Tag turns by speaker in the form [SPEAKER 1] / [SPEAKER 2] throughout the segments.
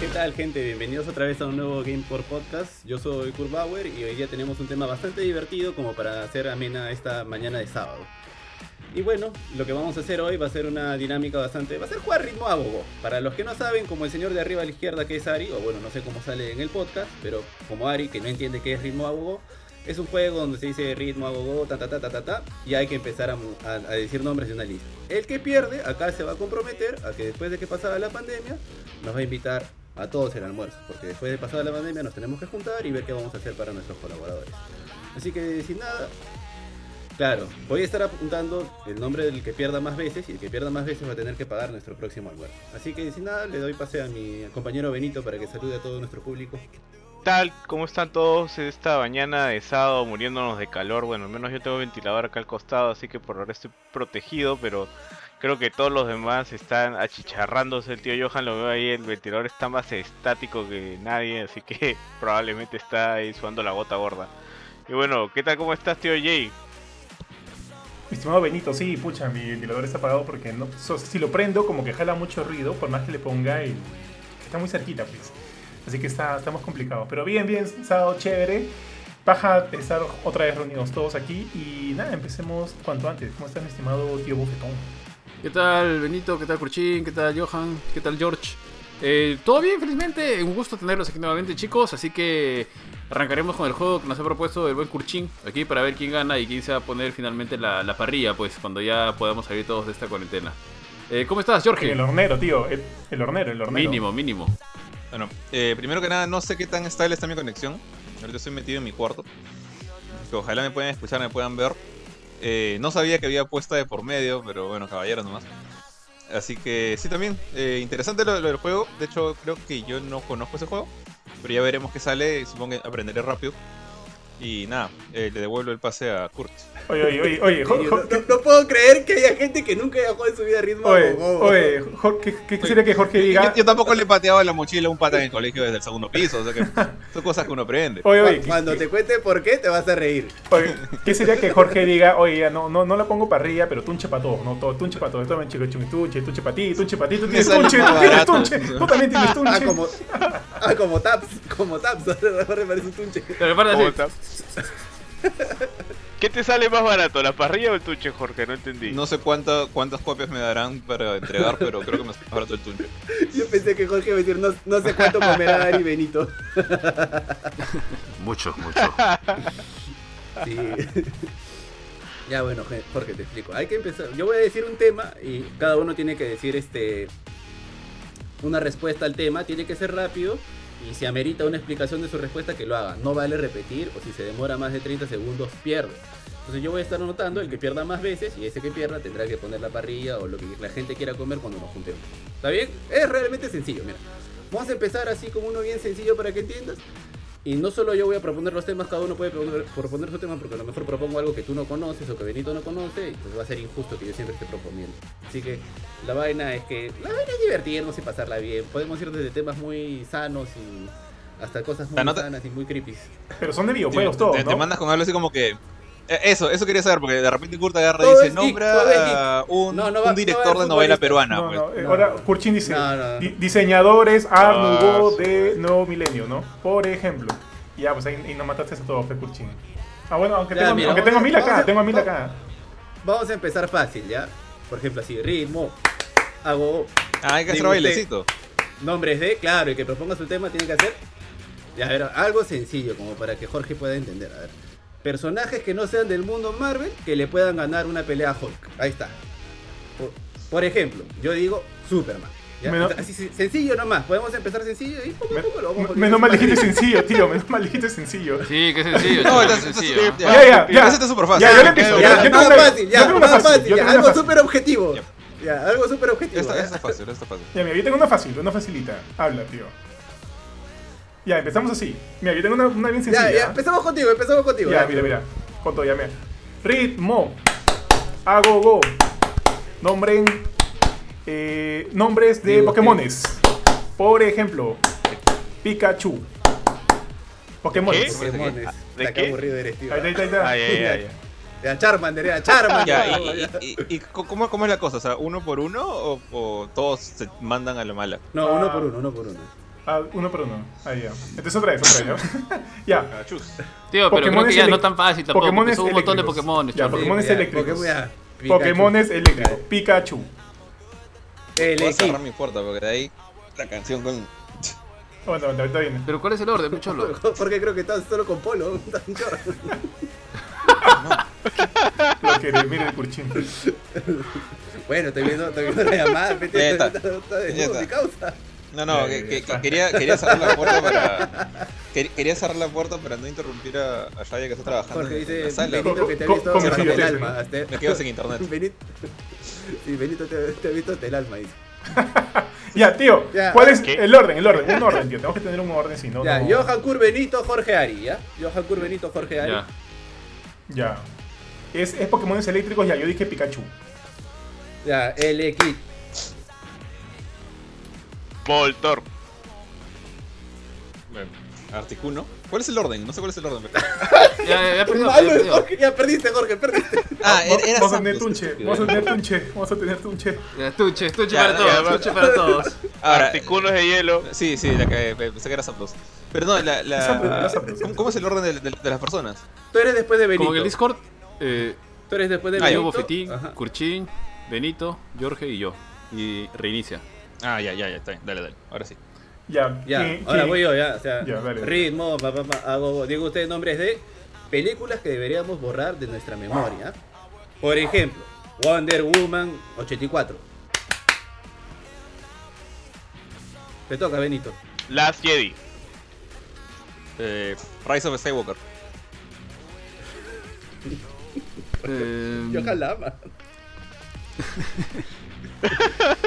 [SPEAKER 1] ¿Qué tal gente? Bienvenidos otra vez a un nuevo Game por Podcast. Yo soy Kurt Bauer y hoy ya tenemos un tema bastante divertido como para hacer amena esta mañana de sábado. Y bueno, lo que vamos a hacer hoy va a ser una dinámica bastante... Va a ser jugar ritmo a gogo. Para los que no saben, como el señor de arriba a la izquierda que es Ari, o bueno, no sé cómo sale en el podcast, pero como Ari que no entiende qué es ritmo a gogo, es un juego donde se dice ritmo a gogo, ta ta ta ta ta ta, y hay que empezar a, mu- a- a decir nombres de una lista. El que pierde, acá se va a comprometer a que después de que pasara la pandemia, nos va a invitar a todos el almuerzo, porque después de pasada la pandemia nos tenemos que juntar y ver qué vamos a hacer para nuestros colaboradores. Así que sin nada, claro, voy a estar apuntando el nombre del que pierda más veces y el que pierda más veces va a tener que pagar nuestro próximo almuerzo. Así que sin nada, le doy pase a mi compañero Benito para que salude a todo nuestro público.
[SPEAKER 2] tal? ¿Cómo están todos esta mañana de sábado muriéndonos de calor? Bueno, al menos yo tengo ventilador acá al costado, así que por ahora estoy protegido, pero creo que todos los demás están achicharrándose. El tío Johan lo veo ahí, el ventilador está más estático que nadie, así que probablemente está ahí sudando la gota gorda. Y bueno, ¿qué tal? ¿Cómo estás, tío Jay?
[SPEAKER 3] Mi estimado Benito, sí, pucha, mi ventilador está apagado porque no, so- si lo prendo como que jala mucho ruido, por más que le ponga y está muy cerquita, pues. Así que está, estamos complicados. Pero bien, bien, sábado chévere. Baja estar otra vez reunidos todos aquí y nada, empecemos cuanto antes. ¿Cómo estás, mi estimado tío Bofetón?
[SPEAKER 4] ¿Qué tal Benito? ¿Qué tal Curchín? ¿Qué tal Johan? ¿Qué tal George? Eh, Todo bien, felizmente. Un gusto tenerlos aquí nuevamente, chicos. Así que arrancaremos con el juego que nos ha propuesto el buen Curchín aquí para ver quién gana y quién se va a poner finalmente la, la parrilla, pues, cuando ya podamos salir todos de esta cuarentena. Eh, ¿Cómo estás, Jorge?
[SPEAKER 3] El hornero, tío. El, el hornero, el hornero.
[SPEAKER 4] Mínimo, mínimo.
[SPEAKER 5] Bueno, eh, primero que nada, no sé qué tan estable está mi conexión. Ahorita estoy metido en mi cuarto. Que ojalá me puedan escuchar, me puedan ver. Eh, no sabía que había apuesta de por medio, pero bueno, caballeros nomás. Así que sí, también. eh, interesante lo, lo del juego. De hecho, creo que yo no conozco ese juego. Pero ya veremos qué sale. Supongo que aprenderé rápido. Y nada, eh, le devuelvo el pase a Kurt.
[SPEAKER 3] Oye, oye, oye, oye, Eh, jo-
[SPEAKER 1] Yo
[SPEAKER 3] jo-
[SPEAKER 1] no, no- no puedo creer que haya gente que nunca haya jugado en su vida ritmo a
[SPEAKER 3] oye,
[SPEAKER 1] gogo.
[SPEAKER 3] oye, jo- ¿qué, qué sería que Jorge diga?
[SPEAKER 5] Yo, yo tampoco le pateaba la mochila a un pata en el colegio desde el segundo piso. O sea que son cosas que uno aprende.
[SPEAKER 3] Oye, oye,
[SPEAKER 1] Cu-
[SPEAKER 3] ¿qué-
[SPEAKER 1] Cuando
[SPEAKER 3] qué-
[SPEAKER 1] te cuente por qué, te vas a reír.
[SPEAKER 3] Oye, ¿Qué sería que Jorge diga, oye, ya no, no, no la pongo parrilla, pero tunche para todos, no, todo, tunche para todos, tomen chico, chungue, tunche, tunche para ti, tunche para ti, tú
[SPEAKER 5] Me
[SPEAKER 3] tienes
[SPEAKER 5] sale
[SPEAKER 3] tunche,
[SPEAKER 5] más
[SPEAKER 3] tú tienes
[SPEAKER 5] barato,
[SPEAKER 3] tunche,
[SPEAKER 5] sí.
[SPEAKER 3] tú también tienes
[SPEAKER 1] Ah,
[SPEAKER 3] tunche.
[SPEAKER 1] como, ah, como taps, como taps, ahora me parece un tunche.
[SPEAKER 4] Pero aparte,
[SPEAKER 2] ¿Cómo
[SPEAKER 4] así,
[SPEAKER 2] estás? ¿Qué te sale más barato, la parrilla o el tuche, Jorge? No entendí.
[SPEAKER 5] No sé cuánta- cuántas copias me darán para entregar, pero creo que me está barato el tunche.
[SPEAKER 1] Yo pensé que Jorge iba a decir, no, no sé cuánto comerá Ari Benito.
[SPEAKER 4] Mucho, mucho.
[SPEAKER 1] Sí. ya bueno, gen- Jorge, te explico. Hay que empezar. Yo voy a decir un tema y cada uno tiene que decir este una respuesta al tema, tiene que ser rápido y si amerita una explicación de su respuesta que lo haga. No vale repetir o si se demora más de 30 segundos pierde. Entonces yo voy a estar anotando el que pierda más veces y ese que pierda tendrá que poner la parrilla o lo que la gente quiera comer cuando nos juntemos. ¿Está bien? Es realmente sencillo, mira. Vamos a empezar así como uno bien sencillo para que entiendas. Y no solo yo voy a proponer los temas, cada uno puede proponer, proponer su tema porque a lo mejor propongo algo que tú no conoces o que Benito no conoce y pues va a ser injusto que yo siempre esté proponiendo. Así que la vaina es que la vaina es divertirnos y pasarla bien. Podemos ir desde temas muy sanos y hasta cosas muy
[SPEAKER 5] Ah, no te-
[SPEAKER 1] sanas y muy creepy.
[SPEAKER 3] Pero son de
[SPEAKER 5] Te-
[SPEAKER 3] videojuegos todos,
[SPEAKER 5] te, te
[SPEAKER 3] ¿no?
[SPEAKER 5] mandas con algo así como que. eh, Eso, eso quería saber, porque de repente Kurt agarra y
[SPEAKER 1] Todo
[SPEAKER 5] dice:
[SPEAKER 1] es geek, todo es
[SPEAKER 5] Nombra un,
[SPEAKER 1] No, no va-
[SPEAKER 5] un
[SPEAKER 1] no
[SPEAKER 5] director
[SPEAKER 1] va a
[SPEAKER 5] de
[SPEAKER 1] haber
[SPEAKER 5] novela
[SPEAKER 1] futbolista.
[SPEAKER 5] peruana.
[SPEAKER 3] no,
[SPEAKER 5] pues.
[SPEAKER 3] no, eh,
[SPEAKER 1] no.
[SPEAKER 3] ahora Kurchin dice,
[SPEAKER 1] No, no, no.
[SPEAKER 3] di- diseñadores Art
[SPEAKER 2] Ah,
[SPEAKER 3] Nouveau
[SPEAKER 2] sí,
[SPEAKER 3] de
[SPEAKER 2] pues.
[SPEAKER 3] Nuevo Milenio, ¿no? Por ejemplo. Ya, pues ahí, ahí nos mataste a todos, fue Kurchin. Ah, bueno, aunque
[SPEAKER 1] Ya,
[SPEAKER 3] tengo,
[SPEAKER 1] mira,
[SPEAKER 3] aunque
[SPEAKER 1] vamos
[SPEAKER 3] tengo
[SPEAKER 1] a-
[SPEAKER 3] mil acá,
[SPEAKER 1] vamos a-
[SPEAKER 3] tengo mil
[SPEAKER 1] vamos-
[SPEAKER 3] acá.
[SPEAKER 1] Vamos a empezar fácil, ¿ya? Por ejemplo, así, ritmo, hago
[SPEAKER 5] Ah, hay que hacer
[SPEAKER 1] Digo, usted-
[SPEAKER 5] bailecito.
[SPEAKER 1] nombres de, claro, el que proponga su tema tiene que hacer ya, a ver, algo sencillo como para que Jorge pueda entender. A ver, personajes que no sean del mundo Marvel que le puedan ganar una pelea a Hulk. Ahí está. Por, por ejemplo, yo digo Superman. ¿ya?
[SPEAKER 3] Menos-
[SPEAKER 1] Así, sen- sencillo nomás, podemos empezar sencillo y poco a poco lo vamos
[SPEAKER 3] Men-
[SPEAKER 1] poniendo
[SPEAKER 3] Menos mal
[SPEAKER 1] más
[SPEAKER 3] dijiste
[SPEAKER 1] difícil.
[SPEAKER 3] sencillo, tío, menos mal dijiste sencillo.
[SPEAKER 4] Sí, qué sencillo. chicos,
[SPEAKER 5] No, estás-
[SPEAKER 4] qué
[SPEAKER 5] estás-
[SPEAKER 4] sencillo.
[SPEAKER 5] ya,
[SPEAKER 3] Ya, ya, ya.
[SPEAKER 5] Ese está súper fácil.
[SPEAKER 3] Ya, yo le
[SPEAKER 5] Ok,
[SPEAKER 3] empiezo,
[SPEAKER 5] ok,
[SPEAKER 3] ya,
[SPEAKER 1] Ya,
[SPEAKER 5] ok.
[SPEAKER 1] más
[SPEAKER 3] yo tengo una-
[SPEAKER 1] fácil,
[SPEAKER 3] yo
[SPEAKER 1] ya,
[SPEAKER 3] tengo una
[SPEAKER 1] más
[SPEAKER 3] fácil,
[SPEAKER 1] fácil,
[SPEAKER 3] yo
[SPEAKER 1] ya,
[SPEAKER 3] tengo una
[SPEAKER 1] algo
[SPEAKER 3] fácil.
[SPEAKER 1] súper objetivo.
[SPEAKER 5] Ya.
[SPEAKER 1] Ya, algo súper objetivo.
[SPEAKER 5] Esta
[SPEAKER 1] ya.
[SPEAKER 5] esta es fácil, esta es fácil.
[SPEAKER 3] Ya, mira, yo tengo una fácil, una facilita. Habla, tío. Ya, empezamos así. Mira, yo tengo una, una bien
[SPEAKER 1] Ya,
[SPEAKER 3] sencilla. ¿ah?
[SPEAKER 1] ya, empezamos contigo, empezamos contigo.
[SPEAKER 3] Ya,
[SPEAKER 1] ya.
[SPEAKER 3] mira, mira. Con todo, ya, mira. Ritmo. Hago go. Nombren. eh, nombres de
[SPEAKER 1] Digo,
[SPEAKER 3] Pokémones. Por ejemplo, Pikachu. Pokémones.
[SPEAKER 1] Pokémones.
[SPEAKER 2] ¿De
[SPEAKER 1] Puta, qué
[SPEAKER 2] qué?
[SPEAKER 1] aburrido eres, tío.
[SPEAKER 3] Ahí está, ahí está, ahí está.
[SPEAKER 2] Ay, ay, ay, ay.
[SPEAKER 1] Era Charmander, era Charmander.
[SPEAKER 5] Ya,
[SPEAKER 1] no,
[SPEAKER 5] y,
[SPEAKER 1] ya.
[SPEAKER 5] y- y- y co- ¿cómo, cómo es la cosa? O sea, ¿uno por uno o, o todos se mandan a la mala?
[SPEAKER 1] No, uno por uno, uno por uno.
[SPEAKER 3] Ah, uno por uno. Ahí ya. Entonces otra vez, otra vez. ya. ya.
[SPEAKER 5] Ah, chus.
[SPEAKER 4] Tío, pero
[SPEAKER 3] Pokémon
[SPEAKER 4] creo que
[SPEAKER 3] es
[SPEAKER 4] ya
[SPEAKER 3] elec-
[SPEAKER 4] no tan fácil tampoco.
[SPEAKER 3] Pokémon
[SPEAKER 4] porque
[SPEAKER 3] es
[SPEAKER 4] son un montón de
[SPEAKER 3] eléctricos.
[SPEAKER 4] Pokémones,
[SPEAKER 3] Ya,
[SPEAKER 4] chorro.
[SPEAKER 3] Pokémones
[SPEAKER 1] ya,
[SPEAKER 3] eléctricos.
[SPEAKER 1] Pokémon, ya, Pikachu.
[SPEAKER 3] Pokémon es eléctrico. Pikachu.
[SPEAKER 1] El
[SPEAKER 5] Voy a
[SPEAKER 1] equipo.
[SPEAKER 5] cerrar mi puerta porque de ahí la canción con...
[SPEAKER 3] Aguanta, aguanta, ahorita viene.
[SPEAKER 4] Pero ¿cuál es el orden, Pucholo?
[SPEAKER 1] Porque creo que estás solo con Polo. Tan chorro.
[SPEAKER 3] Lo que mire el curchín.
[SPEAKER 1] bueno, estoy viendo, estoy viendo la llamada. Vete,
[SPEAKER 5] Ya está.
[SPEAKER 1] está, está, está
[SPEAKER 5] Ya
[SPEAKER 1] desnudo,
[SPEAKER 5] está.
[SPEAKER 1] mi causa.
[SPEAKER 5] No,
[SPEAKER 3] Ya,
[SPEAKER 5] no,
[SPEAKER 3] ya,
[SPEAKER 5] que, que-
[SPEAKER 3] ya.
[SPEAKER 5] que quería, quería cerrar la puerta para... quer- Quería cerrar la puerta para no interrumpir a, a Shaya que está trabajando
[SPEAKER 1] Porque
[SPEAKER 5] en la
[SPEAKER 1] dice
[SPEAKER 5] sala.
[SPEAKER 1] Benito que te ha
[SPEAKER 3] Co-
[SPEAKER 1] visto
[SPEAKER 3] co-
[SPEAKER 1] hasta
[SPEAKER 5] como
[SPEAKER 1] el
[SPEAKER 5] si-
[SPEAKER 1] alma. hasta-
[SPEAKER 5] Me quedo sin internet.
[SPEAKER 1] Benito, sí, Benito te, te ha visto hasta el alma. dice.
[SPEAKER 3] Ya, tío.
[SPEAKER 1] Ya.
[SPEAKER 3] ¿Cuál es
[SPEAKER 2] ¿Qué?
[SPEAKER 3] el orden? El orden. Un orden, tío. Tenemos que tener un orden, si no.
[SPEAKER 1] Ya,
[SPEAKER 3] no-
[SPEAKER 1] Johan Kur Benito, Jorge Ari, ¿ya? Johan Kur Benito, Jorge Ari.
[SPEAKER 4] Ya.
[SPEAKER 3] Ya. Es, es Pokémones eléctricos. Ya, yo dije Pikachu.
[SPEAKER 1] Ya, el equipo.
[SPEAKER 2] Voltor.
[SPEAKER 5] Bueno, Articuno. ¿Cuál es el orden? No sé cuál es el orden.
[SPEAKER 4] Ya, ya, ya perdimos, ya
[SPEAKER 1] Malo,
[SPEAKER 4] perdimos.
[SPEAKER 1] Jorge, ya perdiste, Jorge, perdiste.
[SPEAKER 5] Ah,
[SPEAKER 3] Va- Vamos a tener
[SPEAKER 5] Zapdos, qué
[SPEAKER 3] Tunche.
[SPEAKER 5] estúpido.
[SPEAKER 3] Vamos a tener Tunche. Vamos a tener Tunche.
[SPEAKER 4] Ya, Estuche, estuche
[SPEAKER 5] Ya,
[SPEAKER 4] para
[SPEAKER 5] ya,
[SPEAKER 4] todos,
[SPEAKER 2] va.
[SPEAKER 4] estuche para todos.
[SPEAKER 5] Ahora,
[SPEAKER 2] Articunos de hielo.
[SPEAKER 5] Sí, sí, la que pensé que era Zapdos. Pero no, la. la-
[SPEAKER 3] Zapdos, era Zapdos.
[SPEAKER 5] ¿cómo, cómo es el orden de, de- de las personas?
[SPEAKER 1] Tú eres después de Benito.
[SPEAKER 4] Como en el Discord, eh,
[SPEAKER 1] Tú eres después de
[SPEAKER 5] Ah,
[SPEAKER 1] Benito.
[SPEAKER 4] yo, Bofetín,
[SPEAKER 1] Ajá.
[SPEAKER 4] Curchín, Benito, Jorge y yo. Y reinicia.
[SPEAKER 5] Ah, ya, ya, ya, está bien. Dale, dale. Ahora sí.
[SPEAKER 3] Ya.
[SPEAKER 1] Ya,
[SPEAKER 3] ¿quién-
[SPEAKER 1] ahora
[SPEAKER 3] quién-
[SPEAKER 1] voy yo, ya. O sea,
[SPEAKER 3] Ya, dale.
[SPEAKER 1] ritmo, pa, pa, pa, hago, digo ustedes nombres de películas que deberíamos borrar de nuestra memoria. Por ejemplo, Wonder Woman 84. Te toca, Benito.
[SPEAKER 2] Last Jedi.
[SPEAKER 5] Eh, Rise of Skywalker. Mm.
[SPEAKER 4] Eh,
[SPEAKER 1] Yo jalaba.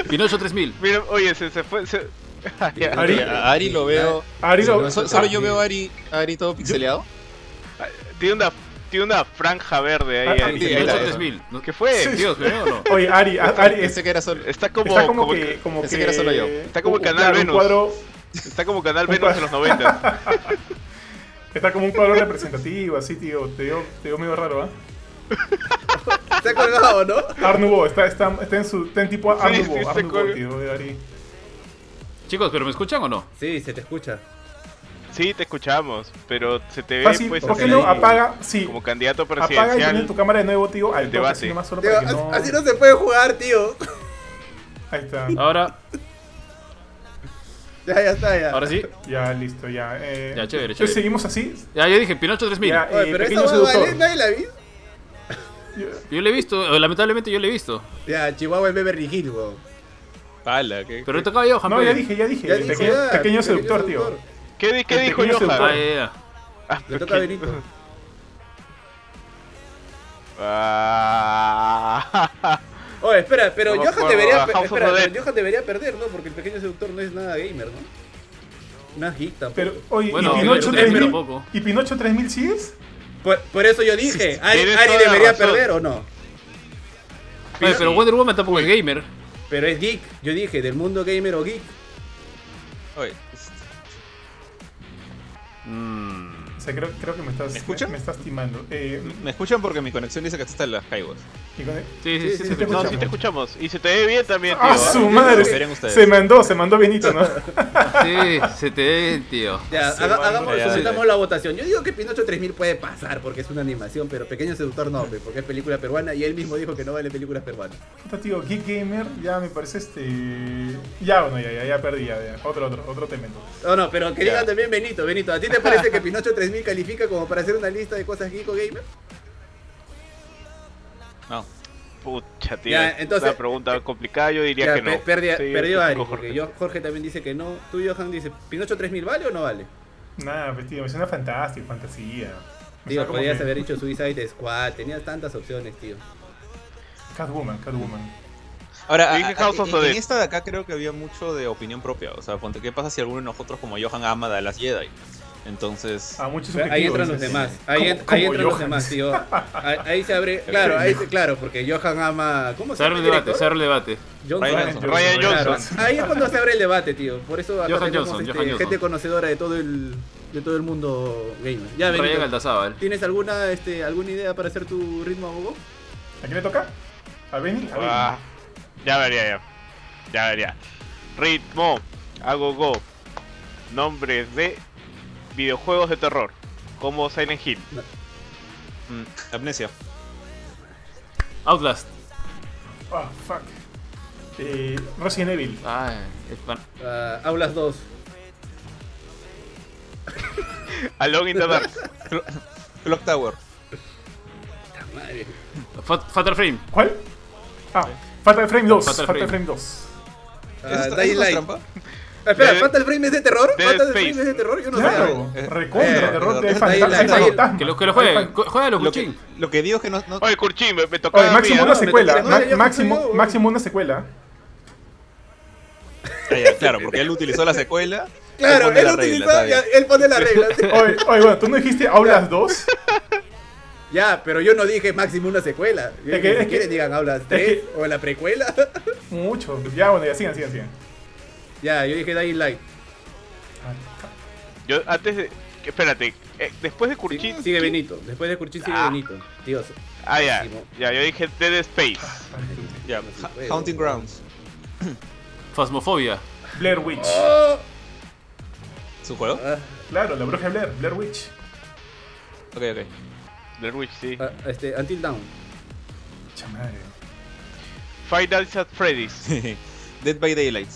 [SPEAKER 4] Pinocho 3000.
[SPEAKER 2] Mira, oye, se, se fue. se- Ah, ya.
[SPEAKER 3] Ari.
[SPEAKER 5] Eh, a Ari lo veo.
[SPEAKER 3] Ari lo-
[SPEAKER 5] so- solo yo veo a Ari, a Ari todo pixeleado.
[SPEAKER 2] Tiene una, tiene una franja verde ahí.
[SPEAKER 3] Ah,
[SPEAKER 2] Ari.
[SPEAKER 5] sí, ahí
[SPEAKER 4] Pinocho
[SPEAKER 5] está.
[SPEAKER 4] 3000. ¿no?
[SPEAKER 2] ¿Qué fue?
[SPEAKER 3] Sí.
[SPEAKER 4] Dios, ¿me o no?
[SPEAKER 3] Oye, Ari, a- Ari es,
[SPEAKER 5] Pensé que era solo.
[SPEAKER 2] Está como,
[SPEAKER 3] está como,
[SPEAKER 2] como-
[SPEAKER 3] que, como
[SPEAKER 5] pensé que era solo yo.
[SPEAKER 2] Está como
[SPEAKER 3] un-
[SPEAKER 2] Canal
[SPEAKER 3] claro, un
[SPEAKER 2] Venus.
[SPEAKER 3] cuadro-
[SPEAKER 2] está como Canal
[SPEAKER 3] Un
[SPEAKER 2] Venus
[SPEAKER 3] cuadro.
[SPEAKER 2] en los 90.
[SPEAKER 3] está como un cuadro representativo, así, tío. Te digo, te digo medio raro, ¿ah?
[SPEAKER 1] Se ha Ah, colgado, ¿no?
[SPEAKER 3] Art Nouveau, está, está, está en su. Está en tipo Art
[SPEAKER 2] Sí,
[SPEAKER 3] Nouveau,
[SPEAKER 2] sí,
[SPEAKER 3] Art
[SPEAKER 2] se
[SPEAKER 3] Nouveau,
[SPEAKER 2] cuelga.
[SPEAKER 3] tío, de Ari.
[SPEAKER 4] Chicos, ¿pero me escuchan o no?
[SPEAKER 1] Sí, se te escucha.
[SPEAKER 2] Sí, te escuchamos, pero se te ve
[SPEAKER 3] Fácil,
[SPEAKER 2] pues
[SPEAKER 3] ¿por qué
[SPEAKER 2] así,
[SPEAKER 3] no apaga? Sí,
[SPEAKER 2] como candidato
[SPEAKER 3] apaga y
[SPEAKER 2] presidencial.
[SPEAKER 3] pone tu cámara de nuevo, tío, al
[SPEAKER 2] El
[SPEAKER 3] toque,
[SPEAKER 2] debate.
[SPEAKER 3] así nomás solo
[SPEAKER 1] Tío,
[SPEAKER 3] para que no...
[SPEAKER 1] Así no se puede jugar, tío.
[SPEAKER 3] Ahí está.
[SPEAKER 4] Ahora,
[SPEAKER 1] Ya, ya está, ya.
[SPEAKER 4] ahora sí.
[SPEAKER 3] Ya, listo, ya. Eh,
[SPEAKER 4] Ya, chévere,
[SPEAKER 3] entonces
[SPEAKER 4] chévere.
[SPEAKER 3] seguimos así.
[SPEAKER 4] Ya, yo dije Pinocho 3000.
[SPEAKER 3] Ya,
[SPEAKER 1] Oye,
[SPEAKER 3] eh,
[SPEAKER 1] pero
[SPEAKER 3] pequeño
[SPEAKER 1] esa va
[SPEAKER 3] seductor.
[SPEAKER 1] valer, nadie la vi.
[SPEAKER 4] Yo lo he visto, eh, lamentablemente yo lo he visto.
[SPEAKER 1] Ya, Chihuahua en Beverly Hills, weón.
[SPEAKER 5] Pala, que.
[SPEAKER 4] Ah, Pero le tocaba yo, Johan.
[SPEAKER 3] No, ya
[SPEAKER 4] Pérez.
[SPEAKER 3] dije, ya dije.
[SPEAKER 1] Ya
[SPEAKER 3] pequeño,
[SPEAKER 1] dijo, ya,
[SPEAKER 3] pequeño seductor, tío.
[SPEAKER 2] ¿Qué, di- qué
[SPEAKER 3] El
[SPEAKER 2] dijo
[SPEAKER 3] pequeño
[SPEAKER 4] Ah,
[SPEAKER 2] Johan?
[SPEAKER 3] seductor.
[SPEAKER 4] ya, ya.
[SPEAKER 2] Ah,
[SPEAKER 1] Le toca a
[SPEAKER 2] pequeño-
[SPEAKER 1] Benito.
[SPEAKER 2] Ah,
[SPEAKER 1] Oye, espera, pero
[SPEAKER 2] No me
[SPEAKER 1] Johan,
[SPEAKER 2] acuerdo,
[SPEAKER 1] debería,
[SPEAKER 2] ah,
[SPEAKER 1] pe-
[SPEAKER 2] House of
[SPEAKER 1] espera,
[SPEAKER 2] the
[SPEAKER 1] pero
[SPEAKER 2] Dead.
[SPEAKER 1] Johan debería perder, ¿no? Porque el pequeño seductor no es nada gamer, ¿no? No es geek tampoco.
[SPEAKER 3] Pero, oye,
[SPEAKER 4] Bueno,
[SPEAKER 3] ¿y
[SPEAKER 4] Pinocho
[SPEAKER 3] Pinocho
[SPEAKER 4] 3000
[SPEAKER 3] 3000?
[SPEAKER 4] tampoco.
[SPEAKER 3] ¿Y Pinocho 3000 sí es?
[SPEAKER 1] por, por eso yo dije, Ari,
[SPEAKER 2] tienes
[SPEAKER 1] Ari
[SPEAKER 2] toda la
[SPEAKER 1] debería
[SPEAKER 2] razón.
[SPEAKER 1] perder o no.
[SPEAKER 4] Oye, pero Wonder Woman tampoco es gamer.
[SPEAKER 1] Pero es geek, yo dije, del mundo gamer o geek.
[SPEAKER 5] Oye,
[SPEAKER 3] O sea, creo, creo que me estás...
[SPEAKER 5] ¿Me escuchan?
[SPEAKER 3] Me, estás timando. Eh,
[SPEAKER 5] me escuchan porque mi conexión dice que está en las Skywars.
[SPEAKER 3] y con-
[SPEAKER 4] Sí, sí,
[SPEAKER 1] Sí,
[SPEAKER 4] sí. sí,
[SPEAKER 1] sí,
[SPEAKER 4] se
[SPEAKER 1] te
[SPEAKER 4] escucha.
[SPEAKER 2] no, sí te escuchamos. Y se te ve bien también, tío.
[SPEAKER 3] ¡Ah, su madre!
[SPEAKER 5] Esperen ustedes.
[SPEAKER 3] Se mandó, se mandó Benito, ¿no?
[SPEAKER 4] Sí, se te ve, tío.
[SPEAKER 1] Ya,
[SPEAKER 3] Sí,
[SPEAKER 1] haga-
[SPEAKER 3] bueno,
[SPEAKER 1] hagamos,
[SPEAKER 5] ya,
[SPEAKER 1] sometamos la votación. Yo digo que Pinocho 3000 puede pasar porque es una animación, pero Pequeño Seductor no, pe, porque es película peruana y él mismo dijo que no vale películas peruanas.
[SPEAKER 3] Puta, tío, Geek Gamer, ya me parece este... Ya, bueno, ya, ya, ya perdí, ya, ya. Otro, otro, otro temendo.
[SPEAKER 1] No, no, pero que
[SPEAKER 5] Ya.
[SPEAKER 1] digan también Benito, Benito, ¿a ti te parece que Pinocho 3000 califica como para hacer una lista de cosas geek o gamer?
[SPEAKER 5] No.
[SPEAKER 2] Pucha, tío.
[SPEAKER 1] Ya,
[SPEAKER 2] es
[SPEAKER 1] entonces-
[SPEAKER 2] una pregunta complicada, yo diría
[SPEAKER 1] Ya,
[SPEAKER 2] que no.
[SPEAKER 1] pe- perdió-
[SPEAKER 2] Sí,
[SPEAKER 1] perdió
[SPEAKER 2] estoy
[SPEAKER 1] Ari,
[SPEAKER 2] con
[SPEAKER 1] porque
[SPEAKER 2] Jorge.
[SPEAKER 1] yo, Jorge también dice que no. Tú, Johan, dice, ¿Pinocho 3000 vale o no vale?
[SPEAKER 3] Nada, pues, tío, me suena fantástico, fantasía. Me
[SPEAKER 1] Digo,
[SPEAKER 3] suena como
[SPEAKER 1] podrías
[SPEAKER 3] que-
[SPEAKER 1] haber dicho Suicide Squad, tenías tantas opciones, tío.
[SPEAKER 3] Catwoman, Catwoman.
[SPEAKER 5] Ahora,
[SPEAKER 2] Dije
[SPEAKER 5] a- a-
[SPEAKER 2] House of
[SPEAKER 5] en,
[SPEAKER 2] the
[SPEAKER 5] en
[SPEAKER 2] Dead.
[SPEAKER 5] esta de acá creo que había mucho de opinión propia. O sea, ponte, ¿qué pasa si alguno de nosotros, como Johan, ama a las Jedi? Entonces,
[SPEAKER 3] Ah, muchos
[SPEAKER 1] Ahí entran los demás, ahí, en- ahí entran los demás, tío. Ahí, ahí se abre, claro, ahí se- claro, porque Johan ama... ¿Cómo se
[SPEAKER 4] Se abre
[SPEAKER 1] llama
[SPEAKER 4] el
[SPEAKER 1] el
[SPEAKER 4] debate, se
[SPEAKER 1] director?
[SPEAKER 4] abre el debate.
[SPEAKER 1] Johnson.
[SPEAKER 5] Ryan
[SPEAKER 1] Johnson.
[SPEAKER 5] Johnson.
[SPEAKER 2] Ryan
[SPEAKER 1] Claro,
[SPEAKER 2] Johnson.
[SPEAKER 1] ahí es cuando se abre el debate, tío. Por eso acá
[SPEAKER 4] Johan
[SPEAKER 1] tenemos,
[SPEAKER 4] Johnson,
[SPEAKER 1] este,
[SPEAKER 4] Johan Johnson.
[SPEAKER 1] gente conocedora de todo el de todo el mundo gamer. Ya,
[SPEAKER 4] Ryan
[SPEAKER 1] Benito,
[SPEAKER 4] Aldazábal.
[SPEAKER 1] ¿tienes alguna, este, alguna idea para hacer tu ritmo abogo?
[SPEAKER 3] ¿A quién le toca? ¿A Benny? A Benny.
[SPEAKER 2] Ah, ya vería ya. Ya vería. Ritmo. Hago go. Nombres de videojuegos de terror. Como Silent Hill.
[SPEAKER 5] Mm, Amnesia.
[SPEAKER 4] Outlast.
[SPEAKER 3] Ah, fuck. Eh, Resident Evil.
[SPEAKER 4] Ah, es fan-
[SPEAKER 1] Ah, Aulas 2.
[SPEAKER 2] Along in the Dark.
[SPEAKER 5] Clock Tower.
[SPEAKER 1] Puta madre.
[SPEAKER 4] Fat- Fatal Frame.
[SPEAKER 3] ¿Cuál? Ah, Fatal Frame 2.
[SPEAKER 4] Fatal
[SPEAKER 3] Fatal, Frame
[SPEAKER 4] Frame.
[SPEAKER 3] 2.
[SPEAKER 1] Ah,
[SPEAKER 5] ¿Eso
[SPEAKER 1] Dying
[SPEAKER 5] está- eso no es
[SPEAKER 1] Light.
[SPEAKER 5] trampa?
[SPEAKER 1] Ah, espera,
[SPEAKER 2] Dead-
[SPEAKER 1] ¿Fatal Frame es de terror?
[SPEAKER 2] Dead
[SPEAKER 1] ¿Fatal
[SPEAKER 2] Space.
[SPEAKER 1] Frame es de terror? Yo no sé.
[SPEAKER 3] Claro,
[SPEAKER 5] Eh,
[SPEAKER 3] recontra,
[SPEAKER 1] eh,
[SPEAKER 3] terror de
[SPEAKER 1] eh,
[SPEAKER 3] fantasma.
[SPEAKER 1] Dylan,
[SPEAKER 3] hay
[SPEAKER 1] Dylan.
[SPEAKER 3] fantasma.
[SPEAKER 4] Que lo, que lo juegue.
[SPEAKER 3] Hay
[SPEAKER 4] co- Juega a los
[SPEAKER 5] Lo que,
[SPEAKER 4] cuchín.
[SPEAKER 5] lo que digo es que no. no-
[SPEAKER 2] Oye, Curchín, me, me tocaba
[SPEAKER 3] Oye,
[SPEAKER 2] a mí,
[SPEAKER 3] máximo
[SPEAKER 2] ¿ah?
[SPEAKER 3] una
[SPEAKER 1] me
[SPEAKER 3] secuela.
[SPEAKER 1] toca-
[SPEAKER 3] ma-
[SPEAKER 1] no, ya estoy
[SPEAKER 3] Máximo
[SPEAKER 1] yo.
[SPEAKER 3] máximo una secuela.
[SPEAKER 5] Ah, ya, claro, porque él utilizó la secuela.
[SPEAKER 1] Claro,
[SPEAKER 5] pone
[SPEAKER 1] él
[SPEAKER 5] la regla,
[SPEAKER 1] utiliza,
[SPEAKER 5] está
[SPEAKER 1] ya,
[SPEAKER 5] bien.
[SPEAKER 1] él pone la regla. sí.
[SPEAKER 3] Oye, oye, bueno, tú no dijiste Aulas 2.
[SPEAKER 1] ya, pero yo no dije máximo una secuela. Yo dije,
[SPEAKER 3] Es que-
[SPEAKER 1] si
[SPEAKER 3] es que-
[SPEAKER 1] quieren digan Aulas 3 o la precuela.
[SPEAKER 3] Mucho. Ya, bueno, ya sigan, sigan, sigan.
[SPEAKER 1] ya, yo dije Dying Light.
[SPEAKER 2] Yo antes de. que- Espérate. eh, después de
[SPEAKER 1] Sí,
[SPEAKER 2] Curchín.
[SPEAKER 1] sigue Benito. Después de Curchín sigue
[SPEAKER 2] Ah.
[SPEAKER 1] Benito. Dios.
[SPEAKER 2] Ah, ya.
[SPEAKER 1] Máximo.
[SPEAKER 2] Ya, yo dije Dead Space.
[SPEAKER 5] Ya,
[SPEAKER 1] No se
[SPEAKER 5] Ha-
[SPEAKER 1] puede,
[SPEAKER 5] Haunting
[SPEAKER 1] weón.
[SPEAKER 5] Grounds.
[SPEAKER 4] Fasmofobia.
[SPEAKER 3] Blair Witch.
[SPEAKER 1] Oh.
[SPEAKER 5] ¿Su juego?
[SPEAKER 1] Ah,
[SPEAKER 3] Claro, la bruja de Blair, Blair Witch.
[SPEAKER 5] Ok, ok.
[SPEAKER 2] Blair Witch, sí.
[SPEAKER 1] ah, este, Until Down.
[SPEAKER 3] Mucha madre.
[SPEAKER 2] Five Nights at Freddy's.
[SPEAKER 5] Dead by Daylight.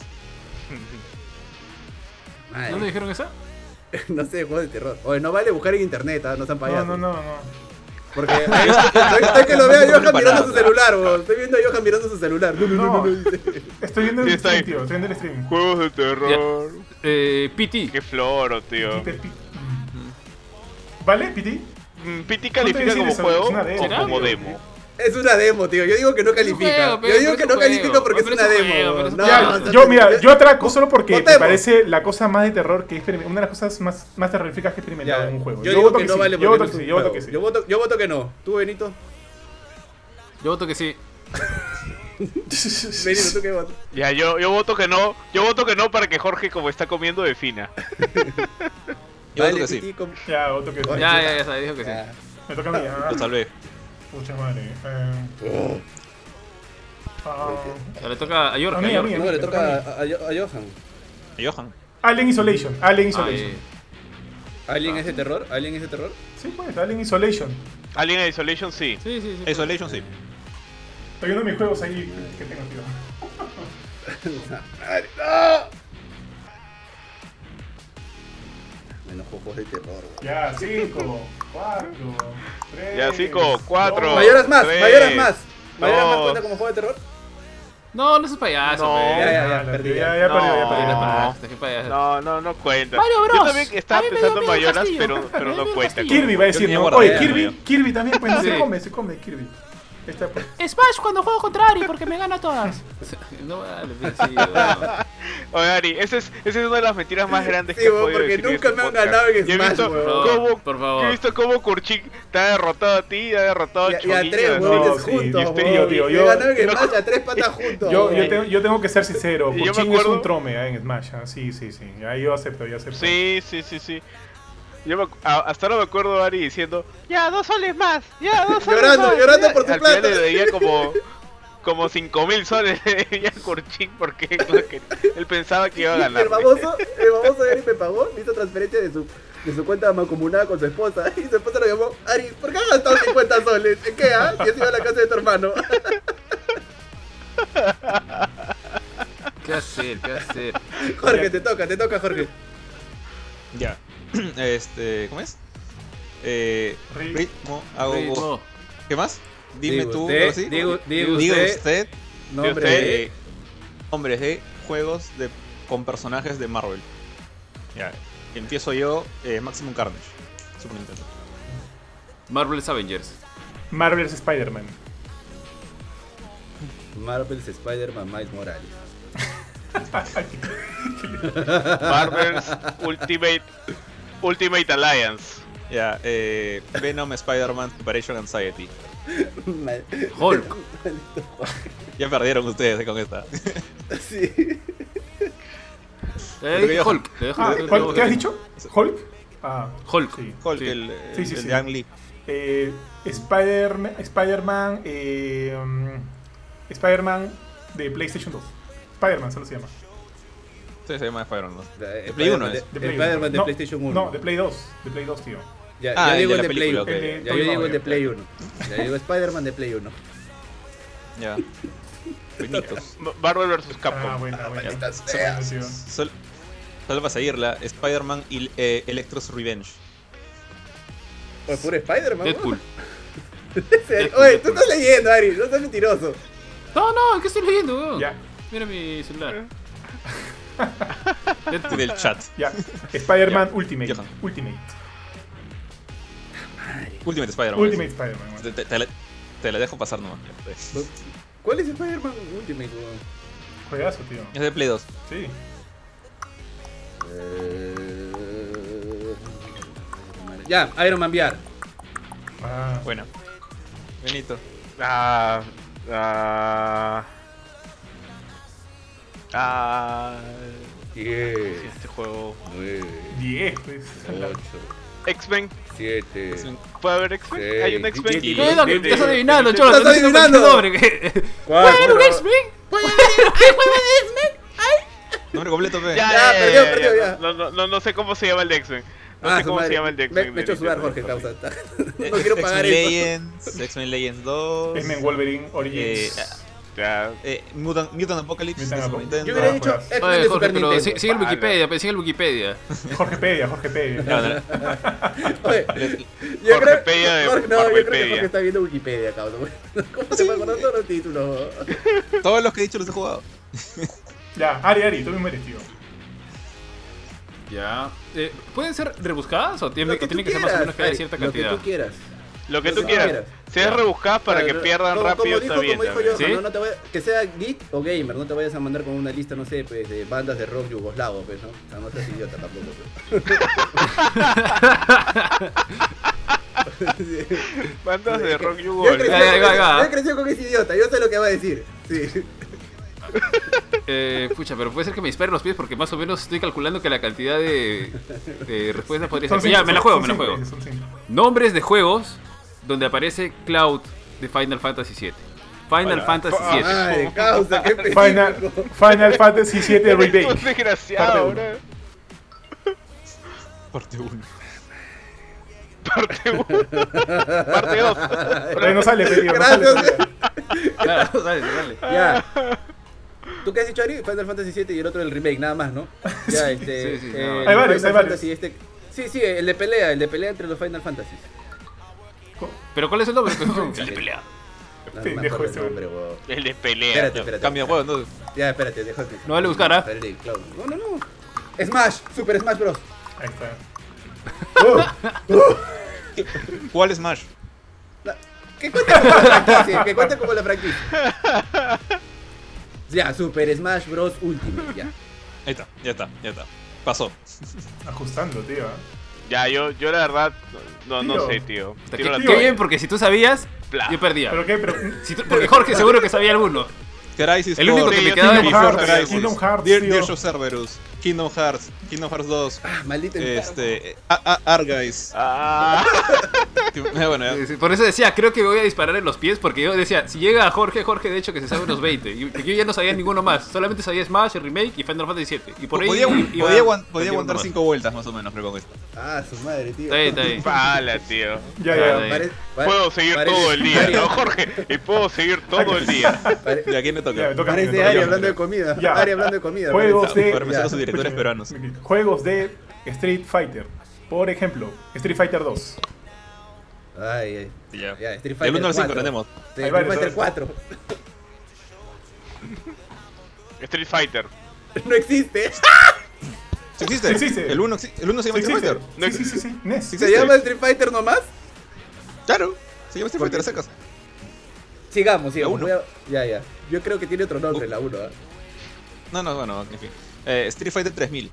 [SPEAKER 1] Madre,
[SPEAKER 4] ¿Dónde dijeron esa?
[SPEAKER 1] no sé, juegos de terror. Oye, no vale buscar en internet, ah, no sean
[SPEAKER 3] No,
[SPEAKER 1] payasos.
[SPEAKER 3] no, no, no.
[SPEAKER 1] Porque estoy, estoy que lo vea a
[SPEAKER 5] Tampoco
[SPEAKER 1] Johan
[SPEAKER 5] para
[SPEAKER 1] mirando su
[SPEAKER 5] nada.
[SPEAKER 1] celular, weón. Estoy viendo a Johan mirando su celular. No, no, no, no,
[SPEAKER 3] No.
[SPEAKER 1] no, dice.
[SPEAKER 3] Estoy viendo el
[SPEAKER 2] Sí, está ahí.
[SPEAKER 3] stream, tío. Estoy viendo el stream.
[SPEAKER 2] Juegos de terror.
[SPEAKER 4] Eh, PT.
[SPEAKER 2] Qué floro, tío.
[SPEAKER 3] Peter Pi- Mm. ¿Vale, Piti?
[SPEAKER 2] Mm, Piti
[SPEAKER 3] No
[SPEAKER 2] califica
[SPEAKER 3] te
[SPEAKER 2] como
[SPEAKER 3] decís eso,
[SPEAKER 2] juego
[SPEAKER 3] es una
[SPEAKER 2] o
[SPEAKER 3] demo.
[SPEAKER 2] como
[SPEAKER 3] ¿Será?
[SPEAKER 2] demo.
[SPEAKER 1] Es una demo, tío. Yo digo que no califica.
[SPEAKER 4] juego, pero
[SPEAKER 1] Yo digo
[SPEAKER 4] es
[SPEAKER 1] que
[SPEAKER 4] un
[SPEAKER 1] no
[SPEAKER 4] juego.
[SPEAKER 1] califica porque es
[SPEAKER 4] Pero
[SPEAKER 1] una
[SPEAKER 4] es un
[SPEAKER 1] demo.
[SPEAKER 4] juego, pero
[SPEAKER 1] weón.
[SPEAKER 4] es un
[SPEAKER 1] No,
[SPEAKER 3] Ya,
[SPEAKER 4] juego.
[SPEAKER 1] no, no,
[SPEAKER 3] yo,
[SPEAKER 1] no,
[SPEAKER 3] mira,
[SPEAKER 1] no.
[SPEAKER 3] yo atraco solo porque me
[SPEAKER 1] Votemos.
[SPEAKER 3] parece la cosa más de terror que he experimentado. Una de las cosas más, más terroríficas que he experimentado
[SPEAKER 1] Ya,
[SPEAKER 3] en un juego.
[SPEAKER 1] Yo, digo que
[SPEAKER 3] que
[SPEAKER 1] no
[SPEAKER 3] sí,
[SPEAKER 1] vale
[SPEAKER 3] Yo
[SPEAKER 1] porque
[SPEAKER 3] voto
[SPEAKER 1] no
[SPEAKER 3] que
[SPEAKER 1] es un
[SPEAKER 3] sí, yo voto
[SPEAKER 1] juego.
[SPEAKER 3] que sí.
[SPEAKER 1] Yo voto- yo voto que no. ¿Tú, Benito?
[SPEAKER 4] Yo voto que sí.
[SPEAKER 1] Benito, ¿tú qué votas?
[SPEAKER 2] Ya, yo, yo voto que no. Yo voto que no para que Jorge, como está comiendo, defina.
[SPEAKER 5] Yo
[SPEAKER 1] Vale,
[SPEAKER 5] voto que sí.
[SPEAKER 1] Piti, com-
[SPEAKER 3] Ya, voto que sí.
[SPEAKER 1] Oye.
[SPEAKER 4] Ya, ya, ya, ya, dijo que sí.
[SPEAKER 1] Ya.
[SPEAKER 3] Me toca a mí. ah.
[SPEAKER 5] Lo salvé.
[SPEAKER 3] Pucha madre. eh. Ah,
[SPEAKER 4] Ya le toca a York.
[SPEAKER 3] A mí, a mí.
[SPEAKER 1] No, le
[SPEAKER 3] me
[SPEAKER 1] toca
[SPEAKER 3] toca
[SPEAKER 1] a, a- a Johan.
[SPEAKER 5] A Johan.
[SPEAKER 3] Alien Isolation.
[SPEAKER 1] Ah,
[SPEAKER 3] Alien Isolation.
[SPEAKER 1] ¿Alguien es de terror? ¿Alguien es de terror?
[SPEAKER 3] Sí, pues, Alien Isolation.
[SPEAKER 2] Alien Isolation, sí.
[SPEAKER 4] sí, sí, sí.
[SPEAKER 5] Isolation, sí.
[SPEAKER 3] Estoy viendo mis juegos ahí que tengo, tío.
[SPEAKER 1] Ay, ¡No! Menos juegos de terror, weón.
[SPEAKER 3] Ya, 5, 4, 3.
[SPEAKER 2] Ya, cinco, cuatro.
[SPEAKER 1] Mayoras más,
[SPEAKER 2] Tres,
[SPEAKER 1] mayoras más. Mayoras más
[SPEAKER 2] dos.
[SPEAKER 1] cuenta como juego de terror.
[SPEAKER 4] No, no seas payaso,
[SPEAKER 2] No.
[SPEAKER 4] pe.
[SPEAKER 1] Ya, ya, ya,
[SPEAKER 3] Ya, ya,
[SPEAKER 1] perdí,
[SPEAKER 3] perdí.
[SPEAKER 1] ya.
[SPEAKER 3] Ya, ya perdió, ya
[SPEAKER 2] No.
[SPEAKER 3] perdió. ya
[SPEAKER 4] Eres
[SPEAKER 3] perdió.
[SPEAKER 4] payaso, qué payaso.
[SPEAKER 2] No, no, no cuenta.
[SPEAKER 4] Mario Bros.
[SPEAKER 2] Yo también estaba
[SPEAKER 4] A mí me
[SPEAKER 2] pensando en
[SPEAKER 4] dio miedo
[SPEAKER 2] mayoras,
[SPEAKER 4] Castillo.
[SPEAKER 2] pero,
[SPEAKER 4] A
[SPEAKER 2] pero
[SPEAKER 4] mí me
[SPEAKER 2] no
[SPEAKER 4] dio
[SPEAKER 2] cuenta.
[SPEAKER 4] Castillo.
[SPEAKER 3] Kirby va a
[SPEAKER 5] Yo
[SPEAKER 3] decir,
[SPEAKER 5] tenía
[SPEAKER 3] ¿no?
[SPEAKER 5] guardado,
[SPEAKER 3] Oye,
[SPEAKER 5] ya,
[SPEAKER 3] Kirby,
[SPEAKER 5] ya.
[SPEAKER 3] Kirby también, pues
[SPEAKER 4] Sí.
[SPEAKER 3] se come, se come Kirby. Ahí Está, pues.
[SPEAKER 6] Smash cuando juego contra Ari porque me gana todas.
[SPEAKER 4] No vale, pe, sí, bueno.
[SPEAKER 2] Oye, Ari, esa es, esa es una de las mentiras más grandes
[SPEAKER 1] Sí,
[SPEAKER 2] que he
[SPEAKER 1] weón,
[SPEAKER 2] podido
[SPEAKER 1] porque
[SPEAKER 2] decir en
[SPEAKER 1] nunca
[SPEAKER 2] este
[SPEAKER 1] me han
[SPEAKER 2] podcast.
[SPEAKER 1] ganado en
[SPEAKER 2] Y he
[SPEAKER 1] Smash,
[SPEAKER 2] visto
[SPEAKER 1] weón.
[SPEAKER 4] Por
[SPEAKER 2] cómo-
[SPEAKER 4] favor, por favor.
[SPEAKER 2] He visto cómo Kurchik te ha derrotado a ti, ha derrotado
[SPEAKER 1] Y
[SPEAKER 2] a
[SPEAKER 1] a, y a
[SPEAKER 2] Chonguillo.
[SPEAKER 1] tres
[SPEAKER 2] así.
[SPEAKER 1] huevones
[SPEAKER 3] sí,
[SPEAKER 1] juntos,
[SPEAKER 3] yo estoy-
[SPEAKER 1] weón.
[SPEAKER 3] yo, tío,
[SPEAKER 1] Me
[SPEAKER 3] yo-
[SPEAKER 1] ganaron en
[SPEAKER 2] no.
[SPEAKER 1] Smash a tres patas juntos.
[SPEAKER 3] Yo, yo,
[SPEAKER 1] weón.
[SPEAKER 3] tengo, yo tengo que ser sincero,
[SPEAKER 2] Y yo me
[SPEAKER 3] Kuchin es
[SPEAKER 2] acuerdo-
[SPEAKER 3] un trome ah, en Smash, ah, sí, sí, sí, ahí yo acepto, yo acepto.
[SPEAKER 2] Sí, sí, sí, sí. Yo me ac- a- hasta ahora me acuerdo a Ari diciendo, ya, dos soles más, ya, dos soles
[SPEAKER 1] Llorando,
[SPEAKER 2] más.
[SPEAKER 1] llorando
[SPEAKER 2] ya".
[SPEAKER 1] por tu
[SPEAKER 2] Al final
[SPEAKER 1] plata.
[SPEAKER 2] le debía como, como cinco mil soles le debía a Kurchik porque claro, que él pensaba que iba a
[SPEAKER 1] Y el
[SPEAKER 2] ganar.
[SPEAKER 1] baboso, el baboso Ari me pagó, me hizo transferencia de su, de su cuenta mancomunada con su esposa. Y su esposa lo llamó, Ari, ¿por qué has gastado 50 soles? ¿En qué? Ah? Si has ido a la casa de tu hermano.
[SPEAKER 4] ¿Qué hacer? ¿Qué hacer?
[SPEAKER 1] Jorge, te toca, te toca, Jorge.
[SPEAKER 5] Ya. Este. ¿Cómo es? Eh,
[SPEAKER 3] Rit-
[SPEAKER 5] ritmo, hago.
[SPEAKER 4] Ritmo.
[SPEAKER 5] ¿Qué más? Dime
[SPEAKER 1] Diga
[SPEAKER 5] tú,
[SPEAKER 1] usted,
[SPEAKER 5] algo así.
[SPEAKER 1] diga- diga
[SPEAKER 5] Diga
[SPEAKER 1] usted.
[SPEAKER 5] usted,
[SPEAKER 1] Nombre
[SPEAKER 2] usted.
[SPEAKER 1] de-
[SPEAKER 5] eh, nombres de juegos de, con personajes de Marvel. Ya. Empiezo yo, eh, Maximum Carnage. Super Nintendo.
[SPEAKER 4] Marvel's Avengers.
[SPEAKER 3] Marvel's Spider-Man.
[SPEAKER 1] Marvel's Spider-Man Miles Morales.
[SPEAKER 3] Ah,
[SPEAKER 2] Marvel's Ultimate, Ultimate Alliance.
[SPEAKER 5] Ya, eh, Venom, Spider-Man, Separation Anxiety.
[SPEAKER 1] Mal-
[SPEAKER 4] Hulk.
[SPEAKER 5] Ya perdieron ustedes con esta.
[SPEAKER 1] Sí.
[SPEAKER 4] Le dije
[SPEAKER 1] Eh,
[SPEAKER 5] yo-
[SPEAKER 4] Hulk. Le dije
[SPEAKER 3] Ah,
[SPEAKER 4] Eh, Hulk.
[SPEAKER 3] ¿cuál- ¿Qué has dicho? ¿Hulk? Ah,
[SPEAKER 4] Hulk.
[SPEAKER 3] sí.
[SPEAKER 5] Hulk,
[SPEAKER 4] Sí.
[SPEAKER 5] el, el-
[SPEAKER 3] Sí, sí,
[SPEAKER 5] el
[SPEAKER 3] sí.
[SPEAKER 5] de Ang Lee.
[SPEAKER 3] Eh, Spider-Man, Spider-Man, eh, mm, Spider-Man de PlayStation 2. Spider-Man solo se llama.
[SPEAKER 5] Sí, se llama Spider-Man. ¿no?
[SPEAKER 1] De
[SPEAKER 5] Play uno es.
[SPEAKER 3] De
[SPEAKER 1] El
[SPEAKER 3] Play
[SPEAKER 1] Spider-Man de
[SPEAKER 3] No,
[SPEAKER 1] PlayStation 1.
[SPEAKER 3] No, de Play 2. De Play 2, tío.
[SPEAKER 1] Ya,
[SPEAKER 5] Ah,
[SPEAKER 1] ya
[SPEAKER 5] el
[SPEAKER 1] digo el
[SPEAKER 5] de la
[SPEAKER 1] de Play
[SPEAKER 5] película,
[SPEAKER 1] 1.
[SPEAKER 5] ok.
[SPEAKER 3] El de
[SPEAKER 1] Ya yo
[SPEAKER 3] Tobey
[SPEAKER 1] digo el de
[SPEAKER 3] Maguire.
[SPEAKER 1] Play 1. Ya digo Spider-Man de Play 1.
[SPEAKER 5] Ya. Benitos.
[SPEAKER 2] Marvel vs. Capcom.
[SPEAKER 3] Ah, buena, buena.
[SPEAKER 1] maldita
[SPEAKER 3] Sí,
[SPEAKER 1] sea.
[SPEAKER 3] tío.
[SPEAKER 5] Sol- solo para seguirla, Spider-Man y eh, Electros Revenge.
[SPEAKER 1] Pues puro Spider-Man.
[SPEAKER 4] Deadpool.
[SPEAKER 1] weón. Oye, tú estás leyendo, Ari. No seas mentiroso.
[SPEAKER 4] No, no, ¿qué estoy leyendo, weón?
[SPEAKER 3] Ya,
[SPEAKER 4] Mira mi celular.
[SPEAKER 5] En el chat.
[SPEAKER 3] ya. Spider-Man Ultimate.
[SPEAKER 5] Johan.
[SPEAKER 3] Ultimate.
[SPEAKER 5] Ultimate Spider-Man.
[SPEAKER 3] Ultimate Spider-Man. bueno.
[SPEAKER 5] Te, te- te la, te la dejo pasar nomás.
[SPEAKER 1] ¿Cuál es Spider-Man Ultimate, weón?
[SPEAKER 3] Juegazo, tío.
[SPEAKER 5] Es de Play 2.
[SPEAKER 3] Sí.
[SPEAKER 1] Eh, Ya, Iron Man VR.
[SPEAKER 3] Ah,
[SPEAKER 5] Bueno. Benito.
[SPEAKER 2] Ah, ah, ah, ¿cómo
[SPEAKER 1] 10,
[SPEAKER 2] se llama este juego.
[SPEAKER 1] 9,
[SPEAKER 3] 10, pues.
[SPEAKER 1] 8,
[SPEAKER 2] X-Men.
[SPEAKER 1] 7.
[SPEAKER 2] ¿Puede haber X-Men?
[SPEAKER 1] Sí.
[SPEAKER 2] Hay un X-Men.
[SPEAKER 1] Y-
[SPEAKER 4] ¿Qué es lo que
[SPEAKER 2] de-
[SPEAKER 4] estás
[SPEAKER 2] de-
[SPEAKER 4] adivinando,
[SPEAKER 2] de-
[SPEAKER 4] cholo?
[SPEAKER 1] ¡Estás
[SPEAKER 4] Estás
[SPEAKER 1] adivinando!
[SPEAKER 4] adivinando Ah, que-
[SPEAKER 1] Bueno,
[SPEAKER 5] Nombre completo,
[SPEAKER 2] Ya,
[SPEAKER 5] pe.
[SPEAKER 1] Ya,
[SPEAKER 2] ya,
[SPEAKER 1] perdió,
[SPEAKER 2] ya,
[SPEAKER 1] perdió,
[SPEAKER 2] ya.
[SPEAKER 1] ya.
[SPEAKER 2] No, no, no, no sé cómo se llama el de X-Men. No sé cómo se llama el de
[SPEAKER 1] Ah, me,
[SPEAKER 2] X-Men.
[SPEAKER 1] me he hecho
[SPEAKER 2] de-
[SPEAKER 1] sudar,
[SPEAKER 2] de-
[SPEAKER 1] Jorge,
[SPEAKER 2] de-
[SPEAKER 1] causa.
[SPEAKER 5] Eh,
[SPEAKER 1] No quiero pagar
[SPEAKER 5] X-Men
[SPEAKER 1] eso.
[SPEAKER 5] Legends, X-Men Legends 2.
[SPEAKER 3] X-Men Wolverine
[SPEAKER 5] eh,
[SPEAKER 3] Origins.
[SPEAKER 4] ah.
[SPEAKER 2] Ya.
[SPEAKER 5] eh, Mutant, Mutant Apocalypse.
[SPEAKER 3] Mutant
[SPEAKER 5] de
[SPEAKER 3] Apocalypse.
[SPEAKER 5] Super
[SPEAKER 1] Yo
[SPEAKER 5] Nintendo.
[SPEAKER 1] hubiera
[SPEAKER 3] Ah,
[SPEAKER 1] dicho
[SPEAKER 3] pues.
[SPEAKER 1] X-Men de
[SPEAKER 4] Oye, Jorge,
[SPEAKER 1] Super
[SPEAKER 4] pero sí-
[SPEAKER 1] Nintendo.
[SPEAKER 4] sigue el
[SPEAKER 2] Para.
[SPEAKER 4] Wikipedia, pe, sigue el Wikipedia.
[SPEAKER 3] Jorgepedia, Jorgepedia.
[SPEAKER 1] Oye, yo creo-
[SPEAKER 2] Jorgepedia de
[SPEAKER 1] Jorge, no, yo creo que
[SPEAKER 2] Jorgepedia.
[SPEAKER 1] Jorge está viendo Wikipedia, causa. ¿Cómo se va a acordar todos los títulos?
[SPEAKER 5] Todos los que he dicho los he jugado.
[SPEAKER 3] Ya, Ari, Ari, tú mismo eres, tío.
[SPEAKER 4] Ya. Eh, ¿Pueden ser rebuscadas o
[SPEAKER 1] Lo
[SPEAKER 4] tiene que,
[SPEAKER 1] tú
[SPEAKER 4] tiene que ser más o
[SPEAKER 1] quieras,
[SPEAKER 4] menos que haya
[SPEAKER 1] Ari,
[SPEAKER 4] cierta
[SPEAKER 1] Lo
[SPEAKER 4] cantidad?
[SPEAKER 1] que tú quieras.
[SPEAKER 2] Lo que
[SPEAKER 1] Lo
[SPEAKER 2] tú
[SPEAKER 1] que
[SPEAKER 2] quieras.
[SPEAKER 1] quieras.
[SPEAKER 2] Si es rebuscada para
[SPEAKER 1] Claro,
[SPEAKER 2] que
[SPEAKER 1] no,
[SPEAKER 2] pierdan
[SPEAKER 1] como-
[SPEAKER 2] rápido,
[SPEAKER 1] como
[SPEAKER 2] está
[SPEAKER 1] dijo-
[SPEAKER 2] bien.
[SPEAKER 1] Como dijo
[SPEAKER 2] también.
[SPEAKER 1] Johan,
[SPEAKER 4] ¿Sí?
[SPEAKER 1] ¿no? No te vaya- que sea geek o gamer, no te vayas a mandar con una lista, no sé, pues, de bandas de rock yugoslavo, pues, ¿no? O sea, no seas idiota tampoco. pues. Sí.
[SPEAKER 2] Bandas de rock
[SPEAKER 1] Yo he
[SPEAKER 2] yugol.
[SPEAKER 1] crecido
[SPEAKER 4] Ya, ya,
[SPEAKER 1] con
[SPEAKER 4] ya, ya.
[SPEAKER 1] ese- yo he crecido con ese idiota, yo sé lo que va a decir. Sí.
[SPEAKER 4] Eh, pucha, pero puede ser que me disparen los pies porque más o menos estoy calculando que la cantidad de, de respuestas podría ser.
[SPEAKER 3] Son
[SPEAKER 4] Pero ya,
[SPEAKER 3] cinco,
[SPEAKER 4] me la
[SPEAKER 3] son-
[SPEAKER 4] juego,
[SPEAKER 3] son
[SPEAKER 4] me la
[SPEAKER 3] cinco,
[SPEAKER 4] juego.
[SPEAKER 3] son cinco.
[SPEAKER 4] Nombres de juegos donde aparece Cloud de Final Fantasy VII. Final Fantasy VII.
[SPEAKER 1] Madre, causa, qué
[SPEAKER 3] Final,
[SPEAKER 1] específico.
[SPEAKER 3] Final Fantasy VII
[SPEAKER 2] Eres un
[SPEAKER 3] Remake.
[SPEAKER 2] desgraciado,
[SPEAKER 3] Parte uno.
[SPEAKER 2] bro.
[SPEAKER 5] Parte 1.
[SPEAKER 2] Parte 1. Parte 2.
[SPEAKER 3] Pero ahí no sale, pe, tío. No sale,
[SPEAKER 1] Gracias.
[SPEAKER 3] no sale.
[SPEAKER 4] Claro, dale, dale.
[SPEAKER 1] Ya. ¿Tú qué has dicho, Ari? Final Fantasy VII y el otro el remake, nada más, ¿no? Ya, este.
[SPEAKER 4] sí, sí,
[SPEAKER 1] eh,
[SPEAKER 4] nada más.
[SPEAKER 3] Hay varios,
[SPEAKER 1] Final
[SPEAKER 3] hay varios.
[SPEAKER 1] Fantasy, este- Sí, sí, el de pelea, el de pelea entre los Final Fantasy.
[SPEAKER 4] Pero ¿cuál es el nombre? El de pelea.
[SPEAKER 1] No, no me
[SPEAKER 3] Pendejo
[SPEAKER 1] acuerdo el
[SPEAKER 3] ese, güey.
[SPEAKER 1] nombre, huevón.
[SPEAKER 2] El de pelea.
[SPEAKER 1] Espérate, espérate.
[SPEAKER 5] Cambio de juego, entonces.
[SPEAKER 1] Ya, espérate, dejo que-
[SPEAKER 4] No vale buscar, ¿ah?
[SPEAKER 1] Espérate, claro. No, no, no. Smash, Super Smash Bros.
[SPEAKER 3] Ahí está. Uh.
[SPEAKER 5] ¿Cuál Smash?
[SPEAKER 1] La- Que cuenta como la franquicia, que cuenta como la franquicia. Ya, Super Smash Bros. Ultimate, ya.
[SPEAKER 5] Ahí está, ya está, ya está. Pasó.
[SPEAKER 3] Ajustando, tío. ¿eh?
[SPEAKER 2] Ya, yo, yo la verdad, no, no
[SPEAKER 3] Tío.
[SPEAKER 2] sé, tío.
[SPEAKER 4] Qué,
[SPEAKER 2] Tiro la
[SPEAKER 4] qué
[SPEAKER 3] tío.
[SPEAKER 4] bien, porque si tú sabías,
[SPEAKER 2] Pla.
[SPEAKER 4] yo perdía.
[SPEAKER 3] ¿Pero qué? Pero. mm,
[SPEAKER 4] Si tú- porque Jorge seguro que sabía alguno.
[SPEAKER 5] Crisis
[SPEAKER 4] El único
[SPEAKER 5] Core,
[SPEAKER 4] que me
[SPEAKER 2] yo
[SPEAKER 4] quedaba
[SPEAKER 2] tengo
[SPEAKER 4] de
[SPEAKER 2] un hard-
[SPEAKER 4] Jorge.
[SPEAKER 3] Hearts,
[SPEAKER 5] Crisis,
[SPEAKER 3] Kingdom Hearts,
[SPEAKER 5] Dear,
[SPEAKER 3] tío.
[SPEAKER 5] Dear Show Cerberus, Kingdom Hearts, Kingdom Hearts 2,
[SPEAKER 1] Ah, maldito enfermo.
[SPEAKER 5] este, eh, A- A- Argyle.
[SPEAKER 2] Ah,
[SPEAKER 5] Eh, bueno, ya.
[SPEAKER 4] Sí, sí, Por eso decía, creo que me voy a disparar en los pies, porque yo decía, si llega a Jorge, Jorge de hecho que se sabe unos 20. Y porque yo ya no sabía ninguno más, solamente sabía Smash, el remake y Final Fantasy VII. Y por ahí
[SPEAKER 5] podía, podía
[SPEAKER 4] iba-
[SPEAKER 5] aguan- podía
[SPEAKER 4] iba
[SPEAKER 5] aguantar
[SPEAKER 4] uno más.
[SPEAKER 5] 5 vueltas más o menos, creo, con esto.
[SPEAKER 1] Ah, su madre, tío.
[SPEAKER 4] Está bien, está bien.
[SPEAKER 2] pala, tío.
[SPEAKER 3] Ya,
[SPEAKER 5] Ah,
[SPEAKER 4] Vale.
[SPEAKER 3] ya.
[SPEAKER 1] Pare- pare-
[SPEAKER 2] Puedo seguir
[SPEAKER 1] parece-
[SPEAKER 2] todo el día,
[SPEAKER 1] Ari-
[SPEAKER 2] ¿no, Jorge? Y puedo seguir todo el día.
[SPEAKER 1] pare-
[SPEAKER 5] ¿Y a quién
[SPEAKER 3] Ya, me
[SPEAKER 5] le toca?
[SPEAKER 3] toca a mí, me
[SPEAKER 1] Parece
[SPEAKER 3] toca a
[SPEAKER 1] Ari
[SPEAKER 3] mí.
[SPEAKER 1] hablando de comida.
[SPEAKER 3] Ya.
[SPEAKER 1] Ari hablando de comida.
[SPEAKER 3] Juegos
[SPEAKER 1] parece.
[SPEAKER 3] de-
[SPEAKER 5] Para empezar, los
[SPEAKER 1] Ya.
[SPEAKER 5] directores
[SPEAKER 3] Escúchame,
[SPEAKER 5] peruanos.
[SPEAKER 3] Juegos de Street Fighter. Por ejemplo, Street Fighter 2.
[SPEAKER 1] Ay, ay.
[SPEAKER 5] Ya.
[SPEAKER 1] Ya, Street Fighter
[SPEAKER 5] Del 1 al 5
[SPEAKER 1] 4.
[SPEAKER 5] tenemos.
[SPEAKER 1] Sí,
[SPEAKER 3] Ahí va,
[SPEAKER 1] Street Fighter
[SPEAKER 3] entonces.
[SPEAKER 1] 4.
[SPEAKER 2] Street Fighter.
[SPEAKER 1] No existe.
[SPEAKER 5] ¿Sí existe?
[SPEAKER 3] existe.
[SPEAKER 5] El 1 el uno se llama
[SPEAKER 3] Sí,
[SPEAKER 5] Street
[SPEAKER 3] existe.
[SPEAKER 5] Fighter.
[SPEAKER 3] Sí, sí, sí, E sí. NES.
[SPEAKER 5] Sí
[SPEAKER 1] ¿Se
[SPEAKER 5] existe.
[SPEAKER 1] llama Street Fighter nomás?
[SPEAKER 5] Claro, se llama Street Fighter, a secas.
[SPEAKER 1] Sigamos, sigamos.
[SPEAKER 5] uno.
[SPEAKER 1] voy a- Ya, Uh. ya. Yo creo que tiene otro nombre la ¿eh? 1.
[SPEAKER 5] No, no, bueno, en fin. Eh, Street Fighter 3000.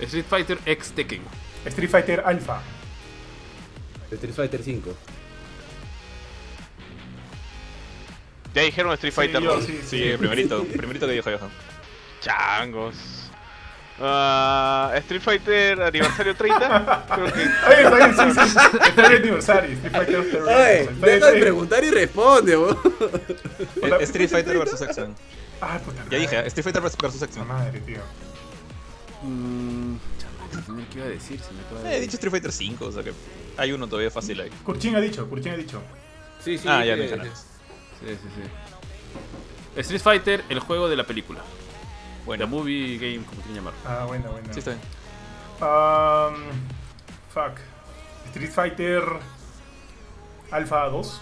[SPEAKER 4] Street Fighter X Tekken.
[SPEAKER 3] Street Fighter Alpha.
[SPEAKER 1] Street Fighter 5.
[SPEAKER 2] Ya dijeron Street Fighter
[SPEAKER 3] yo,
[SPEAKER 2] 2.
[SPEAKER 3] sí, sí.
[SPEAKER 5] Eh, Sí, primerito, primerito que dijo Johan.
[SPEAKER 2] Changos. Ah, Street Fighter Aniversario 30. creo que
[SPEAKER 3] Oye, está bien, sí, sí. Está bien aniversario. Street Fighter After
[SPEAKER 7] Oye,
[SPEAKER 3] Revolution. Está bien,
[SPEAKER 7] deja
[SPEAKER 3] está
[SPEAKER 7] de
[SPEAKER 3] bien.
[SPEAKER 7] preguntar y responde, weón.
[SPEAKER 5] Eh, Street Fighter vs. X-Men.
[SPEAKER 3] Ah, puta
[SPEAKER 5] Ya
[SPEAKER 3] madre.
[SPEAKER 5] dije, ¿eh? Street Fighter vs.
[SPEAKER 3] Puta
[SPEAKER 5] X-Men.
[SPEAKER 3] Madre, tío.
[SPEAKER 4] Mm, chaval, ¿qué iba a decir? Se me acaba de-
[SPEAKER 5] Eh, He dicho Street Fighter 5, o sea que hay uno todavía fácil ahí.
[SPEAKER 3] Kurchin ha dicho, Kurchin ha dicho.
[SPEAKER 7] Sí, sí.
[SPEAKER 5] Ah, ya
[SPEAKER 7] sí,
[SPEAKER 5] lo
[SPEAKER 7] sí.
[SPEAKER 5] dije.
[SPEAKER 4] Sí, sí, sí. Street Fighter, el juego de la película. The
[SPEAKER 5] Bueno,
[SPEAKER 4] Movie Game, como quieren llamarlo.
[SPEAKER 3] Ah, bueno, bueno.
[SPEAKER 5] sí está bien.
[SPEAKER 3] Um, fuck. Street Fighter Alpha 2.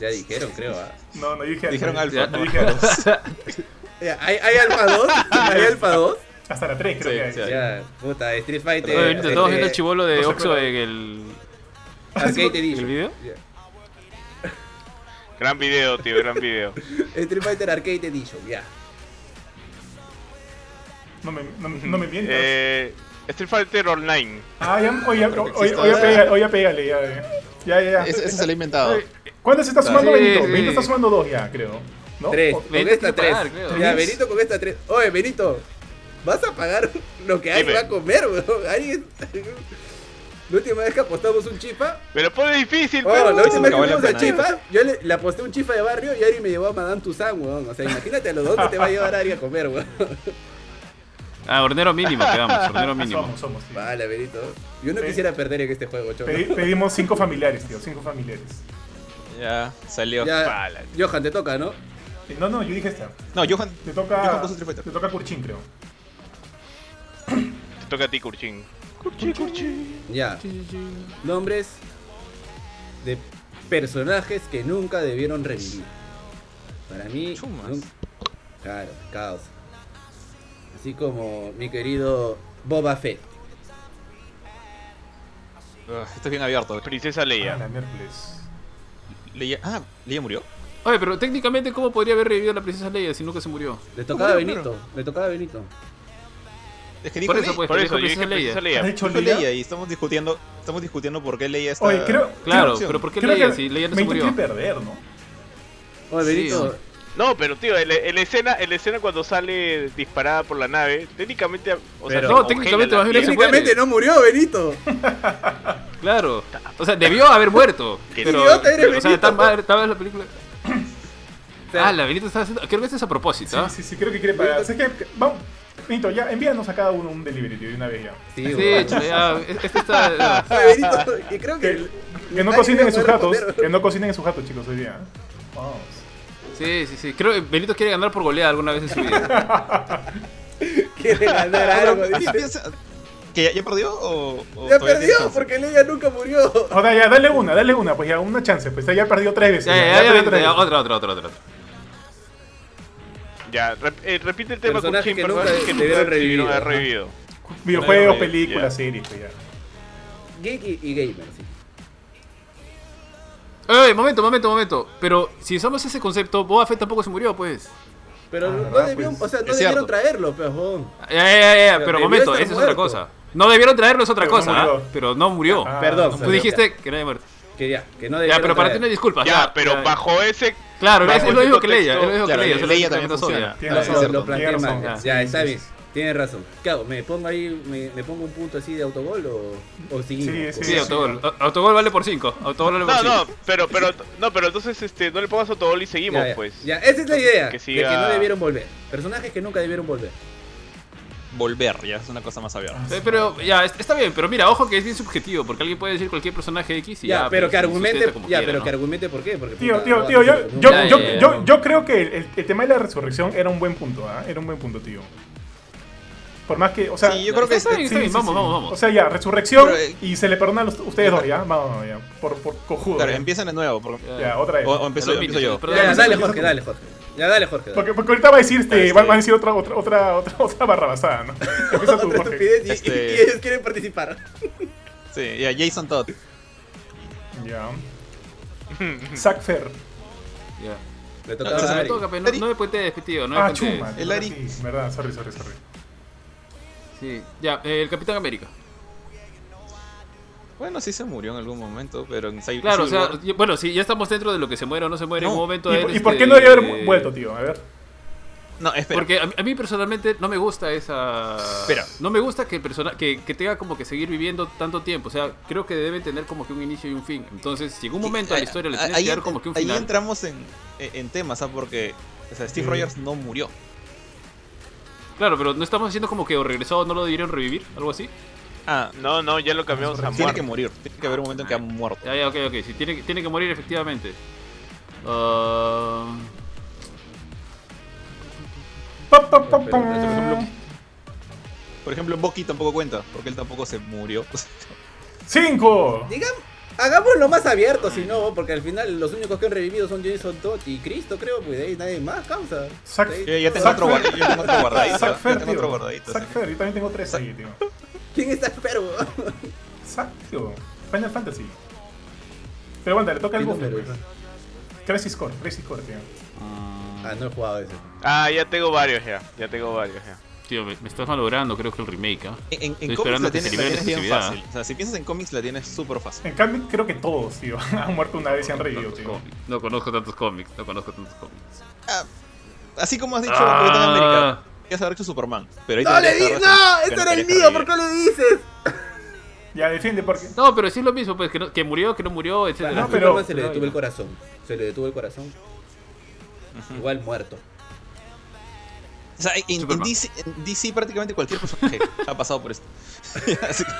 [SPEAKER 1] Ya dijeron, creo. ¿ah?
[SPEAKER 3] No, no dije
[SPEAKER 5] Dijeron
[SPEAKER 3] Alpha.
[SPEAKER 5] Alpha,
[SPEAKER 3] Yo
[SPEAKER 5] no.
[SPEAKER 3] dije Alpha.
[SPEAKER 1] Ya, Eh, ¿Hay, ¿Hay Alfa 2? ¿Hay Alfa 2?
[SPEAKER 3] Hasta la 3 creo
[SPEAKER 5] Sí,
[SPEAKER 3] que hay.
[SPEAKER 5] sí,
[SPEAKER 1] Ya, puta, Street
[SPEAKER 5] Eh,
[SPEAKER 1] Fighter.
[SPEAKER 4] Oye, Benito, estamos viendo el
[SPEAKER 1] este,
[SPEAKER 4] chivolo de
[SPEAKER 3] no se
[SPEAKER 4] Oxxo
[SPEAKER 3] acuerda.
[SPEAKER 4] en el,
[SPEAKER 1] Arcade
[SPEAKER 4] en el
[SPEAKER 1] Edition.
[SPEAKER 4] video.
[SPEAKER 1] Ya.
[SPEAKER 2] gran video, tío, gran video.
[SPEAKER 1] Street Fighter Arcade Edition, ya.
[SPEAKER 3] No me, no, no me mientas.
[SPEAKER 2] Eh, Street Fighter Online.
[SPEAKER 3] Ah, ya, oye, ya- oye, oye,
[SPEAKER 5] existe.
[SPEAKER 3] oye, pega- oye, pégale, ya, eh. ya, ya, ya.
[SPEAKER 5] Ese, ese se lo he inventado.
[SPEAKER 3] Oye, ¿Cuánto se está sumando
[SPEAKER 4] Sí,
[SPEAKER 3] Benito?
[SPEAKER 4] sí.
[SPEAKER 3] Benito está sumando dos ya, creo. ¿No?
[SPEAKER 1] Tres,
[SPEAKER 3] O-
[SPEAKER 1] con
[SPEAKER 4] Benito
[SPEAKER 1] esta
[SPEAKER 4] tiene que
[SPEAKER 1] tres.
[SPEAKER 4] pagar, creo.
[SPEAKER 1] ya,
[SPEAKER 3] Tres.
[SPEAKER 1] Benito con esta tres. Oye, Benito, vas a pagar lo que alguien
[SPEAKER 2] Dime.
[SPEAKER 1] va a comer, weón. Alguien- La última vez que apostamos un chifa.
[SPEAKER 2] Me lo pone difícil, pues.
[SPEAKER 1] Oh,
[SPEAKER 2] pero.
[SPEAKER 1] la última vez que
[SPEAKER 5] acabó la
[SPEAKER 1] fuimos a
[SPEAKER 5] pena.
[SPEAKER 1] chifa, yo le, le aposté un chifa de barrio y Ari me llevó a Madame Tussauds, weón. O sea, imagínate a los dónde te va a llevar Ari a comer, weón.
[SPEAKER 4] Ah, hornero mínimo, quedamos, hornero mínimo.
[SPEAKER 3] Somos, somos, sí.
[SPEAKER 1] Vale, Benito. Yo no
[SPEAKER 3] Sí.
[SPEAKER 1] quisiera perder en este juego, cholo.
[SPEAKER 3] Pedi- pedimos cinco familiares, tío, cinco familiares.
[SPEAKER 5] Ya, salió.
[SPEAKER 1] Ya,
[SPEAKER 2] Pala.
[SPEAKER 1] Johan, te toca, ¿no?
[SPEAKER 3] Eh, No, no, yo dije esta.
[SPEAKER 5] No, Johan.
[SPEAKER 3] Te toca.
[SPEAKER 5] Johan puso Street Fighter.
[SPEAKER 3] Te toca Kurchin, creo.
[SPEAKER 2] Te toca a ti, Kurchin.
[SPEAKER 1] Ya. Nombres de personajes que nunca debieron revivir. Para mí.
[SPEAKER 5] Chumas.
[SPEAKER 1] nun- Claro, caos. Así como mi querido Boba Fett.
[SPEAKER 5] Ah, Esto es bien abierto.
[SPEAKER 2] Princesa
[SPEAKER 3] Ah,
[SPEAKER 2] Leia.
[SPEAKER 3] la miércoles.
[SPEAKER 5] Leia- Ah, Leia murió.
[SPEAKER 4] Oye, pero técnicamente, ¿cómo podría haber revivido la princesa Leia si nunca se murió?
[SPEAKER 1] Le tocaba a
[SPEAKER 5] Bueno,
[SPEAKER 1] Benito. Le tocaba a Benito.
[SPEAKER 5] Es que dijo
[SPEAKER 4] Por eso,
[SPEAKER 5] Leia.
[SPEAKER 4] pues,
[SPEAKER 2] Por
[SPEAKER 4] dijo
[SPEAKER 2] eso, yo dije Princesa Leia.
[SPEAKER 3] ¿Has dicho
[SPEAKER 5] Dijo
[SPEAKER 3] Leia?
[SPEAKER 5] Leia y estamos discutiendo, estamos discutiendo por qué Leia está.
[SPEAKER 3] Oye, creo.
[SPEAKER 4] Claro,
[SPEAKER 5] opción.
[SPEAKER 4] pero ¿por qué
[SPEAKER 3] creo
[SPEAKER 4] Leia
[SPEAKER 3] que
[SPEAKER 4] si Leia no se
[SPEAKER 3] Benito
[SPEAKER 4] murió?
[SPEAKER 3] quiere perder, ¿no?
[SPEAKER 1] Oye,
[SPEAKER 4] Sí,
[SPEAKER 1] Benito.
[SPEAKER 4] hombre.
[SPEAKER 2] No, pero tío, en la- en la escena, en la escena cuando sale disparada por la nave, técnicamente. O
[SPEAKER 1] Pero-
[SPEAKER 2] sea, se
[SPEAKER 1] No,
[SPEAKER 2] congela
[SPEAKER 4] técnicamente
[SPEAKER 2] la
[SPEAKER 4] vas a ver
[SPEAKER 2] piel.
[SPEAKER 4] se
[SPEAKER 1] Técnicamente
[SPEAKER 4] muere.
[SPEAKER 1] no murió Benito.
[SPEAKER 4] Claro. O sea, debió haber muerto.
[SPEAKER 2] Qué
[SPEAKER 4] pero,
[SPEAKER 1] idiota eres,
[SPEAKER 4] o sea,
[SPEAKER 1] Benito.
[SPEAKER 4] tan mal, tan mal la película.
[SPEAKER 1] sea-
[SPEAKER 4] ah, la Benito está haciendo. Creo que esto es a propósito, ¿ah?
[SPEAKER 3] Sí, sí, sí, creo que quiere pagar. ¿Sabes qué? Vamos. Benito, ya envíanos a cada uno un delivery, tío, de una vez ya.
[SPEAKER 1] Sí,
[SPEAKER 4] Sí,
[SPEAKER 1] weón.
[SPEAKER 4] chale, ya, es- este está.
[SPEAKER 1] Oye, Ah, Benito. Y creo
[SPEAKER 3] Que,
[SPEAKER 1] que.
[SPEAKER 3] que no
[SPEAKER 1] nadie
[SPEAKER 3] cocinen
[SPEAKER 1] va a
[SPEAKER 3] en sus
[SPEAKER 1] poder
[SPEAKER 3] gatos.
[SPEAKER 1] responder.
[SPEAKER 3] Que no cocinen en sus gatos, chicos, hoy día. ¿eh? Vamos.
[SPEAKER 4] Sí, sí, sí. Creo que Benito quiere ganar por goleada alguna vez en su vida.
[SPEAKER 1] Quiere ganar
[SPEAKER 5] Ahora,
[SPEAKER 1] algo.
[SPEAKER 5] ¿qué
[SPEAKER 1] dice.
[SPEAKER 5] piensa? ¿Que ya, ya perdió o, o
[SPEAKER 1] Ya
[SPEAKER 5] todavía tiene
[SPEAKER 1] perdió
[SPEAKER 5] chance?
[SPEAKER 1] porque Leia nunca murió.
[SPEAKER 3] O sea, ya, dale una, dale una, pues ya una chance. Pues ya perdió tres veces.
[SPEAKER 4] Ya,
[SPEAKER 3] ya,
[SPEAKER 4] ya, ya,
[SPEAKER 3] perdió
[SPEAKER 4] Benito,
[SPEAKER 3] tres
[SPEAKER 4] ya,
[SPEAKER 3] veces.
[SPEAKER 4] Otra, otra, otra, otra.
[SPEAKER 2] Ya, rep- eh, repite el tema
[SPEAKER 1] Personajes
[SPEAKER 2] Kurchin,
[SPEAKER 1] que
[SPEAKER 2] personajes
[SPEAKER 1] nunca debieron revivir,
[SPEAKER 2] haber
[SPEAKER 1] ajá.
[SPEAKER 2] revivido.
[SPEAKER 3] Videojuegos,
[SPEAKER 2] Ya.
[SPEAKER 3] películas, series, pues ya.
[SPEAKER 1] Geek y, y gamer, sí.
[SPEAKER 4] Ey, momento, momento, momento. Pero si usamos ese concepto, Boba Fett tampoco se murió, pues.
[SPEAKER 1] Pero
[SPEAKER 3] Ah,
[SPEAKER 1] no
[SPEAKER 3] ¿verdad?
[SPEAKER 1] debieron,
[SPEAKER 3] Pues,
[SPEAKER 1] o sea, no
[SPEAKER 5] es
[SPEAKER 1] debieron
[SPEAKER 5] cierto.
[SPEAKER 1] traerlo, pues, weón.
[SPEAKER 4] Ya, ya, ya, ya, pero
[SPEAKER 1] debió
[SPEAKER 4] momento,
[SPEAKER 1] estar
[SPEAKER 4] esa es otra
[SPEAKER 1] muerto.
[SPEAKER 4] cosa. No debieron traerlo, es otra
[SPEAKER 3] Pero no
[SPEAKER 4] cosa, ¿ah?
[SPEAKER 3] murió.
[SPEAKER 4] pero no murió.
[SPEAKER 3] Ah,
[SPEAKER 1] Perdón,
[SPEAKER 4] Tú
[SPEAKER 1] salió,
[SPEAKER 4] dijiste que no había muerto.
[SPEAKER 1] ya, que ya, que no
[SPEAKER 4] Ya,
[SPEAKER 1] debieron
[SPEAKER 4] pero para ti
[SPEAKER 1] traer.
[SPEAKER 4] no hay disculpas.
[SPEAKER 2] Ya, pero
[SPEAKER 4] ya.
[SPEAKER 2] bajo ese.
[SPEAKER 4] Claro,
[SPEAKER 2] bajo
[SPEAKER 4] es, es lo
[SPEAKER 2] ese
[SPEAKER 4] mismo que Leia,
[SPEAKER 2] contexto,
[SPEAKER 4] es lo mismo que
[SPEAKER 5] claro,
[SPEAKER 4] Leia. solo
[SPEAKER 5] Leia
[SPEAKER 4] que
[SPEAKER 5] también
[SPEAKER 4] no son,
[SPEAKER 5] funciona.
[SPEAKER 4] ya.
[SPEAKER 3] Tienes
[SPEAKER 5] Ah,
[SPEAKER 1] Lo-
[SPEAKER 3] razón,
[SPEAKER 1] lo
[SPEAKER 3] tienes
[SPEAKER 1] planteé
[SPEAKER 3] razón.
[SPEAKER 1] mal.
[SPEAKER 4] ya.
[SPEAKER 1] Ya,
[SPEAKER 3] Sí,
[SPEAKER 1] está
[SPEAKER 3] sí,
[SPEAKER 1] bien.
[SPEAKER 3] sí.
[SPEAKER 1] Tienes razón. ¿Qué hago? ¿Me pongo ahí, me, me pongo un punto así de autogol o, o seguimos? Pues,
[SPEAKER 3] Sí,
[SPEAKER 4] Sí,
[SPEAKER 1] O-
[SPEAKER 3] sí.
[SPEAKER 4] autogol. A- Autogol vale por 5. Autogol vale por
[SPEAKER 2] No,
[SPEAKER 4] 5.
[SPEAKER 2] no, pero, pero, no, pero entonces este, no le pongas autogol y seguimos,
[SPEAKER 1] ya, ya,
[SPEAKER 2] pues.
[SPEAKER 1] Ya, esa es la idea.
[SPEAKER 2] Que
[SPEAKER 1] De que
[SPEAKER 2] siga-
[SPEAKER 1] no debieron volver. Personajes que nunca debieron volver.
[SPEAKER 5] Volver, ya es una cosa más abierta.
[SPEAKER 4] Eh, Pero ya, es- está bien, pero mira, ojo que es bien subjetivo, porque alguien puede decir cualquier personaje X y
[SPEAKER 1] ya,
[SPEAKER 4] ya.
[SPEAKER 1] pero que
[SPEAKER 4] pues,
[SPEAKER 1] argumente.
[SPEAKER 4] sustenta como
[SPEAKER 1] Ya,
[SPEAKER 4] quiera,
[SPEAKER 1] pero
[SPEAKER 4] ¿no?
[SPEAKER 1] que argumente por qué. Porque,
[SPEAKER 3] Tío,
[SPEAKER 1] puta,
[SPEAKER 3] tío,
[SPEAKER 1] no,
[SPEAKER 3] tío, yo,
[SPEAKER 1] no,
[SPEAKER 3] yo,
[SPEAKER 1] no,
[SPEAKER 4] Ya,
[SPEAKER 3] yo,
[SPEAKER 4] ya, ya.
[SPEAKER 3] yo, yo creo que el, el- el tema de la resurrección era un buen punto, ¿ah? Era un buen punto, tío. Por más que, o sea...
[SPEAKER 5] Sí, yo creo que
[SPEAKER 4] Está bien,
[SPEAKER 5] este-
[SPEAKER 4] está bien, vamos, vamos, vamos.
[SPEAKER 3] O sea, ya, resurrección
[SPEAKER 5] Pero, eh,
[SPEAKER 3] y se le perdona a los- ustedes dos, ya. Vamos, vamos, ya. Por, por cojudo.
[SPEAKER 5] Claro,
[SPEAKER 3] ya.
[SPEAKER 5] empiezan de nuevo. porque-
[SPEAKER 3] Ya, otra vez.
[SPEAKER 5] O, o empiezo,
[SPEAKER 4] Pero
[SPEAKER 5] empiezo
[SPEAKER 4] mira,
[SPEAKER 5] yo.
[SPEAKER 4] pero-
[SPEAKER 1] Ya,
[SPEAKER 4] Ya,
[SPEAKER 1] ya, dale,
[SPEAKER 3] ya,
[SPEAKER 1] Jorge,
[SPEAKER 3] ya.
[SPEAKER 1] dale, Jorge. Ya, dale, Jorge. dale.
[SPEAKER 3] Porque, porque ahorita va a decir, este,
[SPEAKER 5] Este-
[SPEAKER 3] va, va a decir otra, otra, otra, otra, otra barrabasada, ¿no? Empieza tú,
[SPEAKER 1] Otra
[SPEAKER 3] Jorge.
[SPEAKER 1] estupidez y,
[SPEAKER 5] Este-
[SPEAKER 1] y ellos quieren participar.
[SPEAKER 5] Sí, ya, Jason Todd.
[SPEAKER 3] Ya. Zack Fer.
[SPEAKER 1] Le
[SPEAKER 4] Ya.
[SPEAKER 5] Ah,
[SPEAKER 4] Pero
[SPEAKER 1] tocaba
[SPEAKER 4] se
[SPEAKER 1] a
[SPEAKER 4] me
[SPEAKER 1] Ari.
[SPEAKER 4] toca, pero no, no me puente tío, no me
[SPEAKER 3] Ah,
[SPEAKER 4] puentees.
[SPEAKER 3] chuma.
[SPEAKER 5] El Ari.
[SPEAKER 3] Sí, verdad, sorry, sorry, sorry.
[SPEAKER 4] Sí. Ya, eh, el Capitán América.
[SPEAKER 5] Bueno, sí se murió en algún momento, pero en Cy-
[SPEAKER 4] Claro, o
[SPEAKER 5] Civil
[SPEAKER 4] sea,
[SPEAKER 5] War-
[SPEAKER 4] y- bueno, si ya estamos dentro de lo que se muere o no se muere, en
[SPEAKER 5] No,
[SPEAKER 4] un momento
[SPEAKER 3] ¿Y,
[SPEAKER 4] él,
[SPEAKER 3] y por qué
[SPEAKER 4] este,
[SPEAKER 3] no debería haber vuelto, tío? A ver.
[SPEAKER 5] No, espera.
[SPEAKER 4] Porque a, a mí personalmente no me gusta esa.
[SPEAKER 5] Espera.
[SPEAKER 4] No me gusta que, el persona, que, que tenga como que seguir viviendo tanto tiempo. O sea, creo que debe tener como que un inicio y un fin. Entonces, si en un momento a la historia le
[SPEAKER 5] Ahí-
[SPEAKER 4] tienes que dar
[SPEAKER 5] ent-
[SPEAKER 4] como que un
[SPEAKER 5] ahí
[SPEAKER 4] final.
[SPEAKER 5] entramos en, en temas, ¿ah? Porque o sea, Steve
[SPEAKER 3] Mm.
[SPEAKER 5] Rogers no murió.
[SPEAKER 4] Claro, pero no estamos haciendo como que o regresado no lo debieron revivir, algo así.
[SPEAKER 5] Ah,
[SPEAKER 2] No, no, ya lo cambiamos a
[SPEAKER 5] tiene que
[SPEAKER 2] muerte.
[SPEAKER 5] morir. Tiene que haber un momento en que ha muerto.
[SPEAKER 4] Ya, ya, ok, ok. Sí, tiene, que- tiene que morir efectivamente. Ah,
[SPEAKER 3] Pa, pa, pa,
[SPEAKER 8] Pero,
[SPEAKER 3] pa.
[SPEAKER 8] pero, por ejemplo,
[SPEAKER 5] Por ejemplo, Bucky tampoco cuenta, porque él tampoco se murió.
[SPEAKER 3] Cinco.
[SPEAKER 1] Digamos, hagámoslo más abierto, si no, porque al final los únicos que han revivido son Jason Todd y Cristo, creo, pues de ahí nadie más causa.
[SPEAKER 3] Zack-
[SPEAKER 1] De ahí
[SPEAKER 5] Eh, ya
[SPEAKER 1] todo.
[SPEAKER 5] tengo otro guardadito. Ya tengo otro guardadito.
[SPEAKER 3] Zack
[SPEAKER 5] ya
[SPEAKER 3] Fer,
[SPEAKER 5] tengo otro
[SPEAKER 3] tío.
[SPEAKER 5] guardadito.
[SPEAKER 3] Zack Fer, yo también tengo tres ahí, tío.
[SPEAKER 1] ¿Quién está enfermo?
[SPEAKER 3] Zack, tío. Final Fantasy. Pero aguanta, le toca
[SPEAKER 8] ¿Qué
[SPEAKER 3] el buffer.
[SPEAKER 8] número
[SPEAKER 3] pues.
[SPEAKER 8] es?
[SPEAKER 3] Crisis Core, Crisis Core, tío.
[SPEAKER 4] mm,
[SPEAKER 8] Ah, no he jugado ese.
[SPEAKER 2] Ah, ya tengo varios ya. Ya tengo varios ya.
[SPEAKER 4] tío, me, me estás malogrando, creo que el remake, ¿ah?
[SPEAKER 5] En, en- en
[SPEAKER 4] Estoy
[SPEAKER 5] cómics
[SPEAKER 4] esperando
[SPEAKER 5] la
[SPEAKER 4] que
[SPEAKER 5] tienes,
[SPEAKER 4] se
[SPEAKER 5] la
[SPEAKER 4] libere
[SPEAKER 5] tienes bien
[SPEAKER 4] exclusividad.
[SPEAKER 5] fácil. O sea, si piensas en cómics la tienes súper fácil.
[SPEAKER 3] En cambio, creo que todos, tío, han muerto una vez y han revivido,
[SPEAKER 4] Tantos
[SPEAKER 3] tío.
[SPEAKER 4] cómics. No conozco tantos cómics, no conozco tantos cómics.
[SPEAKER 5] Así como has dicho,
[SPEAKER 4] Ah.
[SPEAKER 5] Capitán América. Podrías haber hecho Superman. Pero ahí
[SPEAKER 1] No, le
[SPEAKER 5] tendrías que
[SPEAKER 1] di,
[SPEAKER 5] haber
[SPEAKER 1] no,
[SPEAKER 5] hecho-
[SPEAKER 1] ese
[SPEAKER 5] que
[SPEAKER 1] era el
[SPEAKER 5] querías
[SPEAKER 1] mío, ¿por
[SPEAKER 5] revivir.
[SPEAKER 1] qué lo dices?
[SPEAKER 3] Ya, defiende porque.
[SPEAKER 4] No, pero sí es lo mismo, pues que, no- que murió, que no murió, etcétera.
[SPEAKER 1] Este
[SPEAKER 8] No,
[SPEAKER 3] No, Ah, pero-
[SPEAKER 8] pero se le
[SPEAKER 4] pero-
[SPEAKER 8] detuvo el corazón. Se le detuvo el corazón. Igual muerto.
[SPEAKER 5] O sea, en- en,
[SPEAKER 4] Superman.
[SPEAKER 5] DC, en DC prácticamente cualquier personaje ha pasado por esto. Así que-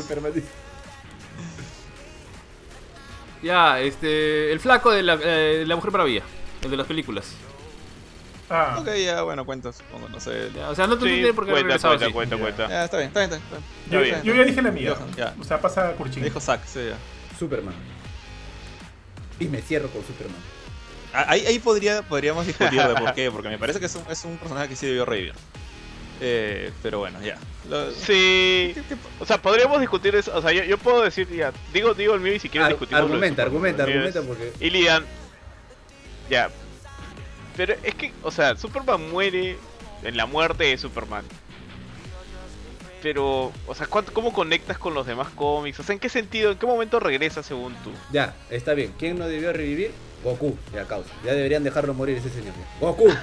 [SPEAKER 8] Superman dice,
[SPEAKER 4] Ya, este. El flaco de la, eh, la Mujer Maravilla, el de las películas.
[SPEAKER 3] Ah,
[SPEAKER 5] ok, ya, bueno, cuentas. Supongo, no sé. Ya,
[SPEAKER 4] Ya, o sea, no te
[SPEAKER 2] Sí,
[SPEAKER 4] entiendes por qué ha
[SPEAKER 2] cuenta,
[SPEAKER 4] regresado
[SPEAKER 2] cuenta,
[SPEAKER 4] así.
[SPEAKER 2] cuenta,
[SPEAKER 3] Ya.
[SPEAKER 2] cuenta.
[SPEAKER 5] está bien, está bien, está bien.
[SPEAKER 3] yo,
[SPEAKER 2] está bien.
[SPEAKER 3] yo ya dije la mía.
[SPEAKER 5] Ya.
[SPEAKER 3] O sea, pasa a Kurchin.
[SPEAKER 5] Me dijo Zack, sí, ya.
[SPEAKER 8] Superman. Y me cierro con Superman.
[SPEAKER 5] Ah, Ahí, ahí podría, podríamos discutir de por qué, porque me parece que es un, es un personaje que sí debió revivir. Eh, pero bueno, ya. Lo-
[SPEAKER 2] Sí.
[SPEAKER 5] ¿qué- qué-
[SPEAKER 2] O sea, podríamos discutir eso. O sea, yo, yo puedo decir ya. Digo, digo el mío y si quieres
[SPEAKER 8] Ar-
[SPEAKER 2] discutimos. lo de
[SPEAKER 8] argumenta,
[SPEAKER 2] Superman.
[SPEAKER 8] argumenta, argumenta
[SPEAKER 2] Mira,
[SPEAKER 8] porque.
[SPEAKER 2] Ilian. Ya. Pero es que, o sea, Superman muere en la muerte de Superman. Pero, o sea, ¿cuánto- ¿cómo conectas con los demás cómics? O sea, ¿en qué sentido, en qué momento regresa según tú?
[SPEAKER 8] Ya, está bien. ¿Quién no debió revivir? Goku, ya causa. Ya deberían dejarlo morir ese señor. ya. Goku. ya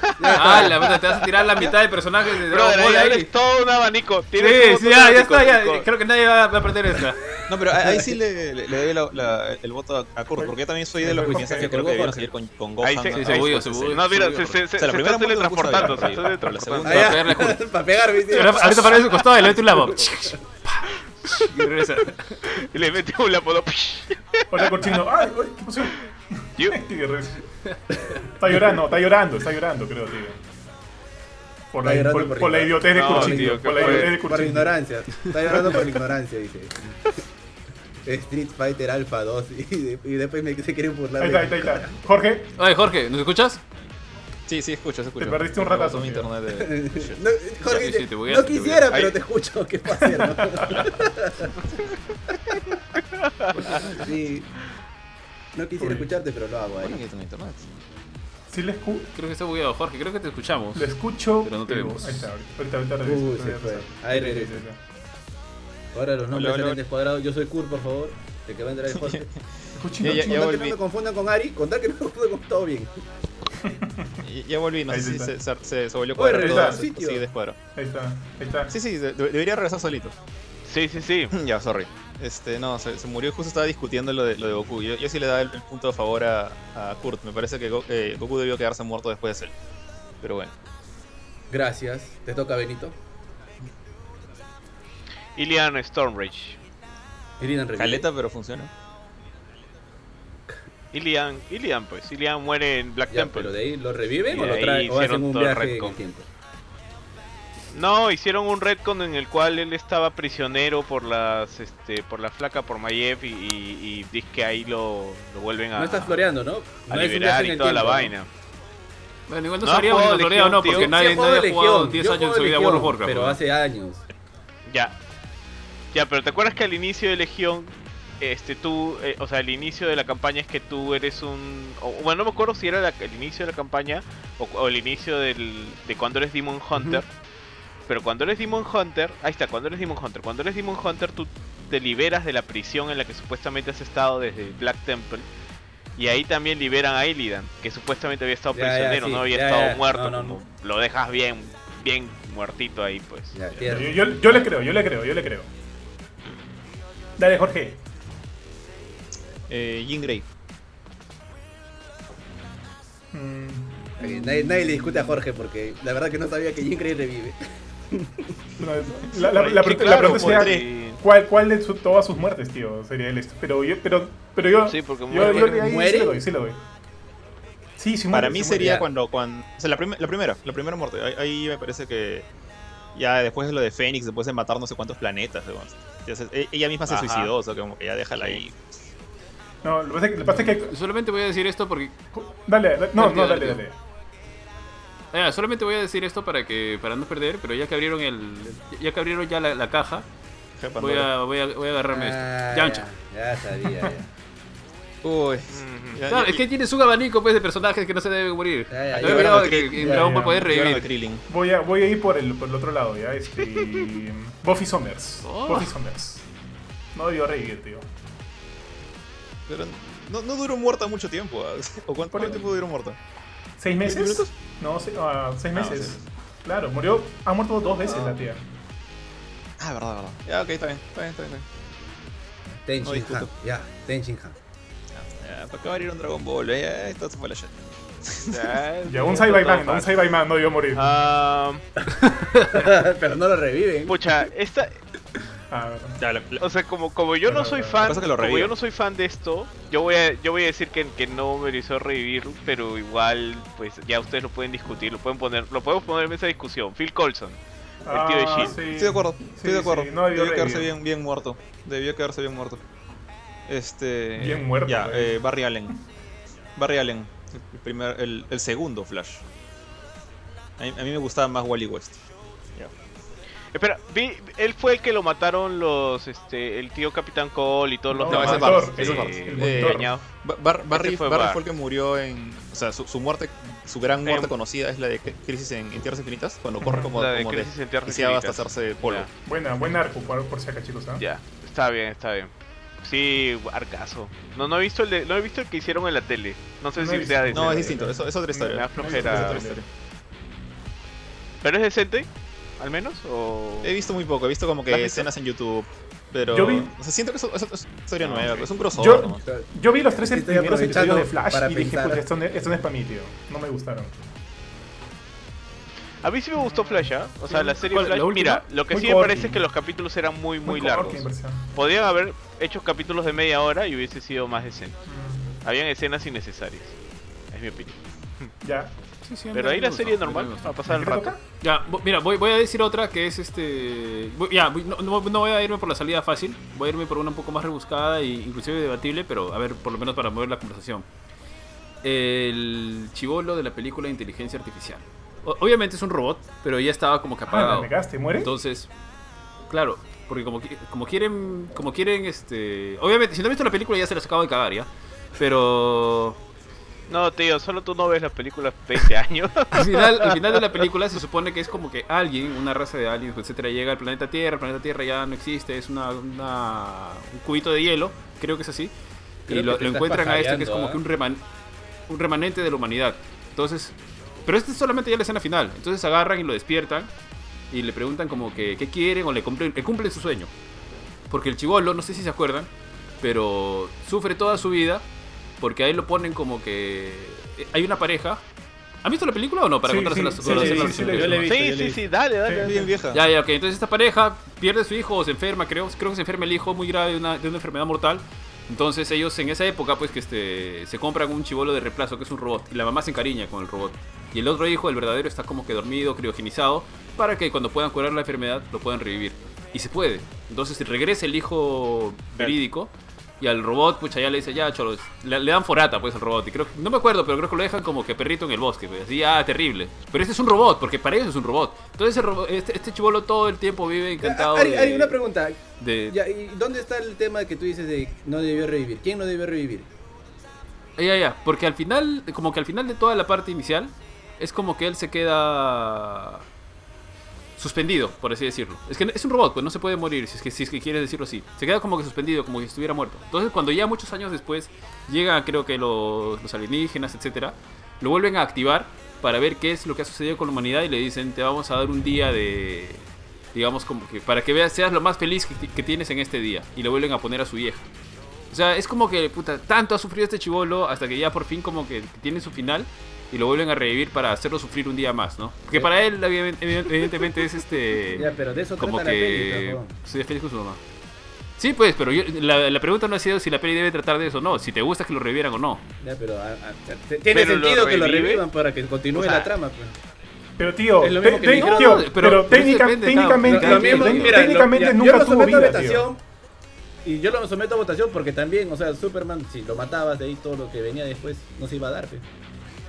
[SPEAKER 8] está.
[SPEAKER 4] Ah, la verdad, te vas a tirar la mitad de personajes de
[SPEAKER 2] Pero
[SPEAKER 4] Dragon Ball ahí.
[SPEAKER 2] eres todo un abanico. Tienes un
[SPEAKER 4] Sí, sí,
[SPEAKER 2] montón
[SPEAKER 4] ya,
[SPEAKER 2] de
[SPEAKER 4] ya está,
[SPEAKER 2] abanicos,
[SPEAKER 4] ya.
[SPEAKER 2] chicos.
[SPEAKER 4] Creo que nadie va a aprender esta.
[SPEAKER 5] No, pero ahí ahí sí le, le, le doy la- la- el voto a- a Kurt, porque yo también soy de los que
[SPEAKER 8] Se
[SPEAKER 5] piensan que
[SPEAKER 8] colgó
[SPEAKER 5] creo que debieron
[SPEAKER 8] Jorge.
[SPEAKER 5] seguir con, con
[SPEAKER 2] Ahí
[SPEAKER 5] Gohan.
[SPEAKER 2] se-
[SPEAKER 5] ¿no?
[SPEAKER 2] sí,
[SPEAKER 4] se
[SPEAKER 5] Ahí
[SPEAKER 4] huyó,
[SPEAKER 5] fue-
[SPEAKER 4] se huyó.
[SPEAKER 2] No, mira,
[SPEAKER 4] Sí,
[SPEAKER 2] se, se, se,
[SPEAKER 5] O sea, la
[SPEAKER 2] se
[SPEAKER 5] primera
[SPEAKER 2] está
[SPEAKER 5] muerte me gusta
[SPEAKER 2] teletransportando.
[SPEAKER 5] ver,
[SPEAKER 2] Se está
[SPEAKER 5] pero la segunda-
[SPEAKER 2] teletransportando.
[SPEAKER 1] Ah, ya.
[SPEAKER 4] Para pegarle justo.
[SPEAKER 1] Para pegarme, tío.
[SPEAKER 4] Ahorita ahorita aparece a su costado y le mete un lado. Y regresa.
[SPEAKER 2] Y le mete un lapodo.
[SPEAKER 3] Hola, Kurchino. Ay, ay, ¿qué pasó?
[SPEAKER 2] Yo-
[SPEAKER 3] Tío, re- está llorando, está llorando, está llorando, creo, tío. Por
[SPEAKER 8] Está
[SPEAKER 3] la,
[SPEAKER 8] llorando
[SPEAKER 3] por,
[SPEAKER 8] por
[SPEAKER 3] por la
[SPEAKER 8] ignorar.
[SPEAKER 3] idiotez de
[SPEAKER 2] No, tío,
[SPEAKER 3] Kurchin, tío.
[SPEAKER 2] qué
[SPEAKER 3] Por la idiotez de
[SPEAKER 8] Por la
[SPEAKER 3] Kurchin.
[SPEAKER 8] ignorancia. Está llorando por la ignorancia, dice. Street Fighter Alpha 2. Y, de- y después me, se quieren burlar.
[SPEAKER 3] Ahí
[SPEAKER 8] de
[SPEAKER 3] está, ahí
[SPEAKER 8] mí.
[SPEAKER 3] está, ahí está. Jorge,
[SPEAKER 4] Oye, Jorge, ¿nos escuchas?
[SPEAKER 5] Sí, sí, escucho, escucho.
[SPEAKER 3] Te perdiste un
[SPEAKER 5] Me
[SPEAKER 3] ratazo,
[SPEAKER 5] botó mi
[SPEAKER 3] tío.
[SPEAKER 5] internet de- Shit.
[SPEAKER 8] No, Jorge,
[SPEAKER 4] Ya,
[SPEAKER 8] dice,
[SPEAKER 4] sí, te voy a-
[SPEAKER 8] no
[SPEAKER 4] te voy a-
[SPEAKER 8] quisiera, pero
[SPEAKER 2] Ahí.
[SPEAKER 8] te escucho. ¿Qué pasa? ¿no? sí. No quisiera
[SPEAKER 3] Uy.
[SPEAKER 8] escucharte, pero lo hago ¿eh?
[SPEAKER 5] Bueno,
[SPEAKER 8] ahí.
[SPEAKER 5] que tengo internet.
[SPEAKER 3] sí le, escu
[SPEAKER 4] Creo que está bugueado, Jorge. Creo que te escuchamos.
[SPEAKER 3] le escucho.
[SPEAKER 4] Pero no te vemos.
[SPEAKER 3] Ahí está, ahorita, ahorita regreso.
[SPEAKER 8] Uy, se
[SPEAKER 3] ahorita
[SPEAKER 8] fue.
[SPEAKER 3] regreso.
[SPEAKER 8] Ahí
[SPEAKER 3] Sí, sí,
[SPEAKER 8] regresa.
[SPEAKER 3] sí, sí.
[SPEAKER 8] Ahora los
[SPEAKER 5] Hola,
[SPEAKER 8] nombres
[SPEAKER 5] hola,
[SPEAKER 8] salen
[SPEAKER 5] hola.
[SPEAKER 8] descuadrados. Yo soy Kurt, por favor. El que va a entrar es Jorge.
[SPEAKER 3] Kurchin,
[SPEAKER 8] Con
[SPEAKER 3] Kurchin.
[SPEAKER 5] Ya, ya,
[SPEAKER 8] tal
[SPEAKER 5] ya.
[SPEAKER 8] que no
[SPEAKER 5] volví.
[SPEAKER 8] me confundan con Ari, con tal que no me confundan con todo bien.
[SPEAKER 5] Y- Ya volví, no
[SPEAKER 3] Ahí
[SPEAKER 5] sé si
[SPEAKER 3] está.
[SPEAKER 5] se, se, se- se volvió
[SPEAKER 8] Oye,
[SPEAKER 5] cuadro
[SPEAKER 8] regresa
[SPEAKER 5] todo.
[SPEAKER 8] al
[SPEAKER 5] se-
[SPEAKER 8] sitio.
[SPEAKER 5] Sí, descuadro.
[SPEAKER 3] Ahí está, ahí está.
[SPEAKER 5] Sí, sí, de- de- debería regresar solito.
[SPEAKER 2] Sí, sí, sí.
[SPEAKER 5] ya, sorry. Este, no, se, se murió, justo estaba discutiendo lo de, lo de Goku. Yo, yo sí le daba el, el punto de favor a, a Kurt. Me parece que Go- eh, Goku debió quedarse muerto después de él. Pero bueno.
[SPEAKER 8] Gracias. Te toca, Benito.
[SPEAKER 2] Ilian Stormrage.
[SPEAKER 8] Iridan Review.
[SPEAKER 5] Caleta, pero funciona.
[SPEAKER 2] Ilian, Ilian pues. Ilian muere en Black
[SPEAKER 8] Ya,
[SPEAKER 2] Temple.
[SPEAKER 8] pero de ahí lo reviven
[SPEAKER 2] Y
[SPEAKER 8] o lo
[SPEAKER 2] ahí
[SPEAKER 8] traen o hacen
[SPEAKER 2] hicieron
[SPEAKER 8] un
[SPEAKER 2] todo el
[SPEAKER 8] viaje en
[SPEAKER 2] retcon.
[SPEAKER 8] el tiempo.
[SPEAKER 2] No, hicieron un retcon en el cual él estaba prisionero por las, este, por la flaca, por Mayev y, y, y dice que ahí lo, lo vuelven a,
[SPEAKER 8] No estás floreando, ¿no?
[SPEAKER 2] Ah. a
[SPEAKER 8] no es un
[SPEAKER 2] liberar
[SPEAKER 8] viaje en
[SPEAKER 2] y
[SPEAKER 8] el
[SPEAKER 2] toda la
[SPEAKER 8] tiempo, ¿no?
[SPEAKER 2] vaina.
[SPEAKER 4] Bueno, igual no,
[SPEAKER 2] No,
[SPEAKER 4] sabríamos
[SPEAKER 2] juego
[SPEAKER 4] si lo torea o no,
[SPEAKER 2] Legión,
[SPEAKER 4] porque
[SPEAKER 2] tío.
[SPEAKER 8] Sí,
[SPEAKER 4] nadie,
[SPEAKER 8] he jugado
[SPEAKER 4] nadie ha jugado
[SPEAKER 8] Legión,
[SPEAKER 4] 10
[SPEAKER 8] yo he
[SPEAKER 4] años en su
[SPEAKER 8] jugado
[SPEAKER 4] vida a
[SPEAKER 8] Legión,
[SPEAKER 4] World of Warcraft.
[SPEAKER 8] Pero
[SPEAKER 4] ¿no?
[SPEAKER 8] hace años.
[SPEAKER 2] Ya. Ya, pero ¿te acuerdas que al inicio de Legión, este, tú, eh, o sea, el inicio de la campaña es que tú eres un... o- bueno, no me acuerdo si era la- el inicio de la campaña o, o el inicio del, de cuando eres Demon Hunter. Pero cuando eres Demon Hunter, ahí está, cuando eres Demon Hunter, cuando eres Demon Hunter tú te liberas de la prisión en la que supuestamente has estado desde Black Temple Y ahí también liberan a Illidan, que supuestamente había estado
[SPEAKER 1] Ya, ya,
[SPEAKER 2] prisionero,
[SPEAKER 1] sí,
[SPEAKER 2] no había
[SPEAKER 1] ya,
[SPEAKER 2] estado
[SPEAKER 1] ya.
[SPEAKER 2] muerto.
[SPEAKER 1] No, no,
[SPEAKER 2] como Lo dejas bien, bien muertito ahí, pues.
[SPEAKER 1] Ya,
[SPEAKER 3] Yo,
[SPEAKER 1] tierra.
[SPEAKER 3] yo, yo le creo, yo le creo, yo le creo. Dale, Jorge.
[SPEAKER 5] Eh, Jean Grey.
[SPEAKER 3] Mm,
[SPEAKER 1] Ok, Eh, Nadie, nadie le discute a Jorge porque la verdad que no sabía que Jim Grey revive.
[SPEAKER 3] La, la- la- la
[SPEAKER 2] Sí,
[SPEAKER 3] pregunta- la
[SPEAKER 2] claro,
[SPEAKER 3] pregunta sería,
[SPEAKER 2] porque-
[SPEAKER 3] ¿cuál, cuál de su- todas sus muertes, tío? Sería el esto. Pero yo, pero, pero yo,
[SPEAKER 2] Sí, porque
[SPEAKER 3] yo-
[SPEAKER 2] muere.
[SPEAKER 3] yo de ahí
[SPEAKER 1] ¿Muere?
[SPEAKER 3] sí le doy, sí le doy. Sí, sí muere,
[SPEAKER 5] Para mí
[SPEAKER 3] sí muere.
[SPEAKER 5] sería
[SPEAKER 1] ya.
[SPEAKER 5] cuando, cuando. O sea, la, prim- la primera, la primera muerte. Ahí, ahí me parece que. Ya después de lo de Fénix, después de matar no sé cuántos planetas. weón. Entonces, e- ella misma se
[SPEAKER 2] Ajá.
[SPEAKER 5] suicidó, o sea, como que ya déjala ahí.
[SPEAKER 3] No, lo que pasa es que- lo que pasa es que.
[SPEAKER 4] Solamente voy a decir esto porque.
[SPEAKER 3] Dale, dale, no,
[SPEAKER 4] Dale,
[SPEAKER 3] no, dale,
[SPEAKER 4] dale,
[SPEAKER 3] dale.
[SPEAKER 4] ah, solamente voy a decir esto para que. para no perder, pero ya que abrieron el. Ya que abrieron ya la, la caja,
[SPEAKER 5] Deja
[SPEAKER 4] voy
[SPEAKER 5] Pandora.
[SPEAKER 4] a, voy a, voy a agarrarme
[SPEAKER 1] Ah,
[SPEAKER 4] esto. Yamcha.
[SPEAKER 1] ya, ya sabía, ya.
[SPEAKER 2] Ujú.
[SPEAKER 5] Uy. Ya-
[SPEAKER 4] Claro,
[SPEAKER 5] ya-
[SPEAKER 4] es que tienes un abanico pues, de personajes que no se deben morir.
[SPEAKER 1] Ya, ya,
[SPEAKER 4] No
[SPEAKER 1] ya.
[SPEAKER 4] he mirado
[SPEAKER 5] Ya,
[SPEAKER 4] que
[SPEAKER 5] ya,
[SPEAKER 4] que en
[SPEAKER 3] ya.
[SPEAKER 4] Dragon Ball podés
[SPEAKER 5] Lloran a
[SPEAKER 4] revivir.
[SPEAKER 5] Krillin.
[SPEAKER 3] Voy a, voy a ir por el, por el otro lado, ya. Este, Buffy Summers.
[SPEAKER 4] Oh.
[SPEAKER 3] Buffy Summers. No debió reír, tío.
[SPEAKER 5] Pero no, no duró muerta mucho tiempo. ah. ¿O cuánto,
[SPEAKER 3] Por
[SPEAKER 5] cuánto
[SPEAKER 3] ahí.
[SPEAKER 5] tiempo duró muerta?
[SPEAKER 3] ¿Seis meses?
[SPEAKER 5] minutos?
[SPEAKER 3] No, se- ah, seis
[SPEAKER 5] Ah,
[SPEAKER 3] meses.
[SPEAKER 5] seis meses.
[SPEAKER 3] Claro, murió. Ha muerto dos veces
[SPEAKER 5] Ah.
[SPEAKER 3] la tía.
[SPEAKER 5] Ah, verdad, verdad. Ya, ok, está bien, está bien, está bien.
[SPEAKER 1] Ten
[SPEAKER 5] No
[SPEAKER 1] Shin
[SPEAKER 5] discuto.
[SPEAKER 1] Han, ya, Ten Shin Han.
[SPEAKER 5] Ya, para acabar ir un Dragon Ball, eh, ya, esto se fue la shit.
[SPEAKER 2] Ya,
[SPEAKER 3] Ya, un
[SPEAKER 2] ya
[SPEAKER 3] Saibai
[SPEAKER 2] está todo
[SPEAKER 3] Man, un
[SPEAKER 2] fácil.
[SPEAKER 3] Saibai Man no debió morir.
[SPEAKER 2] Ah,
[SPEAKER 1] Pero no lo reviven.
[SPEAKER 2] pucha, esta,
[SPEAKER 3] Ah,
[SPEAKER 5] Ya, la- la-
[SPEAKER 2] o sea, como, como yo no
[SPEAKER 3] Bueno,
[SPEAKER 2] soy
[SPEAKER 3] lo que
[SPEAKER 2] fan,
[SPEAKER 5] pasa es que lo
[SPEAKER 2] como yo
[SPEAKER 5] reviven.
[SPEAKER 2] no soy fan de esto, yo voy a, yo voy a decir que, que no mereció revivir, pero igual, pues ya ustedes lo pueden discutir, lo pueden poner, lo podemos poner en esa discusión. Phil Colson, El tío de
[SPEAKER 3] ah,
[SPEAKER 2] Shin.
[SPEAKER 3] sí.
[SPEAKER 5] Estoy de acuerdo, estoy
[SPEAKER 3] sí,
[SPEAKER 5] de acuerdo.
[SPEAKER 3] no debió
[SPEAKER 5] debió quedarse
[SPEAKER 3] revivir.
[SPEAKER 5] bien, bien muerto. Debió quedarse bien muerto. Este.
[SPEAKER 3] Bien muerto,
[SPEAKER 5] Ya,
[SPEAKER 3] eh.
[SPEAKER 5] eh, Barry Allen. Barry Allen, el, primer, el, el segundo Flash. A mí, a mí me gustaba más Wally West.
[SPEAKER 2] espera, vi- él fue el que lo mataron los, este, el tío Capitán Cole y todos los
[SPEAKER 3] No,
[SPEAKER 5] ese
[SPEAKER 2] demás.
[SPEAKER 5] es Barros,
[SPEAKER 2] este,
[SPEAKER 5] ese es Barros.
[SPEAKER 3] El
[SPEAKER 2] eh,
[SPEAKER 5] monitor.
[SPEAKER 2] engañados.
[SPEAKER 5] Ba- Bar- em- Barry,
[SPEAKER 2] Este fue
[SPEAKER 5] Barry
[SPEAKER 2] Bar.
[SPEAKER 5] fue el que murió en. O sea, su, su muerte, su gran muerte conocida es la de Crisis en, en Tierras Infinitas, cuando corre como,
[SPEAKER 2] La de
[SPEAKER 5] como
[SPEAKER 2] Crisis en Tierras
[SPEAKER 5] desquiciado hasta
[SPEAKER 2] Infinitas.
[SPEAKER 5] hacerse polvo.
[SPEAKER 2] Ya.
[SPEAKER 3] Buena, buen arco, por, por si acá, chicos. ¿ah?
[SPEAKER 2] Ya, está bien, está bien. Sí, arcazo. No, no he visto el de- no he visto el que hicieron en la tele. No sé
[SPEAKER 3] No he
[SPEAKER 2] si
[SPEAKER 3] visto.
[SPEAKER 2] sea de
[SPEAKER 5] No,
[SPEAKER 2] ese.
[SPEAKER 5] es distinto, eso- es otra historia.
[SPEAKER 2] Me da
[SPEAKER 3] No,
[SPEAKER 2] flojera.
[SPEAKER 3] es distinto,
[SPEAKER 2] ¿Pero es decente? ¿Al menos? ¿O...
[SPEAKER 5] He visto muy poco, he visto como
[SPEAKER 2] ¿Las
[SPEAKER 5] que
[SPEAKER 2] has visto?
[SPEAKER 5] escenas en YouTube. Pero.
[SPEAKER 3] Yo vi-
[SPEAKER 5] O sea, siento que eso- eso- eso es una historia
[SPEAKER 2] Ah,
[SPEAKER 5] nueva,
[SPEAKER 2] ok.
[SPEAKER 5] es un crossover.
[SPEAKER 3] Yo-
[SPEAKER 5] nomás.
[SPEAKER 3] Yo vi los tres
[SPEAKER 1] Estoy
[SPEAKER 3] primeros episodios de
[SPEAKER 1] aprovechando
[SPEAKER 3] Flash
[SPEAKER 1] para
[SPEAKER 3] y dije,
[SPEAKER 1] pensar.
[SPEAKER 3] puta, esto, no- esto no es para mí, tío. No me gustaron.
[SPEAKER 2] A mí sí me gustó Flash, ¿ah? O sea, la serie
[SPEAKER 4] ¿Cuál,
[SPEAKER 2] Flash.
[SPEAKER 4] la última?
[SPEAKER 2] mira, lo que
[SPEAKER 3] Muy
[SPEAKER 2] sí me parece
[SPEAKER 3] corti.
[SPEAKER 2] es que los capítulos eran muy, muy,
[SPEAKER 3] corta
[SPEAKER 2] largos.
[SPEAKER 3] inversión. Mm.
[SPEAKER 2] Podrían haber hecho capítulos de media hora y hubiese sido más decente.
[SPEAKER 3] Mm,
[SPEAKER 2] Habían escenas innecesarias. Es mi opinión.
[SPEAKER 3] Ya.
[SPEAKER 4] Sí, sí,
[SPEAKER 2] Pero
[SPEAKER 4] me
[SPEAKER 2] ahí la
[SPEAKER 4] gusta,
[SPEAKER 2] serie
[SPEAKER 4] me
[SPEAKER 2] normal
[SPEAKER 4] gusta.
[SPEAKER 2] va a pasar el
[SPEAKER 3] ¿Te
[SPEAKER 2] rato.
[SPEAKER 3] toca?
[SPEAKER 4] Ya, vo- mira, voy, voy a decir otra que es este. voy- ya, voy- no, no- no voy a irme por la salida fácil, voy a irme por una un poco más rebuscada e inclusive debatible, pero a ver, por lo menos para mover la conversación. El chivolo de la película de inteligencia artificial. O- obviamente es un robot, pero ya estaba como que
[SPEAKER 3] Ah,
[SPEAKER 4] apagado.
[SPEAKER 3] me cagaste, muere.
[SPEAKER 4] Entonces, claro, porque como, qui- como quieren, como quieren, este... Obviamente, si no han visto la película ya se las acabo de cagar, ¿ya? Pero...
[SPEAKER 2] No, tío, solo tú no ves las películas 20 años.
[SPEAKER 4] Al final, al final de la película se supone que es como que alguien, una raza de aliens, etcétera, llega al planeta Tierra, el planeta Tierra ya no existe, es una, una- un cubito de hielo, creo que es así,
[SPEAKER 1] Creo
[SPEAKER 4] y lo,
[SPEAKER 1] que te
[SPEAKER 4] lo
[SPEAKER 1] estás
[SPEAKER 4] encuentran a este que es
[SPEAKER 1] pajareando,
[SPEAKER 4] como
[SPEAKER 1] ¿ah?
[SPEAKER 4] que un, reman- un remanente de la humanidad. Entonces, pero este es solamente ya la escena final, entonces agarran y lo despiertan y le preguntan como que qué quieren o le cumplen, le cumplen su sueño. Porque el chivolo, no sé si se acuerdan, pero sufre toda su vida porque ahí lo ponen como que eh, hay una pareja. ¿Han visto la película o no? Para
[SPEAKER 3] Sí,
[SPEAKER 4] contárselas
[SPEAKER 3] sí, sí,
[SPEAKER 4] para
[SPEAKER 3] sí,
[SPEAKER 4] hacerlas-
[SPEAKER 3] sí, sí, yo
[SPEAKER 1] la he visto, yo
[SPEAKER 2] sí,
[SPEAKER 1] la he
[SPEAKER 2] sí,
[SPEAKER 1] visto.
[SPEAKER 2] sí, dale, dale.
[SPEAKER 3] Sí.
[SPEAKER 2] dale.
[SPEAKER 5] Bien vieja.
[SPEAKER 4] Ya, ya, ok. Entonces esta pareja pierde a su hijo o se enferma, creo. Creo que se enferma el hijo muy grave de una, de una enfermedad mortal. Entonces ellos en esa época, pues que este, se compran un chivolo de reemplazo que es un robot. Y la mamá se encariña con el robot. Y el otro hijo, el verdadero, está como que dormido, criogenizado, para que cuando puedan curar la enfermedad lo puedan revivir. Y se puede. Entonces regresa el hijo verídico. Y al robot, pucha, ya le dice, ya, cholos. Le, le dan forata, pues, al robot. Y creo, no me acuerdo, pero creo que lo dejan como que perrito en el bosque. Pues, así, ah, terrible. Pero este es un robot, porque para ellos es un robot. Entonces, el robo- este, este chivolo todo el tiempo vive encantado.
[SPEAKER 1] Ari,
[SPEAKER 4] de-
[SPEAKER 1] Ari, Ah, una pregunta.
[SPEAKER 4] de-
[SPEAKER 1] Ya, ¿y ¿Dónde está el tema que tú dices de no debió revivir? ¿Quién no debió revivir?
[SPEAKER 4] Ya, ya, porque al final, como que al final de toda la parte inicial, es como que él se queda. suspendido, por así decirlo. Es que es un robot, pues no se puede morir, si es que, si es que quieres decirlo así. Se queda como que suspendido, como que estuviera muerto. Entonces, cuando ya muchos años después llegan, creo que los, los alienígenas, etcétera, lo vuelven a activar para ver qué es lo que ha sucedido con la humanidad y le dicen, te vamos a dar un día de. Digamos, como que para que veas, seas lo más feliz que, que tienes en este día. Y lo vuelven a poner a su vieja. O sea, es como que, puta, tanto ha sufrido este chivolo hasta que ya por fin como que tiene su final y lo vuelven a revivir para hacerlo sufrir un día más, ¿no? Que para él, evident- evidentemente, es este...
[SPEAKER 1] Ya, pero de eso
[SPEAKER 4] como
[SPEAKER 1] trata la peli,
[SPEAKER 4] que...
[SPEAKER 1] cabrón.
[SPEAKER 4] Estoy feliz con su mamá. Sí, pues, pero yo- la, la pregunta no ha sido si la peli debe tratar de eso o no, si te gusta que lo revivieran o no.
[SPEAKER 1] Ya, pero a- a- te- tiene
[SPEAKER 2] Pero lo
[SPEAKER 1] sentido que lo
[SPEAKER 2] revive.
[SPEAKER 1] revivan para que continúe
[SPEAKER 2] O sea,
[SPEAKER 1] la trama. Pues.
[SPEAKER 3] Pero tío,
[SPEAKER 1] Es lo mismo
[SPEAKER 3] te-
[SPEAKER 1] que
[SPEAKER 3] te-
[SPEAKER 1] dijeron.
[SPEAKER 3] tío,
[SPEAKER 4] No, no, pero-
[SPEAKER 3] pero
[SPEAKER 4] pero eso
[SPEAKER 3] técnica-
[SPEAKER 4] depende,
[SPEAKER 3] técnicamente,
[SPEAKER 4] claro.
[SPEAKER 1] Lo mismo,
[SPEAKER 4] Lo-
[SPEAKER 1] mira, lo-
[SPEAKER 3] técnicamente
[SPEAKER 1] ya, yo
[SPEAKER 3] nunca
[SPEAKER 1] lo
[SPEAKER 3] tuvo
[SPEAKER 1] someto a
[SPEAKER 3] vida, tío.
[SPEAKER 1] votación. Y yo lo someto a votación porque también, o sea, Superman, si lo matabas de ahí, todo lo que venía después no se iba a dar. pues.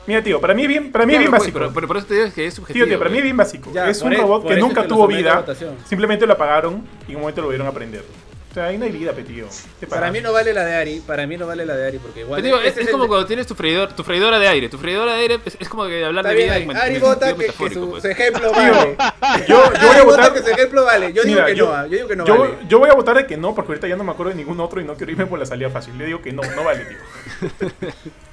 [SPEAKER 3] Mira, tío, para mí es bien, para mí es
[SPEAKER 4] Claro,
[SPEAKER 3] bien
[SPEAKER 4] pues,
[SPEAKER 3] básico.
[SPEAKER 4] pero, pero por eso te digo que es subjetivo.
[SPEAKER 3] Tío, tío, para mí es bien básico.
[SPEAKER 1] Ya,
[SPEAKER 3] es
[SPEAKER 1] por
[SPEAKER 3] un
[SPEAKER 1] eso-
[SPEAKER 3] robot
[SPEAKER 1] por
[SPEAKER 3] que
[SPEAKER 1] eso
[SPEAKER 3] nunca
[SPEAKER 1] es que lo
[SPEAKER 3] tuvo
[SPEAKER 1] someto a
[SPEAKER 3] vida.
[SPEAKER 1] votación.
[SPEAKER 3] Simplemente lo apagaron y en un momento lo volvieron a aprender. O sea, ahí no hay vida, pe, tío. Te
[SPEAKER 1] Para
[SPEAKER 3] pagas.
[SPEAKER 1] mí no vale la de Ari, para mí no vale la de Ari porque igual.
[SPEAKER 4] Pero Pues digo, es,
[SPEAKER 1] ese
[SPEAKER 4] es
[SPEAKER 1] el-
[SPEAKER 4] como cuando tienes tu, freidor, tu freidora de aire. Tu freidora de aire es, es como que hablar
[SPEAKER 1] Está
[SPEAKER 4] de
[SPEAKER 1] bien,
[SPEAKER 4] vida
[SPEAKER 1] Ari,
[SPEAKER 4] en- en
[SPEAKER 1] Ari
[SPEAKER 4] el
[SPEAKER 1] vota
[SPEAKER 4] sentido
[SPEAKER 1] que, que
[SPEAKER 4] metafórico,
[SPEAKER 1] su,
[SPEAKER 4] pues.
[SPEAKER 1] su ejemplo vale.
[SPEAKER 3] Yo, yo voy
[SPEAKER 1] Ari
[SPEAKER 3] a
[SPEAKER 1] vota
[SPEAKER 3] votar.
[SPEAKER 1] que su ejemplo vale. Yo digo
[SPEAKER 3] Mira,
[SPEAKER 1] que
[SPEAKER 3] yo-
[SPEAKER 1] no, ah, yo digo que no
[SPEAKER 3] yo,
[SPEAKER 1] vale.
[SPEAKER 3] yo voy a votar de que no, porque ahorita ya no me acuerdo de ningún otro y no quiero irme por la salida fácil. Le digo que no, no vale, tío.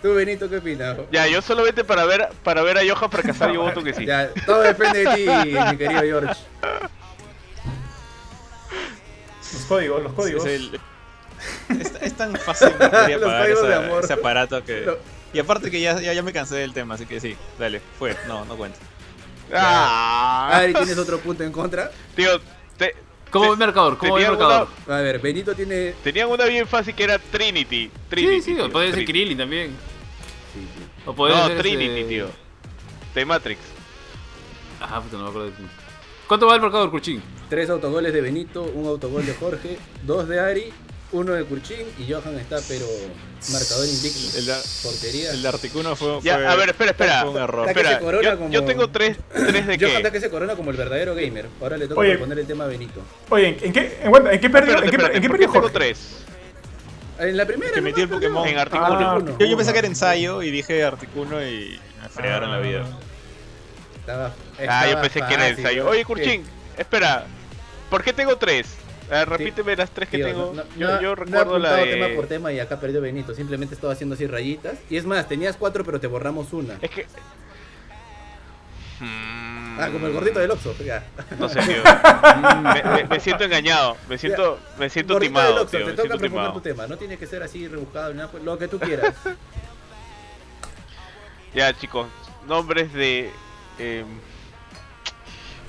[SPEAKER 1] Tú, Benito, ¿qué opinas?
[SPEAKER 2] Ya, yo solamente para ver, para ver a Johan fracasar, yo voto que sí.
[SPEAKER 1] Ya, todo depende de ti, mi querido George.
[SPEAKER 3] Los códigos, los códigos.
[SPEAKER 5] Es, el- es- es tan fácil no quería
[SPEAKER 1] Los
[SPEAKER 5] apagar
[SPEAKER 1] códigos de
[SPEAKER 5] esa-
[SPEAKER 1] amor.
[SPEAKER 5] ese aparato que.
[SPEAKER 1] Lo-
[SPEAKER 5] Y aparte que ya, ya, ya me cansé del tema, así que sí, dale, fue, no, no cuenta.
[SPEAKER 2] Ah,
[SPEAKER 1] Ari, ¿tienes otro punto en contra?
[SPEAKER 2] tío, te-
[SPEAKER 4] ¿Cómo ve el marcador? ¿Cómo ve el
[SPEAKER 2] tenían, una,
[SPEAKER 4] marcador?
[SPEAKER 1] A ver, Benito tiene.
[SPEAKER 2] tenían una bien fácil que era Trinity. Trinity
[SPEAKER 4] Sí, sí,
[SPEAKER 2] tío,
[SPEAKER 4] o podría ser
[SPEAKER 2] Trinity.
[SPEAKER 4] Krillin también. O podría
[SPEAKER 2] No,
[SPEAKER 4] ser
[SPEAKER 2] Trinity,
[SPEAKER 4] este-
[SPEAKER 2] tío. De Matrix.
[SPEAKER 4] Ah, puta, no me acuerdo de ¿Cuánto va el marcador, Curchín?
[SPEAKER 1] Tres autogoles de Benito, un autogol de Jorge, dos de Ari, uno de Kurchin y Johan está, pero marcador invicto.
[SPEAKER 5] El de,
[SPEAKER 1] Porquería.
[SPEAKER 5] el de Articuno fue,
[SPEAKER 2] Ya,
[SPEAKER 5] fue-
[SPEAKER 2] a ver, espera, espera.
[SPEAKER 5] fue un error.
[SPEAKER 1] La que
[SPEAKER 2] Espera,
[SPEAKER 1] se corona
[SPEAKER 2] yo, yo
[SPEAKER 1] como-
[SPEAKER 2] tengo tres, tres de
[SPEAKER 1] Johan está
[SPEAKER 2] qué.
[SPEAKER 1] que se corona como el verdadero gamer. Ahora le toca
[SPEAKER 3] Oye.
[SPEAKER 1] poner el tema a Benito.
[SPEAKER 3] Oye, ¿en, en qué, en, bueno, ¿en qué perdió?
[SPEAKER 2] Espérate,
[SPEAKER 3] ¿En qué,
[SPEAKER 2] espérate,
[SPEAKER 3] en qué
[SPEAKER 2] ¿por
[SPEAKER 3] perdió
[SPEAKER 2] qué tengo
[SPEAKER 3] Jorge?
[SPEAKER 2] tres?
[SPEAKER 1] En la primera.
[SPEAKER 5] Que metí el
[SPEAKER 1] nomás,
[SPEAKER 5] Pokémon.
[SPEAKER 2] En
[SPEAKER 3] Ah,
[SPEAKER 2] Articuno.
[SPEAKER 5] Yo, yo pensé que era ensayo y dije Articuno y me fregaron la vida.
[SPEAKER 1] Estaba-
[SPEAKER 2] Ah, yo
[SPEAKER 1] estaba
[SPEAKER 2] pensé que era
[SPEAKER 1] fácil,
[SPEAKER 2] ensayo.
[SPEAKER 1] ¿no?
[SPEAKER 2] Oye, Curchín, espera. ¿Por qué tengo tres? A ver, repíteme las tres que
[SPEAKER 1] Tío,
[SPEAKER 2] tengo.
[SPEAKER 1] no- no-
[SPEAKER 2] yo,
[SPEAKER 1] no-
[SPEAKER 2] yo
[SPEAKER 1] no he
[SPEAKER 2] recuerdo la
[SPEAKER 1] apuntado
[SPEAKER 2] de...
[SPEAKER 1] tema por tema y acá perdió Benito. Simplemente estaba haciendo así rayitas. Y es más, tenías cuatro, pero te borramos una.
[SPEAKER 2] Es que...
[SPEAKER 1] Ah, como el gordito del Oxxo. ya.
[SPEAKER 2] Hmm. No sé, tío. me, me- me siento engañado. Me siento, me siento
[SPEAKER 1] Gordito del
[SPEAKER 2] timado,
[SPEAKER 1] Oxxo,
[SPEAKER 2] tío.
[SPEAKER 1] te
[SPEAKER 2] Me
[SPEAKER 1] toca
[SPEAKER 2] siento
[SPEAKER 1] proponer tu
[SPEAKER 2] timado.
[SPEAKER 1] tema. No tiene que ser así rebuscado, ni nada, pues, lo que tú quieras.
[SPEAKER 2] Ya, chicos. Nombres de... Eh...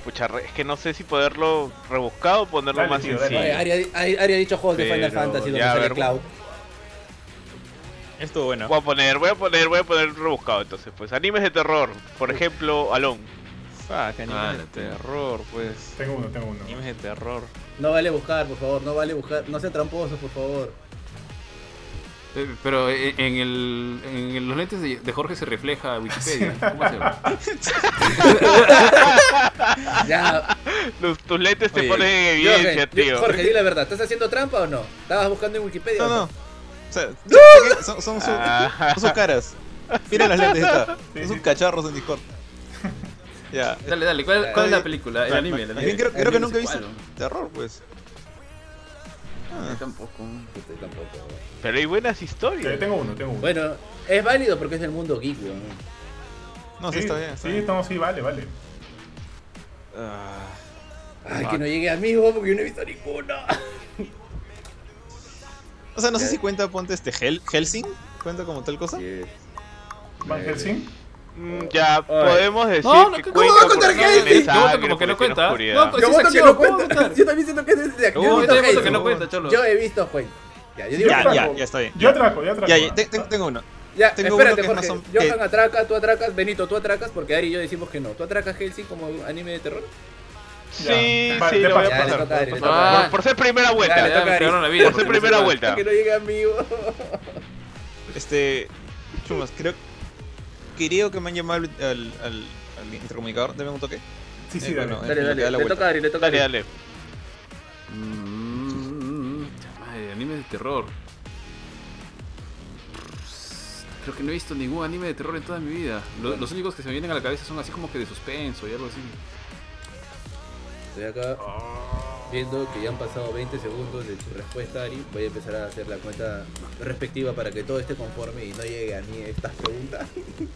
[SPEAKER 2] Pucha, re- es que no sé si poderlo rebuscado o ponerlo
[SPEAKER 3] Dale,
[SPEAKER 2] más
[SPEAKER 3] tío, dale.
[SPEAKER 2] sencillo.
[SPEAKER 1] Oye, Ari, ha- Ari- Ari ha dicho juegos de Final
[SPEAKER 2] Pero,
[SPEAKER 1] Fantasy donde
[SPEAKER 2] ya, a
[SPEAKER 1] sale
[SPEAKER 2] ver.
[SPEAKER 1] Cloud.
[SPEAKER 4] Ah.
[SPEAKER 5] Estuvo bueno.
[SPEAKER 2] Voy a poner, voy a poner, voy a poner rebuscado entonces. Pues animes de terror. Por ejemplo, Alon.
[SPEAKER 5] Ah, que
[SPEAKER 4] Ah,
[SPEAKER 5] animes
[SPEAKER 4] la
[SPEAKER 5] de
[SPEAKER 4] tengo.
[SPEAKER 5] terror, pues.
[SPEAKER 3] Tengo uno, tengo uno.
[SPEAKER 5] Animes de terror.
[SPEAKER 1] No vale buscar, por favor. No vale buscar. No sean tramposos, por favor.
[SPEAKER 4] Eh, Pero eh, en, el, en el- los lentes de, de Jorge se refleja Wikipedia. ¿Cómo se llama?
[SPEAKER 1] Ya,
[SPEAKER 2] Los, tus lentes te
[SPEAKER 5] Oye,
[SPEAKER 2] ponen en evidencia,
[SPEAKER 1] Jorge,
[SPEAKER 2] tío.
[SPEAKER 1] Jorge, di la verdad. ¿Estás haciendo trampa o no? ¿Estabas buscando en Wikipedia?
[SPEAKER 5] No,
[SPEAKER 1] o
[SPEAKER 5] no. O sea, son, son, su-
[SPEAKER 2] Ah.
[SPEAKER 5] son sus caras. Mira las lentes estas.
[SPEAKER 3] Sí,
[SPEAKER 5] Son
[SPEAKER 3] sí.
[SPEAKER 5] sus cachorros en Discord. Ya.
[SPEAKER 4] Dale, dale, ¿cuál, cuál es la película? El
[SPEAKER 5] Ma-
[SPEAKER 4] anime. el
[SPEAKER 5] ma-
[SPEAKER 4] anime.
[SPEAKER 5] Creo, creo que nunca he visto
[SPEAKER 4] ¿Cuál, no?
[SPEAKER 5] terror, pues.
[SPEAKER 4] Yo Tampoco.
[SPEAKER 1] Puta, tampoco.
[SPEAKER 2] Pero hay buenas
[SPEAKER 3] Ya,
[SPEAKER 2] historias.
[SPEAKER 3] Tengo uno, tengo uno.
[SPEAKER 1] Bueno, es válido porque es del mundo geek, weón.
[SPEAKER 5] No, sí,
[SPEAKER 3] sí,
[SPEAKER 5] está bien. está
[SPEAKER 3] sí,
[SPEAKER 5] bien.
[SPEAKER 3] estamos, sí, vale, vale.
[SPEAKER 5] Ah,
[SPEAKER 1] Ay, que no llegue a mí, weón, porque yo no he visto ninguno.
[SPEAKER 5] o sea, no sé si cuenta, ponte este Hel Helsing. ¿Cuenta como tal cosa? Eh,
[SPEAKER 3] Van Helsing.
[SPEAKER 2] Mm, ya,
[SPEAKER 1] Oye.
[SPEAKER 2] podemos decir
[SPEAKER 4] no,
[SPEAKER 2] que
[SPEAKER 4] ¿cómo
[SPEAKER 2] cuenta
[SPEAKER 1] va a contar
[SPEAKER 2] porque
[SPEAKER 1] Hades?
[SPEAKER 2] tiene
[SPEAKER 4] Yo voto
[SPEAKER 2] sangre,
[SPEAKER 4] como que no
[SPEAKER 2] porque tiene
[SPEAKER 4] cuenta.
[SPEAKER 2] oscuridad.
[SPEAKER 4] No, pues,
[SPEAKER 1] Yo
[SPEAKER 4] sí se
[SPEAKER 1] voto que
[SPEAKER 4] activó,
[SPEAKER 1] no
[SPEAKER 4] ¿cómo va a
[SPEAKER 1] cuenta.
[SPEAKER 4] contar?
[SPEAKER 1] Yo también siento que es de acción.
[SPEAKER 5] Yo
[SPEAKER 4] Yo también voto que no
[SPEAKER 5] Hades.
[SPEAKER 4] cuenta, cholo.
[SPEAKER 1] Yo he visto Juan. Ya, yo digo
[SPEAKER 5] Ya,
[SPEAKER 1] Juan.
[SPEAKER 5] ya, ya está bien.
[SPEAKER 3] Yo atraco, yo atraco.
[SPEAKER 5] Ya, ya, te- te- tengo uno.
[SPEAKER 1] Ya,
[SPEAKER 5] Tengo uno
[SPEAKER 1] espérate,
[SPEAKER 5] que es
[SPEAKER 1] Jorge.
[SPEAKER 5] más o-
[SPEAKER 1] Johan
[SPEAKER 5] que-
[SPEAKER 1] atraca, tú atracas, Benito, tú atracas, porque Ari y yo decimos que no. ¿Tú atracas Helsing como anime de terror?
[SPEAKER 2] Sí,
[SPEAKER 3] Vale,
[SPEAKER 2] sí,
[SPEAKER 3] te
[SPEAKER 2] lo voy a
[SPEAKER 3] paso,
[SPEAKER 1] Ya, le
[SPEAKER 2] pasar.
[SPEAKER 1] toca a Ari, le
[SPEAKER 4] por-
[SPEAKER 1] toca a Ari.
[SPEAKER 2] Por, por ser primera vuelta.
[SPEAKER 1] Dale,
[SPEAKER 4] Ya
[SPEAKER 1] toca
[SPEAKER 4] me
[SPEAKER 1] a
[SPEAKER 4] fregaron
[SPEAKER 1] Ari.
[SPEAKER 4] la vida.
[SPEAKER 2] Por ser
[SPEAKER 4] porque no
[SPEAKER 2] primera
[SPEAKER 4] sé cuál.
[SPEAKER 2] vuelta.
[SPEAKER 1] Que no llegue a mí, weón.
[SPEAKER 5] Este. Chumas, creo. Creo que me han llamado al, al, al, al intercomunicador. Deme un toque.
[SPEAKER 3] Sí, sí,
[SPEAKER 5] Eh,
[SPEAKER 3] dale.
[SPEAKER 5] bueno,
[SPEAKER 1] Dale,
[SPEAKER 5] le
[SPEAKER 1] dale,
[SPEAKER 5] da la
[SPEAKER 1] le
[SPEAKER 5] vuelta.
[SPEAKER 1] toca a Ari, le toca a
[SPEAKER 2] Dale,
[SPEAKER 1] Ari.
[SPEAKER 2] dale.
[SPEAKER 4] Mm, puta madre, anime de terror. Creo que no he visto ningún anime de terror en toda mi vida. Lo- los únicos que se me vienen a la cabeza son así como que de suspenso y algo así.
[SPEAKER 1] Estoy acá
[SPEAKER 5] eh.
[SPEAKER 1] viendo que ya han pasado 20 segundos de tu respuesta, Ari. Voy a empezar a hacer la cuenta respectiva para que todo esté conforme y no llegue a mí estas preguntas.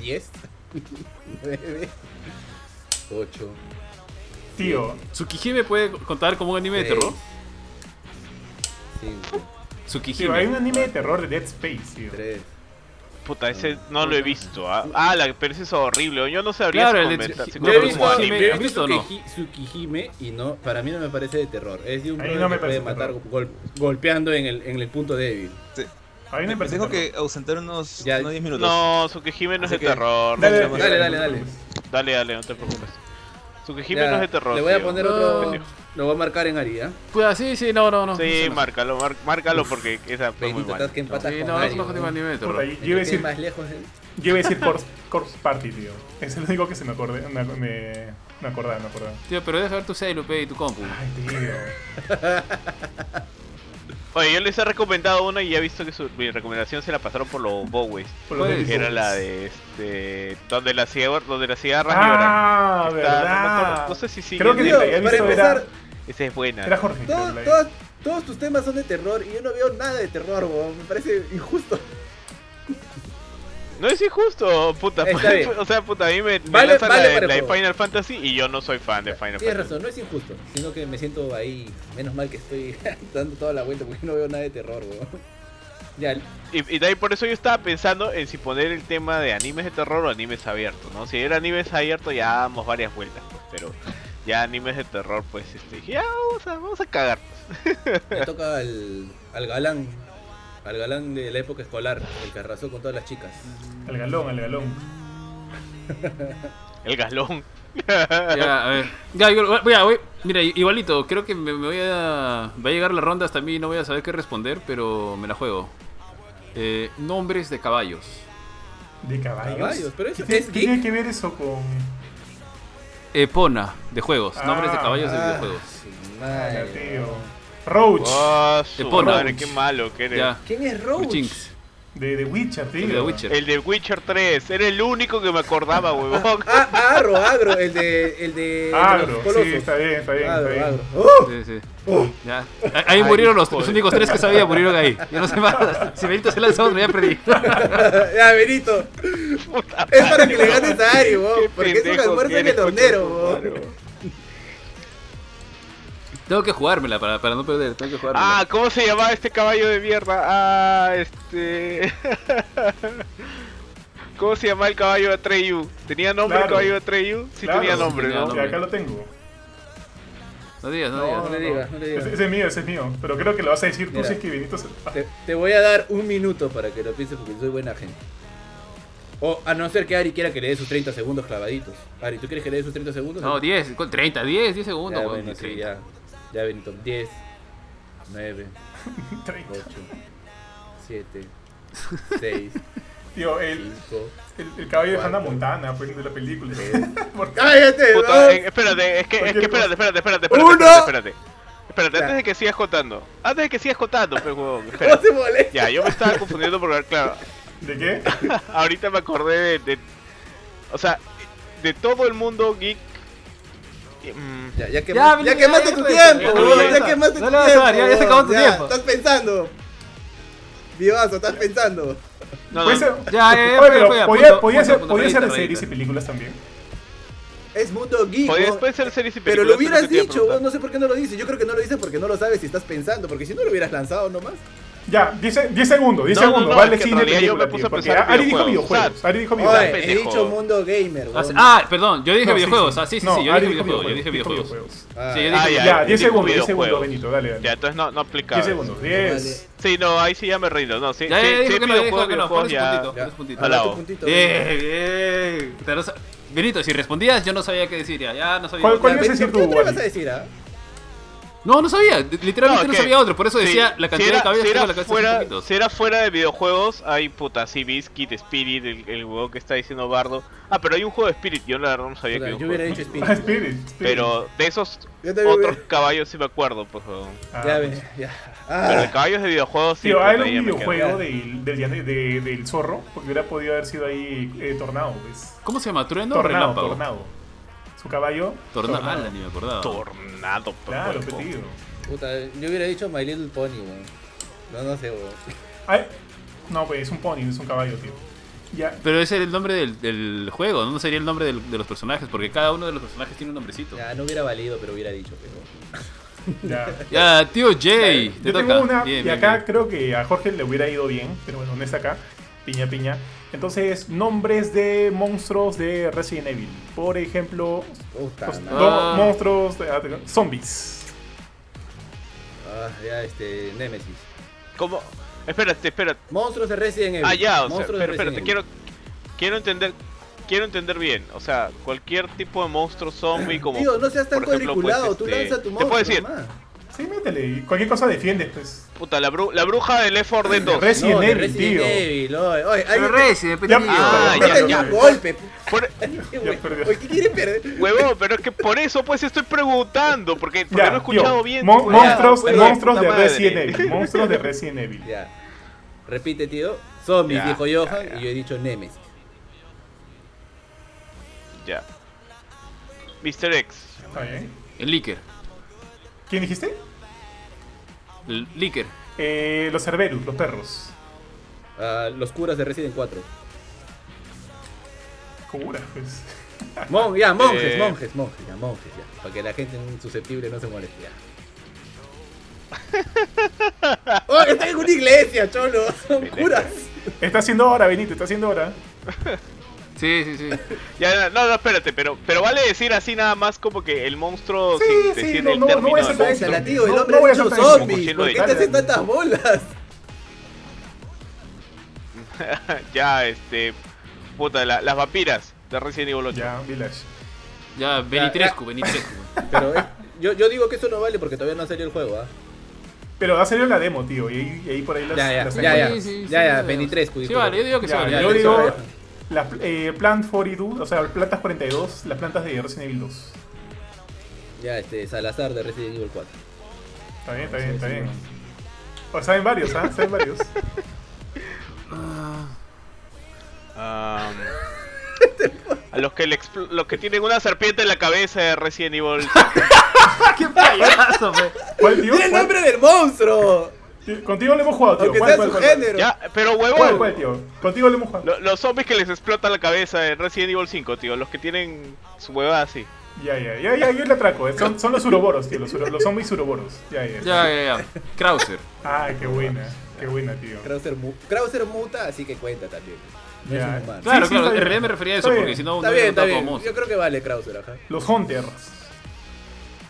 [SPEAKER 1] 10, 9, 8,
[SPEAKER 3] Tío,
[SPEAKER 4] ¿Tsukihime puede contar como un anime de terror?
[SPEAKER 1] 5,
[SPEAKER 3] tío, hay un
[SPEAKER 4] Tsukihime.
[SPEAKER 3] anime de terror de Dead Space, tío.
[SPEAKER 1] 3.
[SPEAKER 2] Puta, ese no lo he visto. Ah, Ah, la, pero ese es horrible. Yo no sabría
[SPEAKER 4] Claro,
[SPEAKER 2] si
[SPEAKER 4] el de-
[SPEAKER 2] comentar- si
[SPEAKER 4] yo he
[SPEAKER 2] contarlo
[SPEAKER 4] visto-
[SPEAKER 2] como
[SPEAKER 4] sí,
[SPEAKER 2] anime.
[SPEAKER 4] me- ¿Has visto o no?
[SPEAKER 1] Tsukiji- Tsukihime y no, para mí no me parece de terror. Es de un
[SPEAKER 3] A mí
[SPEAKER 1] brother
[SPEAKER 3] no me
[SPEAKER 1] que puede
[SPEAKER 3] parece de
[SPEAKER 1] matar
[SPEAKER 3] terror.
[SPEAKER 1] gol- golpeando en el, en el punto débil.
[SPEAKER 3] A mí me
[SPEAKER 5] Me
[SPEAKER 3] parece
[SPEAKER 5] Dejo
[SPEAKER 3] terror.
[SPEAKER 5] que ausentar unos
[SPEAKER 1] Ya.
[SPEAKER 5] unos 10 minutos.
[SPEAKER 2] No, Tsukihime no es
[SPEAKER 5] Así
[SPEAKER 2] de
[SPEAKER 5] que-
[SPEAKER 2] terror.
[SPEAKER 3] Dale,
[SPEAKER 2] no te-
[SPEAKER 3] dale, dale,
[SPEAKER 1] dale.
[SPEAKER 2] Dale, dale, no te preocupes. Tsukihime
[SPEAKER 1] Ya,
[SPEAKER 2] no es de terror.
[SPEAKER 1] Le voy a
[SPEAKER 2] tío.
[SPEAKER 1] poner
[SPEAKER 4] No.
[SPEAKER 1] otro. Lo voy a marcar en Ari, ¿ah?
[SPEAKER 4] Pues sí, sí, no, no, no.
[SPEAKER 2] Sí,
[SPEAKER 4] no,
[SPEAKER 2] márcalo, mar- márcalo porque esa fue muy
[SPEAKER 1] Benito, estás
[SPEAKER 2] mala.
[SPEAKER 1] que empatas
[SPEAKER 4] Sí,
[SPEAKER 1] con
[SPEAKER 4] no,
[SPEAKER 1] Ari.
[SPEAKER 4] no conozco ningún anime de
[SPEAKER 3] Puta,
[SPEAKER 4] terror.
[SPEAKER 3] yo, yo
[SPEAKER 1] Yo
[SPEAKER 3] iba a decir,
[SPEAKER 1] más lejos del-
[SPEAKER 3] yo iba a decir Corpse, Corpse Party, tío. Es el único que se me acordé, me, me, me acordaba, me acordaba.
[SPEAKER 4] Tío, pero deja ver tu celu, pe, y tu compu.
[SPEAKER 3] Ay, tío.
[SPEAKER 2] Oye, yo les he recomendado una y ya he visto que su, mi recomendación se la pasaron por los Bowies.
[SPEAKER 3] Por lo
[SPEAKER 4] Puede
[SPEAKER 3] menos-
[SPEAKER 2] Que era la de este. Donde las cigarras, donde las cigarras lloran.
[SPEAKER 3] Ah,
[SPEAKER 2] Está- no me
[SPEAKER 3] verdad.
[SPEAKER 2] acuerdo- no sé si sigue.
[SPEAKER 3] Creo que
[SPEAKER 1] Tío,
[SPEAKER 3] la había
[SPEAKER 1] para
[SPEAKER 3] visto
[SPEAKER 1] empezar,
[SPEAKER 3] era,
[SPEAKER 2] Esa es buena.
[SPEAKER 3] era Jorge. creo
[SPEAKER 1] todo-
[SPEAKER 3] que la-
[SPEAKER 1] todas- todos tus temas son de terror y yo no veo nada de terror, weón. Me parece injusto.
[SPEAKER 2] No es injusto,
[SPEAKER 1] Está
[SPEAKER 2] puta. pues,
[SPEAKER 1] bien.
[SPEAKER 2] o sea, puta, a mí me, me
[SPEAKER 1] Vale-
[SPEAKER 2] lanzan
[SPEAKER 1] vale
[SPEAKER 2] la, de,
[SPEAKER 1] para
[SPEAKER 2] la de
[SPEAKER 1] juego.
[SPEAKER 2] Final Fantasy y yo no soy fan de Final
[SPEAKER 1] Tienes
[SPEAKER 2] Fantasy.
[SPEAKER 1] razón, no es injusto, sino que me siento ahí. Menos mal que estoy dando toda la vuelta porque no veo nada de terror, weón. Ya,
[SPEAKER 2] Y, y de ahí por eso yo estaba pensando en si poner el tema de animes de terror o animes abiertos, ¿no? Si era animes abiertos ya damos varias vueltas, pues, pero ya animes de terror, pues este, dije, ya vamos a, vamos a cagar.
[SPEAKER 1] le toca al, al galán. Al galán de la época escolar, el que arrasó con todas las chicas.
[SPEAKER 3] Al galón, al galón.
[SPEAKER 2] El galón.
[SPEAKER 4] Ya, a ver. Ya, yo- voy a- voy- Mira, igualito, creo que me, me voy a. Va a llegar la ronda hasta mí y no voy a saber qué responder, pero me la juego. Eh, nombres de caballos.
[SPEAKER 3] ¿De caballos?
[SPEAKER 1] Caballos, pero eso
[SPEAKER 3] ¿Qué,
[SPEAKER 1] es
[SPEAKER 3] tiene- qué
[SPEAKER 1] geek.
[SPEAKER 3] tiene que ver eso con...?
[SPEAKER 4] Epona, de juegos. Nombres de
[SPEAKER 3] Ah,
[SPEAKER 4] caballos de
[SPEAKER 1] ah.
[SPEAKER 4] videojuegos.
[SPEAKER 1] Su
[SPEAKER 3] Ah,
[SPEAKER 1] madre,
[SPEAKER 3] tío.
[SPEAKER 1] weón.
[SPEAKER 3] Roach,
[SPEAKER 2] Oh, su
[SPEAKER 4] Te ponen.
[SPEAKER 2] madre, qué malo que eres.
[SPEAKER 4] Ya.
[SPEAKER 1] ¿Quién es Roach?
[SPEAKER 4] Chinks.
[SPEAKER 3] de The Witcher, tío.
[SPEAKER 4] De The Witcher.
[SPEAKER 2] El de Witcher 3, era el único que me acordaba, huevón.
[SPEAKER 1] Ah, ah, agro, agro, el de. El de, el de los
[SPEAKER 3] Agro, sí,
[SPEAKER 1] colosos.
[SPEAKER 3] está bien, está bien, está
[SPEAKER 1] Agro,
[SPEAKER 3] bien.
[SPEAKER 1] agro. ¡Oh!
[SPEAKER 4] Sí, sí.
[SPEAKER 1] Oh.
[SPEAKER 4] Ya. A- Ahí
[SPEAKER 2] Ay,
[SPEAKER 4] murieron los,
[SPEAKER 2] joder.
[SPEAKER 4] los únicos tres que sabía, murieron ahí. Ya no sé más. Si Benito se lanzó, otro, ya perdí.
[SPEAKER 1] ya, Benito. Es para que le ganes a Ari, bo,
[SPEAKER 2] Qué
[SPEAKER 1] Porque es un
[SPEAKER 2] pendejo
[SPEAKER 1] almuerzo
[SPEAKER 2] que
[SPEAKER 1] en
[SPEAKER 2] eres,
[SPEAKER 1] el hornero, bo.
[SPEAKER 2] concha de tu madre,
[SPEAKER 4] Tengo que jugármela para, para no perder. Tengo que jugármela.
[SPEAKER 2] Ah, ¿cómo se llamaba este caballo de mierda? Ah, este. ¿Cómo se llamaba el caballo de Atreyu? ¿Tenía nombre el
[SPEAKER 3] Claro.
[SPEAKER 2] caballo de Atreyu? Sí,
[SPEAKER 3] Claro,
[SPEAKER 2] tenía
[SPEAKER 3] sí
[SPEAKER 2] nombre,
[SPEAKER 4] tenía
[SPEAKER 2] ¿no?
[SPEAKER 4] nombre.
[SPEAKER 3] Acá lo tengo.
[SPEAKER 4] no digas, no,
[SPEAKER 1] No,
[SPEAKER 4] digas.
[SPEAKER 1] no le digas, no le digas.
[SPEAKER 3] Ese, ese es mío, ese es mío. Pero creo que lo vas a decir tú
[SPEAKER 1] Mira.
[SPEAKER 3] si es que Benito se... Ah,
[SPEAKER 1] Te, te voy a dar un minuto para que lo pienses porque soy buena gente. O a no ser que Ari quiera que le dé sus 30 segundos clavaditos. Ari, ¿tú quieres que le dé sus 30 segundos?
[SPEAKER 4] No, 10, ¿cuál? 30, 10, 10 segundos.
[SPEAKER 1] ya,
[SPEAKER 4] weón,
[SPEAKER 1] bueno, sí,
[SPEAKER 4] 30.
[SPEAKER 1] ya. Ya, Benito. 10, 9, 8, 7, 6,
[SPEAKER 3] Tío, el,
[SPEAKER 1] 5.
[SPEAKER 3] el, el caballo de
[SPEAKER 1] Cuatro.
[SPEAKER 3] Hannah Montana, pues, de la película. Porque-
[SPEAKER 1] ¡Cállate!
[SPEAKER 2] Puta,
[SPEAKER 1] dos!
[SPEAKER 2] eh, espérate, es que, es que
[SPEAKER 3] Cualquier cosa.
[SPEAKER 2] espérate, espérate, espérate, espérate,
[SPEAKER 1] Uno.
[SPEAKER 2] espérate, espérate. Espérate,
[SPEAKER 1] Ya.
[SPEAKER 2] antes de que sigas contando. Antes de que sigas contando, pues, huevón,
[SPEAKER 1] ¡No
[SPEAKER 2] espera.
[SPEAKER 1] se moleste!
[SPEAKER 2] Ya, yo me estaba confundiendo porque, claro,
[SPEAKER 3] ¿De qué?
[SPEAKER 2] ahorita me acordé de, de- O sea, de todo el mundo geek. eh, mm,
[SPEAKER 1] Ya, ya, quema-
[SPEAKER 4] Ya,
[SPEAKER 1] ya
[SPEAKER 4] ya,
[SPEAKER 1] quemaste
[SPEAKER 4] ya,
[SPEAKER 1] tu
[SPEAKER 4] ya,
[SPEAKER 1] tiempo,
[SPEAKER 2] ya,
[SPEAKER 1] boludo,
[SPEAKER 2] ya,
[SPEAKER 1] ya quemaste
[SPEAKER 4] no
[SPEAKER 1] tu
[SPEAKER 4] le vas a
[SPEAKER 1] tiempo.
[SPEAKER 4] dar, ya, ya se acabó tu
[SPEAKER 1] ya,
[SPEAKER 4] tiempo.
[SPEAKER 1] Estás pensando. Divazo, estás pensando.
[SPEAKER 2] no, no,
[SPEAKER 3] Puede ser-
[SPEAKER 4] Ya, ya, ya,
[SPEAKER 3] Pues, eh, Oye,
[SPEAKER 4] fue,
[SPEAKER 3] pero
[SPEAKER 4] fue,
[SPEAKER 3] podía,
[SPEAKER 4] ya, punto,
[SPEAKER 3] podía
[SPEAKER 4] punto,
[SPEAKER 3] ser,
[SPEAKER 4] punto,
[SPEAKER 3] podía ser de
[SPEAKER 4] rayita,
[SPEAKER 3] series y
[SPEAKER 4] rayita.
[SPEAKER 3] películas también.
[SPEAKER 1] Es mundo geek.
[SPEAKER 2] Podría-
[SPEAKER 1] ¿no?
[SPEAKER 2] puede ser series y
[SPEAKER 1] Pero
[SPEAKER 2] películas,
[SPEAKER 1] lo
[SPEAKER 2] es que
[SPEAKER 1] hubieras
[SPEAKER 2] te iba a
[SPEAKER 1] dicho,
[SPEAKER 2] preguntar.
[SPEAKER 1] vos, no sé por qué no lo dices. Yo creo que no lo dices porque no lo sabes si estás pensando. Porque si no lo hubieras lanzado nomás.
[SPEAKER 3] Ya, 10 se- 10 segundos, 10
[SPEAKER 2] No, no,
[SPEAKER 3] segundos.
[SPEAKER 2] no,
[SPEAKER 3] vale,
[SPEAKER 2] es que en
[SPEAKER 3] cine,
[SPEAKER 2] realidad yo
[SPEAKER 3] película,
[SPEAKER 2] me puse
[SPEAKER 3] tío,
[SPEAKER 2] a
[SPEAKER 3] porque
[SPEAKER 2] pensar en
[SPEAKER 3] Ari dijo
[SPEAKER 2] videojuegos. O
[SPEAKER 3] videojuegos.
[SPEAKER 2] sea,
[SPEAKER 3] Ari dijo
[SPEAKER 1] Oye,
[SPEAKER 3] videojuegos.
[SPEAKER 2] pendejo.
[SPEAKER 1] he dicho mundo gamer,
[SPEAKER 4] Ah, sí,
[SPEAKER 1] weón.
[SPEAKER 4] ah, perdón, yo dije
[SPEAKER 3] No, sí,
[SPEAKER 4] videojuegos.
[SPEAKER 3] sí.
[SPEAKER 4] Ah, sí, sí,
[SPEAKER 3] No,
[SPEAKER 4] sí, yo
[SPEAKER 3] Ari
[SPEAKER 4] dije
[SPEAKER 3] dijo
[SPEAKER 4] videojuegos. Yo dije
[SPEAKER 3] dijo
[SPEAKER 4] videojuegos.
[SPEAKER 3] videojuegos.
[SPEAKER 1] Ah,
[SPEAKER 4] Sí, yo
[SPEAKER 2] Ah,
[SPEAKER 4] dije
[SPEAKER 2] ya,
[SPEAKER 3] Ya,
[SPEAKER 2] yo
[SPEAKER 3] 10
[SPEAKER 2] digo
[SPEAKER 3] segundos, 10 segundos,
[SPEAKER 2] videojuegos.
[SPEAKER 3] Benito, dale, dale.
[SPEAKER 2] Ya, entonces no, no aplicaba.
[SPEAKER 3] 10 segundos,
[SPEAKER 1] Vale.
[SPEAKER 3] 10.
[SPEAKER 2] Sí, no, ahí sí ya me rindo. No, sí,
[SPEAKER 4] Ya,
[SPEAKER 2] sí,
[SPEAKER 4] ya,
[SPEAKER 2] sí,
[SPEAKER 4] dijo que no, dijo
[SPEAKER 2] videojuegos,
[SPEAKER 4] que no.
[SPEAKER 2] videojuegos,
[SPEAKER 4] Ponle su
[SPEAKER 2] ya.
[SPEAKER 4] puntito, ponle su puntito.
[SPEAKER 2] Hola. Eh,
[SPEAKER 1] Dale tu puntito, weón.
[SPEAKER 4] Bien, bien. Puta, no sa- Benito, si respondías, yo no sabía qué decir. Ya, ya no sabía.
[SPEAKER 3] ¿Cuál-
[SPEAKER 4] Ya,
[SPEAKER 3] cuál
[SPEAKER 1] Ya,
[SPEAKER 3] ibas
[SPEAKER 1] Benito,
[SPEAKER 3] a decir
[SPEAKER 1] ¿qué
[SPEAKER 3] tú,
[SPEAKER 1] otra
[SPEAKER 3] Wally?
[SPEAKER 1] vas a decir, ah?
[SPEAKER 4] No, no sabía.
[SPEAKER 2] No,
[SPEAKER 4] Literalmente no,
[SPEAKER 2] que-
[SPEAKER 4] sabía otro. Por eso
[SPEAKER 2] sí,
[SPEAKER 4] decía la
[SPEAKER 2] si
[SPEAKER 4] cantidad
[SPEAKER 2] era,
[SPEAKER 4] de cabezas
[SPEAKER 2] si
[SPEAKER 4] que
[SPEAKER 2] era
[SPEAKER 4] tengo en la cabeza son
[SPEAKER 2] fuera,
[SPEAKER 4] poquitos.
[SPEAKER 2] si era fuera de videojuegos, hay puta, sí, Biscuit, Spirit, el, el huevo que está diciendo Bardo. Ah, pero hay un juego de Spirit, yo la verdad no sabía
[SPEAKER 1] Puta,
[SPEAKER 2] que había un
[SPEAKER 1] Yo
[SPEAKER 2] juego.
[SPEAKER 1] hubiera dicho Spirit.
[SPEAKER 3] Ah, Spirit. Spirit.
[SPEAKER 2] Pero de esos
[SPEAKER 1] Yo también
[SPEAKER 2] otros
[SPEAKER 1] hubiera-
[SPEAKER 2] caballos sí me acuerdo, pues. huevón.
[SPEAKER 3] Ah,
[SPEAKER 1] Ya,
[SPEAKER 3] pues.
[SPEAKER 1] ve, ya.
[SPEAKER 2] Pero de
[SPEAKER 1] Ah,
[SPEAKER 2] caballos de videojuegos sí.
[SPEAKER 3] Tío,
[SPEAKER 2] puta,
[SPEAKER 3] hay un
[SPEAKER 2] ya me quedo.
[SPEAKER 3] videojuego del, del, llane- de- del zorro, porque hubiera podido haber sido ahí eh, Tornado, pues.
[SPEAKER 4] ¿Cómo se llama? ¿Trueno o
[SPEAKER 3] Tornado,
[SPEAKER 4] relámpago?
[SPEAKER 3] Tornado. su caballo.
[SPEAKER 4] Tornado.
[SPEAKER 3] Tornado.
[SPEAKER 4] ala, ni me acordaba.
[SPEAKER 2] Tornado, pe
[SPEAKER 3] Claro,
[SPEAKER 2] huevo.
[SPEAKER 3] petido.
[SPEAKER 1] Puta, yo hubiera dicho My Little Pony, weón. No, no sé, weón.
[SPEAKER 3] Ay, no, pues es un pony, no es un caballo, tío. Ya,
[SPEAKER 4] Pero ese era el nombre del, del juego, no sería el nombre del- de los personajes, porque cada uno de los personajes tiene un nombrecito. Ya,
[SPEAKER 1] Ya, no hubiera valido, pero hubiera dicho, pero.
[SPEAKER 3] ya.
[SPEAKER 4] tío Jay, te
[SPEAKER 3] Yo
[SPEAKER 4] toca.
[SPEAKER 3] tengo una,
[SPEAKER 4] Bien,
[SPEAKER 3] y
[SPEAKER 4] bien,
[SPEAKER 3] acá
[SPEAKER 4] bien.
[SPEAKER 3] creo que a Jorge le hubiera ido bien, pero bueno, no es acá. Piña, piña. Entonces, nombres de monstruos de Resident Evil. Por ejemplo,
[SPEAKER 1] Puta,
[SPEAKER 3] los
[SPEAKER 1] madre.
[SPEAKER 3] dos monstruos de- ah, de- zombies.
[SPEAKER 1] Ah, ya, este, Nemesis.
[SPEAKER 2] ¿Cómo? Espérate, espérate.
[SPEAKER 1] Monstruos de Resident Evil.
[SPEAKER 2] Ah, ya, o sea,
[SPEAKER 1] Monstruos de
[SPEAKER 2] pero espérate,
[SPEAKER 1] Resident
[SPEAKER 2] quiero,
[SPEAKER 1] Evil.
[SPEAKER 2] quiero entender. Quiero entender bien, o sea, cualquier tipo de monstruo zombie como.
[SPEAKER 1] Tío, no seas tan
[SPEAKER 2] por ejemplo,
[SPEAKER 1] cuadriculado,
[SPEAKER 2] pues,
[SPEAKER 1] tú
[SPEAKER 2] este,
[SPEAKER 1] lanza tu
[SPEAKER 2] Te
[SPEAKER 1] monstruo.
[SPEAKER 2] puedo decir,
[SPEAKER 1] nomás.
[SPEAKER 3] Sí, métele. y Cualquier cosa defiendes, pues.
[SPEAKER 2] puta, la, bru- la bruja del Left 4 Dead 2.
[SPEAKER 3] Resident
[SPEAKER 1] No, de
[SPEAKER 3] Evil,
[SPEAKER 1] Resident
[SPEAKER 3] tío.
[SPEAKER 1] Evil, oye, oye,
[SPEAKER 9] Pero
[SPEAKER 1] alguien-
[SPEAKER 9] Resident,
[SPEAKER 4] Pues
[SPEAKER 9] pe,
[SPEAKER 3] Ya,
[SPEAKER 9] tío.
[SPEAKER 2] Ah,
[SPEAKER 3] ya,
[SPEAKER 1] métele
[SPEAKER 3] ya.
[SPEAKER 1] un golpe. pues.
[SPEAKER 2] Por- e-,
[SPEAKER 1] Oye,
[SPEAKER 3] perdió.
[SPEAKER 1] ¿qué quiere perder?
[SPEAKER 2] Huevón, pero es que por eso pues estoy preguntando, porque, porque
[SPEAKER 3] Ya,
[SPEAKER 2] no he escuchado
[SPEAKER 3] tío,
[SPEAKER 2] bien.
[SPEAKER 3] mon-
[SPEAKER 2] tu huevada,
[SPEAKER 3] monstruos
[SPEAKER 2] pues,
[SPEAKER 3] monstruos
[SPEAKER 2] puta
[SPEAKER 3] de
[SPEAKER 2] madre.
[SPEAKER 3] Resident Evil. Monstruos de Resident Evil.
[SPEAKER 1] Ya. Repite, tío. Zombies,
[SPEAKER 2] Ya,
[SPEAKER 1] dijo
[SPEAKER 2] ya,
[SPEAKER 1] Johan,
[SPEAKER 2] ya.
[SPEAKER 1] y yo he dicho Nemesis.
[SPEAKER 2] Ya. Mr. X.
[SPEAKER 3] Está bien.
[SPEAKER 4] El Licker.
[SPEAKER 3] ¿Quién dijiste?
[SPEAKER 4] El Licker.
[SPEAKER 3] Eh, los Cerberus, los perros.
[SPEAKER 1] Ah, los curas de Resident 4.
[SPEAKER 3] Cura, pues.
[SPEAKER 1] Mon- ya, monjes,
[SPEAKER 2] Eh.
[SPEAKER 1] monjes, monjes, ya, monjes, ya. Para que la gente susceptible no se moleste, ya. ¡Oh, están en una iglesia, cholo! Son curas.
[SPEAKER 3] Está haciendo hora, Benito, está haciendo hora.
[SPEAKER 4] Sí, sí, sí.
[SPEAKER 2] Ya, no, no, espérate, pero, pero vale decir así nada más como que el monstruo
[SPEAKER 3] Sí,
[SPEAKER 2] sin
[SPEAKER 3] sí,
[SPEAKER 2] decir
[SPEAKER 3] no,
[SPEAKER 2] el
[SPEAKER 3] no, no
[SPEAKER 2] término.
[SPEAKER 3] voy a ser
[SPEAKER 2] ¿no?
[SPEAKER 3] tan-
[SPEAKER 1] Cállala, tío, el
[SPEAKER 3] No,
[SPEAKER 1] hombre
[SPEAKER 3] no voy a
[SPEAKER 1] es un
[SPEAKER 3] hacer tan
[SPEAKER 1] zombie.
[SPEAKER 2] cochino
[SPEAKER 1] ¿Por
[SPEAKER 2] de
[SPEAKER 1] qué te hacen
[SPEAKER 3] Italia.
[SPEAKER 1] tantas bolas?
[SPEAKER 2] ya, este. Puta, la- las vampiras de Resident Evil 8.
[SPEAKER 3] Ya, Village.
[SPEAKER 4] Ya, Benitrescu, Benitrescu.
[SPEAKER 1] Pero eh, yo, yo digo que eso no vale porque todavía no ha salido el juego, ¿ah?
[SPEAKER 3] Pero ha salido la demo, tío, y ahí, y ahí por ahí las.
[SPEAKER 1] Ya, ya,
[SPEAKER 3] las
[SPEAKER 1] ya, ya.
[SPEAKER 3] encuentras.
[SPEAKER 1] Ya, ya, 23,
[SPEAKER 4] Sí,
[SPEAKER 1] disculpa.
[SPEAKER 4] vale, yo digo que sí,
[SPEAKER 3] Ya,
[SPEAKER 4] vale.
[SPEAKER 3] yo
[SPEAKER 1] ya,
[SPEAKER 3] digo,
[SPEAKER 1] ya.
[SPEAKER 3] las pl- eh, Plant 42, o sea, Plantas 42, las plantas de Resident Evil 2.
[SPEAKER 1] Ya, este, Salazar de Resident Evil 4.
[SPEAKER 3] Está bien, está bien, está bien. O saben varios, ¿ah? Saben varios.
[SPEAKER 2] Am, a los que, le expl- los que tienen una serpiente en la cabeza de Resident Evil.
[SPEAKER 3] ¿Cuál, tío?
[SPEAKER 1] ¡Mira el
[SPEAKER 3] ¿Cuál?
[SPEAKER 1] nombre del monstruo!
[SPEAKER 3] Tío, Contigo lo hemos jugado, tío.
[SPEAKER 1] Aunque
[SPEAKER 3] ¿Cuál,
[SPEAKER 1] sea
[SPEAKER 3] cuál,
[SPEAKER 1] su
[SPEAKER 3] cuál,
[SPEAKER 1] género.
[SPEAKER 2] ya, pero huevón.
[SPEAKER 3] ¿Cuál, cuál, tío? Contigo lo hemos jugado.
[SPEAKER 2] Lo- los zombies que les explota la cabeza de Resident Evil 5, tío. Los que tienen su huevada así.
[SPEAKER 3] Ya, ya, ya, ya, yo le atraco. eh. Son, son los uroboros, tío. Los, uro- los zombies uroboros. Ya, ya.
[SPEAKER 4] Ya, ya, ya. Krauser.
[SPEAKER 3] Ay, qué buena. Qué buena, tío.
[SPEAKER 1] Krauser, mu- Krauser muta, así que cuenta también. No
[SPEAKER 3] Ya.
[SPEAKER 1] es un humano.
[SPEAKER 3] sí,
[SPEAKER 4] Claro, claro,
[SPEAKER 3] está
[SPEAKER 4] en
[SPEAKER 3] bien.
[SPEAKER 4] realidad me refería a eso,
[SPEAKER 3] Está bien.
[SPEAKER 4] porque si no,
[SPEAKER 1] Está bien,
[SPEAKER 4] no hubiera
[SPEAKER 1] está
[SPEAKER 4] notado
[SPEAKER 1] bien.
[SPEAKER 4] como
[SPEAKER 1] Yo
[SPEAKER 4] monstruo.
[SPEAKER 1] creo que vale Krauser, ajá.
[SPEAKER 3] Los hunters.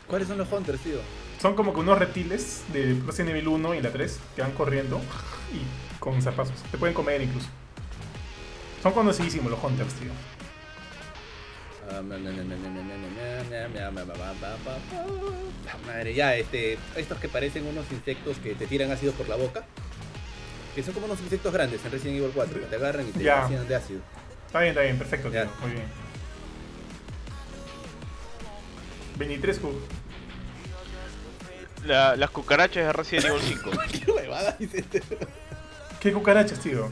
[SPEAKER 1] ¿Cuáles son los Hunters, tío?
[SPEAKER 3] Son como que unos reptiles de Resident Evil 1 y la 3 que van corriendo y con zapazos. Te pueden comer incluso. Son conocidísimos los Hunters, tío.
[SPEAKER 1] Ah, La Madre, ya, este, estos que parecen unos insectos que te tiran ácido por la boca. Que son como unos insectos grandes en Resident Evil 4, que te agarran y te
[SPEAKER 3] Ya.
[SPEAKER 1] llenan de ácido.
[SPEAKER 3] Está bien, está bien, perfecto, tío.
[SPEAKER 1] Ya.
[SPEAKER 3] Muy bien. Benitrescu.
[SPEAKER 2] La- las cucarachas de Resident Evil 5.
[SPEAKER 1] Qué huevada dice este.
[SPEAKER 3] ¿Qué cucarachas, tío?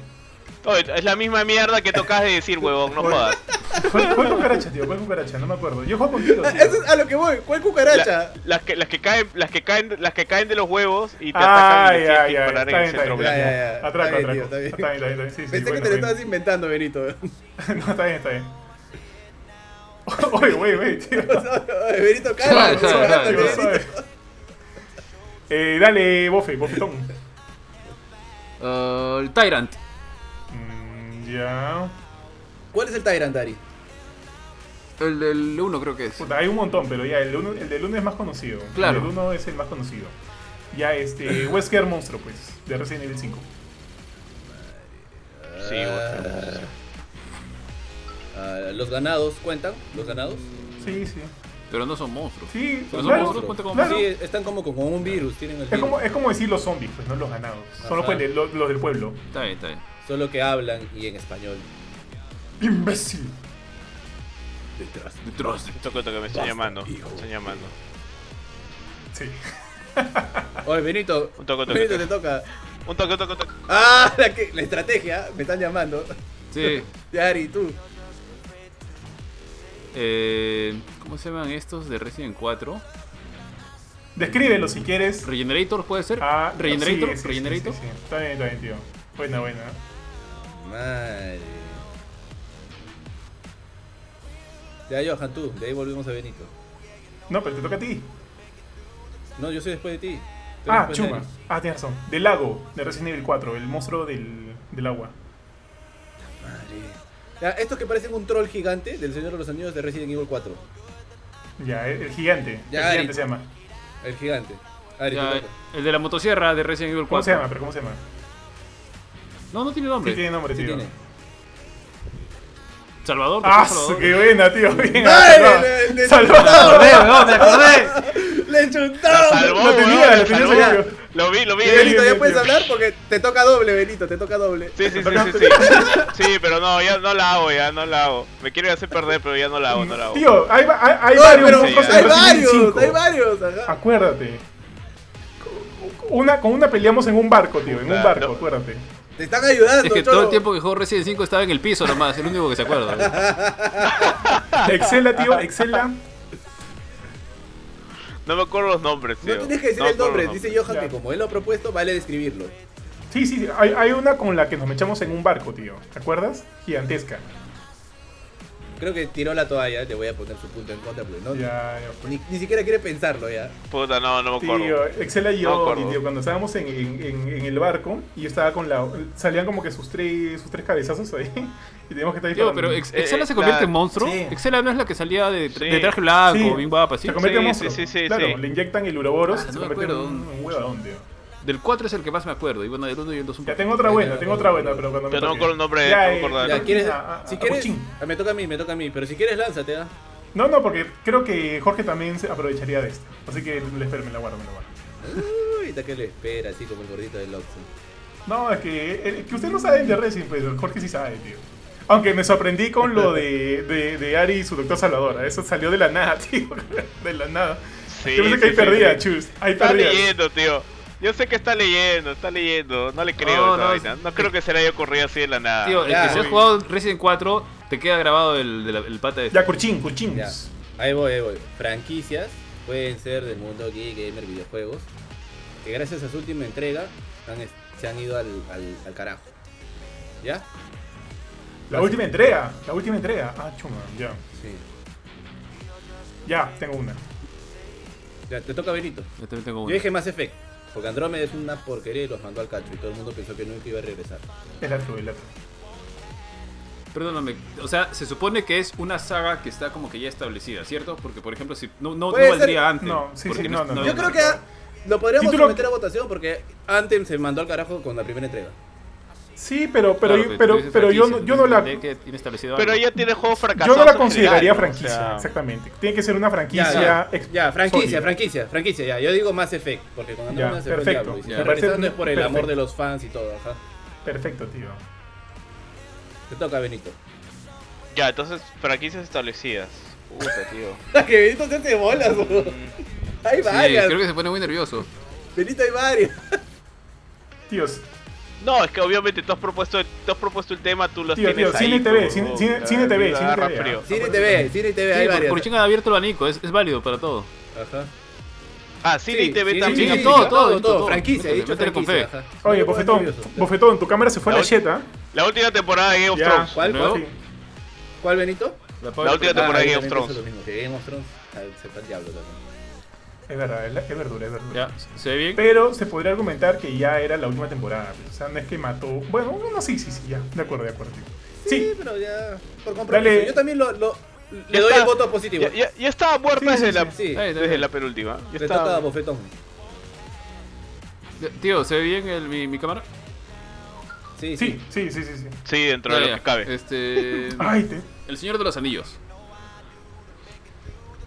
[SPEAKER 2] No, es es la misma mierda que tocas de decir, huevón, no jodas.
[SPEAKER 3] ¿Cuál, cuál cucaracha, tío? ¿Cuál cucaracha? No me acuerdo. Yo juego contigo, tío.
[SPEAKER 1] Eso es a lo que voy, ¿cuál cucaracha?
[SPEAKER 2] La- las, que, las que caen, las que caen, las que caen de los huevos y te atacan y te
[SPEAKER 3] Ay,
[SPEAKER 2] tienes
[SPEAKER 3] ay,
[SPEAKER 2] que
[SPEAKER 3] ay. Está
[SPEAKER 2] disparar en
[SPEAKER 3] bien,
[SPEAKER 2] el
[SPEAKER 3] está
[SPEAKER 2] centro
[SPEAKER 3] bien.
[SPEAKER 1] Ya,
[SPEAKER 2] blanco.
[SPEAKER 1] ya, ya. Está
[SPEAKER 3] Atraco,
[SPEAKER 1] bien,
[SPEAKER 3] atraco.
[SPEAKER 1] tío,
[SPEAKER 3] Está
[SPEAKER 1] está
[SPEAKER 3] bien,
[SPEAKER 1] bien.
[SPEAKER 3] está bien. está bien. Sí, sí,
[SPEAKER 1] Pensé que te
[SPEAKER 3] bueno,
[SPEAKER 1] lo
[SPEAKER 3] bueno.
[SPEAKER 1] estabas inventando, Benito.
[SPEAKER 3] No, está bien, está bien. Oye, güey, güey, tío.
[SPEAKER 1] Benito,
[SPEAKER 4] Suave,
[SPEAKER 1] cálmate,
[SPEAKER 4] suave,
[SPEAKER 1] cálmate,
[SPEAKER 4] suave,
[SPEAKER 1] Benito.
[SPEAKER 3] Eh, dale, bofe, bofetón.
[SPEAKER 4] Ah, el Tyrant.
[SPEAKER 3] Mm, ya.
[SPEAKER 1] ¿Cuál es el Tyrant, Dari?
[SPEAKER 4] El del 1 creo que es.
[SPEAKER 3] Puta, hay un montón, pero ya, el, uno- el del uno es más conocido.
[SPEAKER 4] Claro.
[SPEAKER 3] El del uno es el más conocido. Ya, este, Wesker Monstruo, pues, de Resident Evil 5.
[SPEAKER 2] Sí, bueno.
[SPEAKER 1] Ah, los ganados cuentan, los ganados.
[SPEAKER 3] Sí, sí.
[SPEAKER 4] Pero no son monstruos.
[SPEAKER 3] Sí,
[SPEAKER 4] Pero son
[SPEAKER 3] claro.
[SPEAKER 4] monstruos, cuenta como
[SPEAKER 3] Claro.
[SPEAKER 1] Sí, están como con un virus, tienen el
[SPEAKER 3] Es como,
[SPEAKER 1] virus.
[SPEAKER 3] es como decir los zombies, pues, no los ganados. Son los,
[SPEAKER 1] Ajá.
[SPEAKER 3] pues, de- los- los del pueblo.
[SPEAKER 4] Está bien, está bien.
[SPEAKER 1] Solo que hablan y en español.
[SPEAKER 3] ¡Imbécil!
[SPEAKER 1] Detrás.
[SPEAKER 4] Detrás.
[SPEAKER 2] Toco, toco, me están llamando. Me están llamando.
[SPEAKER 3] Sí.
[SPEAKER 1] Oye, Benito.
[SPEAKER 2] Un toco, toco,
[SPEAKER 1] Benito,
[SPEAKER 2] toco.
[SPEAKER 1] te toca.
[SPEAKER 2] Un toque, toque, toque.
[SPEAKER 1] Ah, la, que- la estrategia, me están llamando.
[SPEAKER 4] Sí.
[SPEAKER 1] Dari, tú.
[SPEAKER 4] eh, ¿Cómo se llaman estos de Resident 4?
[SPEAKER 3] Descríbelo si quieres.
[SPEAKER 4] ¿Regenerator puede ser?
[SPEAKER 3] Ah,
[SPEAKER 4] ¿Regenerator?
[SPEAKER 3] sí, sí, sí,
[SPEAKER 4] ¿Regenerator?
[SPEAKER 3] sí, sí. Está bien, está bien, tío. Buena, buena.
[SPEAKER 1] Madre. Ya, Johan, tú. De ahí volvemos a Benito.
[SPEAKER 3] No, pero te toca a ti.
[SPEAKER 1] No, yo soy después de ti. Tú
[SPEAKER 3] Ah,
[SPEAKER 1] eres después de
[SPEAKER 3] Chuma.
[SPEAKER 1] él.
[SPEAKER 3] Ah, tienes razón. Del lago, de Resident Evil 4, el monstruo del, del agua.
[SPEAKER 1] Madre. Ya, estos que parecen un troll gigante del Señor de los Anillos de Resident Evil 4.
[SPEAKER 3] Ya, el, el gigante.
[SPEAKER 1] Ya,
[SPEAKER 3] el
[SPEAKER 1] Ari.
[SPEAKER 3] gigante se llama.
[SPEAKER 1] El gigante. Ari,
[SPEAKER 4] Ya,
[SPEAKER 1] te toca.
[SPEAKER 4] el de la motosierra de Resident Evil 4.
[SPEAKER 3] ¿Cómo se llama? Pero ¿cómo se llama?
[SPEAKER 4] No, no tiene
[SPEAKER 3] Sí
[SPEAKER 4] nombre.
[SPEAKER 3] tiene nombre,
[SPEAKER 1] Sí
[SPEAKER 3] tío.
[SPEAKER 1] tiene.
[SPEAKER 4] Salvador.
[SPEAKER 3] ¡Ah,
[SPEAKER 4] ¿por qué Salvador?
[SPEAKER 3] qué buena, tío! Bien,
[SPEAKER 1] Madre, le- le-
[SPEAKER 3] salvado. Salvado.
[SPEAKER 4] ¡Acordé, weón, me acordé!
[SPEAKER 1] ¡Le chuntaron!
[SPEAKER 2] Salvó,
[SPEAKER 3] lo tenía,
[SPEAKER 2] weón,
[SPEAKER 3] lo tenía
[SPEAKER 2] salvó.
[SPEAKER 3] seguro.
[SPEAKER 2] Lo vi, lo vi.
[SPEAKER 3] Bien,
[SPEAKER 1] Benito, ya
[SPEAKER 3] bien,
[SPEAKER 1] puedes
[SPEAKER 3] bien.
[SPEAKER 1] hablar porque te toca doble, Benito, te toca doble.
[SPEAKER 2] Sí, sí, sí, sí, sí. Sí, pero no, ya no la hago, ya no la hago. Me quiero hacer perder, pero ya no la hago, no la hago.
[SPEAKER 3] Tío, hay, va- hay, hay
[SPEAKER 1] No,
[SPEAKER 3] varios
[SPEAKER 1] pero
[SPEAKER 3] monstruos en
[SPEAKER 1] hay
[SPEAKER 3] Resident Evil
[SPEAKER 1] varios,
[SPEAKER 3] 5.
[SPEAKER 1] hay varios, ajá.
[SPEAKER 3] Acuérdate. Una, con una peleamos en un barco, tío. En un
[SPEAKER 2] Puta,
[SPEAKER 3] barco,
[SPEAKER 2] no.
[SPEAKER 3] acuérdate.
[SPEAKER 1] Te están ayudando,
[SPEAKER 4] Es que
[SPEAKER 1] Cholo.
[SPEAKER 4] todo el tiempo que jugó Resident 5 estaba en el piso nomás, el único que se acuerda. weón.
[SPEAKER 3] Excela, tío, excela.
[SPEAKER 2] No me acuerdo los nombres,
[SPEAKER 1] No
[SPEAKER 2] tío.
[SPEAKER 1] tienes que decir
[SPEAKER 2] me
[SPEAKER 1] el nombre,
[SPEAKER 2] acuerdo los
[SPEAKER 1] dice
[SPEAKER 2] nombres.
[SPEAKER 1] Johan
[SPEAKER 3] Ya.
[SPEAKER 1] que como él lo ha propuesto, vale describirlo.
[SPEAKER 3] Sí, sí, sí, hay, hay una con la que nos echamos en un barco, tío. ¿Te acuerdas? Gigantesca.
[SPEAKER 1] Creo que tiró la toalla, le voy a poner su punto en contra porque no,
[SPEAKER 3] Ya, ya.
[SPEAKER 1] ni, ni siquiera quiere pensarlo ya.
[SPEAKER 2] Puta, no, no me acuerdo.
[SPEAKER 3] Tío, Excela y
[SPEAKER 2] No me
[SPEAKER 3] yo,
[SPEAKER 2] acuerdo.
[SPEAKER 3] y, tío, cuando estábamos en, en- en- en el barco, y yo estaba con la. Salían como que sus tres, sus tres cabezazos ahí. Y teníamos que estar
[SPEAKER 4] Tío,
[SPEAKER 3] disparando.
[SPEAKER 4] pero Ex-
[SPEAKER 2] Eh,
[SPEAKER 4] Excela se
[SPEAKER 2] eh,
[SPEAKER 4] convierte
[SPEAKER 2] la-
[SPEAKER 4] en monstruo.
[SPEAKER 3] sí.
[SPEAKER 4] Excela no es la que salía de, tra-
[SPEAKER 2] Sí.
[SPEAKER 4] de
[SPEAKER 2] ah,
[SPEAKER 4] traje blanco,
[SPEAKER 3] Sí.
[SPEAKER 4] bien guapa, ¿sí?
[SPEAKER 3] Se convierte en
[SPEAKER 2] Sí,
[SPEAKER 3] monstruo.
[SPEAKER 2] sí, sí, sí,
[SPEAKER 3] claro,
[SPEAKER 2] sí.
[SPEAKER 3] le inyectan el uroboros
[SPEAKER 4] Ah,
[SPEAKER 3] y se
[SPEAKER 4] no me
[SPEAKER 3] convierte en
[SPEAKER 4] acuerdo.
[SPEAKER 3] un, un huevadón, tío.
[SPEAKER 4] Del 4 es el que más me acuerdo. Y bueno, del 1 y el 2 un
[SPEAKER 3] Ya
[SPEAKER 4] poco.
[SPEAKER 3] tengo otra buena, tengo otra buena, pero cuando
[SPEAKER 2] Yo no me
[SPEAKER 3] toque.
[SPEAKER 2] acuerdo el nombre, no me
[SPEAKER 3] eh,
[SPEAKER 2] acuerdo del
[SPEAKER 1] Ya,
[SPEAKER 2] Ah,
[SPEAKER 1] ¿quieres,
[SPEAKER 3] a- a-
[SPEAKER 1] si
[SPEAKER 3] a
[SPEAKER 1] quieres,
[SPEAKER 3] Cochín.
[SPEAKER 1] ah, me toca a mí, me toca a mí, pero si quieres lánzate, ¿ah?
[SPEAKER 3] No, no, porque creo que Jorge también se aprovecharía de esto. Así que le espero, me la guardo, me la guardo.
[SPEAKER 1] Uy, ¿de qué le espera? Así como el gordito del Oxxo.
[SPEAKER 3] No, es que, eh, que ustedes no saben de Resident, pero Jorge sí sabe, tío. Aunque me sorprendí con lo de, de, de Ari y su doctor Salvador. ¿eh? Eso salió de la nada, tío. De la nada.
[SPEAKER 2] Sí,
[SPEAKER 3] Yo pensé que ahí
[SPEAKER 2] sí, sí,
[SPEAKER 3] perdía,
[SPEAKER 2] sí.
[SPEAKER 3] chus. Ahí
[SPEAKER 2] Está
[SPEAKER 3] perdía.
[SPEAKER 2] leyendo, tío. Yo sé que está leyendo, está leyendo. No le creo
[SPEAKER 4] No,
[SPEAKER 2] a esa
[SPEAKER 4] no,
[SPEAKER 2] vaina. No creo que se le haya ocurrido así de la nada.
[SPEAKER 4] Tío, el
[SPEAKER 1] Ya,
[SPEAKER 4] que si has
[SPEAKER 1] sí.
[SPEAKER 4] jugado Resident 4, te queda grabado el, de la- el pata este. de.
[SPEAKER 3] Ya, Curchín, Curchín.
[SPEAKER 1] Ya, ahí voy, ahí voy. Franquicias pueden ser del mundo geek, gamer, videojuegos, que gracias a su última entrega han es- se han ido al, al, al carajo. ¿Ya?
[SPEAKER 3] La última entrega. La última entrega. Ah, chuma, ya.
[SPEAKER 1] Sí.
[SPEAKER 3] Ya, tengo una.
[SPEAKER 1] Ya, te toca Benito.
[SPEAKER 4] Yo también tengo
[SPEAKER 1] Yo
[SPEAKER 4] una.
[SPEAKER 1] dije más Effect, porque Andrómeda es una porquería y los mandó al cacho y todo el mundo pensó que nunca iba a regresar.
[SPEAKER 3] El otro, el otro.
[SPEAKER 4] Perdóname. O sea, se supone que es una saga que está como que ya establecida, ¿cierto? Porque, por ejemplo, si no, no, no
[SPEAKER 1] Puede ser-
[SPEAKER 4] valdría antes.
[SPEAKER 3] No, sí,
[SPEAKER 4] porque
[SPEAKER 3] sí, no, no, no.
[SPEAKER 1] Yo creo que ah, lo podríamos
[SPEAKER 3] Título-
[SPEAKER 1] someter a votación porque Anthem se mandó al carajo con la primera entrega.
[SPEAKER 3] Sí, pero, pero,
[SPEAKER 4] Claro,
[SPEAKER 3] yo-
[SPEAKER 4] que
[SPEAKER 3] pero,
[SPEAKER 4] tú dices
[SPEAKER 3] pero yo, no,
[SPEAKER 4] franquicia,
[SPEAKER 3] yo no la.
[SPEAKER 4] tiene que- tiene establecido
[SPEAKER 2] Pero
[SPEAKER 4] algo.
[SPEAKER 2] ella tiene juegos fracasados.
[SPEAKER 3] Yo no la
[SPEAKER 2] en
[SPEAKER 3] consideraría
[SPEAKER 2] general, ¿no? O
[SPEAKER 3] franquicia,
[SPEAKER 2] sea,
[SPEAKER 3] exactamente. Tiene que ser una
[SPEAKER 1] Ya,
[SPEAKER 3] franquicia.
[SPEAKER 1] ya,
[SPEAKER 3] ex-
[SPEAKER 1] ya, franquicia,
[SPEAKER 3] sólida.
[SPEAKER 1] franquicia, franquicia, ya. Yo digo más Effect, porque con Andrómeda
[SPEAKER 3] Ya,
[SPEAKER 1] se fue el
[SPEAKER 3] perfecto.
[SPEAKER 1] diablo. Y si
[SPEAKER 4] Ya.
[SPEAKER 1] está regresando
[SPEAKER 3] Perfecto.
[SPEAKER 1] es por el amor
[SPEAKER 3] Perfecto.
[SPEAKER 1] de los fans y todo, ajá.
[SPEAKER 3] Perfecto, tío.
[SPEAKER 1] Te toca, Benito.
[SPEAKER 2] Ya, entonces, franquicias establecidas. Puta, tío.
[SPEAKER 1] que Benito se hace bolas, bro. Hay
[SPEAKER 4] Mm. Sí,
[SPEAKER 1] varias.
[SPEAKER 4] creo Ah, que se pone muy nervioso.
[SPEAKER 1] Benito, hay varias.
[SPEAKER 3] Tíos,
[SPEAKER 2] No, es que obviamente tú has propuesto, tú has propuesto el tema, tú lo
[SPEAKER 3] Tío,
[SPEAKER 2] tienes
[SPEAKER 3] tío,
[SPEAKER 2] ahí.
[SPEAKER 3] Cine TV,
[SPEAKER 2] tú,
[SPEAKER 3] cine- cine-
[SPEAKER 2] la-
[SPEAKER 3] cine TV,
[SPEAKER 2] la
[SPEAKER 3] cine ah.
[SPEAKER 2] agarra
[SPEAKER 3] TV,
[SPEAKER 2] frío.
[SPEAKER 1] Cine TV, Cine TV,
[SPEAKER 4] Sí,
[SPEAKER 1] hay
[SPEAKER 4] por,
[SPEAKER 1] varias.
[SPEAKER 4] por chinga abierto el abanico, es, es válido para todo.
[SPEAKER 1] Ajá.
[SPEAKER 2] Ah, cine
[SPEAKER 1] Sí,
[SPEAKER 2] y TV
[SPEAKER 1] sí,
[SPEAKER 2] también.
[SPEAKER 1] sí,
[SPEAKER 2] aplica.
[SPEAKER 4] todo, todo, todo, todo.
[SPEAKER 1] Franquicia, he dicho
[SPEAKER 4] Métele con
[SPEAKER 1] franquicia.
[SPEAKER 4] fe.
[SPEAKER 1] ajá.
[SPEAKER 3] Oye,
[SPEAKER 1] Me pongo
[SPEAKER 3] bofetón,
[SPEAKER 1] nervioso.
[SPEAKER 3] bofetón, tu cámara se fue a la
[SPEAKER 2] La ul-
[SPEAKER 3] cheta.
[SPEAKER 2] La última temporada de Game of
[SPEAKER 3] Ya.
[SPEAKER 2] Thrones.
[SPEAKER 1] ¿Cuál,
[SPEAKER 4] ¿Nuevo?
[SPEAKER 1] cuál? ¿Cuál, Benito? Ah,
[SPEAKER 2] La última temporada de
[SPEAKER 1] yo
[SPEAKER 2] Game of
[SPEAKER 1] también
[SPEAKER 2] Thrones.
[SPEAKER 1] pienso lo mismo, que Game of Thrones. Ah, se fue al diablo también.
[SPEAKER 3] Es verdad, es, la- es verdura, es verdura.
[SPEAKER 4] Ya, ¿se ve bien?
[SPEAKER 3] Pero se podría argumentar que ya era la última temporada. pues, O sea, no es que mató. Bueno, no, sí, sí, sí, ya. De acuerdo, de acuerdo. tío. Sí,
[SPEAKER 1] pero ya. Por compromiso.
[SPEAKER 3] Dale.
[SPEAKER 1] Yo también lo, lo- le
[SPEAKER 2] Ya
[SPEAKER 1] doy el
[SPEAKER 2] está.
[SPEAKER 1] voto positivo.
[SPEAKER 2] Ya, ya- ya estaba muerta
[SPEAKER 3] Sí, sí,
[SPEAKER 2] desde, la,
[SPEAKER 1] sí.
[SPEAKER 4] Ahí está, ahí
[SPEAKER 2] desde
[SPEAKER 4] está.
[SPEAKER 2] la penúltima. Ya
[SPEAKER 1] Le
[SPEAKER 2] estaba-
[SPEAKER 1] toca a Bofetón.
[SPEAKER 4] Tío, ¿se ve bien el- mi, mi cámara?
[SPEAKER 1] Sí, sí.
[SPEAKER 3] sí, sí, sí, sí. sí.
[SPEAKER 2] Sí, dentro
[SPEAKER 4] Ya,
[SPEAKER 2] de lo
[SPEAKER 4] ya.
[SPEAKER 2] que cabe.
[SPEAKER 4] Este,
[SPEAKER 3] Ay, te.
[SPEAKER 4] el Señor de los Anillos.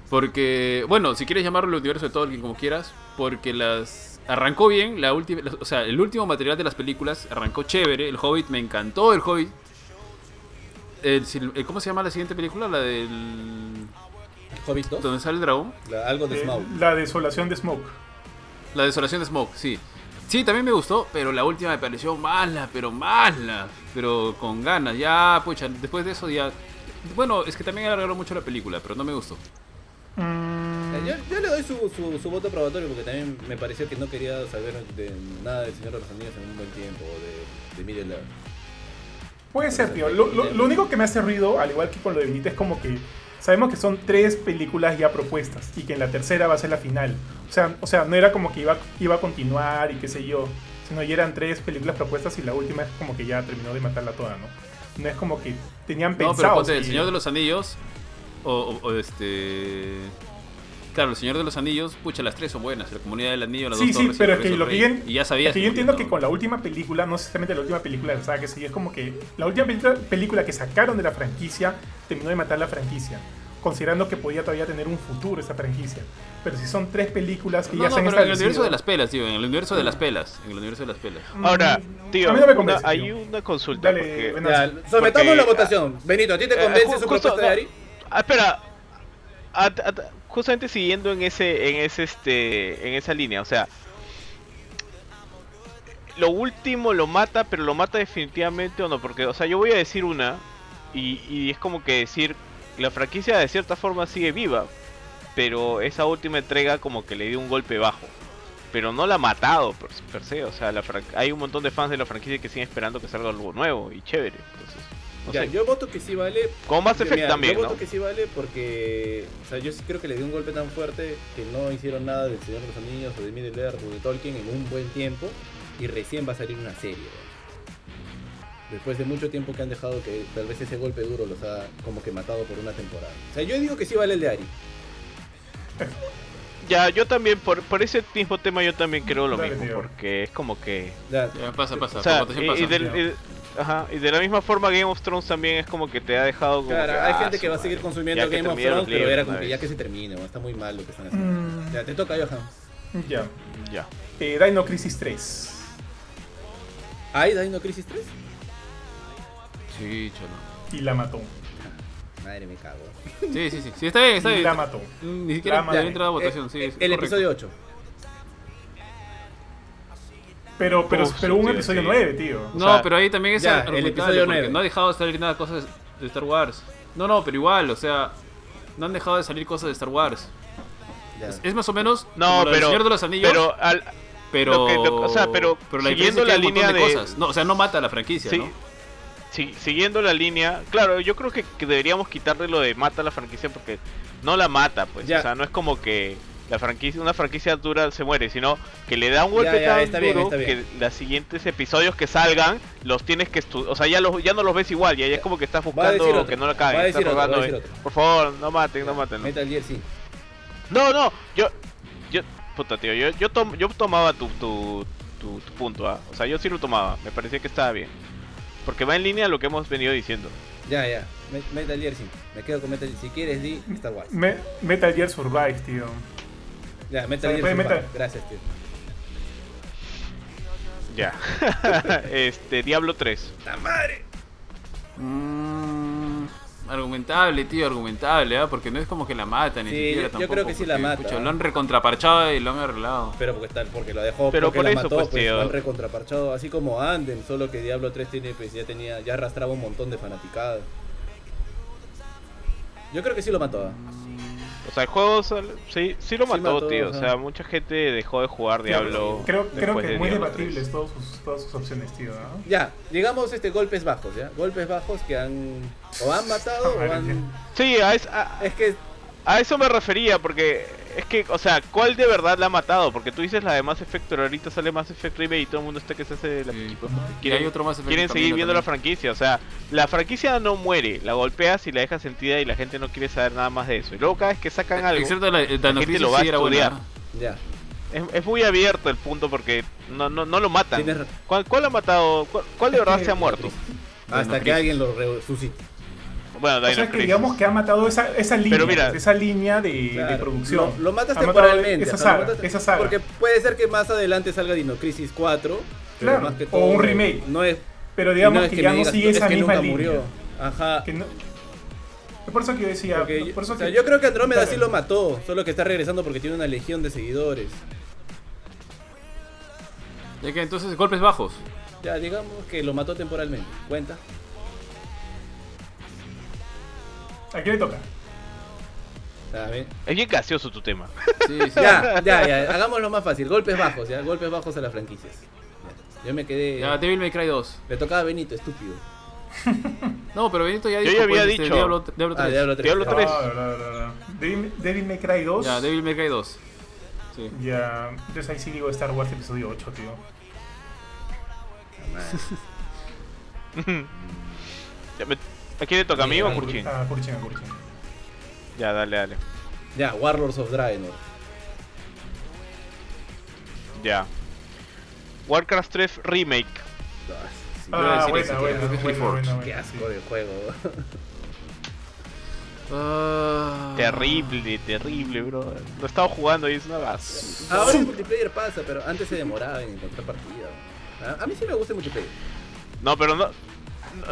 [SPEAKER 4] Porque, bueno, si quieres llamarlo el universo de Tolkien como quieras, porque las arrancó bien, la última, las- o sea, el último material de las películas arrancó chévere, El Hobbit me encantó, El Hobbit. El sil- el- ¿Cómo se llama la siguiente película? La del
[SPEAKER 1] Hobbit 2.
[SPEAKER 4] donde sale el dragón.
[SPEAKER 1] La- algo de
[SPEAKER 3] eh,
[SPEAKER 1] Smaug.
[SPEAKER 3] la desolación de Smoke.
[SPEAKER 4] La desolación de Smoke, sí. Sí, también me gustó, pero la última me pareció mala, pero mala. Pero con ganas, ya, pucha, después de eso ya. Bueno, es que también alargaron mucho la película, pero no me gustó.
[SPEAKER 3] Mm,
[SPEAKER 1] Eh, Yo, yo le doy su, su, su voto probatorio porque también me pareció que no quería saber de nada del Señor de los Anillos en un buen tiempo o de, de Miller
[SPEAKER 3] Puede ser, tío. Lo, lo- lo único que me hace ruido, al igual que con lo de Benito, es como que sabemos que son tres películas ya propuestas y que en la tercera va a ser la final. O sea, o sea no era como que iba, iba a continuar y qué sé yo, sino ya eran tres películas propuestas y la última es como que ya terminó de matarla toda, ¿no? No es como que tenían pensado.
[SPEAKER 4] No, pero ponte,
[SPEAKER 3] sí.
[SPEAKER 4] El Señor de los Anillos. O, o- o este. Claro, El Señor de los Anillos, pucha, las tres son buenas. La comunidad del anillo, las
[SPEAKER 3] Sí,
[SPEAKER 4] dos
[SPEAKER 3] sí,
[SPEAKER 4] torres y
[SPEAKER 3] pero
[SPEAKER 4] el
[SPEAKER 3] es que
[SPEAKER 4] regreso
[SPEAKER 3] lo
[SPEAKER 4] del
[SPEAKER 3] que
[SPEAKER 4] rey.
[SPEAKER 3] yo en-
[SPEAKER 4] Y ya sabías.
[SPEAKER 3] Es que yo entiendo que con
[SPEAKER 4] la
[SPEAKER 3] la última película, no necesariamente la última película de la saga que sí, es como que la última pel- película que sacaron de la franquicia terminó de matar la franquicia, considerando que podía todavía tener un futuro esa franquicia. Pero si son tres películas que
[SPEAKER 4] No,
[SPEAKER 3] ya
[SPEAKER 4] no,
[SPEAKER 3] se han
[SPEAKER 4] pero en el
[SPEAKER 3] establecido-
[SPEAKER 4] universo de las pelas, tío. En el universo de las pelas. En el universo de las pelas.
[SPEAKER 3] Mm,
[SPEAKER 2] Ahora, tío,
[SPEAKER 3] a mí no me
[SPEAKER 2] una-
[SPEAKER 3] convence,
[SPEAKER 2] hay
[SPEAKER 3] tío.
[SPEAKER 2] una consulta.
[SPEAKER 3] Dale,
[SPEAKER 2] porque-
[SPEAKER 3] ven a-
[SPEAKER 1] Ya, sometamos
[SPEAKER 2] Porque-
[SPEAKER 1] la votación. Benito, ¿a ti te
[SPEAKER 2] Eh,
[SPEAKER 1] convence
[SPEAKER 2] ju-
[SPEAKER 1] su
[SPEAKER 2] justo,
[SPEAKER 1] propuesta
[SPEAKER 2] no.
[SPEAKER 1] de Ari?
[SPEAKER 2] Ah, espera. At- at- justamente siguiendo en ese, en ese, este, en esa línea, o sea, lo último lo mata, pero lo mata definitivamente o no, porque, o sea, yo voy a decir una y, y es como que decir la franquicia de cierta forma sigue viva, pero esa última entrega como que le dio un golpe bajo, pero no la ha matado per, per se, o sea, la fran- hay un montón de fans de la franquicia que siguen esperando que salga algo nuevo y chévere, entonces, no
[SPEAKER 1] Ya,
[SPEAKER 2] sé.
[SPEAKER 1] yo voto que sí vale.
[SPEAKER 2] Como Mass
[SPEAKER 1] Yo,
[SPEAKER 2] Effect
[SPEAKER 1] mira,
[SPEAKER 2] también,
[SPEAKER 1] yo
[SPEAKER 2] ¿no?
[SPEAKER 1] voto que sí vale porque. O sea, yo sí creo que le dio un golpe tan fuerte que no hicieron nada del Señor de los Anillos o de Middle Earth o de Tolkien en un buen tiempo y recién va a salir una serie. ¿no? Después de mucho tiempo que han dejado que tal vez ese golpe duro los ha como que matado por una temporada. O sea, yo digo que sí vale el de Ari.
[SPEAKER 2] Ya, yo también, por, por ese mismo tema, yo también creo lo
[SPEAKER 3] Dale,
[SPEAKER 2] mismo,
[SPEAKER 3] tío.
[SPEAKER 2] porque es como que...
[SPEAKER 1] Ya,
[SPEAKER 4] Ya, pasa, pasa.
[SPEAKER 2] O sea,
[SPEAKER 4] por
[SPEAKER 2] y,
[SPEAKER 4] votación
[SPEAKER 2] y
[SPEAKER 4] pasa.
[SPEAKER 2] del-
[SPEAKER 3] ya.
[SPEAKER 2] y- ajá, y de la misma forma Game of Thrones también es como que te ha dejado como
[SPEAKER 1] Claro,
[SPEAKER 2] que,
[SPEAKER 1] hay
[SPEAKER 2] "Ah,
[SPEAKER 1] gente
[SPEAKER 2] su
[SPEAKER 1] que va a
[SPEAKER 2] madre".
[SPEAKER 1] seguir consumiendo
[SPEAKER 2] Ya que
[SPEAKER 1] Game of
[SPEAKER 2] terminé los
[SPEAKER 1] Thrones, pero
[SPEAKER 2] libros
[SPEAKER 1] era
[SPEAKER 2] una
[SPEAKER 1] como que ya
[SPEAKER 2] vez.
[SPEAKER 1] que se termine, ¿no? está muy mal lo que están haciendo.
[SPEAKER 3] Mm,
[SPEAKER 1] Ya, te toca, Johan.
[SPEAKER 3] ya.
[SPEAKER 2] Ya.
[SPEAKER 3] Eh, Dino Crisis 3.
[SPEAKER 1] ¿Hay Dino Crisis 3?
[SPEAKER 4] Sí,
[SPEAKER 3] Y
[SPEAKER 4] cholo.
[SPEAKER 3] la mató.
[SPEAKER 1] Madre, me cago.
[SPEAKER 4] Sí, sí, sí. Sí, está bien, está
[SPEAKER 3] Y
[SPEAKER 4] bien.
[SPEAKER 3] la mató.
[SPEAKER 4] Mm, Ni siquiera
[SPEAKER 3] la
[SPEAKER 4] le
[SPEAKER 3] madre.
[SPEAKER 4] había entrado a votación,
[SPEAKER 1] Eh,
[SPEAKER 4] sí.
[SPEAKER 1] eh,
[SPEAKER 4] es
[SPEAKER 1] el
[SPEAKER 4] correcto.
[SPEAKER 1] episodio 8.
[SPEAKER 3] Pero, pero,
[SPEAKER 2] Uf,
[SPEAKER 3] pero un
[SPEAKER 2] tío,
[SPEAKER 3] episodio
[SPEAKER 2] sí.
[SPEAKER 3] 9, tío.
[SPEAKER 4] No,
[SPEAKER 1] sea,
[SPEAKER 4] pero ahí también es
[SPEAKER 1] ya, el
[SPEAKER 4] argumentable,
[SPEAKER 1] episodio
[SPEAKER 4] porque
[SPEAKER 1] nueve.
[SPEAKER 4] No ha dejado de salir nada de cosas de Star Wars. No, no, pero igual, o sea, no han dejado de salir cosas de Star Wars.
[SPEAKER 1] Ya.
[SPEAKER 4] Es, es más o menos como
[SPEAKER 2] No,
[SPEAKER 4] lo del
[SPEAKER 2] pero...
[SPEAKER 4] Señor de los Anillos, pero
[SPEAKER 2] Pero al,
[SPEAKER 4] pero,
[SPEAKER 2] lo que- lo- o sea, pero
[SPEAKER 4] diferencia es
[SPEAKER 2] siguiendo
[SPEAKER 4] que hay
[SPEAKER 2] la
[SPEAKER 4] un montón
[SPEAKER 2] línea de-
[SPEAKER 4] cosas. No, o sea, no mata a la franquicia,
[SPEAKER 2] sí,
[SPEAKER 4] ¿no?
[SPEAKER 2] sí, siguiendo la línea, claro, yo creo que, que deberíamos quitarle lo de mata a la franquicia porque no la mata, pues,
[SPEAKER 1] Ya.
[SPEAKER 2] o sea, no es como que la franquicia, una franquicia dura se muere, sino que le da un
[SPEAKER 1] Ya,
[SPEAKER 2] golpe
[SPEAKER 1] ya,
[SPEAKER 2] tan
[SPEAKER 1] está bien,
[SPEAKER 2] duro
[SPEAKER 1] está bien.
[SPEAKER 2] que los siguientes episodios que salgan los tienes que estudiar, o sea, ya los, ya no los ves igual, ya, ya es como que estás
[SPEAKER 1] Va a decir
[SPEAKER 2] buscando
[SPEAKER 1] otro,
[SPEAKER 2] que no
[SPEAKER 1] va
[SPEAKER 2] la
[SPEAKER 1] a
[SPEAKER 2] caguen, estás
[SPEAKER 1] decir otro, va a
[SPEAKER 2] rogando,
[SPEAKER 1] decir
[SPEAKER 2] eh,
[SPEAKER 1] otro.
[SPEAKER 2] por favor, no maten, no maten. no
[SPEAKER 1] Metal Gear, sí.
[SPEAKER 2] no, no, yo. Yo. Puta, tío, yo, yo, tom- yo tomaba tu, tu, tu- tu punto, ¿ah? O sea, yo sí lo tomaba, me parecía que estaba bien. Porque va en línea a lo que hemos venido diciendo.
[SPEAKER 1] Ya, ya. Me- Metal Gear, sí. Me quedo con Metal Gear. Si quieres, di Star Wars.
[SPEAKER 3] Me- Metal Gear Survive, tío.
[SPEAKER 1] Ya,
[SPEAKER 3] sea,
[SPEAKER 1] Metal Gear.
[SPEAKER 3] después de
[SPEAKER 1] sí,
[SPEAKER 3] Metal-
[SPEAKER 1] va. Gracias, tío.
[SPEAKER 2] Ya. este, Diablo 3.
[SPEAKER 4] Mm, argumentable, tío, argumentable, ¿ah? Porque no es como que la mata ni
[SPEAKER 1] Sí,
[SPEAKER 4] siquiera
[SPEAKER 1] yo- yo
[SPEAKER 4] tampoco.
[SPEAKER 1] creo que sí la
[SPEAKER 4] porque,
[SPEAKER 1] mata. ¿eh?
[SPEAKER 4] pucha, lo han recontraparchado y lo han arreglado.
[SPEAKER 1] Pero porque está, porque lo dejó,
[SPEAKER 2] Pero
[SPEAKER 1] porque
[SPEAKER 2] por
[SPEAKER 1] la
[SPEAKER 2] eso,
[SPEAKER 1] mató,
[SPEAKER 2] pues,
[SPEAKER 1] pues,
[SPEAKER 2] tío.
[SPEAKER 1] lo han recontraparchado, así como Andem, solo que Diablo 3 tiene, pues ya tenía, ya arrastraba un montón de fanaticada. Yo creo que sí lo mató. ¿ah?
[SPEAKER 2] O sea, el juego sol- sí, sí lo
[SPEAKER 1] Sí
[SPEAKER 2] mató,
[SPEAKER 1] mató,
[SPEAKER 2] tío. O
[SPEAKER 1] ajá.
[SPEAKER 2] sea, mucha gente dejó de jugar Diablo.
[SPEAKER 3] Creo, creo
[SPEAKER 2] después
[SPEAKER 3] que
[SPEAKER 2] de
[SPEAKER 3] muy
[SPEAKER 2] Diablo
[SPEAKER 3] debatibles
[SPEAKER 2] 3.
[SPEAKER 3] todos sus, todas sus opciones, tío. ¿no?
[SPEAKER 1] Ya, digamos este golpes bajos, ¿ya? Golpes bajos que han o han
[SPEAKER 3] Ah,
[SPEAKER 1] matado o han
[SPEAKER 2] Sí, a, es- a-
[SPEAKER 1] es que
[SPEAKER 2] a eso me refería, porque es que, o sea, ¿cuál de verdad la ha matado? Porque tú dices la de Mass Effect, pero ahorita sale Mass Effect Remake y todo el mundo está que se hace la
[SPEAKER 4] Sí. Y
[SPEAKER 2] quiere-
[SPEAKER 4] hay otro más
[SPEAKER 2] quieren seguir viendo la franquicia. O sea, la franquicia no muere, la golpeas y la dejas sentida y la gente no quiere saber nada más de eso. Y luego cada vez que sacan algo,
[SPEAKER 4] Eh, Excepto la, la,
[SPEAKER 2] gente
[SPEAKER 4] noticia
[SPEAKER 2] lo va a
[SPEAKER 4] sí era buena,
[SPEAKER 2] estudiar.
[SPEAKER 4] ¿ah?
[SPEAKER 1] ya.
[SPEAKER 2] es, es muy abierto el punto porque no, no, no lo matan.
[SPEAKER 1] Tienes ra-
[SPEAKER 2] ¿Cuál, cuál ha matado? ¿Cuál, cuál de verdad se ha muerto?
[SPEAKER 1] Hasta que
[SPEAKER 4] Crisis.
[SPEAKER 1] alguien lo resucite.
[SPEAKER 2] Bueno,
[SPEAKER 3] O
[SPEAKER 2] Dino
[SPEAKER 3] sea que
[SPEAKER 2] Crisis.
[SPEAKER 3] digamos que ha matado esa, esa línea,
[SPEAKER 2] mira-
[SPEAKER 3] esa línea de, de
[SPEAKER 1] Claro,
[SPEAKER 3] producción.
[SPEAKER 1] Lo, lo matas
[SPEAKER 3] Ha matado
[SPEAKER 1] temporalmente.
[SPEAKER 3] Esa
[SPEAKER 1] o sea, lo
[SPEAKER 3] saga,
[SPEAKER 1] matas-
[SPEAKER 3] esa saga.
[SPEAKER 1] Porque puede ser que más adelante salga Dino Crisis 4. pero
[SPEAKER 3] Claro,
[SPEAKER 1] más que
[SPEAKER 3] o un remake.
[SPEAKER 1] No es,
[SPEAKER 3] Pero digamos
[SPEAKER 1] no es
[SPEAKER 3] que,
[SPEAKER 1] me
[SPEAKER 3] ya no
[SPEAKER 1] digas,
[SPEAKER 3] sigue
[SPEAKER 1] es
[SPEAKER 3] esa
[SPEAKER 1] que
[SPEAKER 3] misma
[SPEAKER 1] nunca
[SPEAKER 3] línea.
[SPEAKER 1] murió. Ajá.
[SPEAKER 3] Que no- es por eso que yo decía.
[SPEAKER 1] porque yo-
[SPEAKER 3] por eso
[SPEAKER 1] o sea,
[SPEAKER 3] que-
[SPEAKER 1] yo creo que Andrómeda
[SPEAKER 3] Claro.
[SPEAKER 1] sí lo mató, solo que está regresando porque tiene una legión de seguidores.
[SPEAKER 4] Ya que entonces golpes bajos.
[SPEAKER 1] Ya, digamos que lo mató temporalmente. ¿Cuenta?
[SPEAKER 3] ¿A quién le toca?
[SPEAKER 1] ¿Sabes?
[SPEAKER 2] Es bien gaseoso tu tema.
[SPEAKER 4] Sí, sí.
[SPEAKER 1] Ya, ya, ya. Hagámoslo más fácil. Golpes bajos, ya. Golpes bajos a las franquicias. Ya. Yo me quedé.
[SPEAKER 4] Ya, Devil May Cry 2.
[SPEAKER 1] Le tocaba a Benito, estúpido.
[SPEAKER 4] No, pero Benito ya
[SPEAKER 2] Yo
[SPEAKER 4] dijo.
[SPEAKER 2] ya había
[SPEAKER 4] pues, este,
[SPEAKER 2] dicho.
[SPEAKER 4] Diablo, Diablo
[SPEAKER 1] Ah,
[SPEAKER 4] 3.
[SPEAKER 1] Diablo 3.
[SPEAKER 2] Diablo
[SPEAKER 3] No,
[SPEAKER 2] 3.
[SPEAKER 3] no, no, no, no. Devil, Devil May Cry 2.
[SPEAKER 4] Ya, Devil May Cry 2. Sí.
[SPEAKER 3] Ya, entonces ahí sí digo Star Wars episodio 8, tío.
[SPEAKER 1] Ah,
[SPEAKER 2] Ya me- ¿A quién le toca? ¿A mí o a Kurchin?
[SPEAKER 3] Ah, Kurchin, Kurchin.
[SPEAKER 2] Ya, dale, dale.
[SPEAKER 1] Ya, Warlords of Draenor.
[SPEAKER 2] Ya. Warcraft 3 Remake.
[SPEAKER 1] Ah, sí.
[SPEAKER 4] voy a
[SPEAKER 3] Ah,
[SPEAKER 4] decir
[SPEAKER 3] buena,
[SPEAKER 4] eso,
[SPEAKER 3] buena,
[SPEAKER 4] creo
[SPEAKER 3] buena,
[SPEAKER 4] que es
[SPEAKER 3] buena,
[SPEAKER 4] Reforged.
[SPEAKER 3] buena,
[SPEAKER 1] Qué
[SPEAKER 3] sí.
[SPEAKER 1] asco de juego.
[SPEAKER 4] Ah.
[SPEAKER 2] Terrible, terrible, bro. Lo he estado jugando y es una basura.
[SPEAKER 1] Ahora el multiplayer pasa, pero antes se demoraba en encontrar partida. Ah, A, a mí sí me gusta el multiplayer.
[SPEAKER 2] No, pero no. no-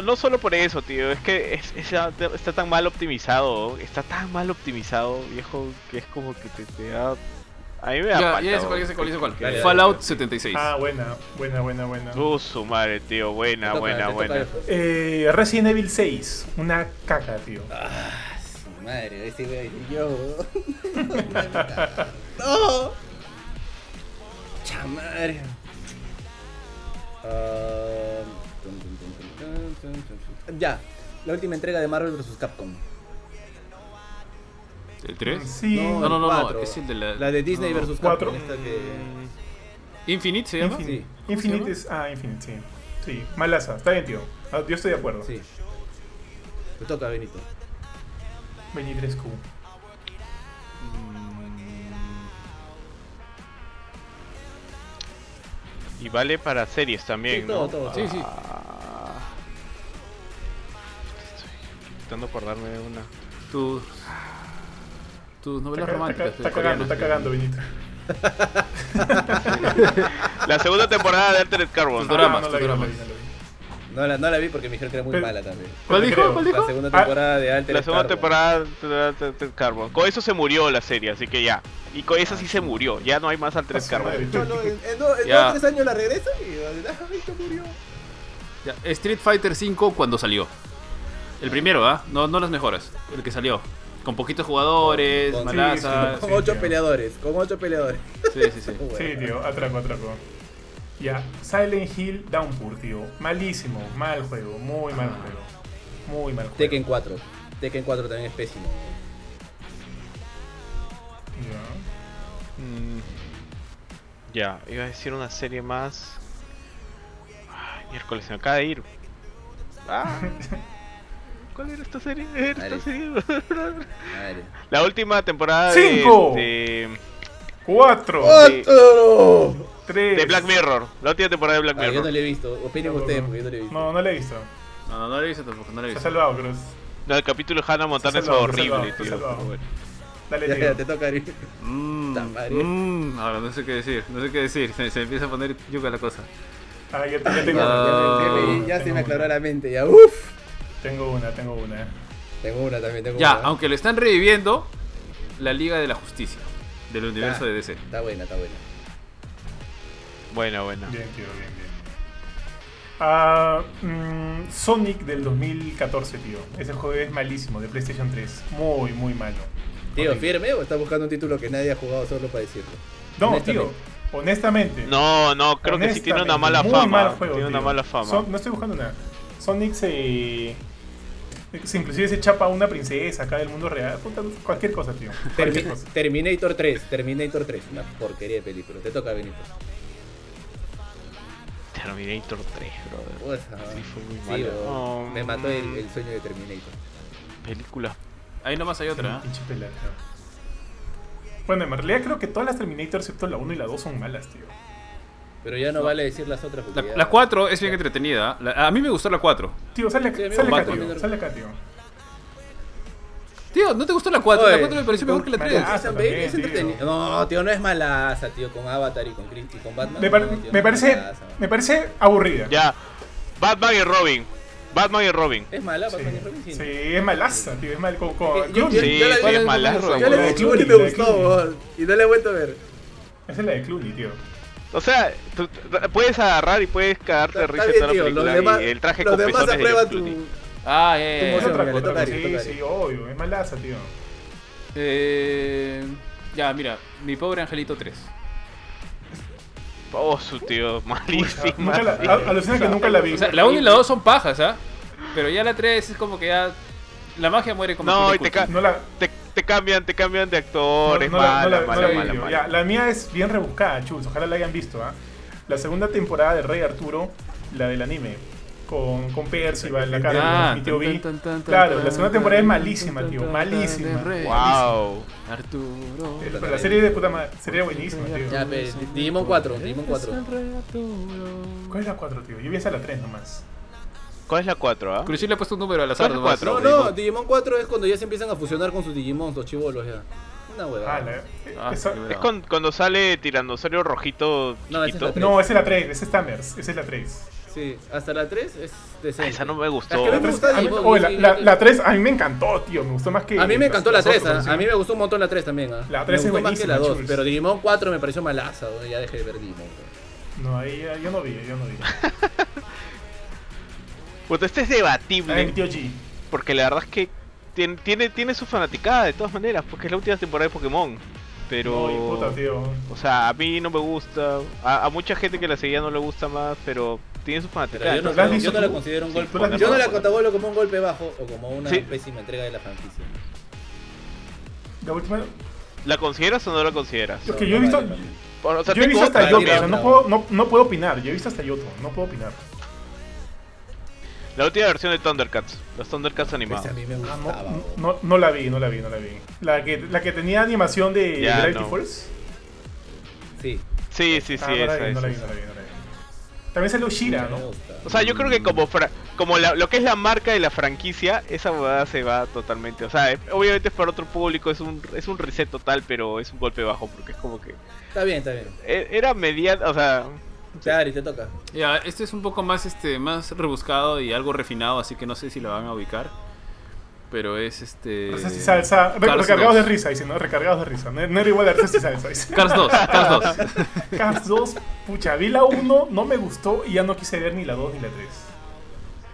[SPEAKER 2] No solo por eso, tío. Es que es- es- está tan mal optimizado. Está tan mal optimizado, viejo, que es como que te, te da. A mí me da
[SPEAKER 4] Ya,
[SPEAKER 2] palta,
[SPEAKER 4] ya sé
[SPEAKER 2] bro.
[SPEAKER 4] cuál, ya sé cuál, ya sé cuál.
[SPEAKER 1] Dale, dale,
[SPEAKER 4] Fallout
[SPEAKER 1] dale.
[SPEAKER 4] 76.
[SPEAKER 3] Ah, buena, buena, buena, buena.
[SPEAKER 2] Uh, su madre, tío.
[SPEAKER 4] Ah,
[SPEAKER 1] Te
[SPEAKER 2] Buena,
[SPEAKER 1] toca-
[SPEAKER 2] buena,
[SPEAKER 1] te toca
[SPEAKER 2] buena.
[SPEAKER 1] lejos.
[SPEAKER 3] Eh, Resident Evil 6, una caca, tío.
[SPEAKER 1] Ah, su madre, ese güey, yo. no. Chamadre. Ah, tum, tum, tum, tum, tum, tum, tum, tum. Ya, la última entrega de Marvel vs. Capcom.
[SPEAKER 4] ¿El 3?
[SPEAKER 3] Sí.
[SPEAKER 4] No, no, no,
[SPEAKER 1] cuatro.
[SPEAKER 4] es el de la-
[SPEAKER 1] La de Disney
[SPEAKER 4] no, no.
[SPEAKER 1] vs.
[SPEAKER 3] Cuatro.
[SPEAKER 1] Capcom. Esta que...
[SPEAKER 4] Infinite se llama.
[SPEAKER 3] Infinite.
[SPEAKER 4] Sí.
[SPEAKER 3] Infinite es. Ah, Infinite, sí. Sí, malaza, está bien, tío. Ah, Yo estoy de acuerdo.
[SPEAKER 1] Sí. Te toca, Benito.
[SPEAKER 3] Benitrescu.
[SPEAKER 2] Y vale para series también,
[SPEAKER 1] Sí,
[SPEAKER 2] ¿no?
[SPEAKER 1] todo,
[SPEAKER 2] Ah.
[SPEAKER 1] todo,
[SPEAKER 4] Sí, sí.
[SPEAKER 2] Estoy intentando acordarme de una.
[SPEAKER 4] Tus. Tus novelas
[SPEAKER 3] Está, está-
[SPEAKER 4] románticas.
[SPEAKER 3] está
[SPEAKER 4] pues,
[SPEAKER 3] cagando,
[SPEAKER 4] coreanas,
[SPEAKER 3] está
[SPEAKER 4] pues.
[SPEAKER 3] cagando, Benito.
[SPEAKER 2] La segunda temporada de Altered Carbon.
[SPEAKER 4] Tus dramas,
[SPEAKER 3] Ah, no
[SPEAKER 4] tus
[SPEAKER 3] la vi, no la
[SPEAKER 4] dramas.
[SPEAKER 3] vi, no la vi.
[SPEAKER 1] No la, no la vi porque me dijeron que era muy
[SPEAKER 3] Pero-
[SPEAKER 1] mala también.
[SPEAKER 4] ¿Cuál
[SPEAKER 3] No te
[SPEAKER 4] dijo?
[SPEAKER 3] creo.
[SPEAKER 4] ¿Cuál
[SPEAKER 1] La
[SPEAKER 4] dijo?
[SPEAKER 1] segunda
[SPEAKER 3] Ah,
[SPEAKER 1] temporada de Alter
[SPEAKER 2] La segunda
[SPEAKER 1] Star Wars.
[SPEAKER 2] temporada de Altered Carbon. Con eso se murió la serie, así que ya. Y con esa Ah, sí Ah, se murió. Ya no hay más Altered
[SPEAKER 3] Su
[SPEAKER 2] Carbon.
[SPEAKER 3] madre.
[SPEAKER 1] Solo en, en dos, en
[SPEAKER 4] Ya.
[SPEAKER 1] dos, tres años la regreso y ay, se murió.
[SPEAKER 4] Ya, Street Fighter 5 cuando salió. El primero, ¿ah? No, no las mejoras. El que salió. Con poquitos jugadores,
[SPEAKER 1] Con-
[SPEAKER 4] malazas.
[SPEAKER 1] Con
[SPEAKER 3] sí,
[SPEAKER 1] ocho
[SPEAKER 3] tío.
[SPEAKER 1] peleadores, con ocho peleadores.
[SPEAKER 4] Sí, sí, sí.
[SPEAKER 3] Sí, tío, atraco, atraco. Ya, Silent Hill Downpour, tío. Malísimo, mal juego, muy mal juego. Muy mal juego.
[SPEAKER 1] Tekken 4. Tekken 4 también es pésimo.
[SPEAKER 3] Ya.
[SPEAKER 2] Mm. Ya, iba a decir una serie más. Ay, miércoles, se me acaba de ir. Ah. ¿Cuál era esta serie? Era esta
[SPEAKER 1] Madre.
[SPEAKER 2] serie.
[SPEAKER 1] Madre.
[SPEAKER 2] La última temporada de-
[SPEAKER 3] Cinco.
[SPEAKER 2] de,
[SPEAKER 3] Cuatro,
[SPEAKER 1] Oh.
[SPEAKER 2] Sí.
[SPEAKER 1] ¡Otro!
[SPEAKER 3] tres.
[SPEAKER 2] de Black Mirror. La última temporada de Black
[SPEAKER 1] Ah, yo
[SPEAKER 2] Mirror.
[SPEAKER 1] no le he visto. Opinen
[SPEAKER 3] Tampoco.
[SPEAKER 1] ustedes porque yo no le he visto.
[SPEAKER 3] No, no la he visto.
[SPEAKER 4] No, no, no la he visto tampoco, no la he
[SPEAKER 3] Se ha
[SPEAKER 4] visto.
[SPEAKER 3] salvado, Cruz.
[SPEAKER 2] No, el capítulo de Hannah Montana es
[SPEAKER 3] salvado,
[SPEAKER 2] horrible,
[SPEAKER 3] está
[SPEAKER 2] tío.
[SPEAKER 3] salvado.
[SPEAKER 2] pero bueno.
[SPEAKER 3] Dale,
[SPEAKER 1] Ya, ya,
[SPEAKER 3] tío.
[SPEAKER 1] te toca Ari.
[SPEAKER 4] Mmm.
[SPEAKER 1] Puta madre.
[SPEAKER 4] Mmm. Ahora no sé qué decir, no sé qué decir. Se, se empieza a poner yuca la cosa.
[SPEAKER 3] Ah, ya, ya tengo una.
[SPEAKER 4] Ah.
[SPEAKER 1] Ya,
[SPEAKER 3] tengo
[SPEAKER 1] me-
[SPEAKER 3] una,
[SPEAKER 1] ya se
[SPEAKER 3] tengo
[SPEAKER 1] me
[SPEAKER 3] una.
[SPEAKER 1] aclaró la mente, ya. Uf.
[SPEAKER 3] Tengo una, tengo una.
[SPEAKER 1] Tengo una también, tengo
[SPEAKER 4] Ya,
[SPEAKER 1] una.
[SPEAKER 4] aunque lo están reviviendo, la Liga de la Justicia del universo de DC.
[SPEAKER 1] Está buena, está buena.
[SPEAKER 2] Bueno, bueno.
[SPEAKER 3] Bien, tío, bien, bien. Ah, mm, Sonic del 2014, tío. Ese juego es malísimo, de PlayStation 3. Muy, muy malo.
[SPEAKER 1] Tío,
[SPEAKER 3] Horrible.
[SPEAKER 1] ¿firme o estás buscando un título que nadie ha jugado solo para decirlo?
[SPEAKER 3] No,
[SPEAKER 1] honestamente.
[SPEAKER 3] tío, honestamente.
[SPEAKER 2] No, no, creo que sí
[SPEAKER 3] Honestamente,
[SPEAKER 2] tiene una mala
[SPEAKER 3] muy
[SPEAKER 2] fama.
[SPEAKER 3] mal juego,
[SPEAKER 2] tiene una
[SPEAKER 3] tío.
[SPEAKER 2] mala fama.
[SPEAKER 3] Son- no estoy buscando nada. Sonic se, se- Inclusive se chapa a una princesa acá del mundo real. Puta, cualquier cosa, tío. Cualquier
[SPEAKER 1] Termi-
[SPEAKER 3] cosa.
[SPEAKER 1] Terminator 3, Terminator 3, una porquería de película. Te toca, Benito.
[SPEAKER 2] Terminator 3, brother.
[SPEAKER 1] Pues, ah,
[SPEAKER 2] Sí, fue muy
[SPEAKER 1] sí,
[SPEAKER 2] malo.
[SPEAKER 1] o-
[SPEAKER 2] Oh,
[SPEAKER 1] me mató el,
[SPEAKER 2] mm.
[SPEAKER 1] el sueño de Terminator.
[SPEAKER 2] Películas.
[SPEAKER 4] Ahí nomás hay otra. ¿ah?
[SPEAKER 3] Pinche pelada. Bueno, en realidad creo que todas las Terminator, excepto la 1 y la 2, son malas, tío.
[SPEAKER 1] Pero ya no, vale decir las otras. porque
[SPEAKER 4] La,
[SPEAKER 1] ya-
[SPEAKER 4] la 4 es bien entretenida. La- a mí me gustó la 4.
[SPEAKER 3] Tío, sale, acá-
[SPEAKER 1] Sí, amigo,
[SPEAKER 3] sale acá,
[SPEAKER 4] Batman.
[SPEAKER 3] tío. Sale acá, tío.
[SPEAKER 4] Tío, ¿no te gustó la 4? La
[SPEAKER 1] Oye,
[SPEAKER 4] 4 me pareció mejor que la 3.
[SPEAKER 3] malazo
[SPEAKER 1] Christian Bale
[SPEAKER 3] también,
[SPEAKER 1] Ah, es
[SPEAKER 3] tío.
[SPEAKER 1] entretenido. No, tío, no es malaza, tío, con Avatar y con, Chris- y con Batman.
[SPEAKER 3] Me, par-
[SPEAKER 1] No, tío, no
[SPEAKER 3] me
[SPEAKER 1] es
[SPEAKER 3] parece,
[SPEAKER 1] malaza.
[SPEAKER 3] me parece aburrida.
[SPEAKER 2] Ya. Batman y Robin. Batman y Robin.
[SPEAKER 1] Es mala,
[SPEAKER 3] Sí,
[SPEAKER 1] Batman y Robin, sí.
[SPEAKER 3] sí, es malaza, tío. Es mal. Con, con-
[SPEAKER 1] Eh, yo-
[SPEAKER 3] Clooney.
[SPEAKER 1] yo-
[SPEAKER 2] Sí,
[SPEAKER 1] yo la
[SPEAKER 2] sí,
[SPEAKER 1] vi-
[SPEAKER 2] es
[SPEAKER 1] Yo le
[SPEAKER 2] malazo,
[SPEAKER 3] de
[SPEAKER 2] huevón.
[SPEAKER 1] di
[SPEAKER 3] Clooney,
[SPEAKER 1] Clooney y
[SPEAKER 3] la
[SPEAKER 1] me
[SPEAKER 3] de
[SPEAKER 1] gustó,
[SPEAKER 3] Clooney.
[SPEAKER 1] weón, y no la he vuelto a ver.
[SPEAKER 3] Esa es la de Clooney, tío.
[SPEAKER 2] O sea, tú- tú- puedes agarrar y puedes cagarte de
[SPEAKER 1] Está
[SPEAKER 2] risa en
[SPEAKER 1] bien,
[SPEAKER 2] toda la
[SPEAKER 1] tío,
[SPEAKER 2] película.
[SPEAKER 1] los demás,
[SPEAKER 2] y el traje
[SPEAKER 1] los
[SPEAKER 2] con
[SPEAKER 1] demás
[SPEAKER 2] pezones de George
[SPEAKER 1] aprueban
[SPEAKER 2] Clooney.
[SPEAKER 1] tu,
[SPEAKER 4] Ah, eh.
[SPEAKER 1] Tú,
[SPEAKER 3] Es
[SPEAKER 1] Mira,
[SPEAKER 3] otra
[SPEAKER 1] le
[SPEAKER 3] cosa.
[SPEAKER 1] toca a Ari, le
[SPEAKER 3] sí,
[SPEAKER 1] toca a Ari.
[SPEAKER 3] sí, obvio. Es malaza, tío.
[SPEAKER 4] eh, ya, mira. Mi pobre Angelito 3.
[SPEAKER 2] Oh, su tío, malísima.
[SPEAKER 3] Nunca la- a- alucina que nunca la vi.
[SPEAKER 4] O sea, la 1 y la 2 son pajas, ¿ah? Pero ya la 3 es como que ya. La magia muere como.
[SPEAKER 2] No,
[SPEAKER 4] que
[SPEAKER 2] y te
[SPEAKER 4] culto.
[SPEAKER 2] ca-
[SPEAKER 3] No la.
[SPEAKER 2] Te, te cambian, te cambian de
[SPEAKER 3] no-
[SPEAKER 2] actor, es
[SPEAKER 3] no la- no
[SPEAKER 2] mala,
[SPEAKER 3] la- no
[SPEAKER 2] mala,
[SPEAKER 3] la vi,
[SPEAKER 2] mala,
[SPEAKER 3] yo.
[SPEAKER 2] mala.
[SPEAKER 3] Ya, la mía es bien rebuscada, chus. Ojalá la hayan visto, ¿ah? La segunda temporada de Rey Arturo, la del anime. Con, con Percival, la cara
[SPEAKER 4] Ah,
[SPEAKER 3] de mi tío
[SPEAKER 4] tan,
[SPEAKER 3] B.
[SPEAKER 4] tan, tan, tan,
[SPEAKER 3] Claro, la
[SPEAKER 4] tan,
[SPEAKER 3] segunda
[SPEAKER 4] tan,
[SPEAKER 3] temporada es
[SPEAKER 4] tan,
[SPEAKER 3] malísima,
[SPEAKER 4] tan,
[SPEAKER 3] tío.
[SPEAKER 4] tan, tan,
[SPEAKER 3] Malísima.
[SPEAKER 4] de rey.
[SPEAKER 2] Wow.
[SPEAKER 4] Arturo.
[SPEAKER 3] Pero la serie de puta madre. Sería buenísima, tío.
[SPEAKER 1] Ya, pe, Eh, Digimon 4,
[SPEAKER 3] ¿eh?
[SPEAKER 1] Digimon 4.
[SPEAKER 4] Es el rey Arturo.
[SPEAKER 3] ¿Cuál es la 4, tío? Yo vi esa la 3 nomás.
[SPEAKER 2] ¿Cuál es la 4, ah?
[SPEAKER 4] Crucil le ha puesto un número al azar.
[SPEAKER 2] ¿Cuál es
[SPEAKER 4] nomás.
[SPEAKER 2] cuatro?
[SPEAKER 1] No, no, Digimon 4 es cuando ya se empiezan a fusionar con sus Digimons, los chivolos ya. Una
[SPEAKER 3] Ah,
[SPEAKER 1] huevada.
[SPEAKER 3] la.
[SPEAKER 4] Ah,
[SPEAKER 3] esa-
[SPEAKER 2] Es con- cuando sale Tiranosaurio
[SPEAKER 1] No,
[SPEAKER 2] Rojito
[SPEAKER 1] esa es la
[SPEAKER 2] chiquito.
[SPEAKER 1] tres.
[SPEAKER 3] no, esa es la 3, esa es Stammers. Esa es la 3.
[SPEAKER 1] Sí, hasta la 3 es
[SPEAKER 2] Ah,
[SPEAKER 1] decente.
[SPEAKER 2] esa no me
[SPEAKER 1] Es
[SPEAKER 2] gustó.
[SPEAKER 1] que
[SPEAKER 3] La
[SPEAKER 1] me
[SPEAKER 3] tres-
[SPEAKER 1] gusta
[SPEAKER 3] a mí-
[SPEAKER 1] Digimon,
[SPEAKER 3] oye,
[SPEAKER 1] y-
[SPEAKER 3] la,
[SPEAKER 1] y-
[SPEAKER 3] la, la 3 a mí me encantó, tío. Me gustó más que.
[SPEAKER 1] A mí me
[SPEAKER 3] las-
[SPEAKER 1] encantó la
[SPEAKER 3] las
[SPEAKER 1] 3,
[SPEAKER 3] otras,
[SPEAKER 1] ¿ah?
[SPEAKER 3] sí.
[SPEAKER 1] a mí me gustó un montón la 3 también. ¿ah?
[SPEAKER 3] La 3
[SPEAKER 1] me
[SPEAKER 3] es
[SPEAKER 1] gustó más que
[SPEAKER 3] buenísima,
[SPEAKER 1] la 2,
[SPEAKER 3] chulos.
[SPEAKER 1] pero Digimon 4 me pareció malaza, weón, ya dejé de ver Digimon. weón.
[SPEAKER 3] No, ahí eh, yo no vi, yo no vi.
[SPEAKER 2] Puta, este es
[SPEAKER 3] Ay, mi
[SPEAKER 2] debatible,
[SPEAKER 3] tío G.
[SPEAKER 2] porque la verdad es que tiene, tiene, tiene su fanaticada de todas maneras, porque es la última temporada de Pokémon. Pero.
[SPEAKER 3] Ay, puta, tío.
[SPEAKER 2] o sea, a mí no me gusta. A, a mucha gente que la seguía no le gusta más, pero tiene su
[SPEAKER 1] Pero
[SPEAKER 2] fanaticada.
[SPEAKER 1] yo no,
[SPEAKER 3] ¿Lo has visto
[SPEAKER 1] yo no la
[SPEAKER 3] tú?
[SPEAKER 1] considero un
[SPEAKER 2] Sí,
[SPEAKER 1] golpe.
[SPEAKER 3] ¿tú la has
[SPEAKER 1] Yo no
[SPEAKER 3] visto?
[SPEAKER 1] la catalogo como un golpe bajo o como una
[SPEAKER 2] Sí.
[SPEAKER 1] pésima entrega de la franquicia.
[SPEAKER 3] La última.
[SPEAKER 2] ¿La consideras o no la consideras?
[SPEAKER 3] Yo que yo he visto.
[SPEAKER 1] vale, vale.
[SPEAKER 2] Bueno, o sea,
[SPEAKER 3] Yo he
[SPEAKER 2] tengo
[SPEAKER 3] visto hasta
[SPEAKER 2] otra,
[SPEAKER 1] yo,
[SPEAKER 3] Yoto, o
[SPEAKER 2] mira.
[SPEAKER 3] sea, no puedo, no, no puedo opinar. Yo he visto hasta Yoto, no puedo opinar.
[SPEAKER 2] La última versión de Thundercats, los Thundercats
[SPEAKER 1] Pues
[SPEAKER 2] animados.
[SPEAKER 1] a mí me
[SPEAKER 3] Ah,
[SPEAKER 1] gustaba.
[SPEAKER 3] no,
[SPEAKER 1] weón.
[SPEAKER 3] no, no la vi, no la vi, no la vi. La que, la que tenía animación de
[SPEAKER 2] Ya,
[SPEAKER 3] Gravity
[SPEAKER 2] no.
[SPEAKER 3] Falls.
[SPEAKER 1] Sí,
[SPEAKER 2] Sí, sí, sí,
[SPEAKER 3] Ah, no la
[SPEAKER 2] esa,
[SPEAKER 3] vi, no la
[SPEAKER 2] esa,
[SPEAKER 3] vi,
[SPEAKER 2] esa.
[SPEAKER 3] no la vi, no la vi. También salió Shira,
[SPEAKER 1] me
[SPEAKER 3] ¿no?
[SPEAKER 1] gusta.
[SPEAKER 2] O sea, yo creo que como fra- como la- lo que es la marca de la franquicia, esa huevada se va totalmente. O sea, eh, obviamente es para otro público, es un, es un reset total, pero es un golpe bajo porque es como que
[SPEAKER 1] Está bien, está bien.
[SPEAKER 2] e- era mediana, o sea,
[SPEAKER 1] Ya, Ari, te toca.
[SPEAKER 4] Ya, este es un poco más, este, más rebuscado y algo refinado, así que no sé si la van a ubicar. Pero es este.
[SPEAKER 3] Recess y salsa. Re-
[SPEAKER 4] Cars
[SPEAKER 3] recargados de
[SPEAKER 4] 2.
[SPEAKER 3] risa, dicen, ¿no? Recargados de risa. No, no era igual a Recess y salsa. dicen.
[SPEAKER 4] Cars 2, Cars 2.
[SPEAKER 3] Cars 2, pucha, vi la 1, no me gustó y ya no quise ver ni la 2 ni la 3.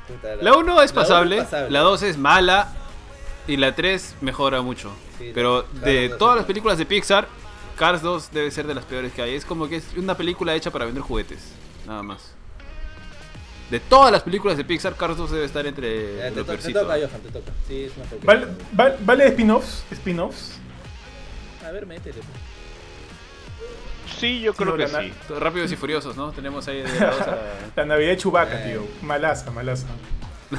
[SPEAKER 1] Puta,
[SPEAKER 4] La 1 es
[SPEAKER 1] la uno
[SPEAKER 4] pasable, la 2 es mala y la 3 mejora mucho.
[SPEAKER 1] Sí,
[SPEAKER 4] Pero
[SPEAKER 1] Cars
[SPEAKER 4] de
[SPEAKER 1] 2 es
[SPEAKER 4] todas
[SPEAKER 1] mala.
[SPEAKER 4] las películas de Pixar, Cars 2 debe ser de las peores que hay. Es como que es una película hecha para vender juguetes, nada más. De todas las películas de Pixar, Cars 2 debe estar entre
[SPEAKER 1] Ya, Eh, te,
[SPEAKER 4] lo
[SPEAKER 1] to- te
[SPEAKER 4] peorcito.
[SPEAKER 1] toca, Johan, te toca. Sí, es una película.
[SPEAKER 3] ¿Vale, vale, vale spin-offs? ¿Spin-offs?
[SPEAKER 1] A ver, métele. pues.
[SPEAKER 4] Eh,
[SPEAKER 2] sí, yo creo
[SPEAKER 3] No,
[SPEAKER 2] que
[SPEAKER 3] la-
[SPEAKER 2] sí.
[SPEAKER 4] Rápidos y furiosos, ¿no? Tenemos ahí de la 2 a
[SPEAKER 3] La Navidad de Chubaca,
[SPEAKER 1] Eh.
[SPEAKER 3] tío. Malaza, malaza.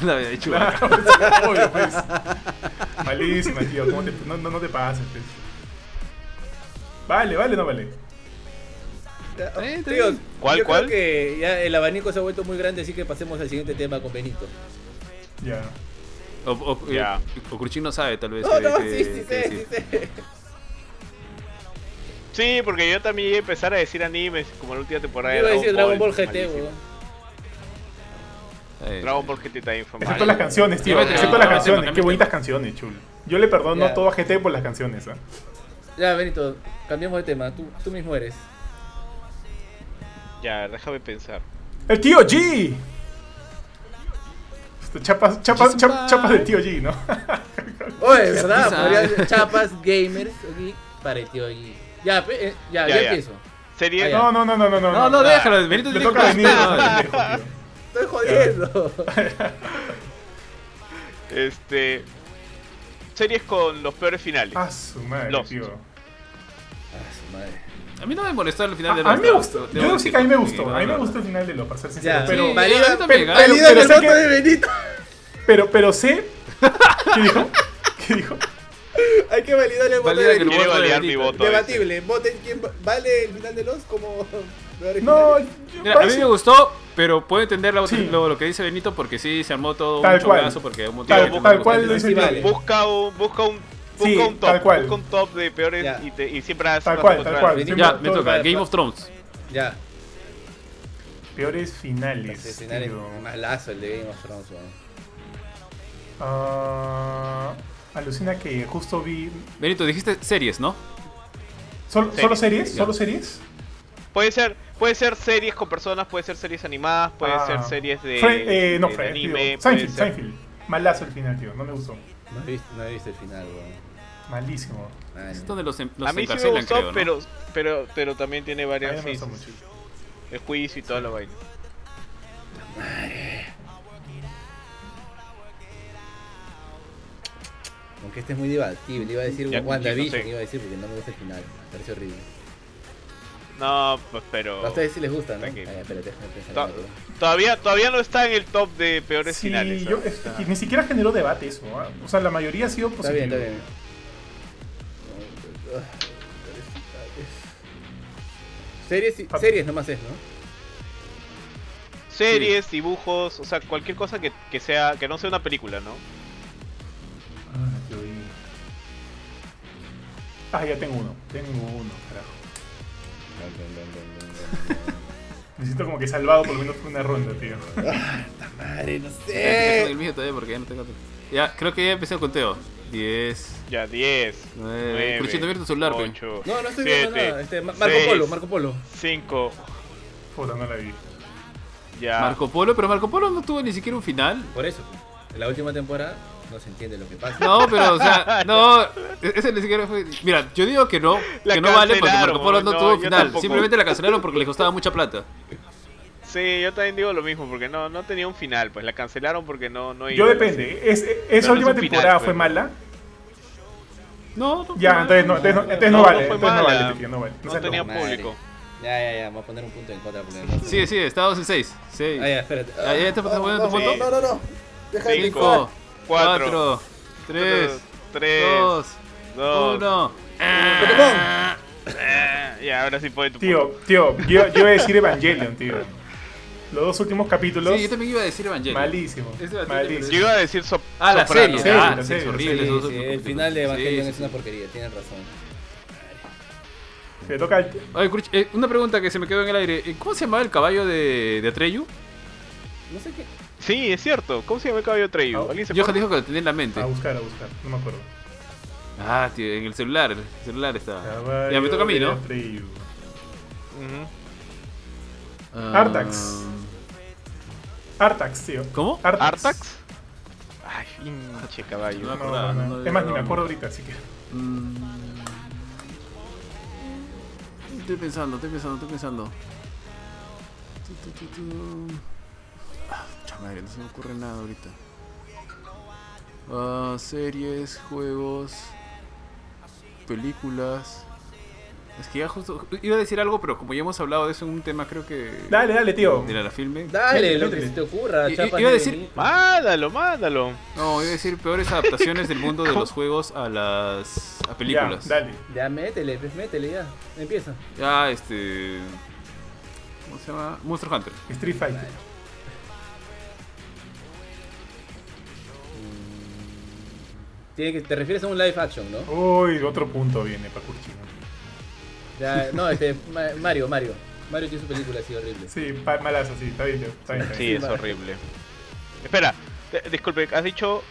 [SPEAKER 4] la ¿eh? de Chewbacca.
[SPEAKER 3] Obvio, pues. Malísima, tío. ¿Cómo te- no, no, no te pases, pues. Vale, vale, no vale.
[SPEAKER 1] Ya,
[SPEAKER 4] bien, está
[SPEAKER 1] tíos,
[SPEAKER 4] bien.
[SPEAKER 2] ¿Cuál,
[SPEAKER 1] yo
[SPEAKER 2] cuál?
[SPEAKER 1] Creo que ya el abanico se ha vuelto muy grande, así que pasemos al siguiente tema con Benito.
[SPEAKER 3] Ya.
[SPEAKER 4] O, o,
[SPEAKER 2] Ya.
[SPEAKER 4] o Kurchin no sabe, tal vez.
[SPEAKER 1] No,
[SPEAKER 4] qué-
[SPEAKER 1] no,
[SPEAKER 4] qué-
[SPEAKER 1] sí, sí,
[SPEAKER 4] qué
[SPEAKER 1] sé, sí,
[SPEAKER 4] decir.
[SPEAKER 1] sé.
[SPEAKER 2] Sí, porque yo también iba a empezar a decir animes como la última temporada
[SPEAKER 1] Yo iba a
[SPEAKER 2] de
[SPEAKER 1] decir Dragon Ball GT,
[SPEAKER 2] malísimo.
[SPEAKER 1] weón.
[SPEAKER 4] Eh,
[SPEAKER 2] Dragon Ball GT también fue
[SPEAKER 3] Excepto
[SPEAKER 2] malo.
[SPEAKER 3] las canciones, tío.
[SPEAKER 4] Ya, ya,
[SPEAKER 3] Excepto
[SPEAKER 4] ya,
[SPEAKER 3] las
[SPEAKER 4] ya,
[SPEAKER 3] canciones.
[SPEAKER 4] ya, ya,
[SPEAKER 3] Qué
[SPEAKER 4] ya.
[SPEAKER 3] bonitas canciones, chulo. Yo le perdono
[SPEAKER 1] Ya.
[SPEAKER 3] todo a GT por las canciones, ¿ah?
[SPEAKER 1] Ya, Benito, cambiamos de tema. Tú, tú mismo eres.
[SPEAKER 2] Ya, déjame pensar.
[SPEAKER 3] ¡El tío G! Este, Esto, Chapas, chapas, chap- chapas del tío G, ¿no?
[SPEAKER 1] Oye, ¿verdad?
[SPEAKER 4] Quizá.
[SPEAKER 1] Podría ser chapas, gamers, geek, para el tío G. Ya, pe- eh, ya,
[SPEAKER 2] Ya,
[SPEAKER 1] ya,
[SPEAKER 2] ya.
[SPEAKER 1] empiezo.
[SPEAKER 2] Sería
[SPEAKER 1] Ah, ya.
[SPEAKER 3] No, no, no, no, no. No,
[SPEAKER 4] No, no, déjalo. Benito
[SPEAKER 3] Le
[SPEAKER 4] tiene
[SPEAKER 3] toca
[SPEAKER 4] que
[SPEAKER 3] venir.
[SPEAKER 4] contestar.
[SPEAKER 1] Estoy jodiendo.
[SPEAKER 2] este series con los peores finales.
[SPEAKER 3] Ah, su madre,
[SPEAKER 2] Los.
[SPEAKER 3] tío.
[SPEAKER 1] Ah, su madre.
[SPEAKER 4] A mí no me molestó el final de
[SPEAKER 3] A, a mí me
[SPEAKER 4] Lost,
[SPEAKER 3] gustó.
[SPEAKER 4] debo
[SPEAKER 3] Yo digo sí que a mí me
[SPEAKER 4] decirlo,
[SPEAKER 3] gustó.
[SPEAKER 4] porque
[SPEAKER 3] A mí me
[SPEAKER 4] no, no, no.
[SPEAKER 3] gustó el final de Lost, para ser sincero.
[SPEAKER 1] Ya.
[SPEAKER 3] Pero,
[SPEAKER 4] Sí,
[SPEAKER 1] Valida-
[SPEAKER 4] a mí también,
[SPEAKER 3] pero-
[SPEAKER 4] ah.
[SPEAKER 3] pero-
[SPEAKER 1] Valida
[SPEAKER 3] pero
[SPEAKER 1] el
[SPEAKER 3] sé
[SPEAKER 1] voto
[SPEAKER 3] que-
[SPEAKER 1] de Benito.
[SPEAKER 3] pero, pero sé. ¿Qué dijo? ¿Qué dijo?
[SPEAKER 1] Hay que validar el voto
[SPEAKER 4] Valida
[SPEAKER 1] de
[SPEAKER 4] que el
[SPEAKER 1] Benito.
[SPEAKER 2] Quiere
[SPEAKER 4] voto de
[SPEAKER 2] validar mi
[SPEAKER 4] Benito.
[SPEAKER 2] voto.
[SPEAKER 1] Debatible. Voten quién va- vale el final de los como.
[SPEAKER 3] No, yo-
[SPEAKER 4] Mira, a mí
[SPEAKER 3] parece-
[SPEAKER 4] me gustó, pero puedo entender la-
[SPEAKER 3] Sí.
[SPEAKER 4] lo, lo que dice Benito porque sí se armó todo
[SPEAKER 3] Tal
[SPEAKER 4] un
[SPEAKER 3] cual.
[SPEAKER 4] chocazo porque un montón de
[SPEAKER 3] Tal,
[SPEAKER 4] gente
[SPEAKER 3] tal
[SPEAKER 4] no
[SPEAKER 3] cual
[SPEAKER 4] le
[SPEAKER 3] lo
[SPEAKER 4] gustó.
[SPEAKER 3] dice
[SPEAKER 1] Sí,
[SPEAKER 3] el tío.
[SPEAKER 1] vale.
[SPEAKER 2] Busca un, busca un, busca
[SPEAKER 3] Sí,
[SPEAKER 2] un top,
[SPEAKER 3] tal cual.
[SPEAKER 2] busca un top de peores
[SPEAKER 1] Ya.
[SPEAKER 2] y, te- y siempre has
[SPEAKER 3] Tal
[SPEAKER 2] vas a
[SPEAKER 3] cual, tal
[SPEAKER 2] encontrar.
[SPEAKER 3] cual.
[SPEAKER 1] Benito.
[SPEAKER 4] Ya, me
[SPEAKER 3] Todo-
[SPEAKER 4] toca.
[SPEAKER 1] tal
[SPEAKER 4] Game
[SPEAKER 1] cual.
[SPEAKER 4] of Thrones.
[SPEAKER 1] Ya.
[SPEAKER 3] Peores finales.
[SPEAKER 1] Ese final es
[SPEAKER 3] tío.
[SPEAKER 1] malazo el de Game of Thrones, weón.
[SPEAKER 3] Ah, alucina que justo vi.
[SPEAKER 4] Benito, dijiste series, ¿no?
[SPEAKER 3] ¿Solo,
[SPEAKER 2] Series,
[SPEAKER 3] solo series?
[SPEAKER 4] ya.
[SPEAKER 3] ¿Solo series?
[SPEAKER 2] Puede ser, puede ser series con personas, puede ser series animadas, puede
[SPEAKER 3] Ah.
[SPEAKER 2] ser series de,
[SPEAKER 3] Fre- eh, no,
[SPEAKER 2] de
[SPEAKER 3] Fred,
[SPEAKER 2] anime,
[SPEAKER 3] tío.
[SPEAKER 2] puede
[SPEAKER 3] Seinfeld,
[SPEAKER 2] ser-
[SPEAKER 3] Seinfeld. Malazo el final, tío. No me gustó.
[SPEAKER 1] No he visto, no he visto el final, weón.
[SPEAKER 3] Malísimo.
[SPEAKER 1] Ay,
[SPEAKER 4] Es
[SPEAKER 1] no.
[SPEAKER 4] donde los, en- los
[SPEAKER 2] a mí sí me
[SPEAKER 4] encarcelan,
[SPEAKER 2] gustó,
[SPEAKER 4] creo, ¿no?
[SPEAKER 2] pero, pero, pero también tiene
[SPEAKER 3] A mí
[SPEAKER 2] varias.
[SPEAKER 3] no me
[SPEAKER 2] sí,
[SPEAKER 3] gustó
[SPEAKER 2] sí,
[SPEAKER 3] mucho.
[SPEAKER 2] sí. El juicio y toda la vaina.
[SPEAKER 1] Aunque este es muy debatible. Iba a decir
[SPEAKER 2] Ya,
[SPEAKER 1] WandaVision,
[SPEAKER 2] sí.
[SPEAKER 1] iba a decir porque no me gusta el final. Me parece horrible.
[SPEAKER 2] No, pues, pero.
[SPEAKER 1] A ustedes sí les gusta, ¿no?
[SPEAKER 2] Tranquilo.
[SPEAKER 1] Ay, espérate, déjame pensar.
[SPEAKER 2] Ta-
[SPEAKER 1] en algo.
[SPEAKER 2] Todavía, todavía no está en el top de peores
[SPEAKER 3] Sí,
[SPEAKER 2] finales. ¿ah?
[SPEAKER 3] yo- es- es que ni siquiera generó debate eso. ¿ah? O sea, la mayoría ha sido
[SPEAKER 1] Está
[SPEAKER 3] positiva.
[SPEAKER 1] bien, está bien. Series, y-
[SPEAKER 3] Papi.
[SPEAKER 1] series nomás es, ¿no?
[SPEAKER 2] Series, dibujos, o sea, cualquier cosa que, que sea, que no sea una película, ¿no?
[SPEAKER 3] Ah, yo vi. Ah, ya tengo uno. Tengo uno, carajo. Me siento como que salvado por lo menos por una ronda, tío.
[SPEAKER 1] Madre, no
[SPEAKER 4] Déjame
[SPEAKER 2] eh,
[SPEAKER 1] sé.
[SPEAKER 4] el mío todavía porque ya no tengo otro. Ya, creo que ya empecé el conteo. 10,
[SPEAKER 2] Ya, 10,
[SPEAKER 4] 9. Cruchito, Eh, abierto tu celular, pues. pe.
[SPEAKER 2] 8,
[SPEAKER 1] No, no estoy viendo nada.
[SPEAKER 2] 7,
[SPEAKER 1] Este, Ma- Marco
[SPEAKER 2] seis.
[SPEAKER 1] Polo, Marco Polo.
[SPEAKER 2] 5,
[SPEAKER 3] Puta, no la vi.
[SPEAKER 2] ya.
[SPEAKER 4] Marco Polo, pero Marco Polo no tuvo ni siquiera un final.
[SPEAKER 1] Por eso, pues. en la última temporada no se entiende lo que pasa.
[SPEAKER 4] No, pero, o sea, no. e-, Ese ni siquiera fue. Mira, yo digo que no,
[SPEAKER 2] La
[SPEAKER 4] que no vale porque Marco
[SPEAKER 2] cancelaron,
[SPEAKER 4] Polo no,
[SPEAKER 2] no,
[SPEAKER 4] tuvo
[SPEAKER 2] yo
[SPEAKER 4] final.
[SPEAKER 2] tampoco.
[SPEAKER 4] Simplemente la cancelaron porque les costaba mucha plata.
[SPEAKER 2] Sí, yo también digo lo mismo, porque no, no tenía un final, pues la cancelaron porque no, no
[SPEAKER 3] Yo
[SPEAKER 2] iba.
[SPEAKER 3] depende. Es- esa
[SPEAKER 2] no
[SPEAKER 3] última
[SPEAKER 2] es un final,
[SPEAKER 3] temporada fue
[SPEAKER 2] pero-
[SPEAKER 3] mala.
[SPEAKER 4] No, no.
[SPEAKER 3] Ya, entonces no, entonces no, entonces no
[SPEAKER 2] Ah, No,
[SPEAKER 3] vale.
[SPEAKER 2] fue
[SPEAKER 3] Entonces no
[SPEAKER 2] mala.
[SPEAKER 3] vale, tío, no vale. No
[SPEAKER 2] No
[SPEAKER 3] seas
[SPEAKER 2] tenía
[SPEAKER 3] loco.
[SPEAKER 1] Madre.
[SPEAKER 2] público.
[SPEAKER 1] Ya, ya, ya, voy a poner un punto en contra porque no
[SPEAKER 4] Sigue, sigue, estábamos en 6. 6.
[SPEAKER 1] Ah, ya, espérate.
[SPEAKER 4] Ah, ¿ya te estás poniendo tu
[SPEAKER 1] no,
[SPEAKER 2] foto?
[SPEAKER 1] No, no, no. Deja de
[SPEAKER 2] Cinco.
[SPEAKER 1] pensar.
[SPEAKER 4] 5,
[SPEAKER 2] Cuatro.
[SPEAKER 4] 4, 3,
[SPEAKER 2] 3, 2,
[SPEAKER 4] 2, 1.
[SPEAKER 1] Pokémon.
[SPEAKER 2] Ya, ahora sí puede tu
[SPEAKER 3] Tío, tío, yo, yo iba a decir Evangelion, tío. Los dos últimos capítulos,
[SPEAKER 4] Sí, yo también iba a decir Evangelion.
[SPEAKER 3] malísimo.
[SPEAKER 4] Es bastante
[SPEAKER 2] Yo
[SPEAKER 3] Malísimo.
[SPEAKER 2] iba a decir sop
[SPEAKER 4] Ah, la
[SPEAKER 2] Soprano.
[SPEAKER 4] serie.
[SPEAKER 3] Sí,
[SPEAKER 4] Ah,
[SPEAKER 3] la
[SPEAKER 4] sí,
[SPEAKER 3] serie,
[SPEAKER 4] es
[SPEAKER 3] la
[SPEAKER 4] horrible.
[SPEAKER 3] serie.
[SPEAKER 4] esos
[SPEAKER 1] Sí,
[SPEAKER 4] dos
[SPEAKER 1] sí, el
[SPEAKER 4] últimos
[SPEAKER 1] final de
[SPEAKER 4] capítulos. Sí,
[SPEAKER 1] Evangelion
[SPEAKER 4] sí,
[SPEAKER 1] es una porquería, tienes razón.
[SPEAKER 3] Te toca el-
[SPEAKER 4] Oye, Cruch, eh, una pregunta que se me quedó en el aire. Eh, ¿Cómo se llamaba el caballo de, de Atreyu?
[SPEAKER 1] No sé qué.
[SPEAKER 2] Sí, es cierto. ¿Cómo se llama el caballo Treyu?
[SPEAKER 1] Oh,
[SPEAKER 3] Ah,
[SPEAKER 2] ¿Alguien se
[SPEAKER 4] Johan
[SPEAKER 2] acuerda?
[SPEAKER 4] dijo que lo tenía en la mente.
[SPEAKER 3] a
[SPEAKER 1] Ah,
[SPEAKER 3] buscar, a buscar. No me acuerdo.
[SPEAKER 4] Ah, tío, en el celular. El celular estaba. Ya
[SPEAKER 3] Caballo
[SPEAKER 4] me toca a mí,
[SPEAKER 3] de
[SPEAKER 4] ¿no?
[SPEAKER 3] Atreyu.
[SPEAKER 2] Ujú.
[SPEAKER 4] Ah,
[SPEAKER 3] Artax. Artax, tío.
[SPEAKER 4] ¿Cómo?
[SPEAKER 2] ¿Artax? Ay, pinche caballo.
[SPEAKER 4] No me
[SPEAKER 3] No, no,
[SPEAKER 4] acordaba,
[SPEAKER 3] no.
[SPEAKER 4] no, no,
[SPEAKER 3] es más, ni
[SPEAKER 4] no.
[SPEAKER 3] me acuerdo ahorita, así que.
[SPEAKER 4] Mm. Estoy pensando, estoy pensando, estoy pensando. Tu, tu, tu, tu. Ah, pucha madre, no se me ocurre nada ahorita. Ah, series, juegos, películas. Es que ya justo iba a decir algo, pero como ya hemos hablado de eso en un tema, creo que
[SPEAKER 3] Dale, dale, tío.
[SPEAKER 4] de la, la filme.
[SPEAKER 1] Dale,
[SPEAKER 3] Métele,
[SPEAKER 1] lo que
[SPEAKER 3] métele.
[SPEAKER 1] se te ocurra,
[SPEAKER 4] I-
[SPEAKER 1] chapa.
[SPEAKER 4] iba a
[SPEAKER 1] de
[SPEAKER 4] decir-
[SPEAKER 1] venir.
[SPEAKER 2] Mándalo, mándalo.
[SPEAKER 4] No, iba a decir peores adaptaciones del mundo de los juegos a las a películas.
[SPEAKER 3] Ya, dale.
[SPEAKER 1] Ya, métele, pues métele ya. Empieza.
[SPEAKER 4] Ya, este. ¿Cómo se llama? Monster Hunter.
[SPEAKER 3] Street Fighter.
[SPEAKER 1] Tiene que, te refieres a un live action, ¿no?
[SPEAKER 3] Uy, otro punto viene para Curchino.
[SPEAKER 1] Ya, no, este, Ma- Mario, Mario. Mario tiene su película así horrible.
[SPEAKER 3] Sí, pa- malazo, sí, está bien, tío. Está bien, está
[SPEAKER 2] Sí,
[SPEAKER 3] bien.
[SPEAKER 2] es horrible. Espera, eh, disculpe, has dicho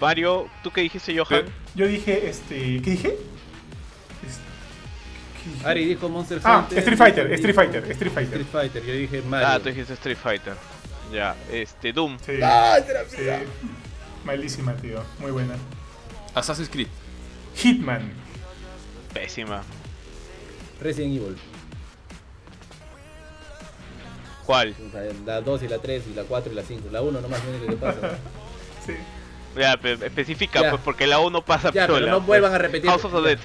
[SPEAKER 2] Mario, ¿tú qué dijiste, Johan?
[SPEAKER 3] Yo dije, este. ¿Qué dije? Es- ¿qué dije?
[SPEAKER 1] Ari dijo Monster Hunter.
[SPEAKER 3] Ah, Street Fighter,
[SPEAKER 1] dijo-
[SPEAKER 3] Street Fighter, Street Fighter.
[SPEAKER 1] Street Fighter, yo dije Mario.
[SPEAKER 2] Ah, tú dijiste Street Fighter. Ya, este, Doom.
[SPEAKER 3] Sí,
[SPEAKER 1] Ah.
[SPEAKER 3] sí. Malísima, tío. Muy buena.
[SPEAKER 4] Assassin's Creed.
[SPEAKER 3] Hitman.
[SPEAKER 2] Pésima.
[SPEAKER 1] Resident Evil.
[SPEAKER 2] ¿Cuál?
[SPEAKER 1] O sea, La 2 y la 3 y la 4 y la 5. La 1 nomás viene que te pasa.
[SPEAKER 3] Sí.
[SPEAKER 2] Ya, pe- especifica,
[SPEAKER 1] Ya.
[SPEAKER 2] pues, porque la 1 pasa
[SPEAKER 1] Ya, pero
[SPEAKER 2] sola,
[SPEAKER 1] no
[SPEAKER 2] pues.
[SPEAKER 1] vuelvan a repetir.
[SPEAKER 2] House of the Dead.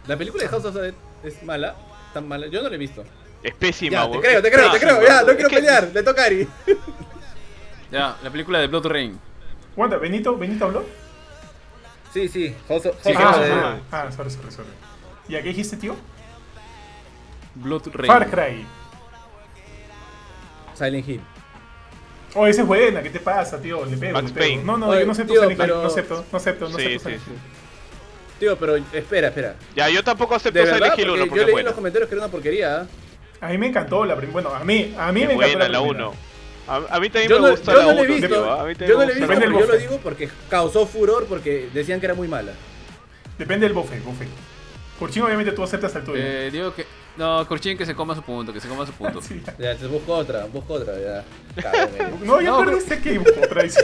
[SPEAKER 1] La película de House of the Dead es mala. Tan mala. Yo no la he visto.
[SPEAKER 2] Es pésima,
[SPEAKER 1] Ya, te
[SPEAKER 2] weón.
[SPEAKER 1] creo, te creo, te creo. Ya, no
[SPEAKER 2] Ah, Es
[SPEAKER 1] quiero
[SPEAKER 2] que-
[SPEAKER 1] pelear. Le toca a Ari.
[SPEAKER 4] Ya, la película de Blood Rain.
[SPEAKER 3] Wanda, Benito, Benito habló.
[SPEAKER 1] Sí, sí. House of,
[SPEAKER 2] Sí,
[SPEAKER 1] House of
[SPEAKER 2] House
[SPEAKER 1] the
[SPEAKER 2] of
[SPEAKER 1] Dead.
[SPEAKER 2] the
[SPEAKER 3] ah, ah, sorry, sorry, sorry. ¿Y a qué dijiste, tío?
[SPEAKER 4] Blood Rain.
[SPEAKER 3] Far Cry.
[SPEAKER 1] Silent Hill.
[SPEAKER 3] Oh, esa es buena, ¿qué te pasa, tío? Le pego,
[SPEAKER 2] Max
[SPEAKER 3] le pego.
[SPEAKER 2] Payne.
[SPEAKER 3] No, no,
[SPEAKER 1] Oye,
[SPEAKER 3] yo no acepto
[SPEAKER 1] tío,
[SPEAKER 3] Silent Hill,
[SPEAKER 1] pero-
[SPEAKER 3] no acepto, no acepto, no
[SPEAKER 2] Sí,
[SPEAKER 3] acepto
[SPEAKER 2] sí,
[SPEAKER 3] Silent
[SPEAKER 2] sí.
[SPEAKER 3] Hill.
[SPEAKER 1] Tío, pero espera, espera.
[SPEAKER 2] Ya, yo tampoco acepto
[SPEAKER 1] De verdad,
[SPEAKER 2] Silent Hill
[SPEAKER 1] porque
[SPEAKER 2] 1
[SPEAKER 1] yo
[SPEAKER 2] porque
[SPEAKER 1] leí
[SPEAKER 2] es
[SPEAKER 1] en
[SPEAKER 2] buena.
[SPEAKER 1] los comentarios que era una porquería. ¿ah?
[SPEAKER 3] A mí me encantó la primera. Bueno, a mí, a mí
[SPEAKER 2] Es
[SPEAKER 3] me encantó
[SPEAKER 2] buena la
[SPEAKER 3] primera.
[SPEAKER 2] 1. A, a mí también
[SPEAKER 1] Yo
[SPEAKER 2] me
[SPEAKER 1] no,
[SPEAKER 2] gusta
[SPEAKER 1] yo
[SPEAKER 2] la
[SPEAKER 1] no
[SPEAKER 2] 1.
[SPEAKER 1] la he
[SPEAKER 3] tío.
[SPEAKER 1] visto.
[SPEAKER 2] a mí también
[SPEAKER 1] Yo no
[SPEAKER 2] me
[SPEAKER 1] la he
[SPEAKER 2] gusta
[SPEAKER 1] visto,
[SPEAKER 3] Depende del
[SPEAKER 1] pero yo lo
[SPEAKER 3] bofe.
[SPEAKER 1] digo porque causó furor porque decían que era muy mala.
[SPEAKER 3] Depende del bofe, bofe. Curchín, obviamente tú aceptas al tuyo.
[SPEAKER 4] Eh, digo que No, Kurchin que se coma su punto, que se coma su punto.
[SPEAKER 3] Sí.
[SPEAKER 1] Ya, entonces busco otra, busco otra, ya. Cagón, eh.
[SPEAKER 3] No, ya
[SPEAKER 4] No,
[SPEAKER 3] perdiste aquí. Otra vez.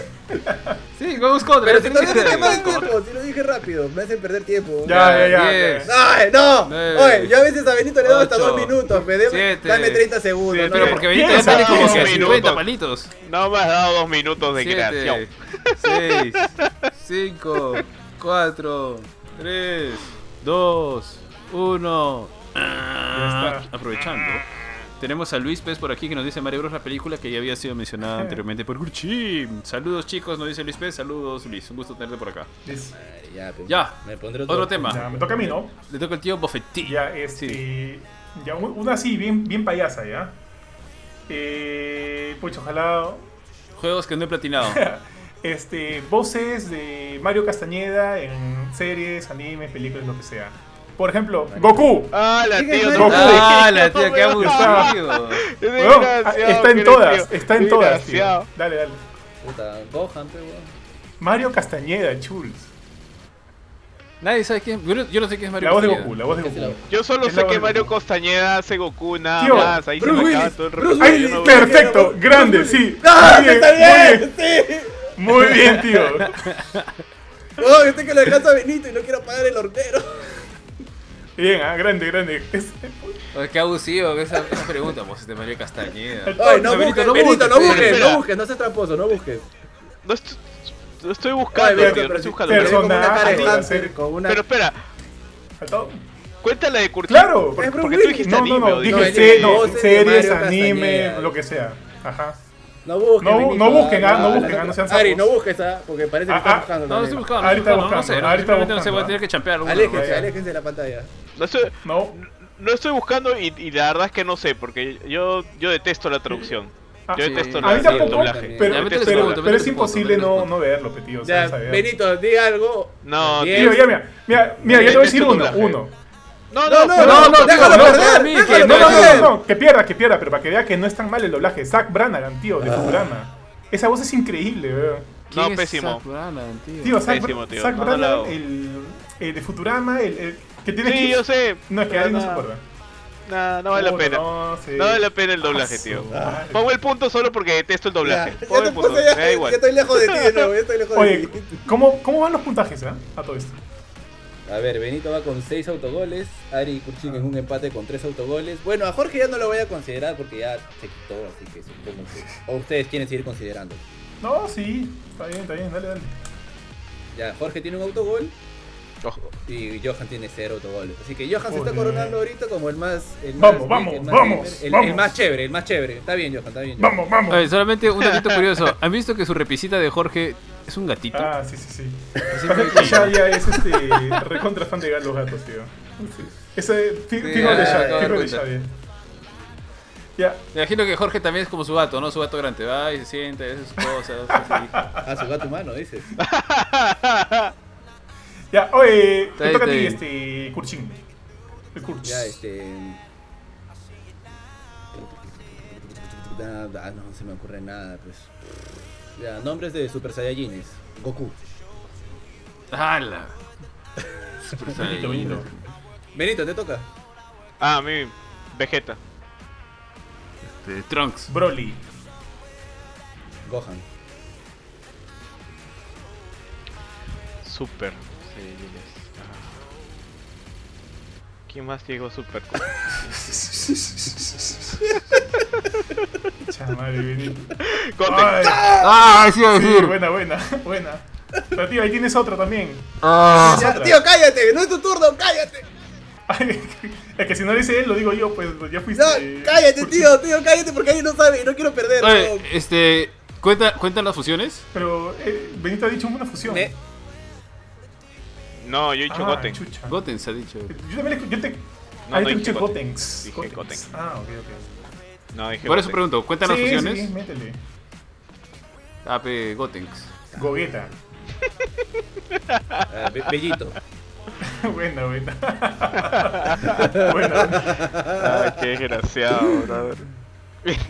[SPEAKER 4] Sí, vamos contra.
[SPEAKER 1] Pero
[SPEAKER 4] ya
[SPEAKER 1] si
[SPEAKER 4] tenés
[SPEAKER 1] no dije
[SPEAKER 4] idea.
[SPEAKER 1] tema de tiempo, si lo dije rápido, me hacen perder tiempo.
[SPEAKER 3] Ya, ya, ya.
[SPEAKER 4] Diez.
[SPEAKER 3] ya.
[SPEAKER 1] ¡Ay, no!
[SPEAKER 4] Nueve,
[SPEAKER 1] Oye, yo a veces a Benito le doy hasta
[SPEAKER 4] ocho,
[SPEAKER 1] dos minutos, me deme-
[SPEAKER 4] siete,
[SPEAKER 1] dame 30 segundos.
[SPEAKER 3] siete,
[SPEAKER 1] no
[SPEAKER 4] Pero
[SPEAKER 1] me-
[SPEAKER 4] porque Benito ya
[SPEAKER 3] Piensa,
[SPEAKER 4] tiene como que
[SPEAKER 2] piensa.
[SPEAKER 4] 50 palitos.
[SPEAKER 2] No me has dado dos minutos de creación.
[SPEAKER 4] 7, 6, 5, 4, 3, 2, 1.
[SPEAKER 3] Ya está.
[SPEAKER 4] Aprovechando, tenemos a Luis Pez por aquí que nos dice Mario Bros. la película que ya había sido mencionada anteriormente por Gurchim. Saludos chicos, nos dice Luis Pez. Saludos Luis, un gusto tenerte por acá.
[SPEAKER 3] Es-
[SPEAKER 1] Ay, Ya, pe-
[SPEAKER 4] Ya.
[SPEAKER 1] Me pondré
[SPEAKER 4] Otro tema.
[SPEAKER 3] ya, me toca a mí, ¿no?
[SPEAKER 4] Le toca el tío Bofetti.
[SPEAKER 3] Ya, este. Ya, un- una así, bien, bien payasa, ¿ya? Eh, pues ojalá.
[SPEAKER 4] Juegos que no he platinado.
[SPEAKER 3] Este, voces de Mario Castañeda en series, animes, películas, lo que sea. Por ejemplo, Goku.
[SPEAKER 2] Ah, la
[SPEAKER 1] Dije,
[SPEAKER 2] tío,
[SPEAKER 1] no,
[SPEAKER 2] no
[SPEAKER 3] no.
[SPEAKER 2] me-
[SPEAKER 4] ¡Ah, la
[SPEAKER 2] no
[SPEAKER 4] tía,
[SPEAKER 2] me
[SPEAKER 4] qué
[SPEAKER 2] vas a-
[SPEAKER 4] aburrido!
[SPEAKER 3] Weón,
[SPEAKER 2] Desgraciado,
[SPEAKER 3] ah, está en
[SPEAKER 2] eres,
[SPEAKER 3] todas,
[SPEAKER 2] tío.
[SPEAKER 3] está en todas, tío.
[SPEAKER 2] Desgraciado.
[SPEAKER 3] Dale, dale.
[SPEAKER 1] Puta, Gohan, pe, weón.
[SPEAKER 3] Mario Castañeda, chuls.
[SPEAKER 4] Nadie sabe quién. Yo no, yo no sé quién es Mario
[SPEAKER 3] La voz de
[SPEAKER 4] Castañeda.
[SPEAKER 3] Goku, la voz de
[SPEAKER 1] ¿Qué se
[SPEAKER 3] Goku.
[SPEAKER 1] la-
[SPEAKER 2] Yo solo
[SPEAKER 3] Es
[SPEAKER 2] sé
[SPEAKER 3] la
[SPEAKER 2] que
[SPEAKER 3] buena.
[SPEAKER 2] Mario Costañeda hace Goku nada
[SPEAKER 3] Tío,
[SPEAKER 2] más. Ahí se
[SPEAKER 1] Bruce
[SPEAKER 2] me acaba
[SPEAKER 1] Willis,
[SPEAKER 2] todo el
[SPEAKER 1] Bruce
[SPEAKER 2] repertorio,
[SPEAKER 3] ¡Ay,
[SPEAKER 1] Willis,
[SPEAKER 2] yo no veo.
[SPEAKER 3] perfecto! ¡Grande, sí!
[SPEAKER 1] ¡Ah,
[SPEAKER 3] Muy
[SPEAKER 1] está bien! ¡Sí!
[SPEAKER 3] Muy bien, muy bien, tío.
[SPEAKER 1] No, Oh, yo sé que lo dejaste a Benito y no quiero pagar el hornero.
[SPEAKER 3] Bien, ah, grande, grande. Es- eh,
[SPEAKER 4] Ay, Qué abusivo esa, esa pregunta, pues este Mario Castañeda.
[SPEAKER 1] Ay, no
[SPEAKER 4] Benito,
[SPEAKER 1] busques,
[SPEAKER 4] no
[SPEAKER 1] Benito, no
[SPEAKER 4] busques,
[SPEAKER 1] busques,
[SPEAKER 2] espera.
[SPEAKER 1] no busques, no seas tramposo, no busques.
[SPEAKER 2] No estoy, no estoy
[SPEAKER 1] Ay,
[SPEAKER 2] buscando,
[SPEAKER 1] Benito,
[SPEAKER 2] tío, no
[SPEAKER 1] pero
[SPEAKER 2] estoy
[SPEAKER 1] si-
[SPEAKER 2] buscando.
[SPEAKER 1] pero con una cara de
[SPEAKER 3] Persona,
[SPEAKER 1] hámster,
[SPEAKER 3] sí.
[SPEAKER 1] con una...
[SPEAKER 2] Pero espera,
[SPEAKER 3] Faltó-
[SPEAKER 2] cuéntala de Curtis.
[SPEAKER 3] Claro,
[SPEAKER 1] Es
[SPEAKER 3] porque-
[SPEAKER 1] Bruce
[SPEAKER 2] porque tú
[SPEAKER 1] Willis.
[SPEAKER 2] dijiste
[SPEAKER 3] no, no,
[SPEAKER 2] anime.
[SPEAKER 3] no,
[SPEAKER 2] oye.
[SPEAKER 3] dije
[SPEAKER 1] No,
[SPEAKER 3] se- no,
[SPEAKER 1] voces de
[SPEAKER 3] series,
[SPEAKER 1] Mario
[SPEAKER 3] anime,
[SPEAKER 1] Castañeda.
[SPEAKER 3] lo que sea. Ajá.
[SPEAKER 1] No busques,
[SPEAKER 3] No-
[SPEAKER 1] Benito,
[SPEAKER 3] no busquen, ah, no
[SPEAKER 1] dale.
[SPEAKER 3] busquen, ah, no sean
[SPEAKER 1] Ari,
[SPEAKER 3] sapos.
[SPEAKER 1] no busques, ah, porque parece que
[SPEAKER 3] Ah,
[SPEAKER 1] estás
[SPEAKER 3] ah.
[SPEAKER 1] buscando
[SPEAKER 4] No, no estoy
[SPEAKER 1] también.
[SPEAKER 4] buscando, no
[SPEAKER 3] Ahorita
[SPEAKER 4] estoy buscando,
[SPEAKER 3] buscando,
[SPEAKER 4] no sé,
[SPEAKER 3] ahorita
[SPEAKER 4] simplemente no
[SPEAKER 3] buscando,
[SPEAKER 4] sé, voy a
[SPEAKER 3] ¿ah?
[SPEAKER 4] tener que champear alguna.
[SPEAKER 1] Aléjense,
[SPEAKER 3] vaya.
[SPEAKER 1] aléjense de la pantalla.
[SPEAKER 2] No estoy,
[SPEAKER 3] No.
[SPEAKER 2] no estoy buscando y, y la verdad es que no sé, porque yo, yo detesto la traducción.
[SPEAKER 3] Ah,
[SPEAKER 2] Yo
[SPEAKER 4] sí.
[SPEAKER 2] detesto
[SPEAKER 3] A
[SPEAKER 2] la,
[SPEAKER 3] mí
[SPEAKER 2] el
[SPEAKER 3] tampoco,
[SPEAKER 2] doblaje.
[SPEAKER 3] pero,
[SPEAKER 4] Ya,
[SPEAKER 3] pero,
[SPEAKER 4] métele
[SPEAKER 2] Detesto
[SPEAKER 4] su
[SPEAKER 2] el
[SPEAKER 3] pero
[SPEAKER 4] punto,
[SPEAKER 2] doblaje.
[SPEAKER 4] métele
[SPEAKER 3] es
[SPEAKER 4] su punto,
[SPEAKER 3] imposible
[SPEAKER 4] métele su
[SPEAKER 3] no,
[SPEAKER 4] punto.
[SPEAKER 3] no verlo, petido.
[SPEAKER 1] Ya, Benito, di algo.
[SPEAKER 2] No,
[SPEAKER 1] Bien.
[SPEAKER 3] Tío, ya mira, mira, mira, yo te voy a decir
[SPEAKER 2] Este
[SPEAKER 3] uno,
[SPEAKER 2] doblaje.
[SPEAKER 3] uno.
[SPEAKER 2] no,
[SPEAKER 1] No,
[SPEAKER 2] no,
[SPEAKER 1] no,
[SPEAKER 2] pero-
[SPEAKER 3] no,
[SPEAKER 1] no,
[SPEAKER 3] no,
[SPEAKER 1] déjalo
[SPEAKER 3] no,
[SPEAKER 1] perder,
[SPEAKER 4] no,
[SPEAKER 1] déjalo
[SPEAKER 3] No, no, no,
[SPEAKER 1] perder.
[SPEAKER 3] no, que pierda, que pierda, pero para que vea que no es tan mal el doblaje. Zach Branagh, tío, de
[SPEAKER 1] Ah.
[SPEAKER 3] Futurama. Esa voz es increíble, weón.
[SPEAKER 4] ¿Quién
[SPEAKER 2] No,
[SPEAKER 4] es
[SPEAKER 2] pésimo.
[SPEAKER 4] Zach Branagh, tío?
[SPEAKER 3] Tío, Zach,
[SPEAKER 2] Pésimo, tío,
[SPEAKER 3] Zach
[SPEAKER 2] no, no
[SPEAKER 3] Branagh,
[SPEAKER 2] lo hago.
[SPEAKER 3] el, el de Futurama, el, el que tiene
[SPEAKER 2] Sí,
[SPEAKER 3] que...
[SPEAKER 2] yo sé.
[SPEAKER 3] No, es que
[SPEAKER 2] pero
[SPEAKER 3] alguien no se
[SPEAKER 2] no,
[SPEAKER 3] acuerda.
[SPEAKER 2] no, no vale la
[SPEAKER 3] Puta,
[SPEAKER 2] pena.
[SPEAKER 3] No, sí.
[SPEAKER 2] No vale la pena el doblaje,
[SPEAKER 3] Ah, su
[SPEAKER 2] tío.
[SPEAKER 3] madre.
[SPEAKER 2] Pongo el punto solo porque detesto el
[SPEAKER 1] Ya,
[SPEAKER 2] doblaje.
[SPEAKER 1] ya te
[SPEAKER 2] Pongo el punto,
[SPEAKER 1] puse,
[SPEAKER 2] me
[SPEAKER 1] ya,
[SPEAKER 2] da
[SPEAKER 1] ya
[SPEAKER 2] igual.
[SPEAKER 1] estoy lejos de ti, de nuevo, ya estoy lejos de
[SPEAKER 3] Oye,
[SPEAKER 1] ti.
[SPEAKER 3] ¿cómo, ¿cómo van los puntajes, ah? A todo esto.
[SPEAKER 1] A ver, Benito va con 6 autogoles, Ari y Kurchin en un empate con 3 autogoles. Bueno, a Jorge ya no lo voy a considerar porque ya se quitó, así que supongo que... O ustedes quieren seguir considerando.
[SPEAKER 3] No, sí. Está bien, está bien, dale, dale.
[SPEAKER 1] Ya, Jorge tiene un autogol
[SPEAKER 2] Ojo.
[SPEAKER 1] y Johan tiene 0 autogoles. Así que Johan se está
[SPEAKER 3] Joder.
[SPEAKER 1] coronando ahorita como el más... El
[SPEAKER 3] Oh,
[SPEAKER 1] más-
[SPEAKER 3] Vamos, vamos,
[SPEAKER 1] el más
[SPEAKER 3] vamos,
[SPEAKER 1] gamer, el,
[SPEAKER 3] vamos.
[SPEAKER 1] el más chévere, el más chévere. Está bien, Johan, está bien. Johan.
[SPEAKER 3] Vamos, vamos.
[SPEAKER 4] A ver, solamente un datito curioso. ¿Han visto que su repisita de Jorge es un gatito?
[SPEAKER 3] Ah, sí, sí, sí.
[SPEAKER 4] Así
[SPEAKER 3] Jorge
[SPEAKER 4] muy
[SPEAKER 3] Cuchá ya es este recontra fan de ga- los gatos, tío. Sí. Ese fi-
[SPEAKER 4] Sí,
[SPEAKER 3] fijo de
[SPEAKER 4] ah, acabo
[SPEAKER 3] Xavi,
[SPEAKER 4] de
[SPEAKER 3] fijo de
[SPEAKER 4] dar
[SPEAKER 3] Xavi. Ya,
[SPEAKER 4] Me imagino que Jorge también es como su gato, ¿no? Su gato grande. Va y se sienta, hace sus cosas. así.
[SPEAKER 1] A Ah, su gato humano, dices.
[SPEAKER 3] ya, oye,
[SPEAKER 4] Está
[SPEAKER 3] te
[SPEAKER 4] bien,
[SPEAKER 3] toca a ti,
[SPEAKER 4] está
[SPEAKER 3] este, Kurchin. El Kurch.
[SPEAKER 1] Ya, este. Ah, no, no se me ocurre nada, pues. Ya, nombres de Super Saiyajines. Goku.
[SPEAKER 4] ¡Hala! Super
[SPEAKER 3] Benito,
[SPEAKER 4] Saiyan.
[SPEAKER 3] Benito.
[SPEAKER 1] Benito, te toca.
[SPEAKER 2] Ah, a mí, Vegeta.
[SPEAKER 4] Este, Trunks.
[SPEAKER 3] Broly.
[SPEAKER 1] Gohan.
[SPEAKER 2] Super. Sí, yes. Ah. ¿Quién más llegó super?
[SPEAKER 3] Chamare, Benito.
[SPEAKER 2] Goten.
[SPEAKER 3] Ay,
[SPEAKER 4] ¡Ah! Así iba a
[SPEAKER 3] sí,
[SPEAKER 4] decir.
[SPEAKER 3] buena, buena, buena. Pero tío, ahí tienes otro también.
[SPEAKER 4] Ah.
[SPEAKER 3] Tienes
[SPEAKER 1] Ya,
[SPEAKER 3] otra.
[SPEAKER 1] tío, cállate, no es tu turno, cállate.
[SPEAKER 3] Ay, es que si no lo dice él, lo digo yo, pues ya fuiste.
[SPEAKER 1] No, cállate,
[SPEAKER 3] Kurchin.
[SPEAKER 1] tío, tío, cállate porque alguien no sabe y no quiero perder.
[SPEAKER 4] Oye,
[SPEAKER 1] no.
[SPEAKER 4] este. ¿cuenta, ¿Cuentan las fusiones?
[SPEAKER 3] Pero eh, Benito ha dicho una fusión.
[SPEAKER 1] Ne-
[SPEAKER 2] No, yo he dicho
[SPEAKER 3] Ah,
[SPEAKER 2] Goten.
[SPEAKER 3] chucha.
[SPEAKER 4] Goten se ha dicho.
[SPEAKER 3] Yo también le, yo te,
[SPEAKER 2] No, no
[SPEAKER 3] ah, yo te
[SPEAKER 2] dije
[SPEAKER 3] escuché
[SPEAKER 2] Goten.
[SPEAKER 3] Gotenks.
[SPEAKER 2] Dije
[SPEAKER 3] Gotenks.
[SPEAKER 2] Goten.
[SPEAKER 3] Ah, ok, ok.
[SPEAKER 2] No, dije
[SPEAKER 4] Por eso
[SPEAKER 2] Goten.
[SPEAKER 4] pregunto, ¿cuentan las
[SPEAKER 3] sí,
[SPEAKER 4] fusiones?
[SPEAKER 3] Sí, métele.
[SPEAKER 4] AP Gotenks.
[SPEAKER 3] Gogeta.
[SPEAKER 1] Ah, Be- Bellito.
[SPEAKER 3] buena, buena. buena.
[SPEAKER 2] Ay, qué desgraciado, brother.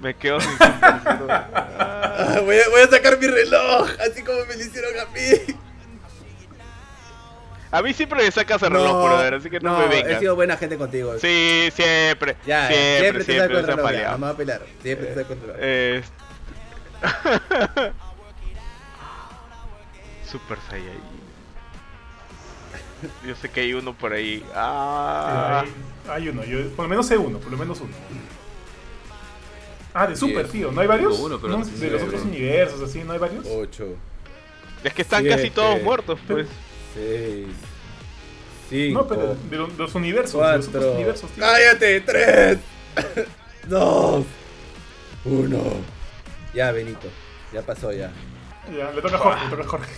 [SPEAKER 2] Me quedo sin super.
[SPEAKER 1] Ah,
[SPEAKER 2] Este
[SPEAKER 1] voy, a, voy a sacar mi reloj, así como me lo hicieron a mí.
[SPEAKER 2] A mí siempre me sacas el reloj, brother, así que no, me
[SPEAKER 1] He
[SPEAKER 2] vengas.
[SPEAKER 1] sido buena gente contigo.
[SPEAKER 2] Sí, siempre.
[SPEAKER 1] Ya, siempre, te saco
[SPEAKER 2] siempre, siempre,
[SPEAKER 1] el
[SPEAKER 2] se
[SPEAKER 1] reloj.
[SPEAKER 2] ha
[SPEAKER 1] ya,
[SPEAKER 2] paleado.
[SPEAKER 1] Vamos a pelear. Siempre te saco el reloj.
[SPEAKER 2] Eh, Super Saiyajin. Yo sé que hay uno por ahí. Ah.
[SPEAKER 3] Hay, hay uno, yo, por lo menos sé uno, por lo menos uno. Ah, de Super,
[SPEAKER 4] Diez.
[SPEAKER 3] tío, ¿no hay varios?
[SPEAKER 4] Digo, uno, pero
[SPEAKER 3] No,
[SPEAKER 4] no sé si
[SPEAKER 3] de los
[SPEAKER 4] hay
[SPEAKER 3] otros
[SPEAKER 4] uno.
[SPEAKER 3] universos, así, ¿no hay varios?
[SPEAKER 1] 8,
[SPEAKER 2] Es que están
[SPEAKER 1] Siete.
[SPEAKER 2] casi todos muertos, pues.
[SPEAKER 1] 6, 5.
[SPEAKER 3] no, pero de los, de los universos, de los
[SPEAKER 1] Cuatro.
[SPEAKER 3] otros universos, tío.
[SPEAKER 1] ¡Cállate! ¡Tres! ¡Dos! ¡Uno! Ya, Benito. Ya pasó ya.
[SPEAKER 3] Ya, le toca a
[SPEAKER 1] Ah.
[SPEAKER 3] Jorge, le toca a Jorge.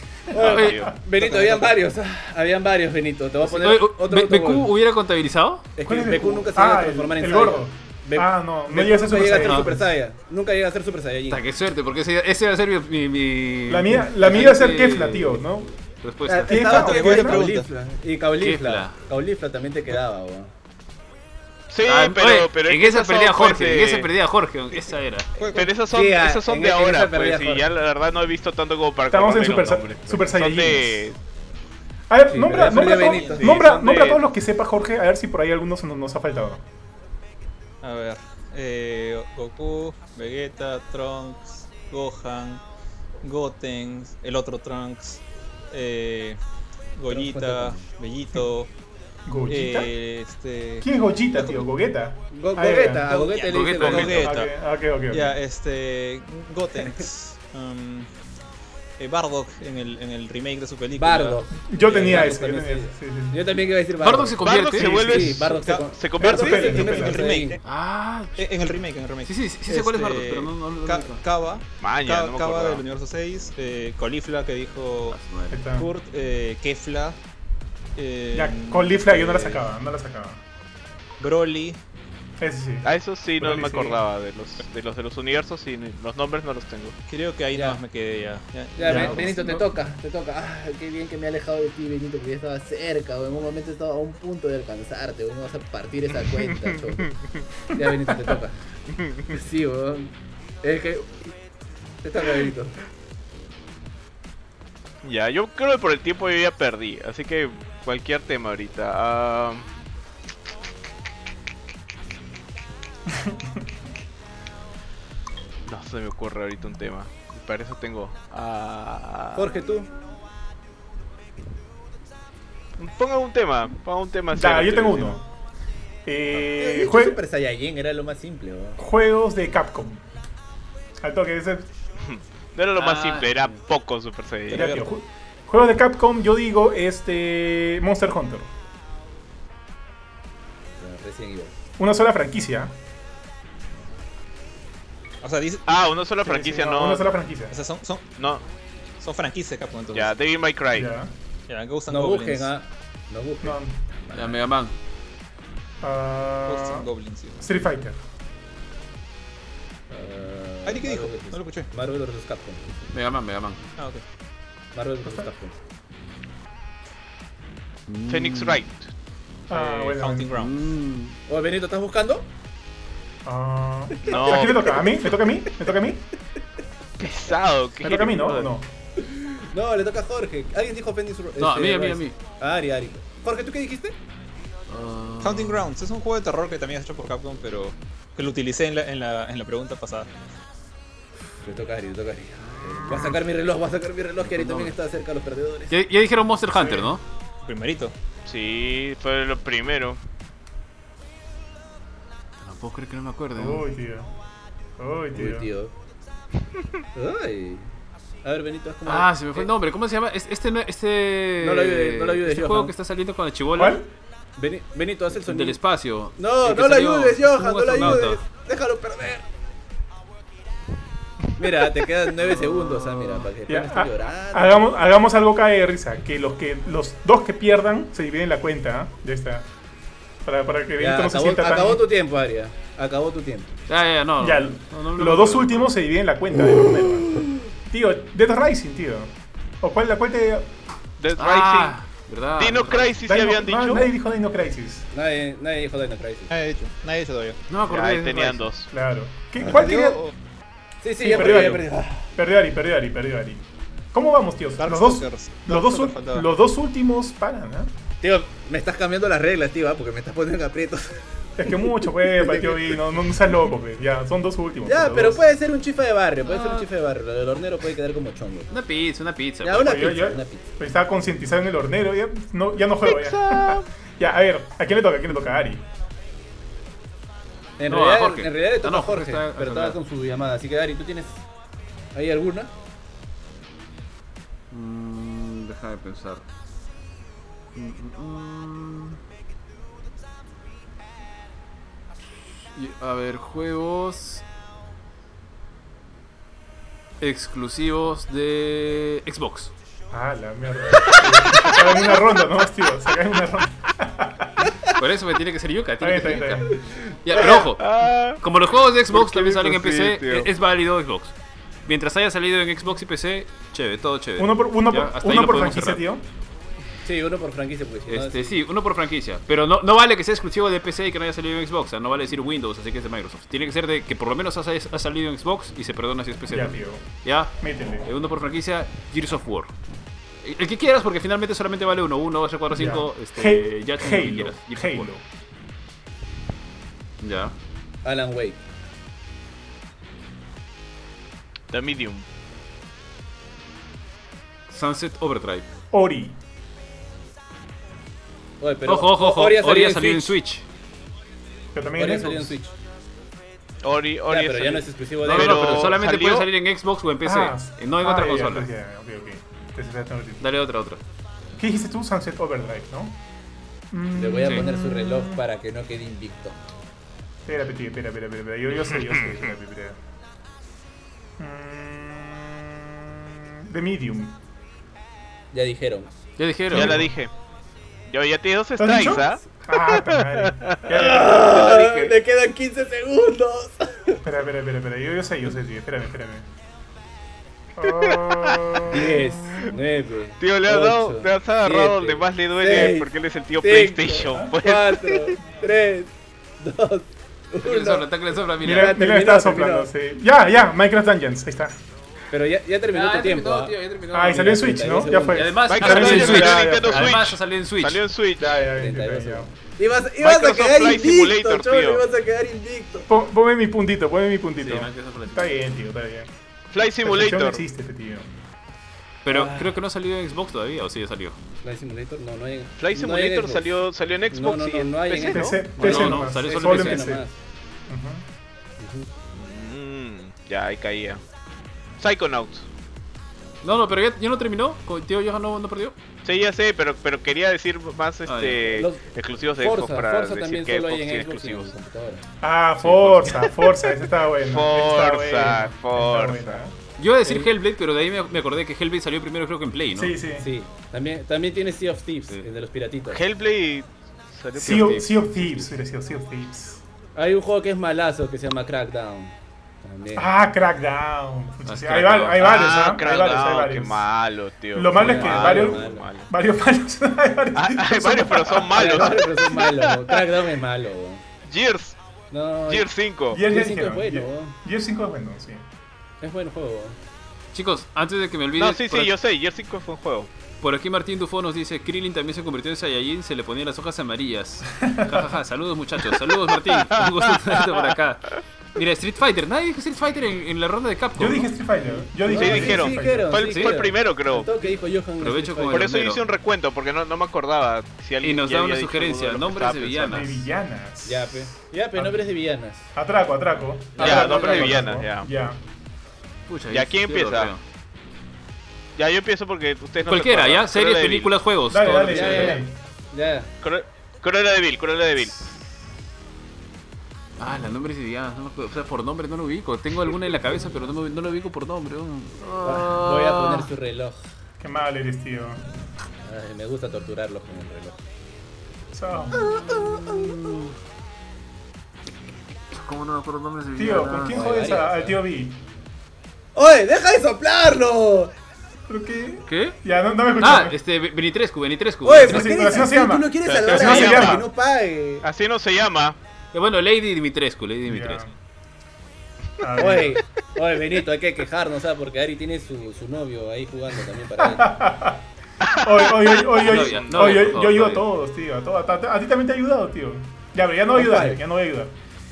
[SPEAKER 2] Ay, Dios.
[SPEAKER 1] Benito, habían varios. ah, habían varios, Benito. Te voy a poner
[SPEAKER 4] Oye,
[SPEAKER 1] otro
[SPEAKER 4] ¿Be- BQ
[SPEAKER 1] autogol.
[SPEAKER 4] hubiera contabilizado?
[SPEAKER 1] Es
[SPEAKER 3] ¿Cuál
[SPEAKER 1] que
[SPEAKER 3] es
[SPEAKER 1] Beku
[SPEAKER 3] Goku?
[SPEAKER 1] nunca se llega
[SPEAKER 3] Ah,
[SPEAKER 1] a transformar
[SPEAKER 3] el-
[SPEAKER 1] en
[SPEAKER 3] el
[SPEAKER 1] Saiyan.
[SPEAKER 3] gordo.
[SPEAKER 1] Be-
[SPEAKER 3] Ah, no, no
[SPEAKER 1] Beku
[SPEAKER 3] llega a
[SPEAKER 1] nunca
[SPEAKER 3] ser Super
[SPEAKER 1] llega a ser
[SPEAKER 3] Saiyan.
[SPEAKER 1] Super Saiyan. Nunca llega a ser Super Saiyajin.
[SPEAKER 4] Puta, qué suerte, porque ese, ese va a ser mi. mi, mi-
[SPEAKER 3] La mía, la mía es el
[SPEAKER 4] siguiente
[SPEAKER 3] Kefla, tío, ¿no?
[SPEAKER 4] Respuesta.
[SPEAKER 3] ¿Qué
[SPEAKER 1] Ah, Estaba
[SPEAKER 3] fue?
[SPEAKER 1] tu
[SPEAKER 3] ¿Qué fue?
[SPEAKER 1] abuelo, Caulifla. Y Caulifla.
[SPEAKER 4] Kefla.
[SPEAKER 1] Caulifla también te quedaba, weón.
[SPEAKER 2] Sí,
[SPEAKER 4] Ah,
[SPEAKER 2] pero,
[SPEAKER 4] oye,
[SPEAKER 2] pero es
[SPEAKER 4] en
[SPEAKER 2] que
[SPEAKER 4] esa
[SPEAKER 2] esas son,
[SPEAKER 4] perdía
[SPEAKER 2] pues,
[SPEAKER 4] Jorge, en
[SPEAKER 2] eh,
[SPEAKER 4] esa perdía Jorge, esa era.
[SPEAKER 2] Pero esas son,
[SPEAKER 1] Sí, ah,
[SPEAKER 2] esas son
[SPEAKER 1] en
[SPEAKER 2] de
[SPEAKER 1] esa- en
[SPEAKER 2] ahora,
[SPEAKER 1] esa perdía
[SPEAKER 2] pues. Y
[SPEAKER 1] Jorge.
[SPEAKER 2] ya la verdad no he visto tanto como para
[SPEAKER 3] Estamos en
[SPEAKER 2] acordarme los
[SPEAKER 3] Super Sa-
[SPEAKER 2] nombres.
[SPEAKER 3] Super
[SPEAKER 2] Son de-
[SPEAKER 3] Saiyajins. A ver,
[SPEAKER 1] Sí,
[SPEAKER 3] nombra,
[SPEAKER 1] pero
[SPEAKER 3] nombra,
[SPEAKER 1] de
[SPEAKER 3] todo-
[SPEAKER 1] Benito.
[SPEAKER 2] Sí,
[SPEAKER 3] nombra,
[SPEAKER 2] son
[SPEAKER 3] nombra
[SPEAKER 2] de-
[SPEAKER 3] todos los que sepa Jorge, a ver si por ahí algunos nos, nos ha faltado.
[SPEAKER 5] A ver. Eh, Goku, Vegeta, Trunks, Gohan, Goten, el otro Trunks, eh, Goyita, Bellito,
[SPEAKER 3] ¿Gollita?
[SPEAKER 5] eh, este.
[SPEAKER 3] ¿Quién es Gollita, tío? ¿Gogueta?
[SPEAKER 1] Go-
[SPEAKER 3] Ah, ya,
[SPEAKER 1] Gogeta, a
[SPEAKER 5] ya.
[SPEAKER 1] Gogeta le
[SPEAKER 4] Gogeta,
[SPEAKER 1] dicen
[SPEAKER 5] Gogeta.
[SPEAKER 3] Ah, ok, ok, ok.
[SPEAKER 5] Ya, este. Gotenks. um, eh, Bardock en el, en el remake de su película.
[SPEAKER 1] Bardo.
[SPEAKER 3] Yo tenía
[SPEAKER 1] Bardo
[SPEAKER 3] ese, yo
[SPEAKER 1] también
[SPEAKER 3] tenía
[SPEAKER 1] sí.
[SPEAKER 3] ese. sí, sí.
[SPEAKER 1] Yo también iba a decir Bardo.
[SPEAKER 4] Bardock se
[SPEAKER 2] Bardock
[SPEAKER 4] convierte.
[SPEAKER 2] se vuelve.
[SPEAKER 1] Sí, Bardock se
[SPEAKER 5] se
[SPEAKER 2] se
[SPEAKER 5] convierte
[SPEAKER 1] Bardock
[SPEAKER 2] convierte.
[SPEAKER 3] Supera,
[SPEAKER 1] sí,
[SPEAKER 3] supera.
[SPEAKER 1] supera.
[SPEAKER 5] El remake.
[SPEAKER 4] Ah,
[SPEAKER 5] Eh, En el remake, en el remake. Este,
[SPEAKER 4] sí, sí, sí, sí sé cuál es Bardock, pero no, no, no lo ubico.
[SPEAKER 5] Cava.
[SPEAKER 2] Maña, Ah, no me
[SPEAKER 5] Cava
[SPEAKER 2] acordaba.
[SPEAKER 5] del universo 6. Eh, Colifla que dijo
[SPEAKER 4] Ah, su madre.
[SPEAKER 3] Ahí está.
[SPEAKER 5] Kurt. Eh, Kefla. eh,
[SPEAKER 3] Ya, con Leafla yo no la
[SPEAKER 5] eh,
[SPEAKER 3] sacaba, no la sacaba.
[SPEAKER 5] Broly.
[SPEAKER 3] Ese sí.
[SPEAKER 2] A eso sí no
[SPEAKER 3] Broly,
[SPEAKER 2] me
[SPEAKER 3] sí.
[SPEAKER 2] acordaba de los de los de los universos y ni- los nombres no los tengo.
[SPEAKER 5] Creo que ahí
[SPEAKER 1] Ya.
[SPEAKER 5] nada más me quedé ya. ya,
[SPEAKER 1] Ya,
[SPEAKER 5] ya,
[SPEAKER 1] Ben-
[SPEAKER 5] no.
[SPEAKER 1] Benito, te
[SPEAKER 3] no-
[SPEAKER 1] toca, te toca. Ah, qué bien que me he alejado de ti, Benito, porque ya estaba cerca, o en un momento estaba a un punto de alcanzarte, weón. Vas a partir esa cuenta, choco. Ya, Benito, te toca. Sí, weón. Es que. Te toca, Benito.
[SPEAKER 2] Ya, yo creo que por el tiempo yo ya perdí, así que cualquier tema ahorita. Ah, No se me ocurre ahorita un tema. y Para eso tengo. ah,
[SPEAKER 1] Jorge, tú.
[SPEAKER 2] Ponga un tema, ponga un tema.
[SPEAKER 3] Ya,
[SPEAKER 2] serio,
[SPEAKER 3] yo tengo
[SPEAKER 2] televisión.
[SPEAKER 3] uno. Eh,
[SPEAKER 1] Ah. Yo
[SPEAKER 3] jue-
[SPEAKER 1] Super Saiyajin era lo más simple, weón.
[SPEAKER 3] juegos de Capcom. Al toque, ese.
[SPEAKER 2] No era lo más
[SPEAKER 4] Ah,
[SPEAKER 2] simple, era
[SPEAKER 4] sí.
[SPEAKER 2] poco Super Saiyan.
[SPEAKER 3] ya, tío, ju- Juegos de Capcom, yo digo, este. Monster Hunter.
[SPEAKER 1] Bueno, Recién iba.
[SPEAKER 3] Una sola franquicia.
[SPEAKER 5] O sea, dice.
[SPEAKER 2] Ah, una sola
[SPEAKER 3] Sí,
[SPEAKER 2] franquicia,
[SPEAKER 3] sí,
[SPEAKER 2] no.
[SPEAKER 3] Una sola franquicia.
[SPEAKER 5] O sea, son, son,
[SPEAKER 2] No,
[SPEAKER 5] son franquicias de Capcom entonces.
[SPEAKER 2] ya, Devil May Cry.
[SPEAKER 3] Ya.
[SPEAKER 5] Ya, Ghost and
[SPEAKER 1] No
[SPEAKER 5] Goblins.
[SPEAKER 1] busquen, ah. No busquen.
[SPEAKER 3] No.
[SPEAKER 4] Ya, Ah, Mega Man.
[SPEAKER 1] Pues
[SPEAKER 5] Ghosts
[SPEAKER 3] ah,
[SPEAKER 5] and Goblins, sí.
[SPEAKER 3] Street Fighter.
[SPEAKER 1] Ah,
[SPEAKER 5] Ari, ¿qué dijo?
[SPEAKER 1] Marvel vs.
[SPEAKER 5] No lo escuché.
[SPEAKER 1] Marvel vs. Capcom.
[SPEAKER 4] Mega Man, Mega Man.
[SPEAKER 5] Ah, ok.
[SPEAKER 1] Marvel vs. Capcom.
[SPEAKER 2] Phoenix Wright.
[SPEAKER 3] Ah,
[SPEAKER 5] Eh,
[SPEAKER 3] bueno.
[SPEAKER 5] Hunting Ground.
[SPEAKER 4] Mm.
[SPEAKER 1] Oye, Oh, Benito, ¿estás buscando?
[SPEAKER 3] Ah,
[SPEAKER 2] No.
[SPEAKER 3] ¿A quién le toca? ¿A mí? ¿Me toca a mí? ¿Me toca a mí?
[SPEAKER 2] Pesado, ¿qué
[SPEAKER 3] ¿Me toca a mí, no?
[SPEAKER 2] quieres?
[SPEAKER 3] No.
[SPEAKER 1] No, le toca a Jorge. Alguien dijo Phoenix Ro-
[SPEAKER 4] No, a
[SPEAKER 1] este,
[SPEAKER 4] mí, a mí, a
[SPEAKER 1] Rise.
[SPEAKER 4] mí.
[SPEAKER 1] Ari, Ari. Jorge, ¿tú qué dijiste?
[SPEAKER 4] Ah.
[SPEAKER 5] Hunting Grounds es un juego de terror que también es hecho por Capcom, pero que lo utilicé en la, en la, en la pregunta pasada.
[SPEAKER 1] Le toca a Ari, le toca a Ari. Voy a sacar mi reloj, voy a sacar mi reloj, que Ari también está cerca de los perdedores.
[SPEAKER 4] Ya, ya dijeron Monster Hunter, ¿no?
[SPEAKER 5] Primerito.
[SPEAKER 2] Sí, fue lo primero.
[SPEAKER 4] No puedo creer que no me acuerde. ¿no?
[SPEAKER 3] Uy, tío.
[SPEAKER 1] Uy,
[SPEAKER 3] Uy, tío.
[SPEAKER 1] tío. Ay. A ver, Benito, es como.
[SPEAKER 4] Ah, se me fue el nombre. ¿Cómo se llama? Es- Este, no- este,
[SPEAKER 1] No lo ayude- no lo ayudes,
[SPEAKER 4] este
[SPEAKER 1] Johan.
[SPEAKER 4] juego que está saliendo con la chibola
[SPEAKER 3] ¿Cuál?
[SPEAKER 1] Beni- Benito, haz el sonido.
[SPEAKER 4] del espacio.
[SPEAKER 1] No,
[SPEAKER 4] El que
[SPEAKER 1] no lo
[SPEAKER 4] salió
[SPEAKER 1] ayudes, Johan,
[SPEAKER 4] un
[SPEAKER 1] no lo
[SPEAKER 4] astronauta.
[SPEAKER 1] ayudes. Déjalo perder. Mira, te quedan 9 segundos, ah, mira, para que
[SPEAKER 3] Ya,
[SPEAKER 1] no
[SPEAKER 3] ha-
[SPEAKER 1] estés llorando.
[SPEAKER 3] hagamos, hagamos algo cae de risa, que los que los dos que pierdan se dividen la cuenta, ¿ah? ya está. Para, para que
[SPEAKER 1] Ya,
[SPEAKER 3] Benito no se
[SPEAKER 1] acabó,
[SPEAKER 3] sienta tan...
[SPEAKER 1] acabó tu tiempo, Aria. Acabó tu tiempo.
[SPEAKER 4] Ya, ya, no.
[SPEAKER 3] Ya,
[SPEAKER 4] no, no, no me
[SPEAKER 3] los dos
[SPEAKER 4] acuerdo.
[SPEAKER 3] últimos se dividen la cuenta. del primero. Tío, Dead Rising, tío. ¿O cuál la cuál te...
[SPEAKER 2] Dead
[SPEAKER 4] Ah, ¿verdad?
[SPEAKER 2] Rising. Dino
[SPEAKER 4] ¿verdad?
[SPEAKER 2] Crisis se habían
[SPEAKER 3] no,
[SPEAKER 2] dicho.
[SPEAKER 3] Nadie dijo Dino Crisis.
[SPEAKER 1] Nadie, nadie dijo Dino Crisis.
[SPEAKER 5] Nadie ha hecho, nadie ha hecho todavía.
[SPEAKER 4] No me
[SPEAKER 2] Ya,
[SPEAKER 4] acordé.
[SPEAKER 2] ahí
[SPEAKER 4] de
[SPEAKER 2] tenían
[SPEAKER 4] Rise.
[SPEAKER 2] dos.
[SPEAKER 3] Claro. ¿Qué, ¿Cuál
[SPEAKER 5] ¿Perdió
[SPEAKER 3] tenía?
[SPEAKER 5] o-
[SPEAKER 1] Sí, sí,
[SPEAKER 3] Sí,
[SPEAKER 1] ya perdí,
[SPEAKER 3] perdió
[SPEAKER 1] ya
[SPEAKER 3] yo.
[SPEAKER 1] perdí. Ah,
[SPEAKER 3] Perdió Ari, perdió Ari, perdió Ari. ¿Cómo vamos, tíos?
[SPEAKER 5] Dark
[SPEAKER 3] Los dos,
[SPEAKER 5] Souls.
[SPEAKER 3] los,
[SPEAKER 5] Dark
[SPEAKER 3] dos,
[SPEAKER 5] Souls
[SPEAKER 3] ul-
[SPEAKER 5] faltaba.
[SPEAKER 3] los dos últimos pagan, ¿ah?
[SPEAKER 1] Tío, me estás cambiando las reglas, tío, ah, porque me estás poniendo en aprietos.
[SPEAKER 3] Es que mucho, pues, tío, y no, no, no seas loco, pues. Ya, son dos últimos.
[SPEAKER 1] Ya,
[SPEAKER 3] los
[SPEAKER 1] pero
[SPEAKER 3] dos.
[SPEAKER 1] puede ser un chifa de barrio, puede
[SPEAKER 4] Ah.
[SPEAKER 1] ser un chifa de barrio. Lo del hornero puede quedar como chongo.
[SPEAKER 4] Una pizza, una pizza.
[SPEAKER 1] Ya, una
[SPEAKER 3] Yo-
[SPEAKER 1] pizza,
[SPEAKER 3] yo-
[SPEAKER 1] una pizza.
[SPEAKER 3] Pero estaba concientizado en el hornero, ya no, ya no juego, ya. ya, a ver, ¿a quién le toca? ¿A quién le toca? A Ari.
[SPEAKER 1] En,
[SPEAKER 4] No, a
[SPEAKER 1] realidad,
[SPEAKER 4] Jorge.
[SPEAKER 1] en realidad le
[SPEAKER 4] Ah,
[SPEAKER 1] toca
[SPEAKER 4] no,
[SPEAKER 1] a Jorge,
[SPEAKER 4] Jorge está-
[SPEAKER 1] pero
[SPEAKER 4] está
[SPEAKER 1] estaba
[SPEAKER 4] hablando.
[SPEAKER 1] con su llamada. Así que, Ari, ¿tú tienes ahí alguna?
[SPEAKER 4] Mm, deja de pensar. Mm, mm, mm. Y- A ver, juegos exclusivos de Xbox.
[SPEAKER 3] Ah, la mierda. Sacan una ronda, ¿no, tío? Sacan una ronda.
[SPEAKER 4] Por eso me tiene que ser Yuka.
[SPEAKER 3] Está
[SPEAKER 4] Tiene
[SPEAKER 3] bien,
[SPEAKER 4] que
[SPEAKER 3] está
[SPEAKER 4] ser
[SPEAKER 3] bien, está
[SPEAKER 4] Yuka.
[SPEAKER 3] bien.
[SPEAKER 4] Ya, pero ojo,
[SPEAKER 2] Ah,
[SPEAKER 4] como los juegos de
[SPEAKER 2] ¿Por
[SPEAKER 4] Xbox
[SPEAKER 2] qué
[SPEAKER 4] también
[SPEAKER 2] me
[SPEAKER 4] salen en PC,
[SPEAKER 2] fastidio?
[SPEAKER 4] e- es válido Xbox. Mientras haya salido en Xbox y PC, chévere, todo chévere.
[SPEAKER 3] Uno por, uno
[SPEAKER 4] Ya,
[SPEAKER 3] por-
[SPEAKER 4] hasta ahí
[SPEAKER 3] uno
[SPEAKER 4] lo
[SPEAKER 3] por
[SPEAKER 4] podemos
[SPEAKER 3] franquicia,
[SPEAKER 4] cerrar.
[SPEAKER 3] tío.
[SPEAKER 1] Sí, uno por franquicia,
[SPEAKER 3] Ah,
[SPEAKER 1] pues. si no,
[SPEAKER 4] Este,
[SPEAKER 1] es-
[SPEAKER 4] sí, uno por franquicia. Pero no, no vale que sea exclusivo de PC y que no haya salido en Xbox. O sea, no vale decir Windows, así que es de Microsoft. Tiene que ser de que por lo menos ha, sa- ha salido en Xbox y se perdona si es PC.
[SPEAKER 3] Ya,
[SPEAKER 4] también.
[SPEAKER 3] tío.
[SPEAKER 4] ¿Ya?
[SPEAKER 3] Métele.
[SPEAKER 4] Eh, Uno por franquicia, Gears of War. El el que quieras, porque finalmente solamente vale uno. Uno, 2, 4, 5.
[SPEAKER 3] Ya.
[SPEAKER 4] Este,
[SPEAKER 3] Ha-
[SPEAKER 4] ya tienes lo que
[SPEAKER 3] Halo.
[SPEAKER 4] quieras. Gears of War.
[SPEAKER 3] Halo.
[SPEAKER 4] Ya.
[SPEAKER 1] Alan Wake.
[SPEAKER 2] The Medium.
[SPEAKER 4] Sunset Overdrive.
[SPEAKER 3] Ori.
[SPEAKER 1] Oye, pero
[SPEAKER 4] ojo, ojo, ojo.
[SPEAKER 1] Ori ha
[SPEAKER 4] Ori
[SPEAKER 1] salido
[SPEAKER 4] ha salido en Switch.
[SPEAKER 3] Pero también
[SPEAKER 1] Ori ha
[SPEAKER 3] en
[SPEAKER 1] salido en
[SPEAKER 3] Xbox.
[SPEAKER 1] Switch.
[SPEAKER 2] Ori,
[SPEAKER 1] Ya,
[SPEAKER 2] Ori
[SPEAKER 1] pero ya
[SPEAKER 2] salió.
[SPEAKER 1] no es exclusivo
[SPEAKER 4] No,
[SPEAKER 1] de
[SPEAKER 4] no, no,
[SPEAKER 2] Pero
[SPEAKER 4] pero solamente
[SPEAKER 2] ¿salió?
[SPEAKER 4] puede salir en Xbox o en PC.
[SPEAKER 3] Ah,
[SPEAKER 4] eh, no en
[SPEAKER 3] ah,
[SPEAKER 4] otra
[SPEAKER 3] ya,
[SPEAKER 4] consola.
[SPEAKER 3] ya, ya, ok, ok. Entonces, ya tengo que-
[SPEAKER 4] Dale otra, otra.
[SPEAKER 3] ¿Qué dijiste tú? Sunset Overdrive, ¿no?
[SPEAKER 1] Le voy a
[SPEAKER 4] Sí.
[SPEAKER 1] poner su reloj para que no quede invicto.
[SPEAKER 3] Espera, espera, espera, espera, espera, espera. Yo, yo sé, yo sé. Espera, espera, espera. Mm, The Medium.
[SPEAKER 1] Ya dijeron.
[SPEAKER 4] Ya dijeron.
[SPEAKER 2] Ya la dije. Yo ya tienes dos
[SPEAKER 3] ¿Lo has dicho?
[SPEAKER 2] strikes, ¿ah?
[SPEAKER 3] Ah, ta madre. Ya, ya, ya dije.
[SPEAKER 1] Ah, ¡Le quedan 15 segundos!
[SPEAKER 3] Espera, espera, espera, espera. Yo, yo sé, yo sé, tío. Espérame, espérame. Oh.
[SPEAKER 1] 10, 9,
[SPEAKER 2] Tío, le has dado, le has agarrado donde más le duele
[SPEAKER 1] seis,
[SPEAKER 2] porque él es el tío
[SPEAKER 1] cinco,
[SPEAKER 2] PlayStation. Pues.
[SPEAKER 1] 4, 3, 2,
[SPEAKER 4] Tácale
[SPEAKER 1] 1.
[SPEAKER 4] sobra, tácale sobra, mira.
[SPEAKER 3] Mira, mira,
[SPEAKER 1] terminó,
[SPEAKER 3] estaba soplando,
[SPEAKER 1] terminó.
[SPEAKER 3] sí. Ya, ya, Minecraft Dungeons, ahí está.
[SPEAKER 1] Pero ya, ya terminó
[SPEAKER 4] Ah,
[SPEAKER 1] tu
[SPEAKER 4] ya
[SPEAKER 1] tiempo.
[SPEAKER 4] terminó,
[SPEAKER 1] ¿ah?
[SPEAKER 4] tío, ya terminó.
[SPEAKER 3] Ah, y salió en
[SPEAKER 1] mira,
[SPEAKER 3] Switch, ¿no?
[SPEAKER 1] 32
[SPEAKER 3] Ya fue.
[SPEAKER 4] Y además,
[SPEAKER 2] Mike
[SPEAKER 3] salió en
[SPEAKER 2] Tyson
[SPEAKER 3] Switch.
[SPEAKER 2] salió en Nintendo Switch.
[SPEAKER 3] Ya, ya,
[SPEAKER 4] Además, ya salió en Switch.
[SPEAKER 2] Salió en Switch.
[SPEAKER 3] Ya, ya, ya, ya,
[SPEAKER 1] 32
[SPEAKER 3] ya.
[SPEAKER 1] segundos. Ibas, ibas a
[SPEAKER 2] Microsoft
[SPEAKER 1] quedar
[SPEAKER 2] Flight
[SPEAKER 1] invicto,
[SPEAKER 2] Simulator,
[SPEAKER 1] cholo,
[SPEAKER 2] tío.
[SPEAKER 1] ibas a quedar invicto.
[SPEAKER 3] Pon- Ponme mi puntito, ponme mi
[SPEAKER 4] Sí,
[SPEAKER 3] puntito.
[SPEAKER 4] Mike Tyson salió en
[SPEAKER 3] Está
[SPEAKER 4] Switch.
[SPEAKER 3] bien, tío, está bien.
[SPEAKER 2] Fly
[SPEAKER 3] Perfección no
[SPEAKER 2] Simulator.
[SPEAKER 3] existe este tío.
[SPEAKER 4] Pero
[SPEAKER 2] Ah.
[SPEAKER 4] creo que no ha salido en Xbox todavía, o sí, ya salió.
[SPEAKER 1] Flight Simulator no, no hay. en-
[SPEAKER 2] Fly
[SPEAKER 1] no hay en
[SPEAKER 2] Simulator
[SPEAKER 1] Xbox.
[SPEAKER 2] salió, salió en Xbox
[SPEAKER 1] No, no,
[SPEAKER 2] y
[SPEAKER 1] no,
[SPEAKER 2] en
[SPEAKER 1] no hay en
[SPEAKER 2] PC, ¿no?
[SPEAKER 3] PC,
[SPEAKER 4] No,
[SPEAKER 3] PC
[SPEAKER 4] no,
[SPEAKER 3] nomás.
[SPEAKER 4] salió
[SPEAKER 3] es
[SPEAKER 4] solo en
[SPEAKER 3] solo en
[SPEAKER 4] PC.
[SPEAKER 3] PC.
[SPEAKER 1] nomás.
[SPEAKER 3] Ujú.
[SPEAKER 2] Mm, ya, ahí caía. Psychonauts.
[SPEAKER 4] No, no, pero ya, ya no terminó. Con- Tío Johan no, no perdió.
[SPEAKER 2] Sí, ya sé, pero, pero quería decir más este,
[SPEAKER 1] Los-
[SPEAKER 2] exclusivos de Xbox
[SPEAKER 1] Forza,
[SPEAKER 2] para
[SPEAKER 1] Forza
[SPEAKER 2] decir
[SPEAKER 1] también
[SPEAKER 2] que
[SPEAKER 1] solo
[SPEAKER 2] Xbox
[SPEAKER 1] hay
[SPEAKER 2] tiene
[SPEAKER 1] en Xbox y en
[SPEAKER 2] exclusivos.
[SPEAKER 1] computadora.
[SPEAKER 3] Ah, Forza, Forza, ese estaba bueno.
[SPEAKER 2] Forza,
[SPEAKER 3] ese estaba bueno, ese estaba
[SPEAKER 2] Forza.
[SPEAKER 4] Yo iba a decir Hellblade, pero de ahí me, me acordé que Hellblade salió primero creo que en Play,
[SPEAKER 3] bueno.
[SPEAKER 4] ¿no?
[SPEAKER 3] Sí, sí.
[SPEAKER 1] Sí, también, también tiene Sea of Thieves,
[SPEAKER 4] Sí.
[SPEAKER 2] Mm.
[SPEAKER 1] el de los piratitos.
[SPEAKER 2] Hellblade salió
[SPEAKER 3] Sea
[SPEAKER 2] primero.
[SPEAKER 3] of, sea of Thieves, hubiera sido Sea of Thieves.
[SPEAKER 1] Hay un juego que es malazo que se llama Crackdown. También.
[SPEAKER 3] Ah, Crackdown. Pucha,
[SPEAKER 4] Ah,
[SPEAKER 3] sí, hay,
[SPEAKER 4] Crackdown.
[SPEAKER 3] varios,
[SPEAKER 2] Ah,
[SPEAKER 3] hay varios, ¿ah? Hay varios, hay
[SPEAKER 2] Crackdown, qué
[SPEAKER 3] varios.
[SPEAKER 2] malo, tío.
[SPEAKER 3] Lo malo es que
[SPEAKER 2] Malo,
[SPEAKER 3] varios-
[SPEAKER 2] malo.
[SPEAKER 3] Varios malos. hay varios.
[SPEAKER 2] Ah, hay varios, pero son malos.
[SPEAKER 1] Pero eso es malo, weón. Crackdown es malo. weón.
[SPEAKER 2] Gears,
[SPEAKER 1] No,
[SPEAKER 2] Gears 5.
[SPEAKER 3] Gears
[SPEAKER 1] Gears
[SPEAKER 3] 5
[SPEAKER 1] cinco es bueno, ¿no?
[SPEAKER 3] Gears 5 es bueno, sí.
[SPEAKER 1] es buen juego. weón.
[SPEAKER 4] Chicos, antes de que me olvide,
[SPEAKER 2] No, sí,
[SPEAKER 4] por,
[SPEAKER 2] sí, yo sé, Gears 5 fue un juego.
[SPEAKER 4] por aquí Martín Dufo nos dice, Krillin también se convirtió en Saiyajin, se le ponían las hojas amarillas. Ja, ja, ja. Saludos muchachos, saludos Martín. Un gusto tenerte por acá. Mira, Street Fighter, nadie dijo Street Fighter en, en la ronda de Capcom.
[SPEAKER 3] Yo
[SPEAKER 4] ¿no?
[SPEAKER 3] dije Street Fighter. Yo dije
[SPEAKER 2] Sí,
[SPEAKER 3] Street
[SPEAKER 2] dijeron.
[SPEAKER 3] Fighter.
[SPEAKER 1] dijeron.
[SPEAKER 2] Fue el,
[SPEAKER 1] sí,
[SPEAKER 2] fue el
[SPEAKER 1] creo.
[SPEAKER 2] primero, creo.
[SPEAKER 1] Al toque dijo Johan.
[SPEAKER 4] Aprovecho
[SPEAKER 1] Street
[SPEAKER 4] con
[SPEAKER 1] Fighter.
[SPEAKER 2] Por eso
[SPEAKER 4] Primero.
[SPEAKER 2] hice un recuento, porque no, no me acordaba si alguien
[SPEAKER 4] Y nos
[SPEAKER 2] ya
[SPEAKER 4] da una
[SPEAKER 2] había dicho
[SPEAKER 4] sugerencia,
[SPEAKER 2] alguno lo que
[SPEAKER 4] nombres de
[SPEAKER 2] estaba pensando.
[SPEAKER 4] villanas.
[SPEAKER 3] De villanas.
[SPEAKER 1] Ya, pe. Ya, pe, nombres de villanas.
[SPEAKER 3] Atraco, atraco.
[SPEAKER 2] Ya,
[SPEAKER 3] Atraco,
[SPEAKER 2] nombre de villanas,
[SPEAKER 3] atraco, atraco.
[SPEAKER 4] Pucha,
[SPEAKER 2] ¿Y a
[SPEAKER 4] yo-
[SPEAKER 2] quién
[SPEAKER 4] yo
[SPEAKER 2] empieza?
[SPEAKER 4] creo.
[SPEAKER 2] Ya, yo empiezo porque ustedes no
[SPEAKER 4] Cualquiera,
[SPEAKER 2] recuerdan.
[SPEAKER 4] ¿ya? Series,
[SPEAKER 2] Cruella de Vil.
[SPEAKER 4] películas, juegos.
[SPEAKER 3] Dale,
[SPEAKER 4] todo lo
[SPEAKER 3] dale,
[SPEAKER 4] que
[SPEAKER 1] ya,
[SPEAKER 4] sea.
[SPEAKER 1] ya,
[SPEAKER 3] dale.
[SPEAKER 1] Ya.
[SPEAKER 2] Cru- Cruella de Vil, Cruella de Vil.
[SPEAKER 4] Ah, los nombres ideados, no me acuerdo. O sea, por nombre no lo ubico. Tengo alguna en la cabeza, pero no, me- no lo ubico por nombre. oh.
[SPEAKER 1] Ah, Voy a poner su reloj.
[SPEAKER 3] Qué mal eres, tío.
[SPEAKER 1] Ay, me gusta torturarlos con el reloj.
[SPEAKER 3] Chao.
[SPEAKER 1] Ah,
[SPEAKER 4] ¿Cómo no me acuerdo nombres de
[SPEAKER 3] Tío, ¿con quién
[SPEAKER 1] hay
[SPEAKER 3] jodes
[SPEAKER 1] varias,
[SPEAKER 3] a- al
[SPEAKER 1] ¿eh?
[SPEAKER 3] tío B?
[SPEAKER 1] ¡Oye, deja de soplarlo!
[SPEAKER 3] ¿Pero qué?
[SPEAKER 4] ¿Qué?
[SPEAKER 3] Ya, no, no me
[SPEAKER 4] Ah,
[SPEAKER 3] escuchaste.
[SPEAKER 4] este, Benitrescu, Benitrescu.
[SPEAKER 1] Oye, pues- ¿por
[SPEAKER 4] Benitrescu.
[SPEAKER 3] sí,
[SPEAKER 1] qué
[SPEAKER 3] pero
[SPEAKER 1] eres
[SPEAKER 3] así no se
[SPEAKER 1] así?
[SPEAKER 3] llama.
[SPEAKER 1] Tú no quieres
[SPEAKER 2] Pero
[SPEAKER 1] salvar
[SPEAKER 3] así
[SPEAKER 1] a
[SPEAKER 3] no se
[SPEAKER 1] la gente
[SPEAKER 3] llama.
[SPEAKER 1] que no pague.
[SPEAKER 2] Así no se llama.
[SPEAKER 4] Eh, Bueno, Lady Dimitrescu, Lady Dimitrescu, Lady
[SPEAKER 3] Ya.
[SPEAKER 4] Dimitrescu.
[SPEAKER 3] A ver.
[SPEAKER 1] Oye, oye, Benito, hay que quejarnos, ¿sabes? Porque Ari tiene su, su novio ahí jugando también para él. Ah,
[SPEAKER 3] Oye, oye, oye, oye,
[SPEAKER 4] Novia,
[SPEAKER 3] oye,
[SPEAKER 4] novia,
[SPEAKER 3] oye, yo
[SPEAKER 4] por favor,
[SPEAKER 3] ayudo a
[SPEAKER 4] novia.
[SPEAKER 3] todos, tío. A, todos. A- a- a ti también te ha ayudado, tío. Ya, pero ya no voy a ayudar,
[SPEAKER 1] Compadre.
[SPEAKER 3] ya no voy a ayudar.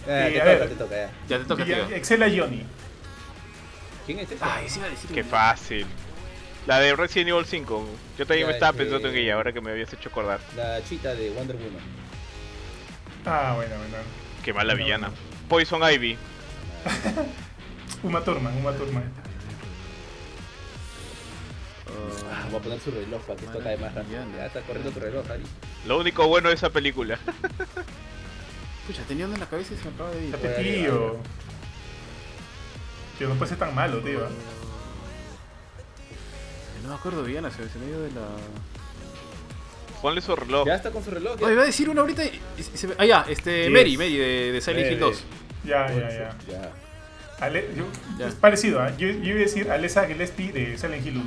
[SPEAKER 1] Ah,
[SPEAKER 3] Sí,
[SPEAKER 1] te toca,
[SPEAKER 3] a ver.
[SPEAKER 1] te toca ya.
[SPEAKER 4] Ya te toca,
[SPEAKER 3] Villa-
[SPEAKER 4] tío.
[SPEAKER 3] Excel a Johnny.
[SPEAKER 1] ¿Quién es este? ese?
[SPEAKER 4] Ay, sí iba a decir.
[SPEAKER 2] Qué fácil. La de Resident Evil 5. Yo también me
[SPEAKER 1] Ya,
[SPEAKER 2] estaba
[SPEAKER 1] sí.
[SPEAKER 2] pensando en ella ahora que me habías hecho acordar.
[SPEAKER 1] La chita de Wonder Woman.
[SPEAKER 3] Ah, bueno, bueno.
[SPEAKER 2] Qué mala
[SPEAKER 3] No.
[SPEAKER 2] villana. Poison Ivy.
[SPEAKER 3] Uma Thurman, Uma Thurman.
[SPEAKER 1] Ah, voy a poner su reloj para que esto cae más rápido. Ya está corriendo tu reloj, Ari.
[SPEAKER 2] Lo único bueno de esa película.
[SPEAKER 4] Pucha, tenía una en la cabeza y se me acaba de ir.
[SPEAKER 3] Este tío. Tío, no puede ser tan malo, tío.
[SPEAKER 4] No me acuerdo bien, se se me ha ido de la.
[SPEAKER 2] Ponle su reloj.
[SPEAKER 1] Ya está con su reloj. ya.
[SPEAKER 4] Oye, iba a decir una ahorita y- y se me- Ah, ya, este.
[SPEAKER 3] Yes.
[SPEAKER 4] Mary, Mary de, de Silent Hill
[SPEAKER 1] Mary.
[SPEAKER 4] 2.
[SPEAKER 3] Ya, ya, ya.
[SPEAKER 1] Ya.
[SPEAKER 3] Ale- yo-
[SPEAKER 4] Ya.
[SPEAKER 3] Es parecido, ¿ah? yo, yo iba a decir Alessa Gillespie de Silent Hill 1.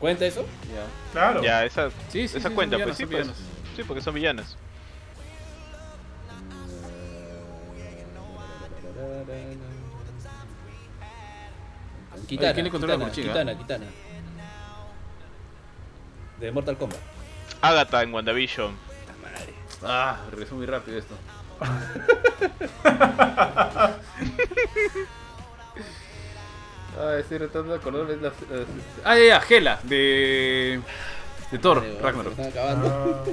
[SPEAKER 1] ¿Cuenta eso?
[SPEAKER 4] Ya.
[SPEAKER 3] Claro.
[SPEAKER 2] Ya, esa,
[SPEAKER 4] Sí, sí,
[SPEAKER 2] esa
[SPEAKER 4] sí,
[SPEAKER 2] cuenta,
[SPEAKER 4] son
[SPEAKER 2] pues sí,
[SPEAKER 4] villanos,
[SPEAKER 2] pues.
[SPEAKER 4] son
[SPEAKER 2] Sí, porque son villanas.
[SPEAKER 1] Kitana,
[SPEAKER 4] ¿quién le controla
[SPEAKER 1] Kitana,
[SPEAKER 4] por chica?
[SPEAKER 1] Kitana, Kitana. De Mortal Kombat.
[SPEAKER 2] Agatha en WandaVision.
[SPEAKER 4] Ah, regresó muy rápido esto. ah, estoy tratando de acordarme de la... Ah, ya, ya, Gela, de... De Thor,
[SPEAKER 1] Eh,
[SPEAKER 4] Ragnarok.
[SPEAKER 1] se están acabando.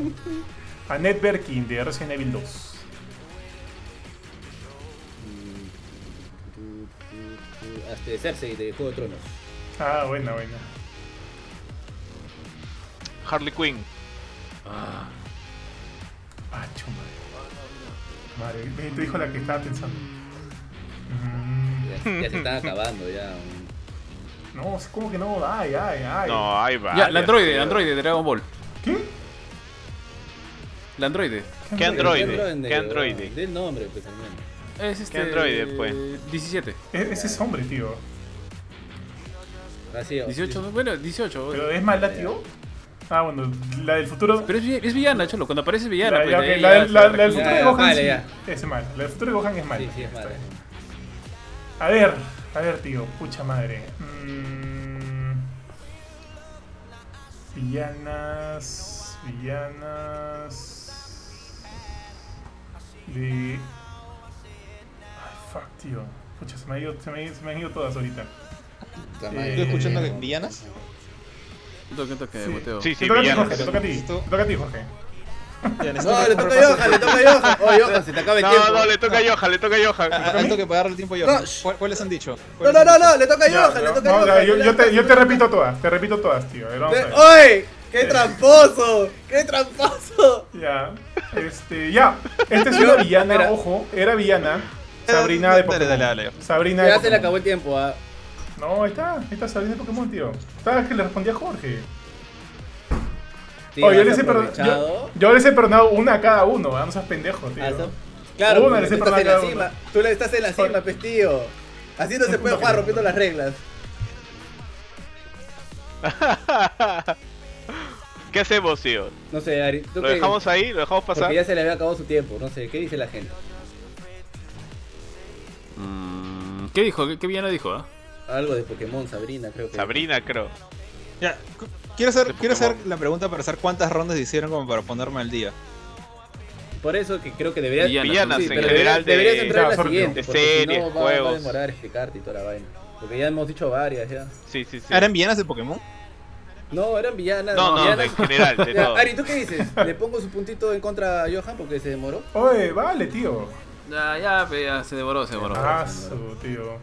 [SPEAKER 3] Ah, Annette Berkin de Resident Evil 2.
[SPEAKER 1] Hasta de Cersei de Juego de Tronos.
[SPEAKER 3] Ah, buena, buena.
[SPEAKER 2] Harley Quinn.
[SPEAKER 4] Ah,
[SPEAKER 3] Ah, chuma. Madre, eh, te dijo la que estaba pensando. Mm,
[SPEAKER 1] Ya, ya se están acabando ya.
[SPEAKER 3] No, ¿cómo que no? Ay, ay, ay.
[SPEAKER 2] No, ahí va.
[SPEAKER 4] ya, el androide, el androide de Dragon Ball.
[SPEAKER 3] ¿Qué?
[SPEAKER 4] El androide.
[SPEAKER 2] ¿Qué androide?
[SPEAKER 1] androide?
[SPEAKER 2] ¿Qué androide?
[SPEAKER 1] Del nombre, pues hermano.
[SPEAKER 4] Es este...
[SPEAKER 2] androide, pues?
[SPEAKER 4] 17.
[SPEAKER 3] E- ese es hombre, tío.
[SPEAKER 1] Así,
[SPEAKER 4] 18, ¿no? bueno, 18.
[SPEAKER 3] ¿Pero es mala, tío? Ah, bueno, la del futuro.
[SPEAKER 4] Pues, Pero es, vi- es villana, cholo, cuando aparece es
[SPEAKER 3] La,
[SPEAKER 4] villana. pues,
[SPEAKER 3] ya,
[SPEAKER 4] de
[SPEAKER 3] ok,
[SPEAKER 4] ahí
[SPEAKER 3] la
[SPEAKER 4] ya
[SPEAKER 3] del-
[SPEAKER 4] se
[SPEAKER 3] la- la del futuro
[SPEAKER 4] recupera.
[SPEAKER 1] Ya,
[SPEAKER 3] de
[SPEAKER 1] ya,
[SPEAKER 3] Gohan
[SPEAKER 1] vale,
[SPEAKER 3] sí,
[SPEAKER 1] ya.
[SPEAKER 3] es mala. La del futuro de Gohan es mala.
[SPEAKER 1] Sí, sí, es mala.
[SPEAKER 3] A ver, a ver, tío, pucha madre. Mm. Villanas. Villanas. De. Ay, fuck, tío. Pucha, se me, ha ido- se me ha ido- se me han ido todas ahorita.
[SPEAKER 1] Puta madre.
[SPEAKER 5] Estoy escuchando que
[SPEAKER 3] Eh,
[SPEAKER 5] villanas.
[SPEAKER 4] Un toque, un toque,
[SPEAKER 3] Sí.
[SPEAKER 4] boteo.
[SPEAKER 2] Sí,
[SPEAKER 3] Te
[SPEAKER 2] sí,
[SPEAKER 3] toca a ti, Jorge,
[SPEAKER 2] villanas.
[SPEAKER 3] te toca a ti. Te toca a ti, Jorge.
[SPEAKER 5] Ya, necesito
[SPEAKER 1] No,
[SPEAKER 5] que-
[SPEAKER 1] le toca a Johan, le toca a Johan. Oye, Johan, se te acaba el
[SPEAKER 2] No,
[SPEAKER 1] tiempo.
[SPEAKER 2] no, le toca a Johan, le toca a Johan.
[SPEAKER 5] Ah, ah, tengo que pagarle el tiempo yo.
[SPEAKER 1] No,
[SPEAKER 5] ¿Cuál- ¿Cuáles han dicho?
[SPEAKER 1] No,
[SPEAKER 5] ¿Cuáles
[SPEAKER 1] no,
[SPEAKER 5] han
[SPEAKER 1] no,
[SPEAKER 5] dicho?
[SPEAKER 1] no, le toca a
[SPEAKER 3] Ya,
[SPEAKER 1] Johan, le
[SPEAKER 3] no,
[SPEAKER 1] toca
[SPEAKER 3] no,
[SPEAKER 1] a
[SPEAKER 3] ya,
[SPEAKER 1] Johan.
[SPEAKER 3] yo, yo te, yo te repito todas, te repito todas, tío. A ver, vamos a
[SPEAKER 1] Ve-
[SPEAKER 3] ver.
[SPEAKER 1] ¡Oye! ¡Qué tramposo! ¡Qué tramposo!
[SPEAKER 3] Ya. Este, ya. Esta es una villana,
[SPEAKER 1] Espera.
[SPEAKER 3] ojo, era villana. Sabrina de
[SPEAKER 5] Eh, Dale,
[SPEAKER 3] Pokémon.
[SPEAKER 5] dale, dale.
[SPEAKER 3] Sabrina de
[SPEAKER 1] Ya se le
[SPEAKER 3] Pokémon.
[SPEAKER 1] acabó el tiempo. ah.
[SPEAKER 3] No, ahí está, ahí está Sabrina de Pokémon, tío. Estaba que le respondía a Jorge.
[SPEAKER 1] Sí,
[SPEAKER 3] Oh, yo,
[SPEAKER 1] has
[SPEAKER 3] les he perdonado,
[SPEAKER 1] aprovechado.
[SPEAKER 3] yo, yo les he perdonado una a cada uno, ¿eh? vamos a pendejos, tío.
[SPEAKER 1] Ah, está- Claro,
[SPEAKER 3] Una,
[SPEAKER 1] porque
[SPEAKER 3] les he
[SPEAKER 1] tú estás en la
[SPEAKER 3] perdonado cada
[SPEAKER 1] cima.
[SPEAKER 3] uno.
[SPEAKER 1] Tú le estás en la
[SPEAKER 3] Joder.
[SPEAKER 1] cima, pestío. Así no se puede jugar rompiendo las reglas.
[SPEAKER 2] ¿Qué hacemos, tío?
[SPEAKER 1] No sé, Ari. ¿tú
[SPEAKER 2] ¿Lo
[SPEAKER 1] qué-
[SPEAKER 2] dejamos ahí? ¿Lo dejamos pasar?
[SPEAKER 1] Porque ya se le había acabado su tiempo, no sé, ¿qué dice la gente?
[SPEAKER 4] Mm, ¿Qué dijo? ¿Qué, qué villana dijo? ah?
[SPEAKER 1] Algo de Pokémon, Sabrina, creo que.
[SPEAKER 2] Sabrina, creo.
[SPEAKER 5] Ya, cu- quiero hacer,
[SPEAKER 2] De
[SPEAKER 5] quiero hacer
[SPEAKER 2] Pokémon.
[SPEAKER 5] la pregunta para saber cuántas rondas hicieron como para ponerme al día.
[SPEAKER 1] Por eso que creo que deberías.
[SPEAKER 4] Villanas,
[SPEAKER 2] Villanas
[SPEAKER 4] sí,
[SPEAKER 2] en
[SPEAKER 4] pero
[SPEAKER 2] general
[SPEAKER 1] deberías
[SPEAKER 2] de...
[SPEAKER 1] entrar
[SPEAKER 3] Ya,
[SPEAKER 1] en la
[SPEAKER 3] Scorpio.
[SPEAKER 1] siguiente.
[SPEAKER 2] de
[SPEAKER 1] porque si
[SPEAKER 2] series,
[SPEAKER 1] no, va- va, a
[SPEAKER 2] juegos.
[SPEAKER 1] demorar explicarte y toda la vaina. Porque ya hemos dicho varias ya.
[SPEAKER 2] Sí, sí, sí.
[SPEAKER 5] Ah, ¿Eran villanas de Pokémon?
[SPEAKER 1] No, eran villanas.
[SPEAKER 2] No, no,
[SPEAKER 1] villanas.
[SPEAKER 2] en general, de
[SPEAKER 1] Ya,
[SPEAKER 2] todo.
[SPEAKER 1] Ari, ¿tú qué dices? ¿Le pongo su puntito en contra a Johan porque se demoró?
[SPEAKER 3] Oye, vale, tío.
[SPEAKER 4] Ya, ya, pe, ya, se devoró, se devoró.
[SPEAKER 3] Ah, su, tío.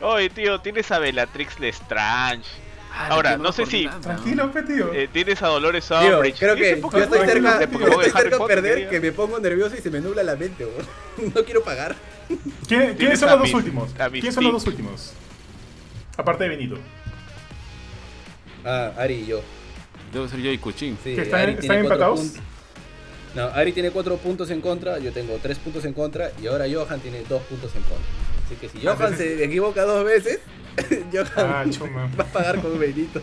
[SPEAKER 2] Oye, tío, tienes a Bellatrix Lestrange.
[SPEAKER 4] Ah,
[SPEAKER 2] Ahora,
[SPEAKER 4] tío,
[SPEAKER 2] no sé
[SPEAKER 4] acordé
[SPEAKER 2] si-
[SPEAKER 4] nada.
[SPEAKER 3] Tranquilo, pe, tío.
[SPEAKER 2] eh, tienes a Dolores
[SPEAKER 1] Tío,
[SPEAKER 2] Umbridge.
[SPEAKER 1] creo
[SPEAKER 2] Yo sé
[SPEAKER 1] que
[SPEAKER 2] por
[SPEAKER 1] yo estoy
[SPEAKER 2] qué no me acuerdo
[SPEAKER 1] cerca,
[SPEAKER 2] de
[SPEAKER 1] yo
[SPEAKER 2] Pokémon de
[SPEAKER 1] estoy
[SPEAKER 2] Harry
[SPEAKER 1] cerca de
[SPEAKER 2] Potter,
[SPEAKER 1] perder
[SPEAKER 2] quería.
[SPEAKER 1] que me pongo nervioso y se me nubla la mente, weón. No quiero pagar.
[SPEAKER 3] ¿Quién- ¿Quiénes
[SPEAKER 2] tienes
[SPEAKER 3] son
[SPEAKER 2] a
[SPEAKER 3] los dos
[SPEAKER 2] Mis-
[SPEAKER 3] últimos?
[SPEAKER 2] a
[SPEAKER 3] ¿Quiénes son los dos
[SPEAKER 2] Mystique.
[SPEAKER 3] últimos? Aparte de Benito.
[SPEAKER 1] Ah, Ari y yo.
[SPEAKER 4] Debo ser yo y Cuchín.
[SPEAKER 1] Sí,
[SPEAKER 3] ¿Que están-
[SPEAKER 1] Ari
[SPEAKER 3] están
[SPEAKER 1] tiene cuatro
[SPEAKER 3] empatados?
[SPEAKER 1] pun- No, Ari tiene cuatro puntos en contra, yo tengo tres puntos en contra y ahora Johan tiene dos puntos en contra. Así que si Johan
[SPEAKER 3] entonces-
[SPEAKER 1] se equivoca dos veces, Johan
[SPEAKER 3] Ah, chuma.
[SPEAKER 1] va a pagar con Benito.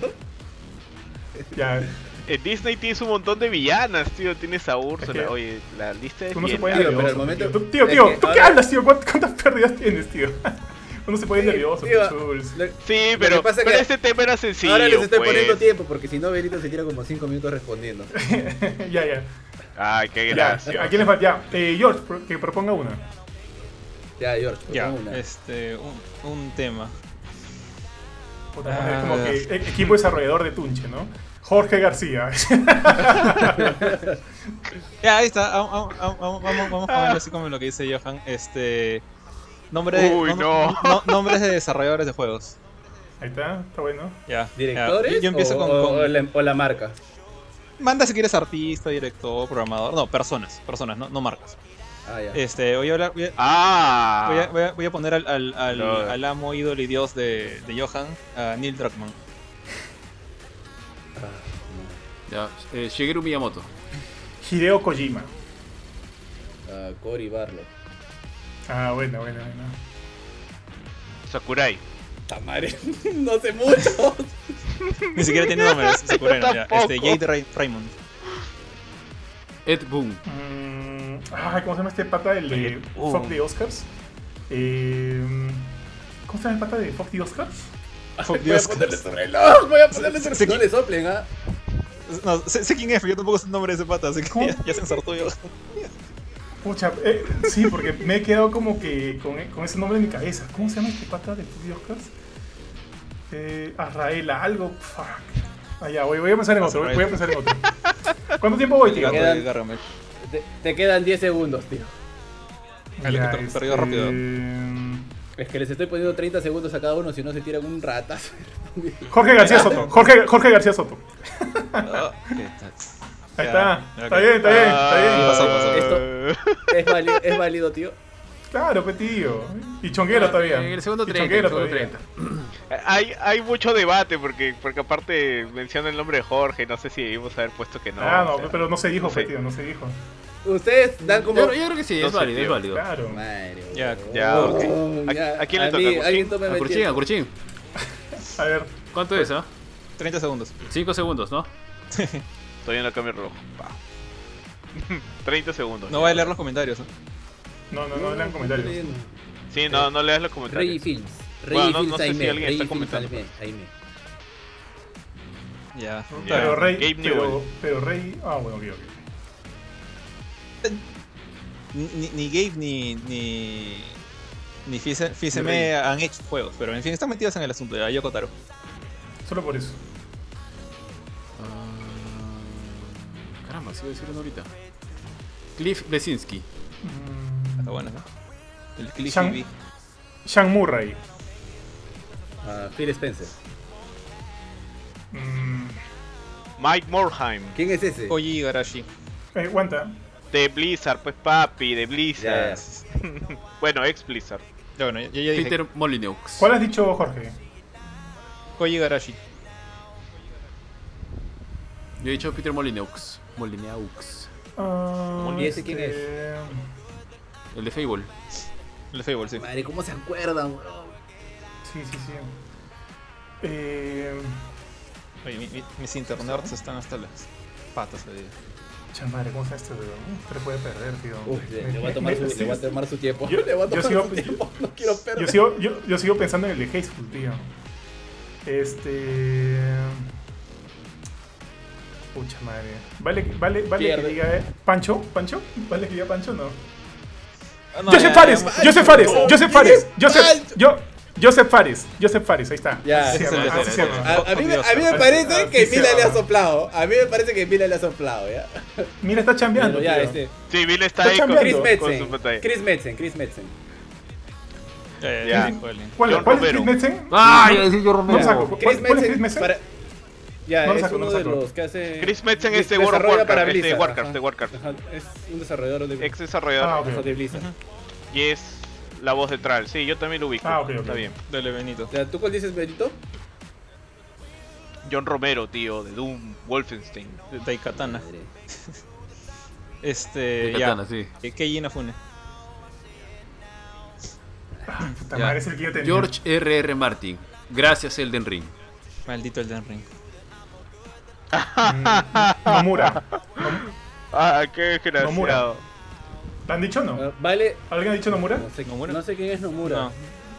[SPEAKER 3] Ya.
[SPEAKER 2] en Disney tienes un montón de villanas, tío. Tienes a
[SPEAKER 3] Es
[SPEAKER 2] Úrsula.
[SPEAKER 3] que-
[SPEAKER 2] Oye, la lista es
[SPEAKER 3] Tú no se
[SPEAKER 2] bien
[SPEAKER 3] puedes
[SPEAKER 1] Tío,
[SPEAKER 3] nervioso.
[SPEAKER 1] pero al momento-
[SPEAKER 3] tío. Tú- Tío,
[SPEAKER 1] es
[SPEAKER 3] tío,
[SPEAKER 1] que
[SPEAKER 3] ¿tú qué
[SPEAKER 1] ahora-
[SPEAKER 3] hablas, tío? ¿Cuánt- ¿Cuántas pérdidas tienes, tío? Uno se puede
[SPEAKER 1] Sí,
[SPEAKER 3] nervioso,
[SPEAKER 1] tío,
[SPEAKER 3] pues, Jules.
[SPEAKER 1] Lo-
[SPEAKER 2] Sí,
[SPEAKER 1] Lo
[SPEAKER 2] pero,
[SPEAKER 1] que pasa
[SPEAKER 2] pero
[SPEAKER 1] que
[SPEAKER 2] este tema era sencillo.
[SPEAKER 1] Ahora les estoy
[SPEAKER 2] pues.
[SPEAKER 1] poniendo tiempo porque si no, Benito se tira como 5 minutos respondiendo.
[SPEAKER 3] ya, ya.
[SPEAKER 2] Ay, qué
[SPEAKER 3] ya.
[SPEAKER 2] gracia.
[SPEAKER 3] ¿A quién le falta? Ya, eh, George, pro- que proponga una.
[SPEAKER 1] Ya, George,
[SPEAKER 5] Ya,
[SPEAKER 1] pon una.
[SPEAKER 5] este, un, un tema.
[SPEAKER 3] Puta madre,
[SPEAKER 5] Ah.
[SPEAKER 3] como que e- equipo desarrollador de Tunche, ¿no? Jorge García.
[SPEAKER 5] Ya, ahí está. Vamos, vamos, vamos, vamos- vamos con algo así como lo que dice Johan. Este. Nombre de-
[SPEAKER 2] Uy,
[SPEAKER 5] nom-
[SPEAKER 2] no.
[SPEAKER 5] no- nombres de desarrolladores de juegos.
[SPEAKER 3] Ahí está, está bueno.
[SPEAKER 5] Ya. ya.
[SPEAKER 1] ¿Directores?
[SPEAKER 5] Yo empiezo
[SPEAKER 1] o,
[SPEAKER 5] con.
[SPEAKER 1] o-
[SPEAKER 5] con-
[SPEAKER 1] o la, em- o la marca.
[SPEAKER 5] Manda si quieres artista, director, programador. No, personas. Personas, no, no marcas.
[SPEAKER 1] Ah, ya.
[SPEAKER 5] Este, voy a hablar. Voy a,
[SPEAKER 2] Ah.
[SPEAKER 5] voy a- voy a- voy a poner al, al, al-
[SPEAKER 2] Claro.
[SPEAKER 5] al amo, ídolo y dios de, de Johan, a Neil Druckmann.
[SPEAKER 4] Ya, eh, Shigeru Miyamoto.
[SPEAKER 3] Hideo Kojima.
[SPEAKER 1] Ah, Cory Barlow.
[SPEAKER 3] Ah, bueno, bueno, bueno.
[SPEAKER 2] Sakurai.
[SPEAKER 1] Ta madre, no sé mucho.
[SPEAKER 5] Ni siquiera tiene nombres, Sakurai. no, ya. Este,
[SPEAKER 2] tampoco.
[SPEAKER 5] Jade Ray- Raymond.
[SPEAKER 4] Ed Boon.
[SPEAKER 3] Mm, ah, ¿cómo se llama este pata del de
[SPEAKER 5] Uh.
[SPEAKER 3] Fuck the Oscars? Eh, ¿Cómo se llama el pata de Fuck the Oscars?
[SPEAKER 5] Fuck
[SPEAKER 1] Voy a
[SPEAKER 5] Dios.
[SPEAKER 1] ponerle sobre el ojo, voy a ponerle sobre
[SPEAKER 5] Sí,
[SPEAKER 1] No le soplen, ¿ah?
[SPEAKER 5] No, sé, sé quién es, pero yo tampoco sé el nombre de ese pata, así que ya, ya se ensartó yo.
[SPEAKER 3] Pucha, eh, sí, porque me he quedado como que con, con ese nombre en mi cabeza. ¿Cómo se llama este pata de Fuck the Oscars? Eh, Arraela, algo. Fuck. Ah, ya, voy, voy a pensar en otro. Voy, voy a pensar en otro. ¿Cuánto tiempo voy, tío?
[SPEAKER 5] Gato de
[SPEAKER 1] quedan-
[SPEAKER 5] Gargamel.
[SPEAKER 1] Te, te quedan 10 segundos, tío.
[SPEAKER 5] Al que per-
[SPEAKER 3] Este,
[SPEAKER 5] perdió rápido.
[SPEAKER 1] Es que les estoy poniendo 30 segundos a cada uno, si no se tiran un ratazo.
[SPEAKER 3] Jorge García Soto. Jorge, Jorge García Soto.
[SPEAKER 5] Ah,
[SPEAKER 3] Ahí
[SPEAKER 5] Ya,
[SPEAKER 3] está.
[SPEAKER 5] ya,
[SPEAKER 3] Está
[SPEAKER 5] ok.
[SPEAKER 3] bien, está bien, está bien.
[SPEAKER 5] Ah, pasó, pasó.
[SPEAKER 2] Esto...
[SPEAKER 1] Es válido, es válido tío.
[SPEAKER 3] Claro, pues tío. Y chonguero todavía.
[SPEAKER 4] En Ah, el segundo
[SPEAKER 3] Y
[SPEAKER 4] 30. en
[SPEAKER 3] chonguero
[SPEAKER 4] el segundo
[SPEAKER 3] todavía.
[SPEAKER 4] 30.
[SPEAKER 2] Hay, hay mucho debate porque, porque aparte menciona el nombre de Jorge, no sé si debimos haber puesto que no.
[SPEAKER 3] ah, no,
[SPEAKER 2] o sea.
[SPEAKER 3] pero no se dijo,
[SPEAKER 2] Sí.
[SPEAKER 3] pues tío, no se dijo.
[SPEAKER 1] Ustedes dan como.
[SPEAKER 4] Yo, yo creo que sí,
[SPEAKER 2] No
[SPEAKER 4] es
[SPEAKER 2] sé,
[SPEAKER 4] válido, es
[SPEAKER 2] tío.
[SPEAKER 4] válido.
[SPEAKER 3] Claro.
[SPEAKER 1] Madre,
[SPEAKER 5] Ya,
[SPEAKER 1] weón.
[SPEAKER 2] ya, ok. ¿A-
[SPEAKER 1] Ya,
[SPEAKER 2] a quién le toca,
[SPEAKER 1] mí,
[SPEAKER 2] Curchín?
[SPEAKER 1] alguien tome
[SPEAKER 3] Ah,
[SPEAKER 4] A
[SPEAKER 1] el
[SPEAKER 4] Curchín, a
[SPEAKER 1] tiempo.
[SPEAKER 4] Curchín.
[SPEAKER 3] A ver.
[SPEAKER 4] ah, ¿Cuánto es, ah?
[SPEAKER 5] 30 segundos.
[SPEAKER 4] 5 segundos, ¿no?
[SPEAKER 2] Estoy en la cambio rojo. Pa. 30 segundos.
[SPEAKER 5] No voy a leer los comentarios. ¿eh? ¿no?
[SPEAKER 3] No, no, no lean comentarios.
[SPEAKER 1] eh,
[SPEAKER 2] Sí, no, no leas los
[SPEAKER 1] Rey
[SPEAKER 2] comentarios.
[SPEAKER 1] Films. Rey
[SPEAKER 2] Bueno, no-
[SPEAKER 1] Films
[SPEAKER 2] no sé si
[SPEAKER 1] Aime.
[SPEAKER 2] alguien
[SPEAKER 1] Rey
[SPEAKER 2] está
[SPEAKER 1] Films
[SPEAKER 2] comentando.
[SPEAKER 1] Aime. Aime.
[SPEAKER 5] Ya.
[SPEAKER 2] Ya,
[SPEAKER 3] Pero Rey.
[SPEAKER 2] Gabe
[SPEAKER 3] pero,
[SPEAKER 2] Newell.
[SPEAKER 3] pero Rey. Ah, bueno, ok, ok.
[SPEAKER 5] Ni, ni Gabe ni. ni. ni Fise- Fiseme han hecho juegos, pero en fin, están metidos en el asunto de Ayoko Taro.
[SPEAKER 3] Solo por eso.
[SPEAKER 4] Ah, Caramba, se iba a decir uno ahorita. Cliff Blesinski.
[SPEAKER 3] Mm.
[SPEAKER 5] Está bueno, ¿no? El Cliff
[SPEAKER 3] Shang-
[SPEAKER 5] TV.
[SPEAKER 3] Sean Murray.
[SPEAKER 1] Ah, Phil Spencer.
[SPEAKER 3] Mm.
[SPEAKER 2] Mike Morheim,
[SPEAKER 1] ¿Quién es ese?
[SPEAKER 5] Koji Igarashi.
[SPEAKER 3] Eh, aguanta.
[SPEAKER 2] de Blizzard, pues papi, de Blizzard. Bueno, ex Blizzard.
[SPEAKER 5] Ya, bueno, ya, ya dije.
[SPEAKER 4] Peter Molyneux.
[SPEAKER 3] ¿Cuál has dicho, Jorge?
[SPEAKER 5] Koji Igarashi.
[SPEAKER 4] Yo he dicho Peter Molyneux. Molyneux.
[SPEAKER 3] Ah,
[SPEAKER 1] ¿Y ese quién
[SPEAKER 3] este,
[SPEAKER 4] El de Fable.
[SPEAKER 5] El Fable, sí.
[SPEAKER 1] Madre, ¿cómo se acuerdan, weón?
[SPEAKER 3] Sí, sí, sí. Eh,
[SPEAKER 5] Oye, mi- mi- mis internets están hasta las patas de
[SPEAKER 3] cha madre, ¿cómo está este, weón? Te lo puede perder, tío.
[SPEAKER 1] Uy, le,
[SPEAKER 3] Me-
[SPEAKER 1] le voy a
[SPEAKER 3] me-
[SPEAKER 1] tomar su,
[SPEAKER 3] me-
[SPEAKER 1] le voy a tomar su tiempo.
[SPEAKER 3] Yo-
[SPEAKER 1] le voy a
[SPEAKER 3] yo
[SPEAKER 1] tomar
[SPEAKER 3] sigo-
[SPEAKER 1] su
[SPEAKER 3] yo-
[SPEAKER 1] tiempo. no quiero perder.
[SPEAKER 3] Yo sigo, yo, yo sigo pensando en el de Hateful, tío. Este. Pucha madre. Vale, vale, vale que
[SPEAKER 1] Pierde.
[SPEAKER 3] diga. eh, ¿Pancho? ¿Pancho? ¿Vale que diga Pancho o no?
[SPEAKER 5] Ah, No,
[SPEAKER 3] ¡Joseph
[SPEAKER 5] ya,
[SPEAKER 3] Fares!
[SPEAKER 5] ya,
[SPEAKER 3] ¡Joseph Fares!
[SPEAKER 1] no.
[SPEAKER 3] ¡Joseph Fares! ¡Joseph! Yo, ¡Joseph Fares! ¡Joseph Fares! Ahí está.
[SPEAKER 1] Ya,
[SPEAKER 3] Así se llama,
[SPEAKER 4] ese,
[SPEAKER 3] así
[SPEAKER 4] ese,
[SPEAKER 3] se
[SPEAKER 4] ese.
[SPEAKER 3] llama.
[SPEAKER 1] A, a mí, me- a mí me
[SPEAKER 5] Dios,
[SPEAKER 1] parece que
[SPEAKER 3] así se
[SPEAKER 1] Mila le ha
[SPEAKER 3] llama.
[SPEAKER 1] soplado. A mí me parece que Mila le ha soplado, ¿ya?
[SPEAKER 3] Mira, está chambeando.
[SPEAKER 1] Pero ya,
[SPEAKER 3] tío.
[SPEAKER 1] este.
[SPEAKER 2] Sí, Bill está
[SPEAKER 3] Está
[SPEAKER 2] ahí con,
[SPEAKER 3] chambeando.
[SPEAKER 1] Chris
[SPEAKER 2] con su
[SPEAKER 1] Metzen.
[SPEAKER 2] pantalla.
[SPEAKER 1] Chris Metzen, Chris Metzen.
[SPEAKER 5] Ya,
[SPEAKER 2] Ya.
[SPEAKER 5] ya, ya. Joder.
[SPEAKER 3] ¿Cuál,
[SPEAKER 2] John
[SPEAKER 3] cuál es Chris
[SPEAKER 2] Romero.
[SPEAKER 3] Metzen?
[SPEAKER 4] ¡Ah! Ya decía yo
[SPEAKER 3] No lo
[SPEAKER 4] Romero.
[SPEAKER 3] saco. ¿Cuál,
[SPEAKER 1] Chris
[SPEAKER 3] cuál es Chris
[SPEAKER 1] Metzen
[SPEAKER 3] Metzen?
[SPEAKER 1] para- Ya,
[SPEAKER 3] No lo
[SPEAKER 1] es
[SPEAKER 3] saco, no
[SPEAKER 1] uno
[SPEAKER 3] lo
[SPEAKER 1] de
[SPEAKER 3] saco.
[SPEAKER 1] los que hace.
[SPEAKER 2] Chris Metzen es de
[SPEAKER 1] desarrolla
[SPEAKER 2] World of Warcraft,
[SPEAKER 1] para
[SPEAKER 2] es de
[SPEAKER 1] Blizzard,
[SPEAKER 2] Warcraft,
[SPEAKER 1] ajá.
[SPEAKER 2] de Warcraft.
[SPEAKER 1] Ajá, Es un desarrollador de,
[SPEAKER 2] Ex desarrollador.
[SPEAKER 3] Ah, ok.
[SPEAKER 1] de Blizzard.
[SPEAKER 2] Y es la voz de Tral. Sí, yo también lo ubico.
[SPEAKER 3] Ah, ok, ok.
[SPEAKER 2] Está bien.
[SPEAKER 5] Dale, Benito.
[SPEAKER 1] Ya, ¿Tú cuál dices, Benito?
[SPEAKER 2] John Romero, tío, de Doom, Wolfenstein.
[SPEAKER 5] De Daikatana. Este.
[SPEAKER 4] De Katana, sí.
[SPEAKER 5] ya. Eh, Keiji Inafune.
[SPEAKER 3] Puta
[SPEAKER 5] Ya.
[SPEAKER 3] madre, es el que yo tenía.
[SPEAKER 4] George R.R. Martin. Gracias, Elden Ring.
[SPEAKER 5] Maldito Elden Ring.
[SPEAKER 3] Mm, Nomura.
[SPEAKER 2] Ah, qué desgraciado.
[SPEAKER 3] ¿La han dicho o no?
[SPEAKER 1] Ah, Vale.
[SPEAKER 3] ¿Alguien ha dicho Nomura?
[SPEAKER 1] No sé,
[SPEAKER 5] ¿Nomura?
[SPEAKER 1] no sé quién es Nomura.
[SPEAKER 5] No,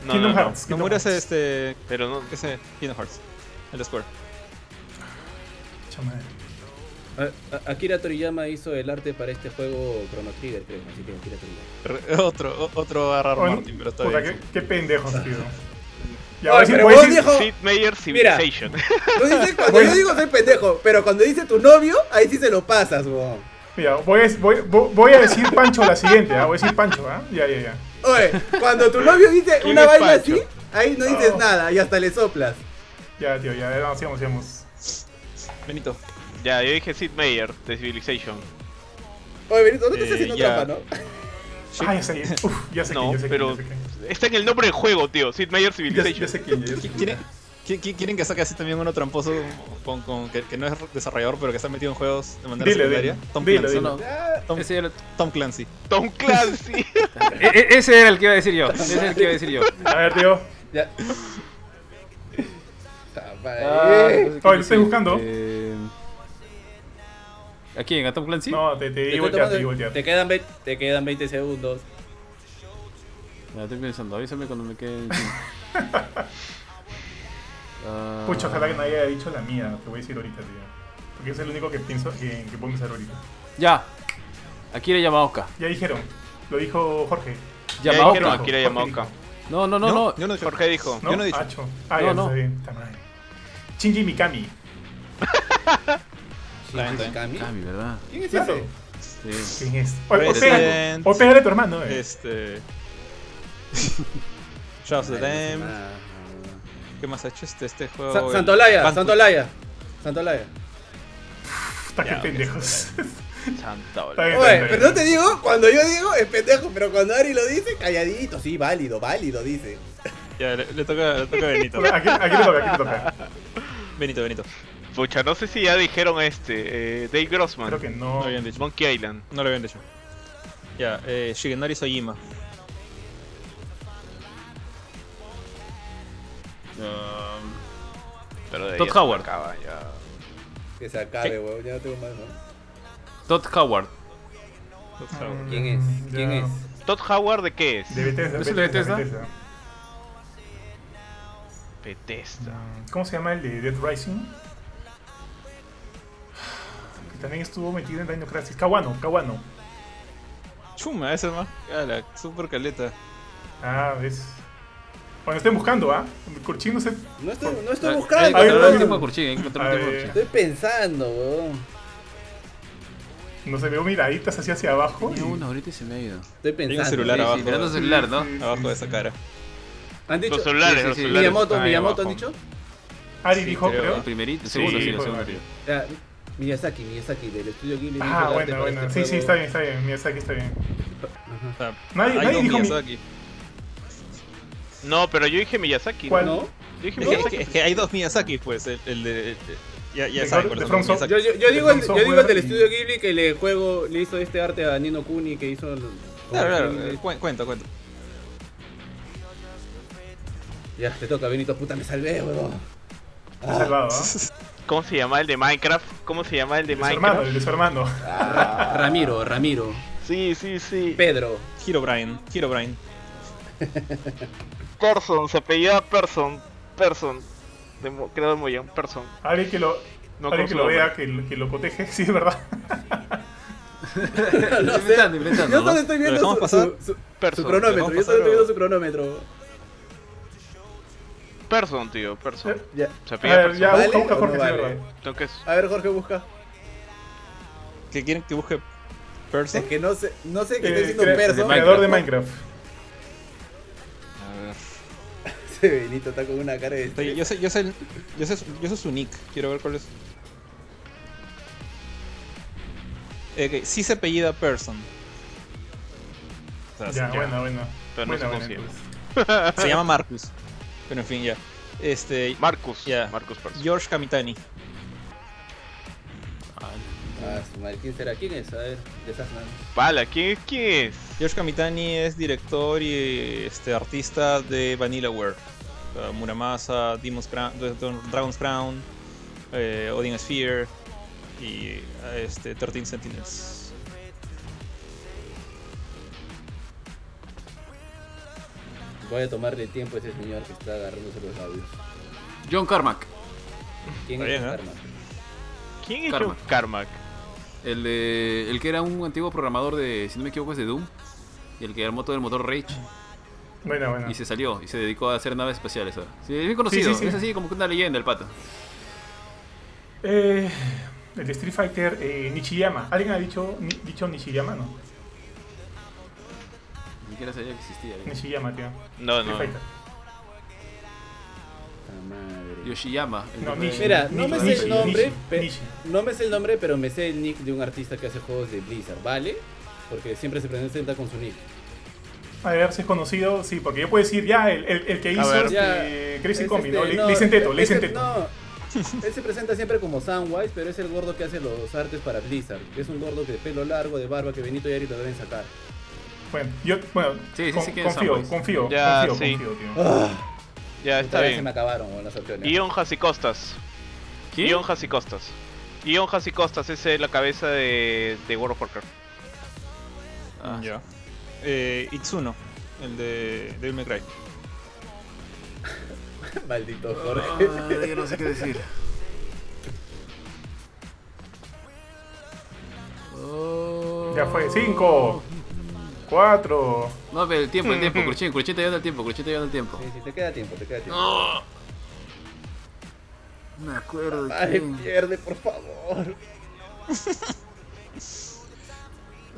[SPEAKER 2] No,
[SPEAKER 3] Kingdom
[SPEAKER 2] no, no.
[SPEAKER 3] Hearts. Kingdom
[SPEAKER 5] Nomura es
[SPEAKER 3] Hearts.
[SPEAKER 5] este.
[SPEAKER 2] Pero no.
[SPEAKER 5] Ese. Kingdom Hearts. El de Square.
[SPEAKER 3] Pucha madre.
[SPEAKER 1] A- a- Akira Toriyama hizo el arte para este juego Chrono Trigger, creo. Así que Akira Toriyama.
[SPEAKER 5] Re- Otro, o- otro a
[SPEAKER 3] Oye,
[SPEAKER 5] Martin, pero está
[SPEAKER 3] puta,
[SPEAKER 5] bien.
[SPEAKER 3] qué, qué pendejos, tío. Y
[SPEAKER 1] Oye,
[SPEAKER 3] ahora sí
[SPEAKER 1] pero
[SPEAKER 3] puedes
[SPEAKER 1] vos,
[SPEAKER 3] decir-
[SPEAKER 1] viejo,
[SPEAKER 2] Sid Meier
[SPEAKER 1] Mira.
[SPEAKER 2] Civilization.
[SPEAKER 1] Tú dices cuando yo digo soy pendejo, pero cuando dice tu novio, ahí sí se lo pasas, weón.
[SPEAKER 3] Mira, voy a, voy, voy- voy a decir Pancho la siguiente, ¿ah? voy a decir Pancho, ¿ah? Ya, ya, ya.
[SPEAKER 1] Oye, cuando tu novio dice
[SPEAKER 2] ¿Quién
[SPEAKER 1] una
[SPEAKER 2] es
[SPEAKER 1] vaina
[SPEAKER 2] Pancho?
[SPEAKER 1] así, ahí no dices
[SPEAKER 3] No.
[SPEAKER 1] nada y hasta le soplas.
[SPEAKER 3] Ya, tío, ya, vamos, sigamos, sigamos.
[SPEAKER 5] Benito.
[SPEAKER 2] ya, yo dije Sid Meier de Civilization.
[SPEAKER 1] Oye, Benito, no te estés
[SPEAKER 5] Eh,
[SPEAKER 1] haciendo
[SPEAKER 5] ya.
[SPEAKER 1] trampa, ¿no?
[SPEAKER 3] Ah, ya sé, uf, ya sé
[SPEAKER 2] No,
[SPEAKER 3] quién, ya sé
[SPEAKER 2] pero
[SPEAKER 3] quién,
[SPEAKER 2] está en el nombre del juego, tío. Sid Meier
[SPEAKER 3] ya sé quién. Ya,
[SPEAKER 2] Civilization.
[SPEAKER 3] sé quién, ya sé
[SPEAKER 5] ¿Qui-
[SPEAKER 3] quién.
[SPEAKER 5] ¿Quieren, qui- qui- quieren que saque así también uno tramposo con, con- que, que no es desarrollador, pero que está metido en juegos de manera
[SPEAKER 3] Dile,
[SPEAKER 5] secundaria?
[SPEAKER 3] dile,
[SPEAKER 5] Tom,
[SPEAKER 3] dile,
[SPEAKER 5] Clancy.
[SPEAKER 3] dile.
[SPEAKER 4] No, no.
[SPEAKER 1] Ya.
[SPEAKER 5] Tom,
[SPEAKER 4] Ese era,
[SPEAKER 5] Tom Clancy.
[SPEAKER 2] Tom Clancy.
[SPEAKER 4] e- e- ese era el que iba a decir yo. Ese era el que iba a decir yo.
[SPEAKER 3] A ver, tío.
[SPEAKER 1] Ya. Ah, vale.
[SPEAKER 4] Ay,
[SPEAKER 3] Oye, lo estoy buscando.
[SPEAKER 4] Eh, ¿A quién? ¿A Tom Clancy?
[SPEAKER 3] No, te, te
[SPEAKER 1] Te
[SPEAKER 3] di
[SPEAKER 1] estoy
[SPEAKER 3] voltear,
[SPEAKER 1] tomando-
[SPEAKER 3] te di voltear.
[SPEAKER 1] te quedan veinte- te quedan 20 segundos.
[SPEAKER 4] Ya, estoy pensando, avísame cuando me quede. Ah,
[SPEAKER 3] Pucha, ojalá que nadie haya dicho la mía, te voy a decir ahorita, tío. Porque es el único que pienso que, que puedo pensar ahorita.
[SPEAKER 4] Ya. Akira Yamaoka.
[SPEAKER 3] Ya dijeron, lo dijo Jorge.
[SPEAKER 2] Ya dijeron
[SPEAKER 4] Yamaoka.
[SPEAKER 3] aquí.
[SPEAKER 2] Akira Yamaoka.
[SPEAKER 4] No, no, no, no.
[SPEAKER 5] yo no he dicho-
[SPEAKER 2] Jorge dijo.
[SPEAKER 3] ¿No?
[SPEAKER 5] Yo no he dicho.
[SPEAKER 3] Acho. Ah,
[SPEAKER 4] No,
[SPEAKER 3] ya,
[SPEAKER 4] no.
[SPEAKER 3] está bien, está mal. Shinji Mikami.
[SPEAKER 1] Mikami.
[SPEAKER 4] Kami, Ah, ¿verdad?
[SPEAKER 1] ¿Quién es
[SPEAKER 3] Claro.
[SPEAKER 1] ese?
[SPEAKER 4] Sí.
[SPEAKER 3] ¿Quién es? O, o,
[SPEAKER 5] Resident-
[SPEAKER 3] pégale, o pégale a tu hermano, eh.
[SPEAKER 5] Este. Shadow of the
[SPEAKER 1] Ay, no sé
[SPEAKER 5] Damned.
[SPEAKER 1] nada.
[SPEAKER 5] ¿Qué más ha hecho este, este juego?
[SPEAKER 1] Sa-
[SPEAKER 5] El
[SPEAKER 1] Santolaya,
[SPEAKER 5] Banco-
[SPEAKER 1] Santolaya. Santolaya.
[SPEAKER 3] Puta, qué
[SPEAKER 5] Ya, ok,
[SPEAKER 3] pendejos.
[SPEAKER 2] Santa
[SPEAKER 3] Está
[SPEAKER 2] bola.
[SPEAKER 3] bien, está bien,
[SPEAKER 1] Oye,
[SPEAKER 3] está
[SPEAKER 1] pero no
[SPEAKER 3] bien.
[SPEAKER 1] te digo, cuando yo digo es pendejo, pero cuando Ari lo dice, calladito, sí, válido, válido, dice.
[SPEAKER 5] Ya, le, le toca, le toca a Benito.
[SPEAKER 3] Aquí, aquí le toca, aquí le toca.
[SPEAKER 5] Benito, Benito.
[SPEAKER 2] Pucha, no sé si ya dijeron este. eh, Dave Grossman.
[SPEAKER 3] Creo que no.
[SPEAKER 5] No habían dicho.
[SPEAKER 2] Monkey Island.
[SPEAKER 5] No lo habían dicho. Ya, eh, Shigenori Sojima.
[SPEAKER 3] Ah.
[SPEAKER 2] Pero de ahí
[SPEAKER 4] Todd
[SPEAKER 2] ya se
[SPEAKER 4] Howard.
[SPEAKER 2] acaba, ya.
[SPEAKER 1] Que se acabe, weón, ya no tengo más, ¿no?
[SPEAKER 4] Todd Howard.
[SPEAKER 3] Mm,
[SPEAKER 1] ¿Quién es? ¿Quién
[SPEAKER 3] ya.
[SPEAKER 1] es?
[SPEAKER 2] Todd Howard de qué es?
[SPEAKER 3] De Bethesda.
[SPEAKER 4] ¿Es el de Bethesda?
[SPEAKER 2] Bethesda.
[SPEAKER 3] Mm, ¿Cómo se llama el de Dead Rising? Que también estuvo metido en Dino Crisis. Kawano, Kawano. Mm.
[SPEAKER 5] Chuma, ese es más. A la super caleta.
[SPEAKER 3] Ah, ves. Bueno, estén buscando, ¿ah? Curchín no sé.
[SPEAKER 1] No estoy, no estoy
[SPEAKER 4] Ah,
[SPEAKER 1] buscando,
[SPEAKER 4] Ahí encontré
[SPEAKER 3] Ay,
[SPEAKER 4] el
[SPEAKER 3] no.
[SPEAKER 4] último
[SPEAKER 1] weón.
[SPEAKER 4] de Kurchin, ahí encontré el
[SPEAKER 3] Ay.
[SPEAKER 4] último de Kurchin.
[SPEAKER 1] Estoy pensando, weón.
[SPEAKER 3] No se veo miraditas así hacia abajo. y-
[SPEAKER 4] Tenía uno ahorita y se me ha ido.
[SPEAKER 1] Estoy pensando.
[SPEAKER 5] celular
[SPEAKER 1] sí, sí.
[SPEAKER 5] abajo.
[SPEAKER 4] Mirando el celular, ¿no?
[SPEAKER 5] Abajo de esa cara.
[SPEAKER 1] ¿Han dicho?
[SPEAKER 2] Los celulares,
[SPEAKER 4] sí,
[SPEAKER 2] los
[SPEAKER 4] sí.
[SPEAKER 2] celulares.
[SPEAKER 1] Miyamoto,
[SPEAKER 2] están ahí
[SPEAKER 1] Miyamoto, ¿han
[SPEAKER 2] abajo.
[SPEAKER 1] dicho?
[SPEAKER 3] Ari
[SPEAKER 5] Sí,
[SPEAKER 3] dijo,
[SPEAKER 5] creo,
[SPEAKER 3] creo.
[SPEAKER 5] ¿eh?
[SPEAKER 4] El primerito, el segundo,
[SPEAKER 3] Sí,
[SPEAKER 4] sí, el
[SPEAKER 3] joder,
[SPEAKER 4] segundo,
[SPEAKER 3] Ari.
[SPEAKER 4] tío.
[SPEAKER 1] Ya, Miyazaki, Miyazaki, del estudio Ghibli. hizo
[SPEAKER 3] Ah,
[SPEAKER 1] el arte
[SPEAKER 3] bueno,
[SPEAKER 1] para
[SPEAKER 3] bueno.
[SPEAKER 1] este
[SPEAKER 3] Sí, sí,
[SPEAKER 1] juego.
[SPEAKER 3] está bien, está bien. Miyazaki está bien.
[SPEAKER 5] O sea,
[SPEAKER 3] Nadie- nadie
[SPEAKER 5] dos
[SPEAKER 3] dijo mi-
[SPEAKER 5] Miyazaki.
[SPEAKER 2] No, pero yo dije Miyazaki.
[SPEAKER 3] ¿Cuál?
[SPEAKER 2] ¿no?
[SPEAKER 1] ¿No?
[SPEAKER 2] Yo dije
[SPEAKER 5] Es que, es
[SPEAKER 2] Miyazaki.
[SPEAKER 5] que- es que hay dos Miyazaki, pues. El, el de. el- ya ya
[SPEAKER 3] De-
[SPEAKER 5] saben
[SPEAKER 3] de
[SPEAKER 5] cuáles son
[SPEAKER 3] From
[SPEAKER 5] los
[SPEAKER 3] Soft-
[SPEAKER 5] Miyazaki.
[SPEAKER 1] Yo, yo, yo digo, el, yo
[SPEAKER 3] Software
[SPEAKER 1] digo el del
[SPEAKER 3] y-
[SPEAKER 1] estudio Ghibli que le juego le hizo este arte a Nino Kuni que hizo el-
[SPEAKER 5] Claro, claro.
[SPEAKER 1] el-
[SPEAKER 5] eh, cuen- Cuenta, cuenta.
[SPEAKER 1] Ya, te toca, Benito, puta, me salvé, huevón.
[SPEAKER 3] Está salvado, ¿ah?
[SPEAKER 2] ¿Cómo se llama el de Minecraft? ¿Cómo se llama el de
[SPEAKER 3] El de su hermano,
[SPEAKER 2] Minecraft?
[SPEAKER 3] el de su hermano.
[SPEAKER 1] Ra- Ramiro, Ramiro.
[SPEAKER 2] Sí, sí, sí.
[SPEAKER 1] Pedro.
[SPEAKER 5] Hiro Brian. Hiro Brian.
[SPEAKER 2] Person, se apellida Person. Person. De, Mo- creo de Moyón, Person.
[SPEAKER 3] Ari que lo.
[SPEAKER 2] No
[SPEAKER 3] Ari
[SPEAKER 2] con
[SPEAKER 3] que
[SPEAKER 2] su
[SPEAKER 3] lo
[SPEAKER 2] nombre.
[SPEAKER 3] vea, que, lo- que lo coteje, sí, es verdad.
[SPEAKER 1] No sé.
[SPEAKER 4] Inventando, inventando,
[SPEAKER 1] Yo
[SPEAKER 4] ¿no?
[SPEAKER 1] solo estoy viendo
[SPEAKER 5] dejamos
[SPEAKER 1] su,
[SPEAKER 5] pasar?
[SPEAKER 1] su- su- su
[SPEAKER 2] Person.
[SPEAKER 1] cronómetro.
[SPEAKER 5] dejamos
[SPEAKER 1] Yo solo
[SPEAKER 5] pasar,
[SPEAKER 1] estoy viendo
[SPEAKER 5] o-
[SPEAKER 1] su cronómetro.
[SPEAKER 2] Person, tío,
[SPEAKER 4] Eh,
[SPEAKER 2] Person.
[SPEAKER 1] Ya.
[SPEAKER 2] Se
[SPEAKER 3] A
[SPEAKER 2] apellida
[SPEAKER 3] ver,
[SPEAKER 2] Person.
[SPEAKER 3] ya,
[SPEAKER 1] ¿Vale
[SPEAKER 3] busca, busca,
[SPEAKER 1] o no
[SPEAKER 3] Jorge, sí, es
[SPEAKER 1] vale?
[SPEAKER 3] verdad.
[SPEAKER 2] Creo que es
[SPEAKER 1] A ver, Jorge, busca.
[SPEAKER 5] ¿Qué quieren que busque?
[SPEAKER 1] Es
[SPEAKER 5] Person.
[SPEAKER 1] que no sé, no sé qué
[SPEAKER 3] Eh,
[SPEAKER 1] está diciendo
[SPEAKER 3] crea-
[SPEAKER 1] Perso.
[SPEAKER 3] Creador de Minecraft.
[SPEAKER 5] A ver.
[SPEAKER 1] Ese este Benito está con una cara de.
[SPEAKER 5] Está ahí, Yo sé, yo sé, el- yo sé, su- yo sé su nick. Quiero ver cuál es. Eh, que sí se apellida Person. O sea,
[SPEAKER 3] Ya,
[SPEAKER 5] se-
[SPEAKER 3] bueno, bueno.
[SPEAKER 2] Pero no
[SPEAKER 3] Bueno,
[SPEAKER 2] sé cómo
[SPEAKER 3] bueno,
[SPEAKER 2] se llama.
[SPEAKER 3] entonces.
[SPEAKER 5] se llama Marcus. Pero en fin, ya. Este.
[SPEAKER 2] Marcus.
[SPEAKER 5] Ya.
[SPEAKER 2] Marcus Person.
[SPEAKER 5] George Kamitani.
[SPEAKER 1] Ah, su madre, ¿quién será? ¿Quién es? A ver, de esas manos.
[SPEAKER 2] Pala, ¿quién, es- quién es?
[SPEAKER 5] George Kamitani es director y este Uh, artista de Vanillaware. O sea, Muramasa, Demon's Crown, Dragon's Crown, eh, Odin Sphere y eh, este, 13 Sentinels.
[SPEAKER 1] Voy a tomarle tiempo a ese señor que está agarrándose los labios.
[SPEAKER 4] John Carmack,
[SPEAKER 1] ¿Quién
[SPEAKER 5] Está
[SPEAKER 1] es
[SPEAKER 5] bien, ¿eh?
[SPEAKER 1] Karma?
[SPEAKER 2] ¿Quién es
[SPEAKER 4] Carmack.
[SPEAKER 2] John Carmack?
[SPEAKER 4] el, de- el que era un antiguo programador de, si no me equivoco, es de Doom. Y el que armó todo el motor Rage.
[SPEAKER 3] Ah. Bueno, bueno.
[SPEAKER 4] Y se salió y se dedicó a hacer naves espaciales ahora. Sí, es bien conocido,
[SPEAKER 3] Sí, sí, sí.
[SPEAKER 4] es así como que una leyenda el pato.
[SPEAKER 3] Eh, el Street Fighter eh, Nichiyama. ¿Alguien ha dicho, ni- dicho Nichiyama? No.
[SPEAKER 4] Ni siquiera sabía que existía. ¿eh?
[SPEAKER 3] Nichiyama, tío.
[SPEAKER 2] No,
[SPEAKER 3] Street
[SPEAKER 2] no.
[SPEAKER 3] Fighter.
[SPEAKER 1] Puta madre.
[SPEAKER 4] Yoshiyama. el
[SPEAKER 3] No,
[SPEAKER 4] nombre-
[SPEAKER 3] Nishi.
[SPEAKER 1] Mira, no me sé
[SPEAKER 3] Nishi,
[SPEAKER 1] el nombre,
[SPEAKER 3] Nishi,
[SPEAKER 1] pe-
[SPEAKER 3] Nishi.
[SPEAKER 1] no me sé el nombre, pero me sé el nick de un artista que hace juegos de Blizzard, ¿vale? Porque siempre se presenta con su nick.
[SPEAKER 3] A ver si es conocido, sí, porque yo puedo decir ya el, el, el que hizo
[SPEAKER 2] ver.
[SPEAKER 3] este, Crazy
[SPEAKER 1] es
[SPEAKER 3] Combi,
[SPEAKER 1] este,
[SPEAKER 3] ¿no? Le, le dicen teto, le dicen
[SPEAKER 1] ese-
[SPEAKER 3] teto.
[SPEAKER 1] No, él se presenta siempre como Sunwise, pero es el gordo que hace los artes para Blizzard. Es un gordo que de pelo largo, de barba, que Benito y Ari lo deben sacar.
[SPEAKER 3] Bueno, yo, bueno,
[SPEAKER 4] Sí, sí,
[SPEAKER 3] con-
[SPEAKER 4] sí, que es
[SPEAKER 3] confío,
[SPEAKER 4] Samwise.
[SPEAKER 3] confío,
[SPEAKER 2] Ya,
[SPEAKER 3] confío,
[SPEAKER 2] sí.
[SPEAKER 3] confío, tío.
[SPEAKER 2] Ya está
[SPEAKER 1] Todavía se me
[SPEAKER 2] bien.
[SPEAKER 1] acabaron weón, las opciones.
[SPEAKER 2] Ion Costas.
[SPEAKER 4] ¿Quién?
[SPEAKER 2] Ion Costas. Ion Costas es eh, la cabeza de, de World of Warcraft.
[SPEAKER 4] Ah,
[SPEAKER 5] Ya. Eh, Itsuno, el de Devil May Cry.
[SPEAKER 1] Maldito Jorge.
[SPEAKER 3] Ah.
[SPEAKER 4] Ay, yo no sé qué decir. Oh.
[SPEAKER 3] Ya fue, cinco, cuatro.
[SPEAKER 4] No, pero el tiempo, el tiempo, Curchín, Curchín te lleva el tiempo, Curchín te lleva el tiempo.
[SPEAKER 1] Sí, sí, te queda tiempo, te queda tiempo.
[SPEAKER 4] No. Me acuerdo de
[SPEAKER 1] Ay,
[SPEAKER 4] quién.
[SPEAKER 1] pierde, por favor.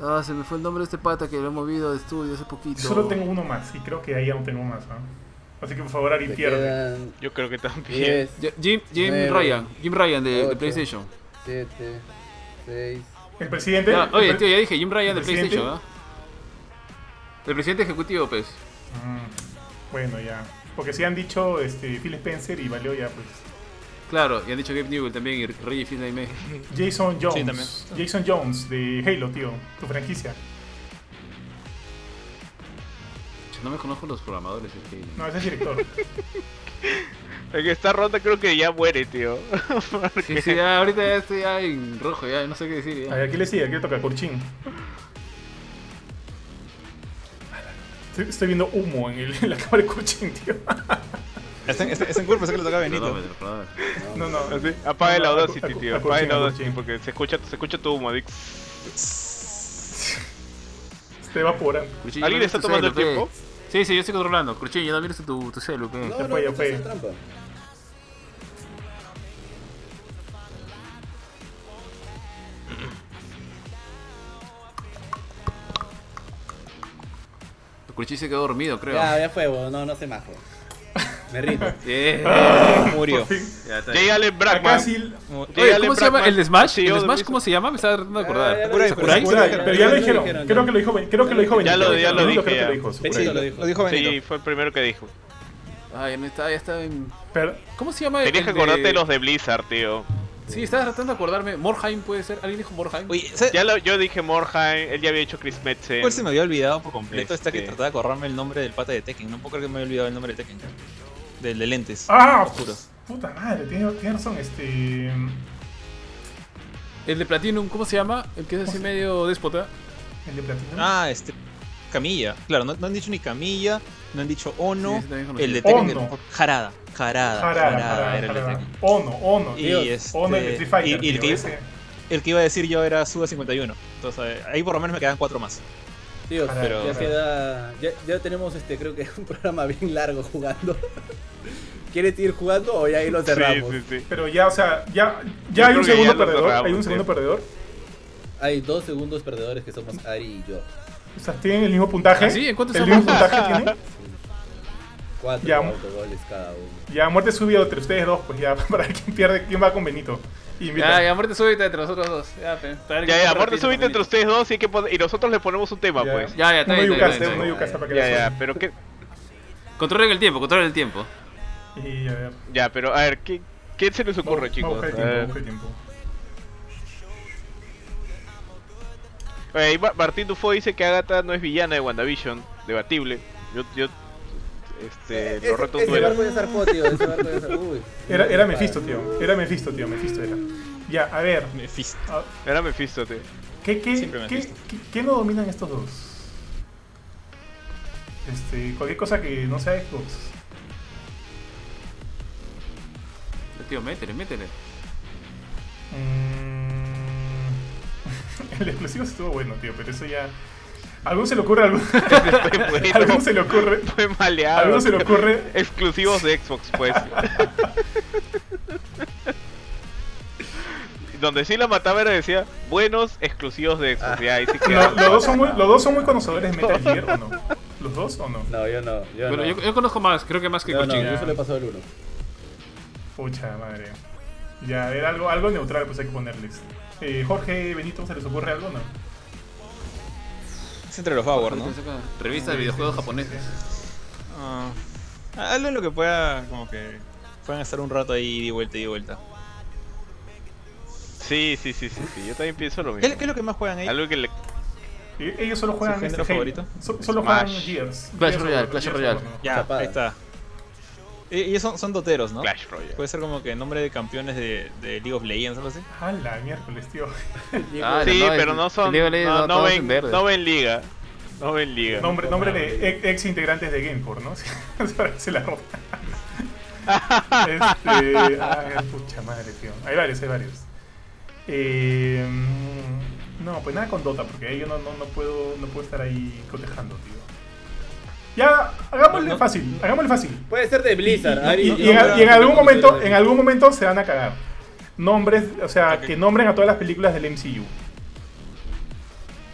[SPEAKER 4] Ah, se me fue el nombre de este pata que lo he movido de estudio hace poquito.
[SPEAKER 3] Yo Solo tengo uno más y creo que ahí ya no tengo más, ¿no? Así que por favor, Ari,
[SPEAKER 1] Te
[SPEAKER 3] pierde.
[SPEAKER 1] quedan
[SPEAKER 2] Yo creo que también.
[SPEAKER 1] 10,
[SPEAKER 4] Ya- Jim, Jim
[SPEAKER 1] Nueve,
[SPEAKER 4] Ryan, Jim Ryan de, de
[SPEAKER 1] ocho.
[SPEAKER 4] PlayStation.
[SPEAKER 1] 7, 6.
[SPEAKER 3] El presidente.
[SPEAKER 4] Ya, oye,
[SPEAKER 3] el
[SPEAKER 4] tío,
[SPEAKER 3] pre-
[SPEAKER 4] ya dije, Jim Ryan de
[SPEAKER 3] ¿El presidente?
[SPEAKER 4] PlayStation, ¿ah? El presidente ejecutivo, pues.
[SPEAKER 3] Mm, bueno, ya. Porque si han dicho este, Phil Spencer y valió ya, pues.
[SPEAKER 4] Claro, y han dicho Gabe Newell también y Reggie Fils-Aimé.
[SPEAKER 3] Jason Jones.
[SPEAKER 5] Sí, también.
[SPEAKER 3] Jason Jones de Halo, tío. Tu franquicia.
[SPEAKER 4] No me conozco los programadores. es que-
[SPEAKER 3] No, ese es director.
[SPEAKER 2] En esta ronda creo que ya muere, tío.
[SPEAKER 4] Sí, sí, ya, ahorita ya estoy ya en rojo, ya no sé qué decir.
[SPEAKER 3] A
[SPEAKER 4] ya.
[SPEAKER 3] ver, ¿qué le sigue? ¿Qué le toca? Curchín. Estoy, estoy viendo humo en, el- en la cámara de Curchín, tío.
[SPEAKER 5] Está en, está, está en cuerpo, sé que le toca a Benito.
[SPEAKER 4] Cronómetro, cronómetro.
[SPEAKER 3] No, no.
[SPEAKER 2] Así, Ah, apaga el
[SPEAKER 3] No, no,
[SPEAKER 2] Audacity,
[SPEAKER 3] acu-
[SPEAKER 2] tío.
[SPEAKER 3] acu-
[SPEAKER 2] Apaga el
[SPEAKER 3] acuchina,
[SPEAKER 2] Audacity
[SPEAKER 3] acuchina.
[SPEAKER 2] porque se escucha, se escucha tu humo, Dix.
[SPEAKER 3] Se evaporan.
[SPEAKER 4] Curchín,
[SPEAKER 2] ¿Alguien
[SPEAKER 4] ya
[SPEAKER 2] está
[SPEAKER 4] miraste tu
[SPEAKER 2] tomando el
[SPEAKER 4] celu,
[SPEAKER 2] tiempo?
[SPEAKER 4] pe. Sí, sí, yo estoy controlando. Curchín, ya no mires tu, tu celu, pe.
[SPEAKER 1] No,
[SPEAKER 3] Ya
[SPEAKER 1] no,
[SPEAKER 3] fue,
[SPEAKER 1] no,
[SPEAKER 3] ya
[SPEAKER 1] estás
[SPEAKER 3] fue.
[SPEAKER 1] haciendo trampa.
[SPEAKER 4] Curchín se quedó dormido, creo.
[SPEAKER 1] Ya, ya fue, weón. No, no se majo. Me rindo.
[SPEAKER 4] Bien.
[SPEAKER 5] Murió.
[SPEAKER 4] Ya
[SPEAKER 2] J.
[SPEAKER 4] está bien.
[SPEAKER 2] Allen
[SPEAKER 3] Acá
[SPEAKER 2] Brackman.
[SPEAKER 3] sí.
[SPEAKER 5] Mu-
[SPEAKER 2] J.
[SPEAKER 4] Oye,
[SPEAKER 2] Allen
[SPEAKER 4] ¿cómo se llama?
[SPEAKER 2] Brackman,
[SPEAKER 4] ¿El de Smash?
[SPEAKER 2] CEO
[SPEAKER 4] ¿El de
[SPEAKER 2] de
[SPEAKER 4] Smash
[SPEAKER 2] Blizzard.
[SPEAKER 4] cómo se llama? Me estaba tratando de
[SPEAKER 1] Ah, ya
[SPEAKER 4] acordar.
[SPEAKER 1] lo dijo,
[SPEAKER 5] Sakurai,
[SPEAKER 1] Sakurai,
[SPEAKER 5] Sakurai,
[SPEAKER 3] Pero ya lo dijeron.
[SPEAKER 1] ya
[SPEAKER 3] Creo que lo dijo Ben- creo que lo dijo
[SPEAKER 2] Ya
[SPEAKER 3] Benito.
[SPEAKER 2] lo- ya lo
[SPEAKER 3] Benito
[SPEAKER 2] dije,
[SPEAKER 3] creo que
[SPEAKER 2] ya.
[SPEAKER 3] lo dijo, seguro.
[SPEAKER 1] Benito lo dijo.
[SPEAKER 5] Lo dijo Benito.
[SPEAKER 2] Sí, fue el primero que dijo.
[SPEAKER 4] Ah, ya no está, ya está en...
[SPEAKER 3] Pero-
[SPEAKER 4] ¿Cómo se llama?
[SPEAKER 2] Tenías que
[SPEAKER 4] el
[SPEAKER 2] acordarte de los de Blizzard, tío.
[SPEAKER 4] Sí, estaba tratando de acordarme. Morheim puede ser. ¿Alguien dijo Morheim?
[SPEAKER 5] Oye, ¿sabes
[SPEAKER 2] Ya lo, yo dije Morheim, él ya había hecho Chris Metzen.
[SPEAKER 3] Pues
[SPEAKER 5] cuál se me había olvidado por completo? Esta que
[SPEAKER 2] Este.
[SPEAKER 5] trataba de acordarme el nombre del pata de Tekken. No puedo creer que me había olvidado el nombre de Tekken. Del de lentes.
[SPEAKER 3] ¡Ah!
[SPEAKER 5] Oscuros.
[SPEAKER 3] Puta madre, tiene, tiene razón. Este.
[SPEAKER 4] El de Platinum, ¿cómo se llama? El que es así medio déspota.
[SPEAKER 3] El de Platinum.
[SPEAKER 5] Ah, este. Camilla. Claro, no, no han dicho ni Camilla, no han dicho
[SPEAKER 4] Sí,
[SPEAKER 5] Ono.
[SPEAKER 4] ese también es
[SPEAKER 5] el
[SPEAKER 4] conocido.
[SPEAKER 5] de Tekken. que-
[SPEAKER 3] Ono.
[SPEAKER 5] Jarada.
[SPEAKER 3] Jarada,
[SPEAKER 5] Jarada. Jarada.
[SPEAKER 3] jarada,
[SPEAKER 5] era el de
[SPEAKER 3] jarada.
[SPEAKER 5] Tekken.
[SPEAKER 3] Ono, Ono,
[SPEAKER 5] Y
[SPEAKER 3] Dios.
[SPEAKER 5] este-
[SPEAKER 3] Ono el de Street Fighter.
[SPEAKER 5] y- y el
[SPEAKER 3] tío,
[SPEAKER 5] que-
[SPEAKER 3] ese.
[SPEAKER 5] El que iba a decir yo era Suda 51. Entonces, ahí por lo menos me quedan cuatro más.
[SPEAKER 1] Tío,
[SPEAKER 3] Pero-
[SPEAKER 1] ya queda. Ya, ya tenemos este, creo que un programa bien largo jugando. ¿Quieres ir jugando o ya ahí lo
[SPEAKER 2] Sí,
[SPEAKER 1] cerramos?
[SPEAKER 2] sí, sí.
[SPEAKER 3] Pero ya, o sea, ya,
[SPEAKER 2] Yo
[SPEAKER 3] ya hay
[SPEAKER 2] creo
[SPEAKER 3] un
[SPEAKER 2] que ya
[SPEAKER 3] segundo
[SPEAKER 2] lo
[SPEAKER 3] perdedor.
[SPEAKER 2] cerramos,
[SPEAKER 3] hay un
[SPEAKER 2] sí.
[SPEAKER 3] segundo perdedor.
[SPEAKER 1] Hay dos segundos perdedores que somos Ari y yo.
[SPEAKER 3] O sea, tienen el mismo puntaje.
[SPEAKER 4] ¿Ah, sí? ¿En cuánto
[SPEAKER 3] El
[SPEAKER 4] estamos?
[SPEAKER 3] mismo puntaje tienen.
[SPEAKER 1] Cuatro
[SPEAKER 3] Ya.
[SPEAKER 1] autogoles cada uno.
[SPEAKER 3] Ya, muerte subida entre ustedes dos, pues ya, para ver quién pierde, quién va con Benito. Y invita.
[SPEAKER 4] Ya, ya, muerte súbita entre nosotros dos. Ya, pe. Para que
[SPEAKER 2] Ya, ya,
[SPEAKER 4] compartir
[SPEAKER 2] muerte
[SPEAKER 4] con
[SPEAKER 2] súbita entre
[SPEAKER 4] Benito.
[SPEAKER 2] ustedes dos y, hay que pon- y nosotros le ponemos un tema,
[SPEAKER 3] Ya.
[SPEAKER 2] pues.
[SPEAKER 4] Ya, ya, está
[SPEAKER 3] Uno
[SPEAKER 4] bien, está bien,
[SPEAKER 3] yucasta,
[SPEAKER 4] está bien,
[SPEAKER 3] uno
[SPEAKER 4] está bien.
[SPEAKER 3] yucasta para que
[SPEAKER 2] Ya,
[SPEAKER 3] le
[SPEAKER 2] ya, pero qué,
[SPEAKER 4] Controlen el tiempo, controlen el tiempo.
[SPEAKER 3] Y a ver.
[SPEAKER 2] ya, pero a ver, ¿qué, qué se les ocurre, chicos?
[SPEAKER 3] Vamos a buscar el
[SPEAKER 2] A
[SPEAKER 3] tiempo,
[SPEAKER 2] ver.
[SPEAKER 3] vamos a buscar el tiempo.
[SPEAKER 2] Oye, ahí Ma- Martín Dufo dice que Agatha no es villana de WandaVision, debatible. Yo, yo este,
[SPEAKER 4] Eh,
[SPEAKER 1] Eh, Ese-
[SPEAKER 3] Eh,
[SPEAKER 2] los retos
[SPEAKER 1] ese
[SPEAKER 2] duelen.
[SPEAKER 1] barco ya zarpó, tío. Ese barco ya zarpó. Uy.
[SPEAKER 3] Era, era Mephisto, tío. Era Mephisto, tío. Mephisto era. Ya, a ver.
[SPEAKER 5] Mephisto.
[SPEAKER 3] a-
[SPEAKER 2] Era Mephisto, tío.
[SPEAKER 3] ¿Qué, qué,
[SPEAKER 5] Siempre me
[SPEAKER 3] qué,
[SPEAKER 5] has visto.
[SPEAKER 3] qué- qué no dominan estos dos? Este, cualquier cosa que no sea Xbox.
[SPEAKER 4] Tío, métele, métele.
[SPEAKER 3] Mm. El exclusivo estuvo bueno, tío, pero eso ya. ¿Algún se le ocurre? ¿Algún,
[SPEAKER 2] Fue-
[SPEAKER 3] ¿algún se le ocurre?
[SPEAKER 2] Este, Fue maleado.
[SPEAKER 3] ¿Algún se le ocurre?
[SPEAKER 2] Exclusivos de Xbox, pues. Donde sí la mataba era decía, buenos exclusivos de Xbox. Ya, ahí sí
[SPEAKER 3] Ah. No,
[SPEAKER 2] quedaba.
[SPEAKER 3] los, dos son muy, los dos son muy conocedores de Metal Gear, ¿o no? ¿Los dos o no?
[SPEAKER 1] No, yo no. Yo
[SPEAKER 4] Bueno,
[SPEAKER 1] no.
[SPEAKER 4] yo, yo conozco más, creo que más que
[SPEAKER 1] Yo no,
[SPEAKER 4] Kuchin.
[SPEAKER 1] yo solo he pasado el uno.
[SPEAKER 3] Pucha madre. Ya, a ver, algo, algo neutral pues hay que ponerles. Eh, Jorge, Benito, ¿se les ocurre algo o no?
[SPEAKER 5] Es entre los Bauer, ¿no?
[SPEAKER 4] Revista de videojuegos japoneses.
[SPEAKER 5] Ah, hazlo en lo que pueda, como que puedan estar un rato ahí de vuelta y de vuelta.
[SPEAKER 2] Sí, sí, sí, sí, sí. Yo también pienso lo
[SPEAKER 5] ¿Qué,
[SPEAKER 2] mismo.
[SPEAKER 5] qué es lo que más juegan ahí?
[SPEAKER 2] Algo que le...
[SPEAKER 3] Eh, ellos solo juegan
[SPEAKER 5] ¿Su género
[SPEAKER 3] este Halo.
[SPEAKER 5] favorito?
[SPEAKER 3] So- solo juegan
[SPEAKER 2] Smash.
[SPEAKER 3] Gears.
[SPEAKER 4] Clash
[SPEAKER 3] Gears
[SPEAKER 4] Royale,
[SPEAKER 3] o-
[SPEAKER 4] Clash
[SPEAKER 3] Gears o-
[SPEAKER 4] Royale.
[SPEAKER 3] no.
[SPEAKER 5] Ya,
[SPEAKER 1] Chapada.
[SPEAKER 5] ahí está. Eh, Ellos son, son doteros, ¿no?
[SPEAKER 2] Clash Royale.
[SPEAKER 4] Pues,
[SPEAKER 5] Puede ser como que nombre de campeones de, de League of Legends, algo así.
[SPEAKER 3] A la miércoles, tío.
[SPEAKER 4] Ah,
[SPEAKER 2] sí,
[SPEAKER 4] no,
[SPEAKER 2] pero
[SPEAKER 4] el-
[SPEAKER 2] no son...
[SPEAKER 4] el League of Legends,
[SPEAKER 2] No,
[SPEAKER 4] no,
[SPEAKER 2] no
[SPEAKER 4] todos
[SPEAKER 2] ven,
[SPEAKER 4] en verde.
[SPEAKER 2] no ven liga. No ven liga.
[SPEAKER 3] Nombre, nombre de ex, ex integrantes de Gameport, ¿no? Para que se la roba. este, ay, pucha madre, tío. Hay varios, hay varios. Eh, mm, no, pues nada con Dota, porque ahí yo no, no, no puedo, no puedo estar ahí cotejando, tío. Ya, hagámosle
[SPEAKER 5] No, no.
[SPEAKER 3] fácil, hagámosle fácil.
[SPEAKER 1] Puede ser de Blizzard, Ari.
[SPEAKER 3] Y,
[SPEAKER 1] yo
[SPEAKER 3] y en,
[SPEAKER 1] no-
[SPEAKER 3] y en algún
[SPEAKER 1] no-
[SPEAKER 3] momento, en algún momento se van a cagar. Nombres, o sea,
[SPEAKER 5] Ok.
[SPEAKER 3] que nombren a todas las películas del MCU.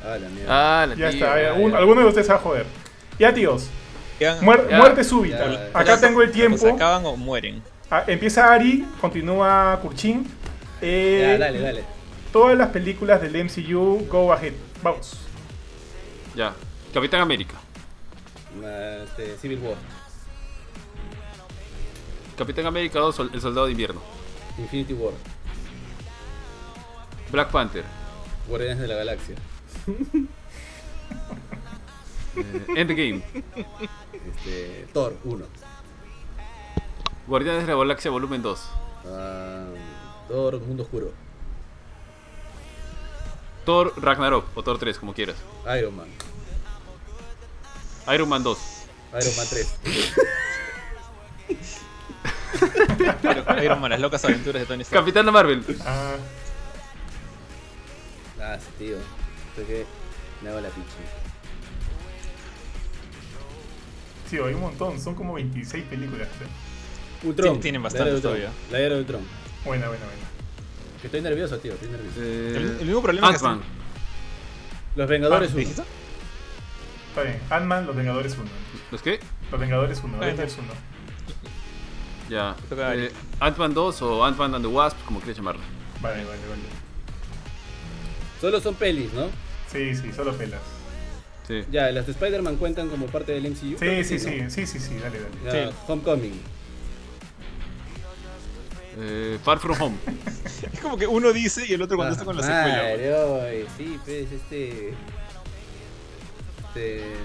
[SPEAKER 1] Ah, la mierda.
[SPEAKER 4] Ah, la
[SPEAKER 3] Ya
[SPEAKER 4] tía,
[SPEAKER 3] está,
[SPEAKER 4] ya,
[SPEAKER 3] algún-
[SPEAKER 4] ya.
[SPEAKER 3] alguno de ustedes se va a joder. Ya, tíos,
[SPEAKER 5] Quedan-
[SPEAKER 3] muer-
[SPEAKER 4] Ya.
[SPEAKER 3] muerte súbita.
[SPEAKER 1] Ya.
[SPEAKER 3] Acá
[SPEAKER 5] o
[SPEAKER 3] tengo el
[SPEAKER 5] se-
[SPEAKER 3] tiempo.
[SPEAKER 5] O pues, se acaban o mueren.
[SPEAKER 3] Ah, empieza Ari, continúa Kurchin. Eh,
[SPEAKER 1] Ya, dale, dale.
[SPEAKER 3] Todas las películas del MCU, go ahead. Vamos.
[SPEAKER 4] Ya. Capitán América.
[SPEAKER 1] Ah, Este, Civil War.
[SPEAKER 4] Capitán América 2, Sol- El Soldado de Invierno.
[SPEAKER 1] Infinity War.
[SPEAKER 4] Black Panther.
[SPEAKER 1] Guardianes de la Galaxia.
[SPEAKER 4] eh, Endgame.
[SPEAKER 1] Este, Thor 1.
[SPEAKER 4] Guardianes de la Galaxia Volumen 2.
[SPEAKER 1] Ah, Thor Mundo Oscuro.
[SPEAKER 4] Thor Ragnarok o Thor 3, como quieras.
[SPEAKER 1] Iron Man.
[SPEAKER 4] Iron Man 2.
[SPEAKER 1] Iron Man 3.
[SPEAKER 5] Iron Man, las locas aventuras de Tony Stark.
[SPEAKER 4] Capitana Marvel.
[SPEAKER 3] Ah,
[SPEAKER 1] Ah, sí, tío. Creo que me hago la picha.
[SPEAKER 3] sí, hay un montón. Son como 26 películas. ¿eh? creo.
[SPEAKER 1] Ultron.
[SPEAKER 5] Sí, tienen
[SPEAKER 1] La era de
[SPEAKER 5] bastantes
[SPEAKER 1] Ultron.
[SPEAKER 5] todavía.
[SPEAKER 1] La era de Ultron.
[SPEAKER 3] Buena, buena, buena.
[SPEAKER 1] Que estoy nervioso, tío. Estoy nervioso.
[SPEAKER 4] eh,
[SPEAKER 5] El, el mismo problema que
[SPEAKER 4] Ant-Man.
[SPEAKER 1] Los Vengadores
[SPEAKER 5] Ah,
[SPEAKER 1] 1.
[SPEAKER 5] ¿dijiste?
[SPEAKER 3] Está bien. Ant-Man, Los Vengadores 1.
[SPEAKER 4] ¿Los qué?
[SPEAKER 3] Los Vengadores 1,
[SPEAKER 5] Ah,
[SPEAKER 3] Avengers 1.
[SPEAKER 4] Ya.
[SPEAKER 5] Toca
[SPEAKER 4] Eh, Ant-Man 2 o Ant-Man and the Wasp, como quieras llamarlo.
[SPEAKER 3] Vale, vale, vale.
[SPEAKER 1] Solo son pelis, ¿no?
[SPEAKER 3] Sí, sí, solo pelas.
[SPEAKER 4] Sí.
[SPEAKER 1] Ya, las de Spider-Man cuentan como parte del MCU. Creo
[SPEAKER 3] Sí,
[SPEAKER 1] que
[SPEAKER 3] sí,
[SPEAKER 1] ¿no?
[SPEAKER 3] sí, sí, sí, sí, dale, dale.
[SPEAKER 1] Ya, Homecoming.
[SPEAKER 4] Eh, Far From Home.
[SPEAKER 5] Es como que uno dice y el otro contesta
[SPEAKER 1] Ah,
[SPEAKER 5] con la secuela. güey.
[SPEAKER 1] madre, ay, sí, pues este. Este.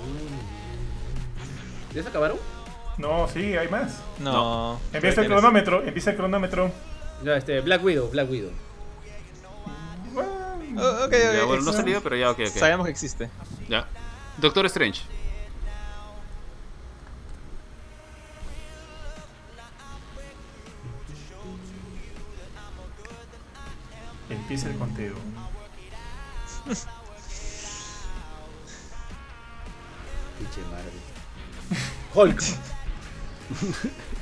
[SPEAKER 1] mm, ¿Ya se acabaron?
[SPEAKER 3] No, sí, hay más.
[SPEAKER 5] No.
[SPEAKER 3] Empieza el cronómetro, empieza el cronómetro.
[SPEAKER 1] Ya, este, Black Widow, Black Widow.
[SPEAKER 3] Bueno,
[SPEAKER 5] Oh, ok, ok.
[SPEAKER 4] Ya, bueno, no
[SPEAKER 5] eso-
[SPEAKER 4] ha salido, pero ya, ok, ok.
[SPEAKER 5] Sabemos que existe.
[SPEAKER 4] Ya. Doctor Strange.
[SPEAKER 3] Empieza el conteo.
[SPEAKER 1] Pinche Marvel. Hulk,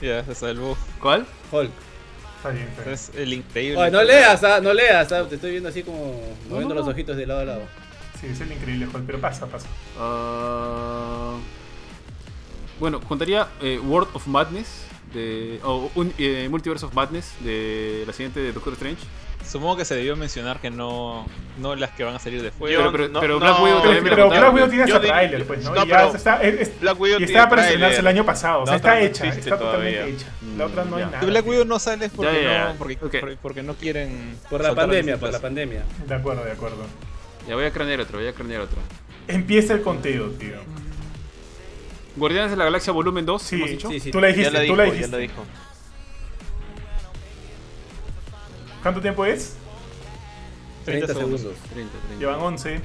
[SPEAKER 5] Ya, se salvó.
[SPEAKER 4] ¿Cuál?
[SPEAKER 1] Hulk.
[SPEAKER 3] Está bien, está bien.
[SPEAKER 5] Es el increíble.
[SPEAKER 1] Ay, no leas, ah, no leas, ah, te estoy viendo así como moviendo
[SPEAKER 4] no,
[SPEAKER 1] los
[SPEAKER 4] no.
[SPEAKER 1] ojitos de lado a lado.
[SPEAKER 3] Sí, es el increíble Hulk, pero pasa, pasa.
[SPEAKER 4] Ah, bueno, contaría eh, World of Madness. De, o un- eh, Multiverse of Madness de la siguiente de Doctor Strange.
[SPEAKER 5] Supongo que se debió mencionar que no, no las que van a salir después.
[SPEAKER 2] Yo-
[SPEAKER 4] pero pero,
[SPEAKER 2] no,
[SPEAKER 4] pero
[SPEAKER 2] no,
[SPEAKER 4] Black Widow
[SPEAKER 2] no,
[SPEAKER 3] Pero,
[SPEAKER 4] todavía me la
[SPEAKER 3] pero Black
[SPEAKER 4] contaron.
[SPEAKER 3] Widow tiene
[SPEAKER 2] Yo
[SPEAKER 3] hasta
[SPEAKER 2] digo-
[SPEAKER 3] trailer, pues, ¿no?
[SPEAKER 2] no,
[SPEAKER 3] Y ya
[SPEAKER 2] pero-
[SPEAKER 3] está, es- es-
[SPEAKER 2] Black Widow
[SPEAKER 3] y
[SPEAKER 2] tiene
[SPEAKER 3] está para estrenarse
[SPEAKER 2] tráiler.
[SPEAKER 3] el año pasado. O sea,
[SPEAKER 2] La otra
[SPEAKER 3] está
[SPEAKER 2] no
[SPEAKER 3] hecha,
[SPEAKER 2] existe
[SPEAKER 3] está totalmente
[SPEAKER 2] todavía.
[SPEAKER 3] hecha. La otra no hay
[SPEAKER 4] Ya.
[SPEAKER 3] nada.
[SPEAKER 5] De Black Widow no sales porque,
[SPEAKER 4] Ya, ya, ya.
[SPEAKER 5] No, porque,
[SPEAKER 4] Ok.
[SPEAKER 5] por- porque no quieren.
[SPEAKER 1] Por la
[SPEAKER 5] soltar
[SPEAKER 1] pandemia,
[SPEAKER 5] Disney
[SPEAKER 1] por
[SPEAKER 4] pues.
[SPEAKER 1] la
[SPEAKER 5] Plus.
[SPEAKER 1] pandemia.
[SPEAKER 3] De acuerdo, de acuerdo.
[SPEAKER 4] Ya voy a cranear otro, voy a cranear otro.
[SPEAKER 3] Empieza el conteo, tío.
[SPEAKER 4] Guardianes de la Galaxia Volumen 2,
[SPEAKER 3] Sí,
[SPEAKER 4] hemos dicho.
[SPEAKER 8] Sí, sí.
[SPEAKER 3] tú la
[SPEAKER 2] Ya
[SPEAKER 3] dijiste,
[SPEAKER 2] la
[SPEAKER 3] tú
[SPEAKER 2] dijo,
[SPEAKER 3] la
[SPEAKER 2] ya la
[SPEAKER 3] dijiste.
[SPEAKER 2] dijo.
[SPEAKER 3] ¿Cuánto tiempo es?
[SPEAKER 1] 30 segundos.
[SPEAKER 3] Llevan 11.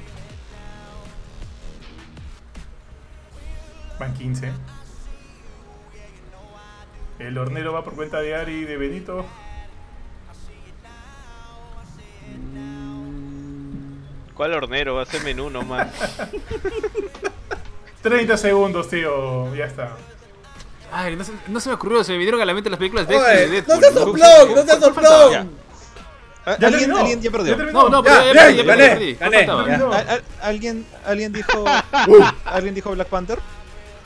[SPEAKER 3] Van 15. El hornero va por cuenta de Ari y de Benito.
[SPEAKER 2] ¿Cuál hornero? Va a ser menú nomás.
[SPEAKER 3] 30 segundos, tío. Ya está.
[SPEAKER 4] Ay, no se, no se me ocurrió, se me vinieron a la mente las películas de X-Men y
[SPEAKER 1] Oye,
[SPEAKER 4] Deadpool.
[SPEAKER 1] ¡No seas
[SPEAKER 4] ¿no?
[SPEAKER 1] soplón! ¡No seas soplón!
[SPEAKER 5] Ya. Ah,
[SPEAKER 3] Ya
[SPEAKER 5] ¿Alguien,
[SPEAKER 3] terminó.
[SPEAKER 5] alguien ya perdió.
[SPEAKER 4] No, no,
[SPEAKER 1] Ya,
[SPEAKER 4] pero ya,
[SPEAKER 1] bien, gané,
[SPEAKER 4] perdí,
[SPEAKER 1] gané,
[SPEAKER 4] ¿cuál faltaba?
[SPEAKER 1] ya.
[SPEAKER 3] terminó.
[SPEAKER 5] Al- al- ¿Alguien, alguien dijo alguien dijo Black Panther?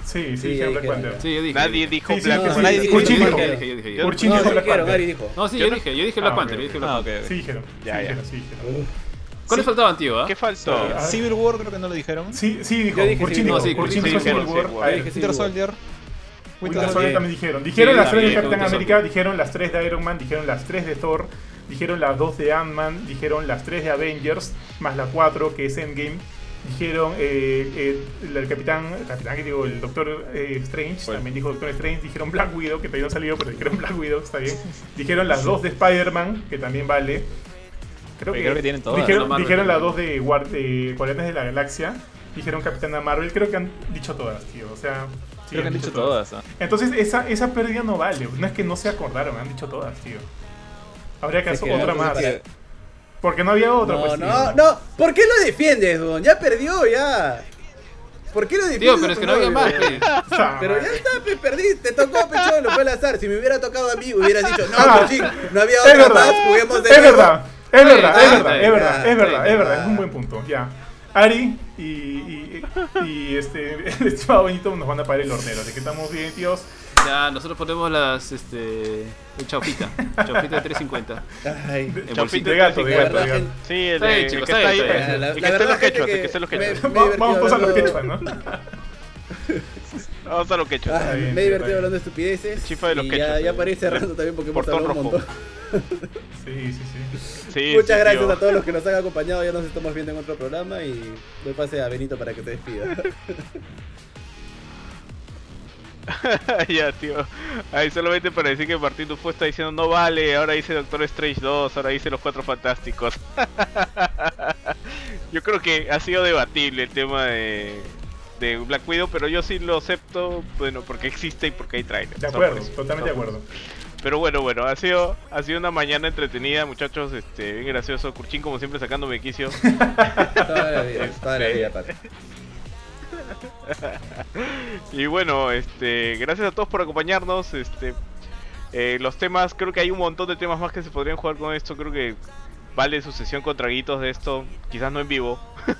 [SPEAKER 3] Sí, sí,
[SPEAKER 1] Sí,
[SPEAKER 3] dijeron Black
[SPEAKER 1] dije,
[SPEAKER 3] Panther.
[SPEAKER 4] Sí, yo dije.
[SPEAKER 2] Nadie
[SPEAKER 4] yo dije.
[SPEAKER 2] dijo
[SPEAKER 3] Sí, sí,
[SPEAKER 2] Black
[SPEAKER 3] sí,
[SPEAKER 2] Panther.
[SPEAKER 3] sí.
[SPEAKER 1] Nadie dijo
[SPEAKER 4] Yo
[SPEAKER 3] Curchín
[SPEAKER 4] dije,
[SPEAKER 3] dijo-
[SPEAKER 4] yo dije, yo dije, yo dije.
[SPEAKER 3] Curchín
[SPEAKER 1] No,
[SPEAKER 3] dijo
[SPEAKER 1] sí
[SPEAKER 3] Black
[SPEAKER 1] dijeron, Ari
[SPEAKER 3] Panther.
[SPEAKER 1] dijo.
[SPEAKER 4] No, sí,
[SPEAKER 2] Yo
[SPEAKER 4] yo
[SPEAKER 2] no-
[SPEAKER 4] dije, yo dije
[SPEAKER 3] Ah,
[SPEAKER 4] Black
[SPEAKER 3] ok,
[SPEAKER 4] Panther, yo
[SPEAKER 3] ok.
[SPEAKER 4] dije Black
[SPEAKER 5] Ah, ok.
[SPEAKER 4] Panther.
[SPEAKER 5] ok.
[SPEAKER 3] Sí dijeron.
[SPEAKER 2] Ya,
[SPEAKER 3] sí
[SPEAKER 2] ya.
[SPEAKER 3] dijeron, sí dijeron.
[SPEAKER 4] ¿Cuáles faltaban, tío? ah?
[SPEAKER 2] ¿Qué faltó?
[SPEAKER 3] Ah,
[SPEAKER 5] Civil War creo que no lo dijeron.
[SPEAKER 3] Sí, sí, dijo.
[SPEAKER 1] Yo dije
[SPEAKER 3] Curchín
[SPEAKER 1] sí,
[SPEAKER 3] dijo.
[SPEAKER 4] no, sí,
[SPEAKER 3] Curchín
[SPEAKER 4] Curchín
[SPEAKER 3] dijo
[SPEAKER 2] dijeron,
[SPEAKER 3] Civil
[SPEAKER 2] sí,
[SPEAKER 3] War.
[SPEAKER 2] War.
[SPEAKER 3] Ari dijo
[SPEAKER 1] Dije
[SPEAKER 5] Winter
[SPEAKER 1] Civil War.
[SPEAKER 5] Soldier. Winter
[SPEAKER 3] Winter
[SPEAKER 5] Soldier.
[SPEAKER 3] Soldier también dijeron. Dijeron las tres de
[SPEAKER 4] también,
[SPEAKER 3] Capitán América,
[SPEAKER 4] Winter Soldier.
[SPEAKER 3] dijeron las tres de Iron Man, dijeron las tres de Thor, dijeron las dos de Ant-Man, dijeron las tres de Avengers, más la cuatro que es Endgame. Dijeron eh, eh, el, el capitán, el capitán que digo, el doctor eh, Strange, también dijo Doctor Strange, dijeron Black Widow, que todavía no ha salido, pero dijeron Black Widow, está bien. Dijeron las dos de Spider-Man, que también vale. Creo
[SPEAKER 5] Oye,
[SPEAKER 3] que,
[SPEAKER 5] creo que tienen todas,
[SPEAKER 3] Dijeron,
[SPEAKER 4] ¿no? Marvel
[SPEAKER 3] dijeron las
[SPEAKER 4] también.
[SPEAKER 3] dos de, Guar- de Guardianes de la Galaxia, dijeron Capitana Marvel, creo que han dicho todas, tío. O sea, sí,
[SPEAKER 5] Creo que han dicho todas. ah.
[SPEAKER 3] entonces esa, esa pérdida no vale. No es que no se acordaron, han dicho todas, tío. Habría que
[SPEAKER 1] Es
[SPEAKER 3] hacer
[SPEAKER 1] que
[SPEAKER 3] otra
[SPEAKER 1] la
[SPEAKER 3] más.
[SPEAKER 1] cosa es
[SPEAKER 3] Porque no había otra,
[SPEAKER 1] No,
[SPEAKER 3] pues. tío.
[SPEAKER 1] no, no. ¿Por qué lo defiendes, weón? Ya perdió, ya. ¿Por qué lo defiendes?
[SPEAKER 4] Tío, pero es que no había
[SPEAKER 1] weón?
[SPEAKER 4] más,
[SPEAKER 2] eh.
[SPEAKER 4] pe.
[SPEAKER 3] O sea,
[SPEAKER 1] Pero ya está, pe, perdiste, te tocó pecholo, fue al azar. Si me hubiera tocado a mí, hubieras dicho, no,
[SPEAKER 3] Ah,
[SPEAKER 1] Cochín, no había
[SPEAKER 3] es
[SPEAKER 1] otra
[SPEAKER 3] verdad.
[SPEAKER 1] más, juguemos de
[SPEAKER 3] es
[SPEAKER 1] nuevo.
[SPEAKER 3] verdad. Es
[SPEAKER 4] Está
[SPEAKER 3] verdad,
[SPEAKER 4] bien,
[SPEAKER 3] es
[SPEAKER 4] está
[SPEAKER 3] verdad, es
[SPEAKER 4] bien, está
[SPEAKER 3] verdad,
[SPEAKER 1] bien,
[SPEAKER 3] es verdad,
[SPEAKER 1] está
[SPEAKER 3] es verdad. Es
[SPEAKER 1] bien.
[SPEAKER 3] un buen punto, ya. Ari y, y, y este, el estimado Benito nos van a pagar el hornero. Así que estamos bien, tíos.
[SPEAKER 4] Ya, nosotros ponemos las, este... el Chaufita, chaufita de 350.
[SPEAKER 1] Ay.
[SPEAKER 3] De,
[SPEAKER 2] Chaufita
[SPEAKER 3] de gato, de
[SPEAKER 1] La
[SPEAKER 3] gato, de
[SPEAKER 1] verdad,
[SPEAKER 3] gato.
[SPEAKER 1] gente,
[SPEAKER 2] Sí, el,
[SPEAKER 4] Está bien,
[SPEAKER 2] el
[SPEAKER 4] chicos,
[SPEAKER 2] que
[SPEAKER 4] está
[SPEAKER 2] está ahí.
[SPEAKER 4] bien, está bien.
[SPEAKER 1] la- la
[SPEAKER 2] El que esté en los
[SPEAKER 1] verdad, gente,
[SPEAKER 2] quechua, el que
[SPEAKER 1] que
[SPEAKER 2] esté en los
[SPEAKER 1] me-
[SPEAKER 2] quechua.
[SPEAKER 1] me
[SPEAKER 3] Va-
[SPEAKER 1] divertí
[SPEAKER 3] Vamos todos a los
[SPEAKER 1] hablando-
[SPEAKER 3] quechua, ¿no?
[SPEAKER 2] Vamos a los quechua.
[SPEAKER 1] Ay,
[SPEAKER 3] bien,
[SPEAKER 1] Ah, me he
[SPEAKER 3] está
[SPEAKER 1] divertido
[SPEAKER 3] bien.
[SPEAKER 1] hablando de estupideces.
[SPEAKER 2] Chifa de los
[SPEAKER 1] y
[SPEAKER 2] quechua,
[SPEAKER 1] ya, ya
[SPEAKER 2] sí.
[SPEAKER 1] para ir cerrando también porque hemos
[SPEAKER 2] Portón
[SPEAKER 1] hablado un
[SPEAKER 2] rojo.
[SPEAKER 1] montón.
[SPEAKER 3] Sí, sí, sí.
[SPEAKER 2] Sí,
[SPEAKER 1] Muchas
[SPEAKER 2] sí,
[SPEAKER 1] gracias
[SPEAKER 2] tío.
[SPEAKER 1] a todos los que nos han acompañado. Ya nos estamos viendo en otro programa y doy pase a Benito para que te despida.
[SPEAKER 2] ya, tío. Ahí solamente para decir que Martín Dufo está diciendo no vale, ahora dice Doctor Strange 2, ahora dice Los Cuatro Fantásticos. yo creo que ha sido debatible el tema de, de Black Widow, pero yo sí lo acepto, bueno, porque existe y porque hay trailer.
[SPEAKER 3] De acuerdo,
[SPEAKER 2] pues,
[SPEAKER 3] totalmente de acuerdo.
[SPEAKER 2] Pero bueno, bueno, ha sido, ha sido una mañana entretenida, muchachos, este, bien gracioso. Curchín como siempre sacándome de quicio.
[SPEAKER 1] Toda la vida, toda la vida, Pat.
[SPEAKER 2] Y bueno, este, gracias a todos por acompañarnos. Este, eh, los temas, creo que hay un montón de temas más que se podrían jugar con esto. Creo que vale su sesión con traguitos de esto. Quizás no en vivo,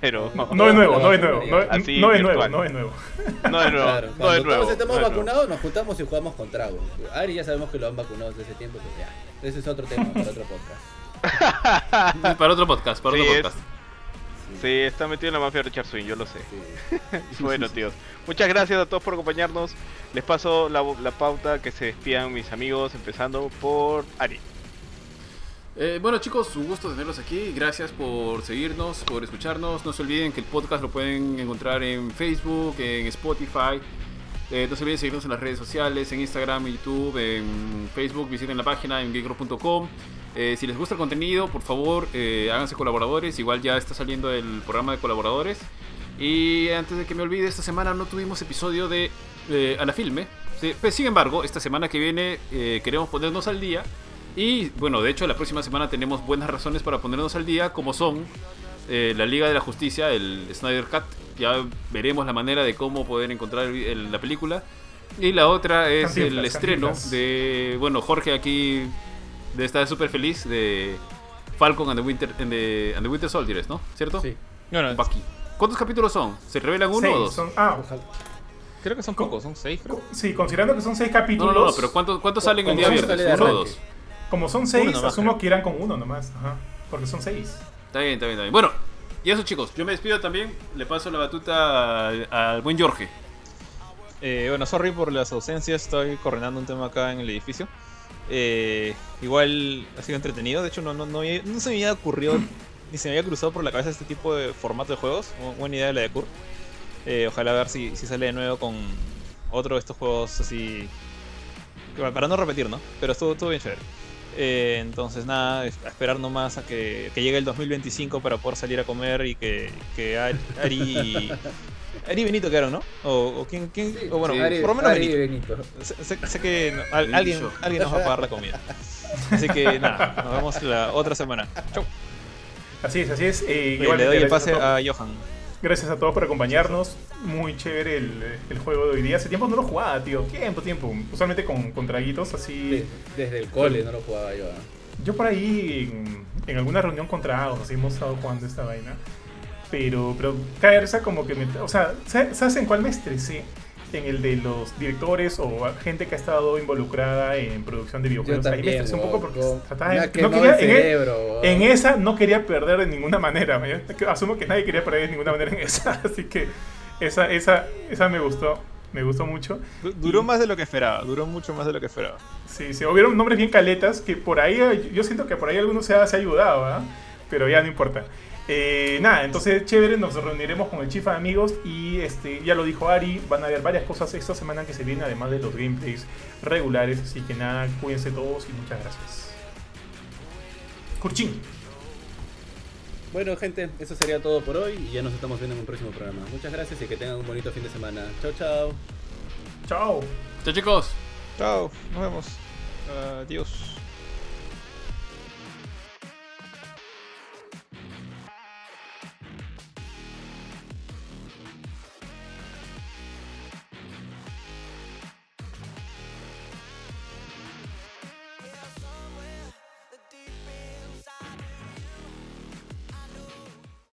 [SPEAKER 2] pero
[SPEAKER 3] No es nuevo, no es nuevo. No,
[SPEAKER 2] Así,
[SPEAKER 3] no es nuevo,
[SPEAKER 2] virtual.
[SPEAKER 3] no es nuevo.
[SPEAKER 2] no de nuevo,
[SPEAKER 1] Claro,
[SPEAKER 2] no
[SPEAKER 1] cuando
[SPEAKER 2] de nuevo.
[SPEAKER 1] todos estamos
[SPEAKER 2] no de nuevo.
[SPEAKER 1] vacunados, nos juntamos y jugamos con trago. Ari ya sabemos que lo han vacunado desde ese tiempo, pero ya. Ese es otro tema para otro podcast.
[SPEAKER 4] Para otro podcast, para
[SPEAKER 2] Sí,
[SPEAKER 4] otro
[SPEAKER 2] es-
[SPEAKER 4] podcast.
[SPEAKER 2] Sí, está metido en la mafia Richard Swing, yo lo sé.
[SPEAKER 1] Sí.
[SPEAKER 2] Bueno, tíos, muchas gracias a todos por acompañarnos. Les paso la, la pauta que se despidan mis amigos, empezando por Ari.
[SPEAKER 4] Eh, bueno chicos, un gusto tenerlos aquí. Gracias por seguirnos, por escucharnos. No se olviden que el podcast lo pueden encontrar en Facebook, en Spotify. Eh, no se olviden seguirnos en las redes sociales, en Instagram, en YouTube, en Facebook. Visiten la página en geekrock.com. Eh, si les gusta el contenido, por favor, eh, háganse colaboradores. Igual ya está saliendo el programa de colaboradores. Y antes de que me olvide, esta semana no tuvimos episodio de eh, A la Filme. Sí, pues, sin embargo, esta semana que viene eh, queremos ponernos al día. Y bueno, de hecho, la próxima semana tenemos buenas razones para ponernos al día, como son eh, la Liga de la Justicia, el Snyder Cut. Ya veremos la manera de cómo poder encontrar el- el- la película. Y la otra es
[SPEAKER 3] Cantinflas,
[SPEAKER 4] el estreno
[SPEAKER 3] Cantinflas.
[SPEAKER 4] de. Bueno, Jorge aquí de estar súper feliz de Falcon and the Winter, and the, and the Winter Soldier, ¿no? ¿Cierto?
[SPEAKER 1] Sí.
[SPEAKER 5] Bueno,
[SPEAKER 4] Bucky. ¿Cuántos capítulos son? ¿Se revelan uno
[SPEAKER 3] Seis,
[SPEAKER 4] o dos?
[SPEAKER 3] son- ah,
[SPEAKER 5] creo que son pocos, son seis, creo.
[SPEAKER 3] co- sí, considerando que son seis
[SPEAKER 4] No,
[SPEAKER 3] capítulos.
[SPEAKER 4] no, no, pero ¿cuántos, cuántos salen en
[SPEAKER 1] ¿Cómo
[SPEAKER 4] día
[SPEAKER 1] son?
[SPEAKER 4] viernes?
[SPEAKER 1] Sale de
[SPEAKER 4] ¿Uno o
[SPEAKER 1] arranque.
[SPEAKER 4] dos?
[SPEAKER 3] Como son seis,
[SPEAKER 5] Uno nomás,
[SPEAKER 3] asumo
[SPEAKER 5] creo.
[SPEAKER 3] que irán con uno nomás. Ajá. Porque son seis.
[SPEAKER 4] Está bien, está bien, está bien. Bueno, y eso chicos, yo me despido también. Le paso la batuta al, al buen Jorge.
[SPEAKER 5] Eh, bueno, sorry por las ausencias, estoy coordinando un tema acá en el edificio. Eh, igual ha sido entretenido, de hecho no, no, no, había- no se me había ocurrido ni se me había cruzado por la cabeza este tipo de formato de juegos. Bu- Buena idea la de Kur. Eh, ojalá ver si, si sale de nuevo con otro de estos juegos así. que pa- Para no repetir, ¿no? Pero estuvo, estuvo bien chévere. Eh, entonces, nada, es- a esperar nomás a que, que llegue el 2025 para poder salir a comer y que, que Ari. Ari y, Ari y Benito quedaron, ¿no? O, o quién, quién-
[SPEAKER 3] Oh,
[SPEAKER 5] o bueno,
[SPEAKER 1] Ari-
[SPEAKER 5] por lo menos
[SPEAKER 1] Ari
[SPEAKER 5] Benito.
[SPEAKER 1] Benito.
[SPEAKER 5] Sé, sé- sé que no- al-
[SPEAKER 4] Benito.
[SPEAKER 5] alguien, alguien nos va a pagar la comida. Así que nada, nos vemos la otra semana. Chau.
[SPEAKER 3] Así es, así es. Eh,
[SPEAKER 5] Y
[SPEAKER 3] igualmente,
[SPEAKER 5] le doy el
[SPEAKER 3] gracias
[SPEAKER 5] pase
[SPEAKER 3] a todos.
[SPEAKER 5] a Johan.
[SPEAKER 3] Gracias a todos por acompañarnos. Muy chévere el, el juego de hoy día. Hace tiempo no lo jugaba, tío. Tiempo, tiempo. Usualmente con, con traguitos así.
[SPEAKER 1] De- Desde el cole no lo jugaba yo. ah.
[SPEAKER 3] Yo por ahí en, en alguna reunión con tragos, así hemos estado jugando esta vaina. Pero, pero cae risa como que me... O sea, ¿sa- ¿sabes en cuál me estresé? En el de los directores o gente que ha estado involucrada en producción de
[SPEAKER 1] Yo
[SPEAKER 3] videojuegos. Ahí me
[SPEAKER 1] también.
[SPEAKER 3] estresé un
[SPEAKER 1] huevón,
[SPEAKER 3] poco porque
[SPEAKER 1] huevón.
[SPEAKER 3] trataba
[SPEAKER 1] Me
[SPEAKER 3] de...
[SPEAKER 1] ha
[SPEAKER 3] No
[SPEAKER 1] quemado
[SPEAKER 3] quería,
[SPEAKER 1] el
[SPEAKER 3] en, e-
[SPEAKER 1] cerebro, huevón.
[SPEAKER 3] en esa no quería perder de ninguna manera. ¿no? Yo Asumo que nadie quería perder de ninguna manera en esa. Así que esa, esa, esa me gustó. Me gustó mucho.
[SPEAKER 5] Du- Duró más de lo que esperaba, duró mucho más de lo que esperaba.
[SPEAKER 3] Sí, se hubieron nombres bien caletas que por ahí, eh, yo siento que por ahí algunos se ha, se ha ayudado, ¿ah? pero ya no importa. Eh, nada, entonces chévere, nos reuniremos con el chifa de amigos y este, ya lo dijo Ari, van a haber varias cosas esta semana que se vienen además de los gameplays regulares, así que nada, cuídense todos y muchas gracias. Curchín.
[SPEAKER 8] Bueno, gente, eso sería todo por hoy y ya nos estamos viendo en un próximo programa. Muchas gracias y que tengan un bonito fin de semana. Chao, chao.
[SPEAKER 3] Chao.
[SPEAKER 4] Chao chicos.
[SPEAKER 5] Chao, nos vemos. Adiós.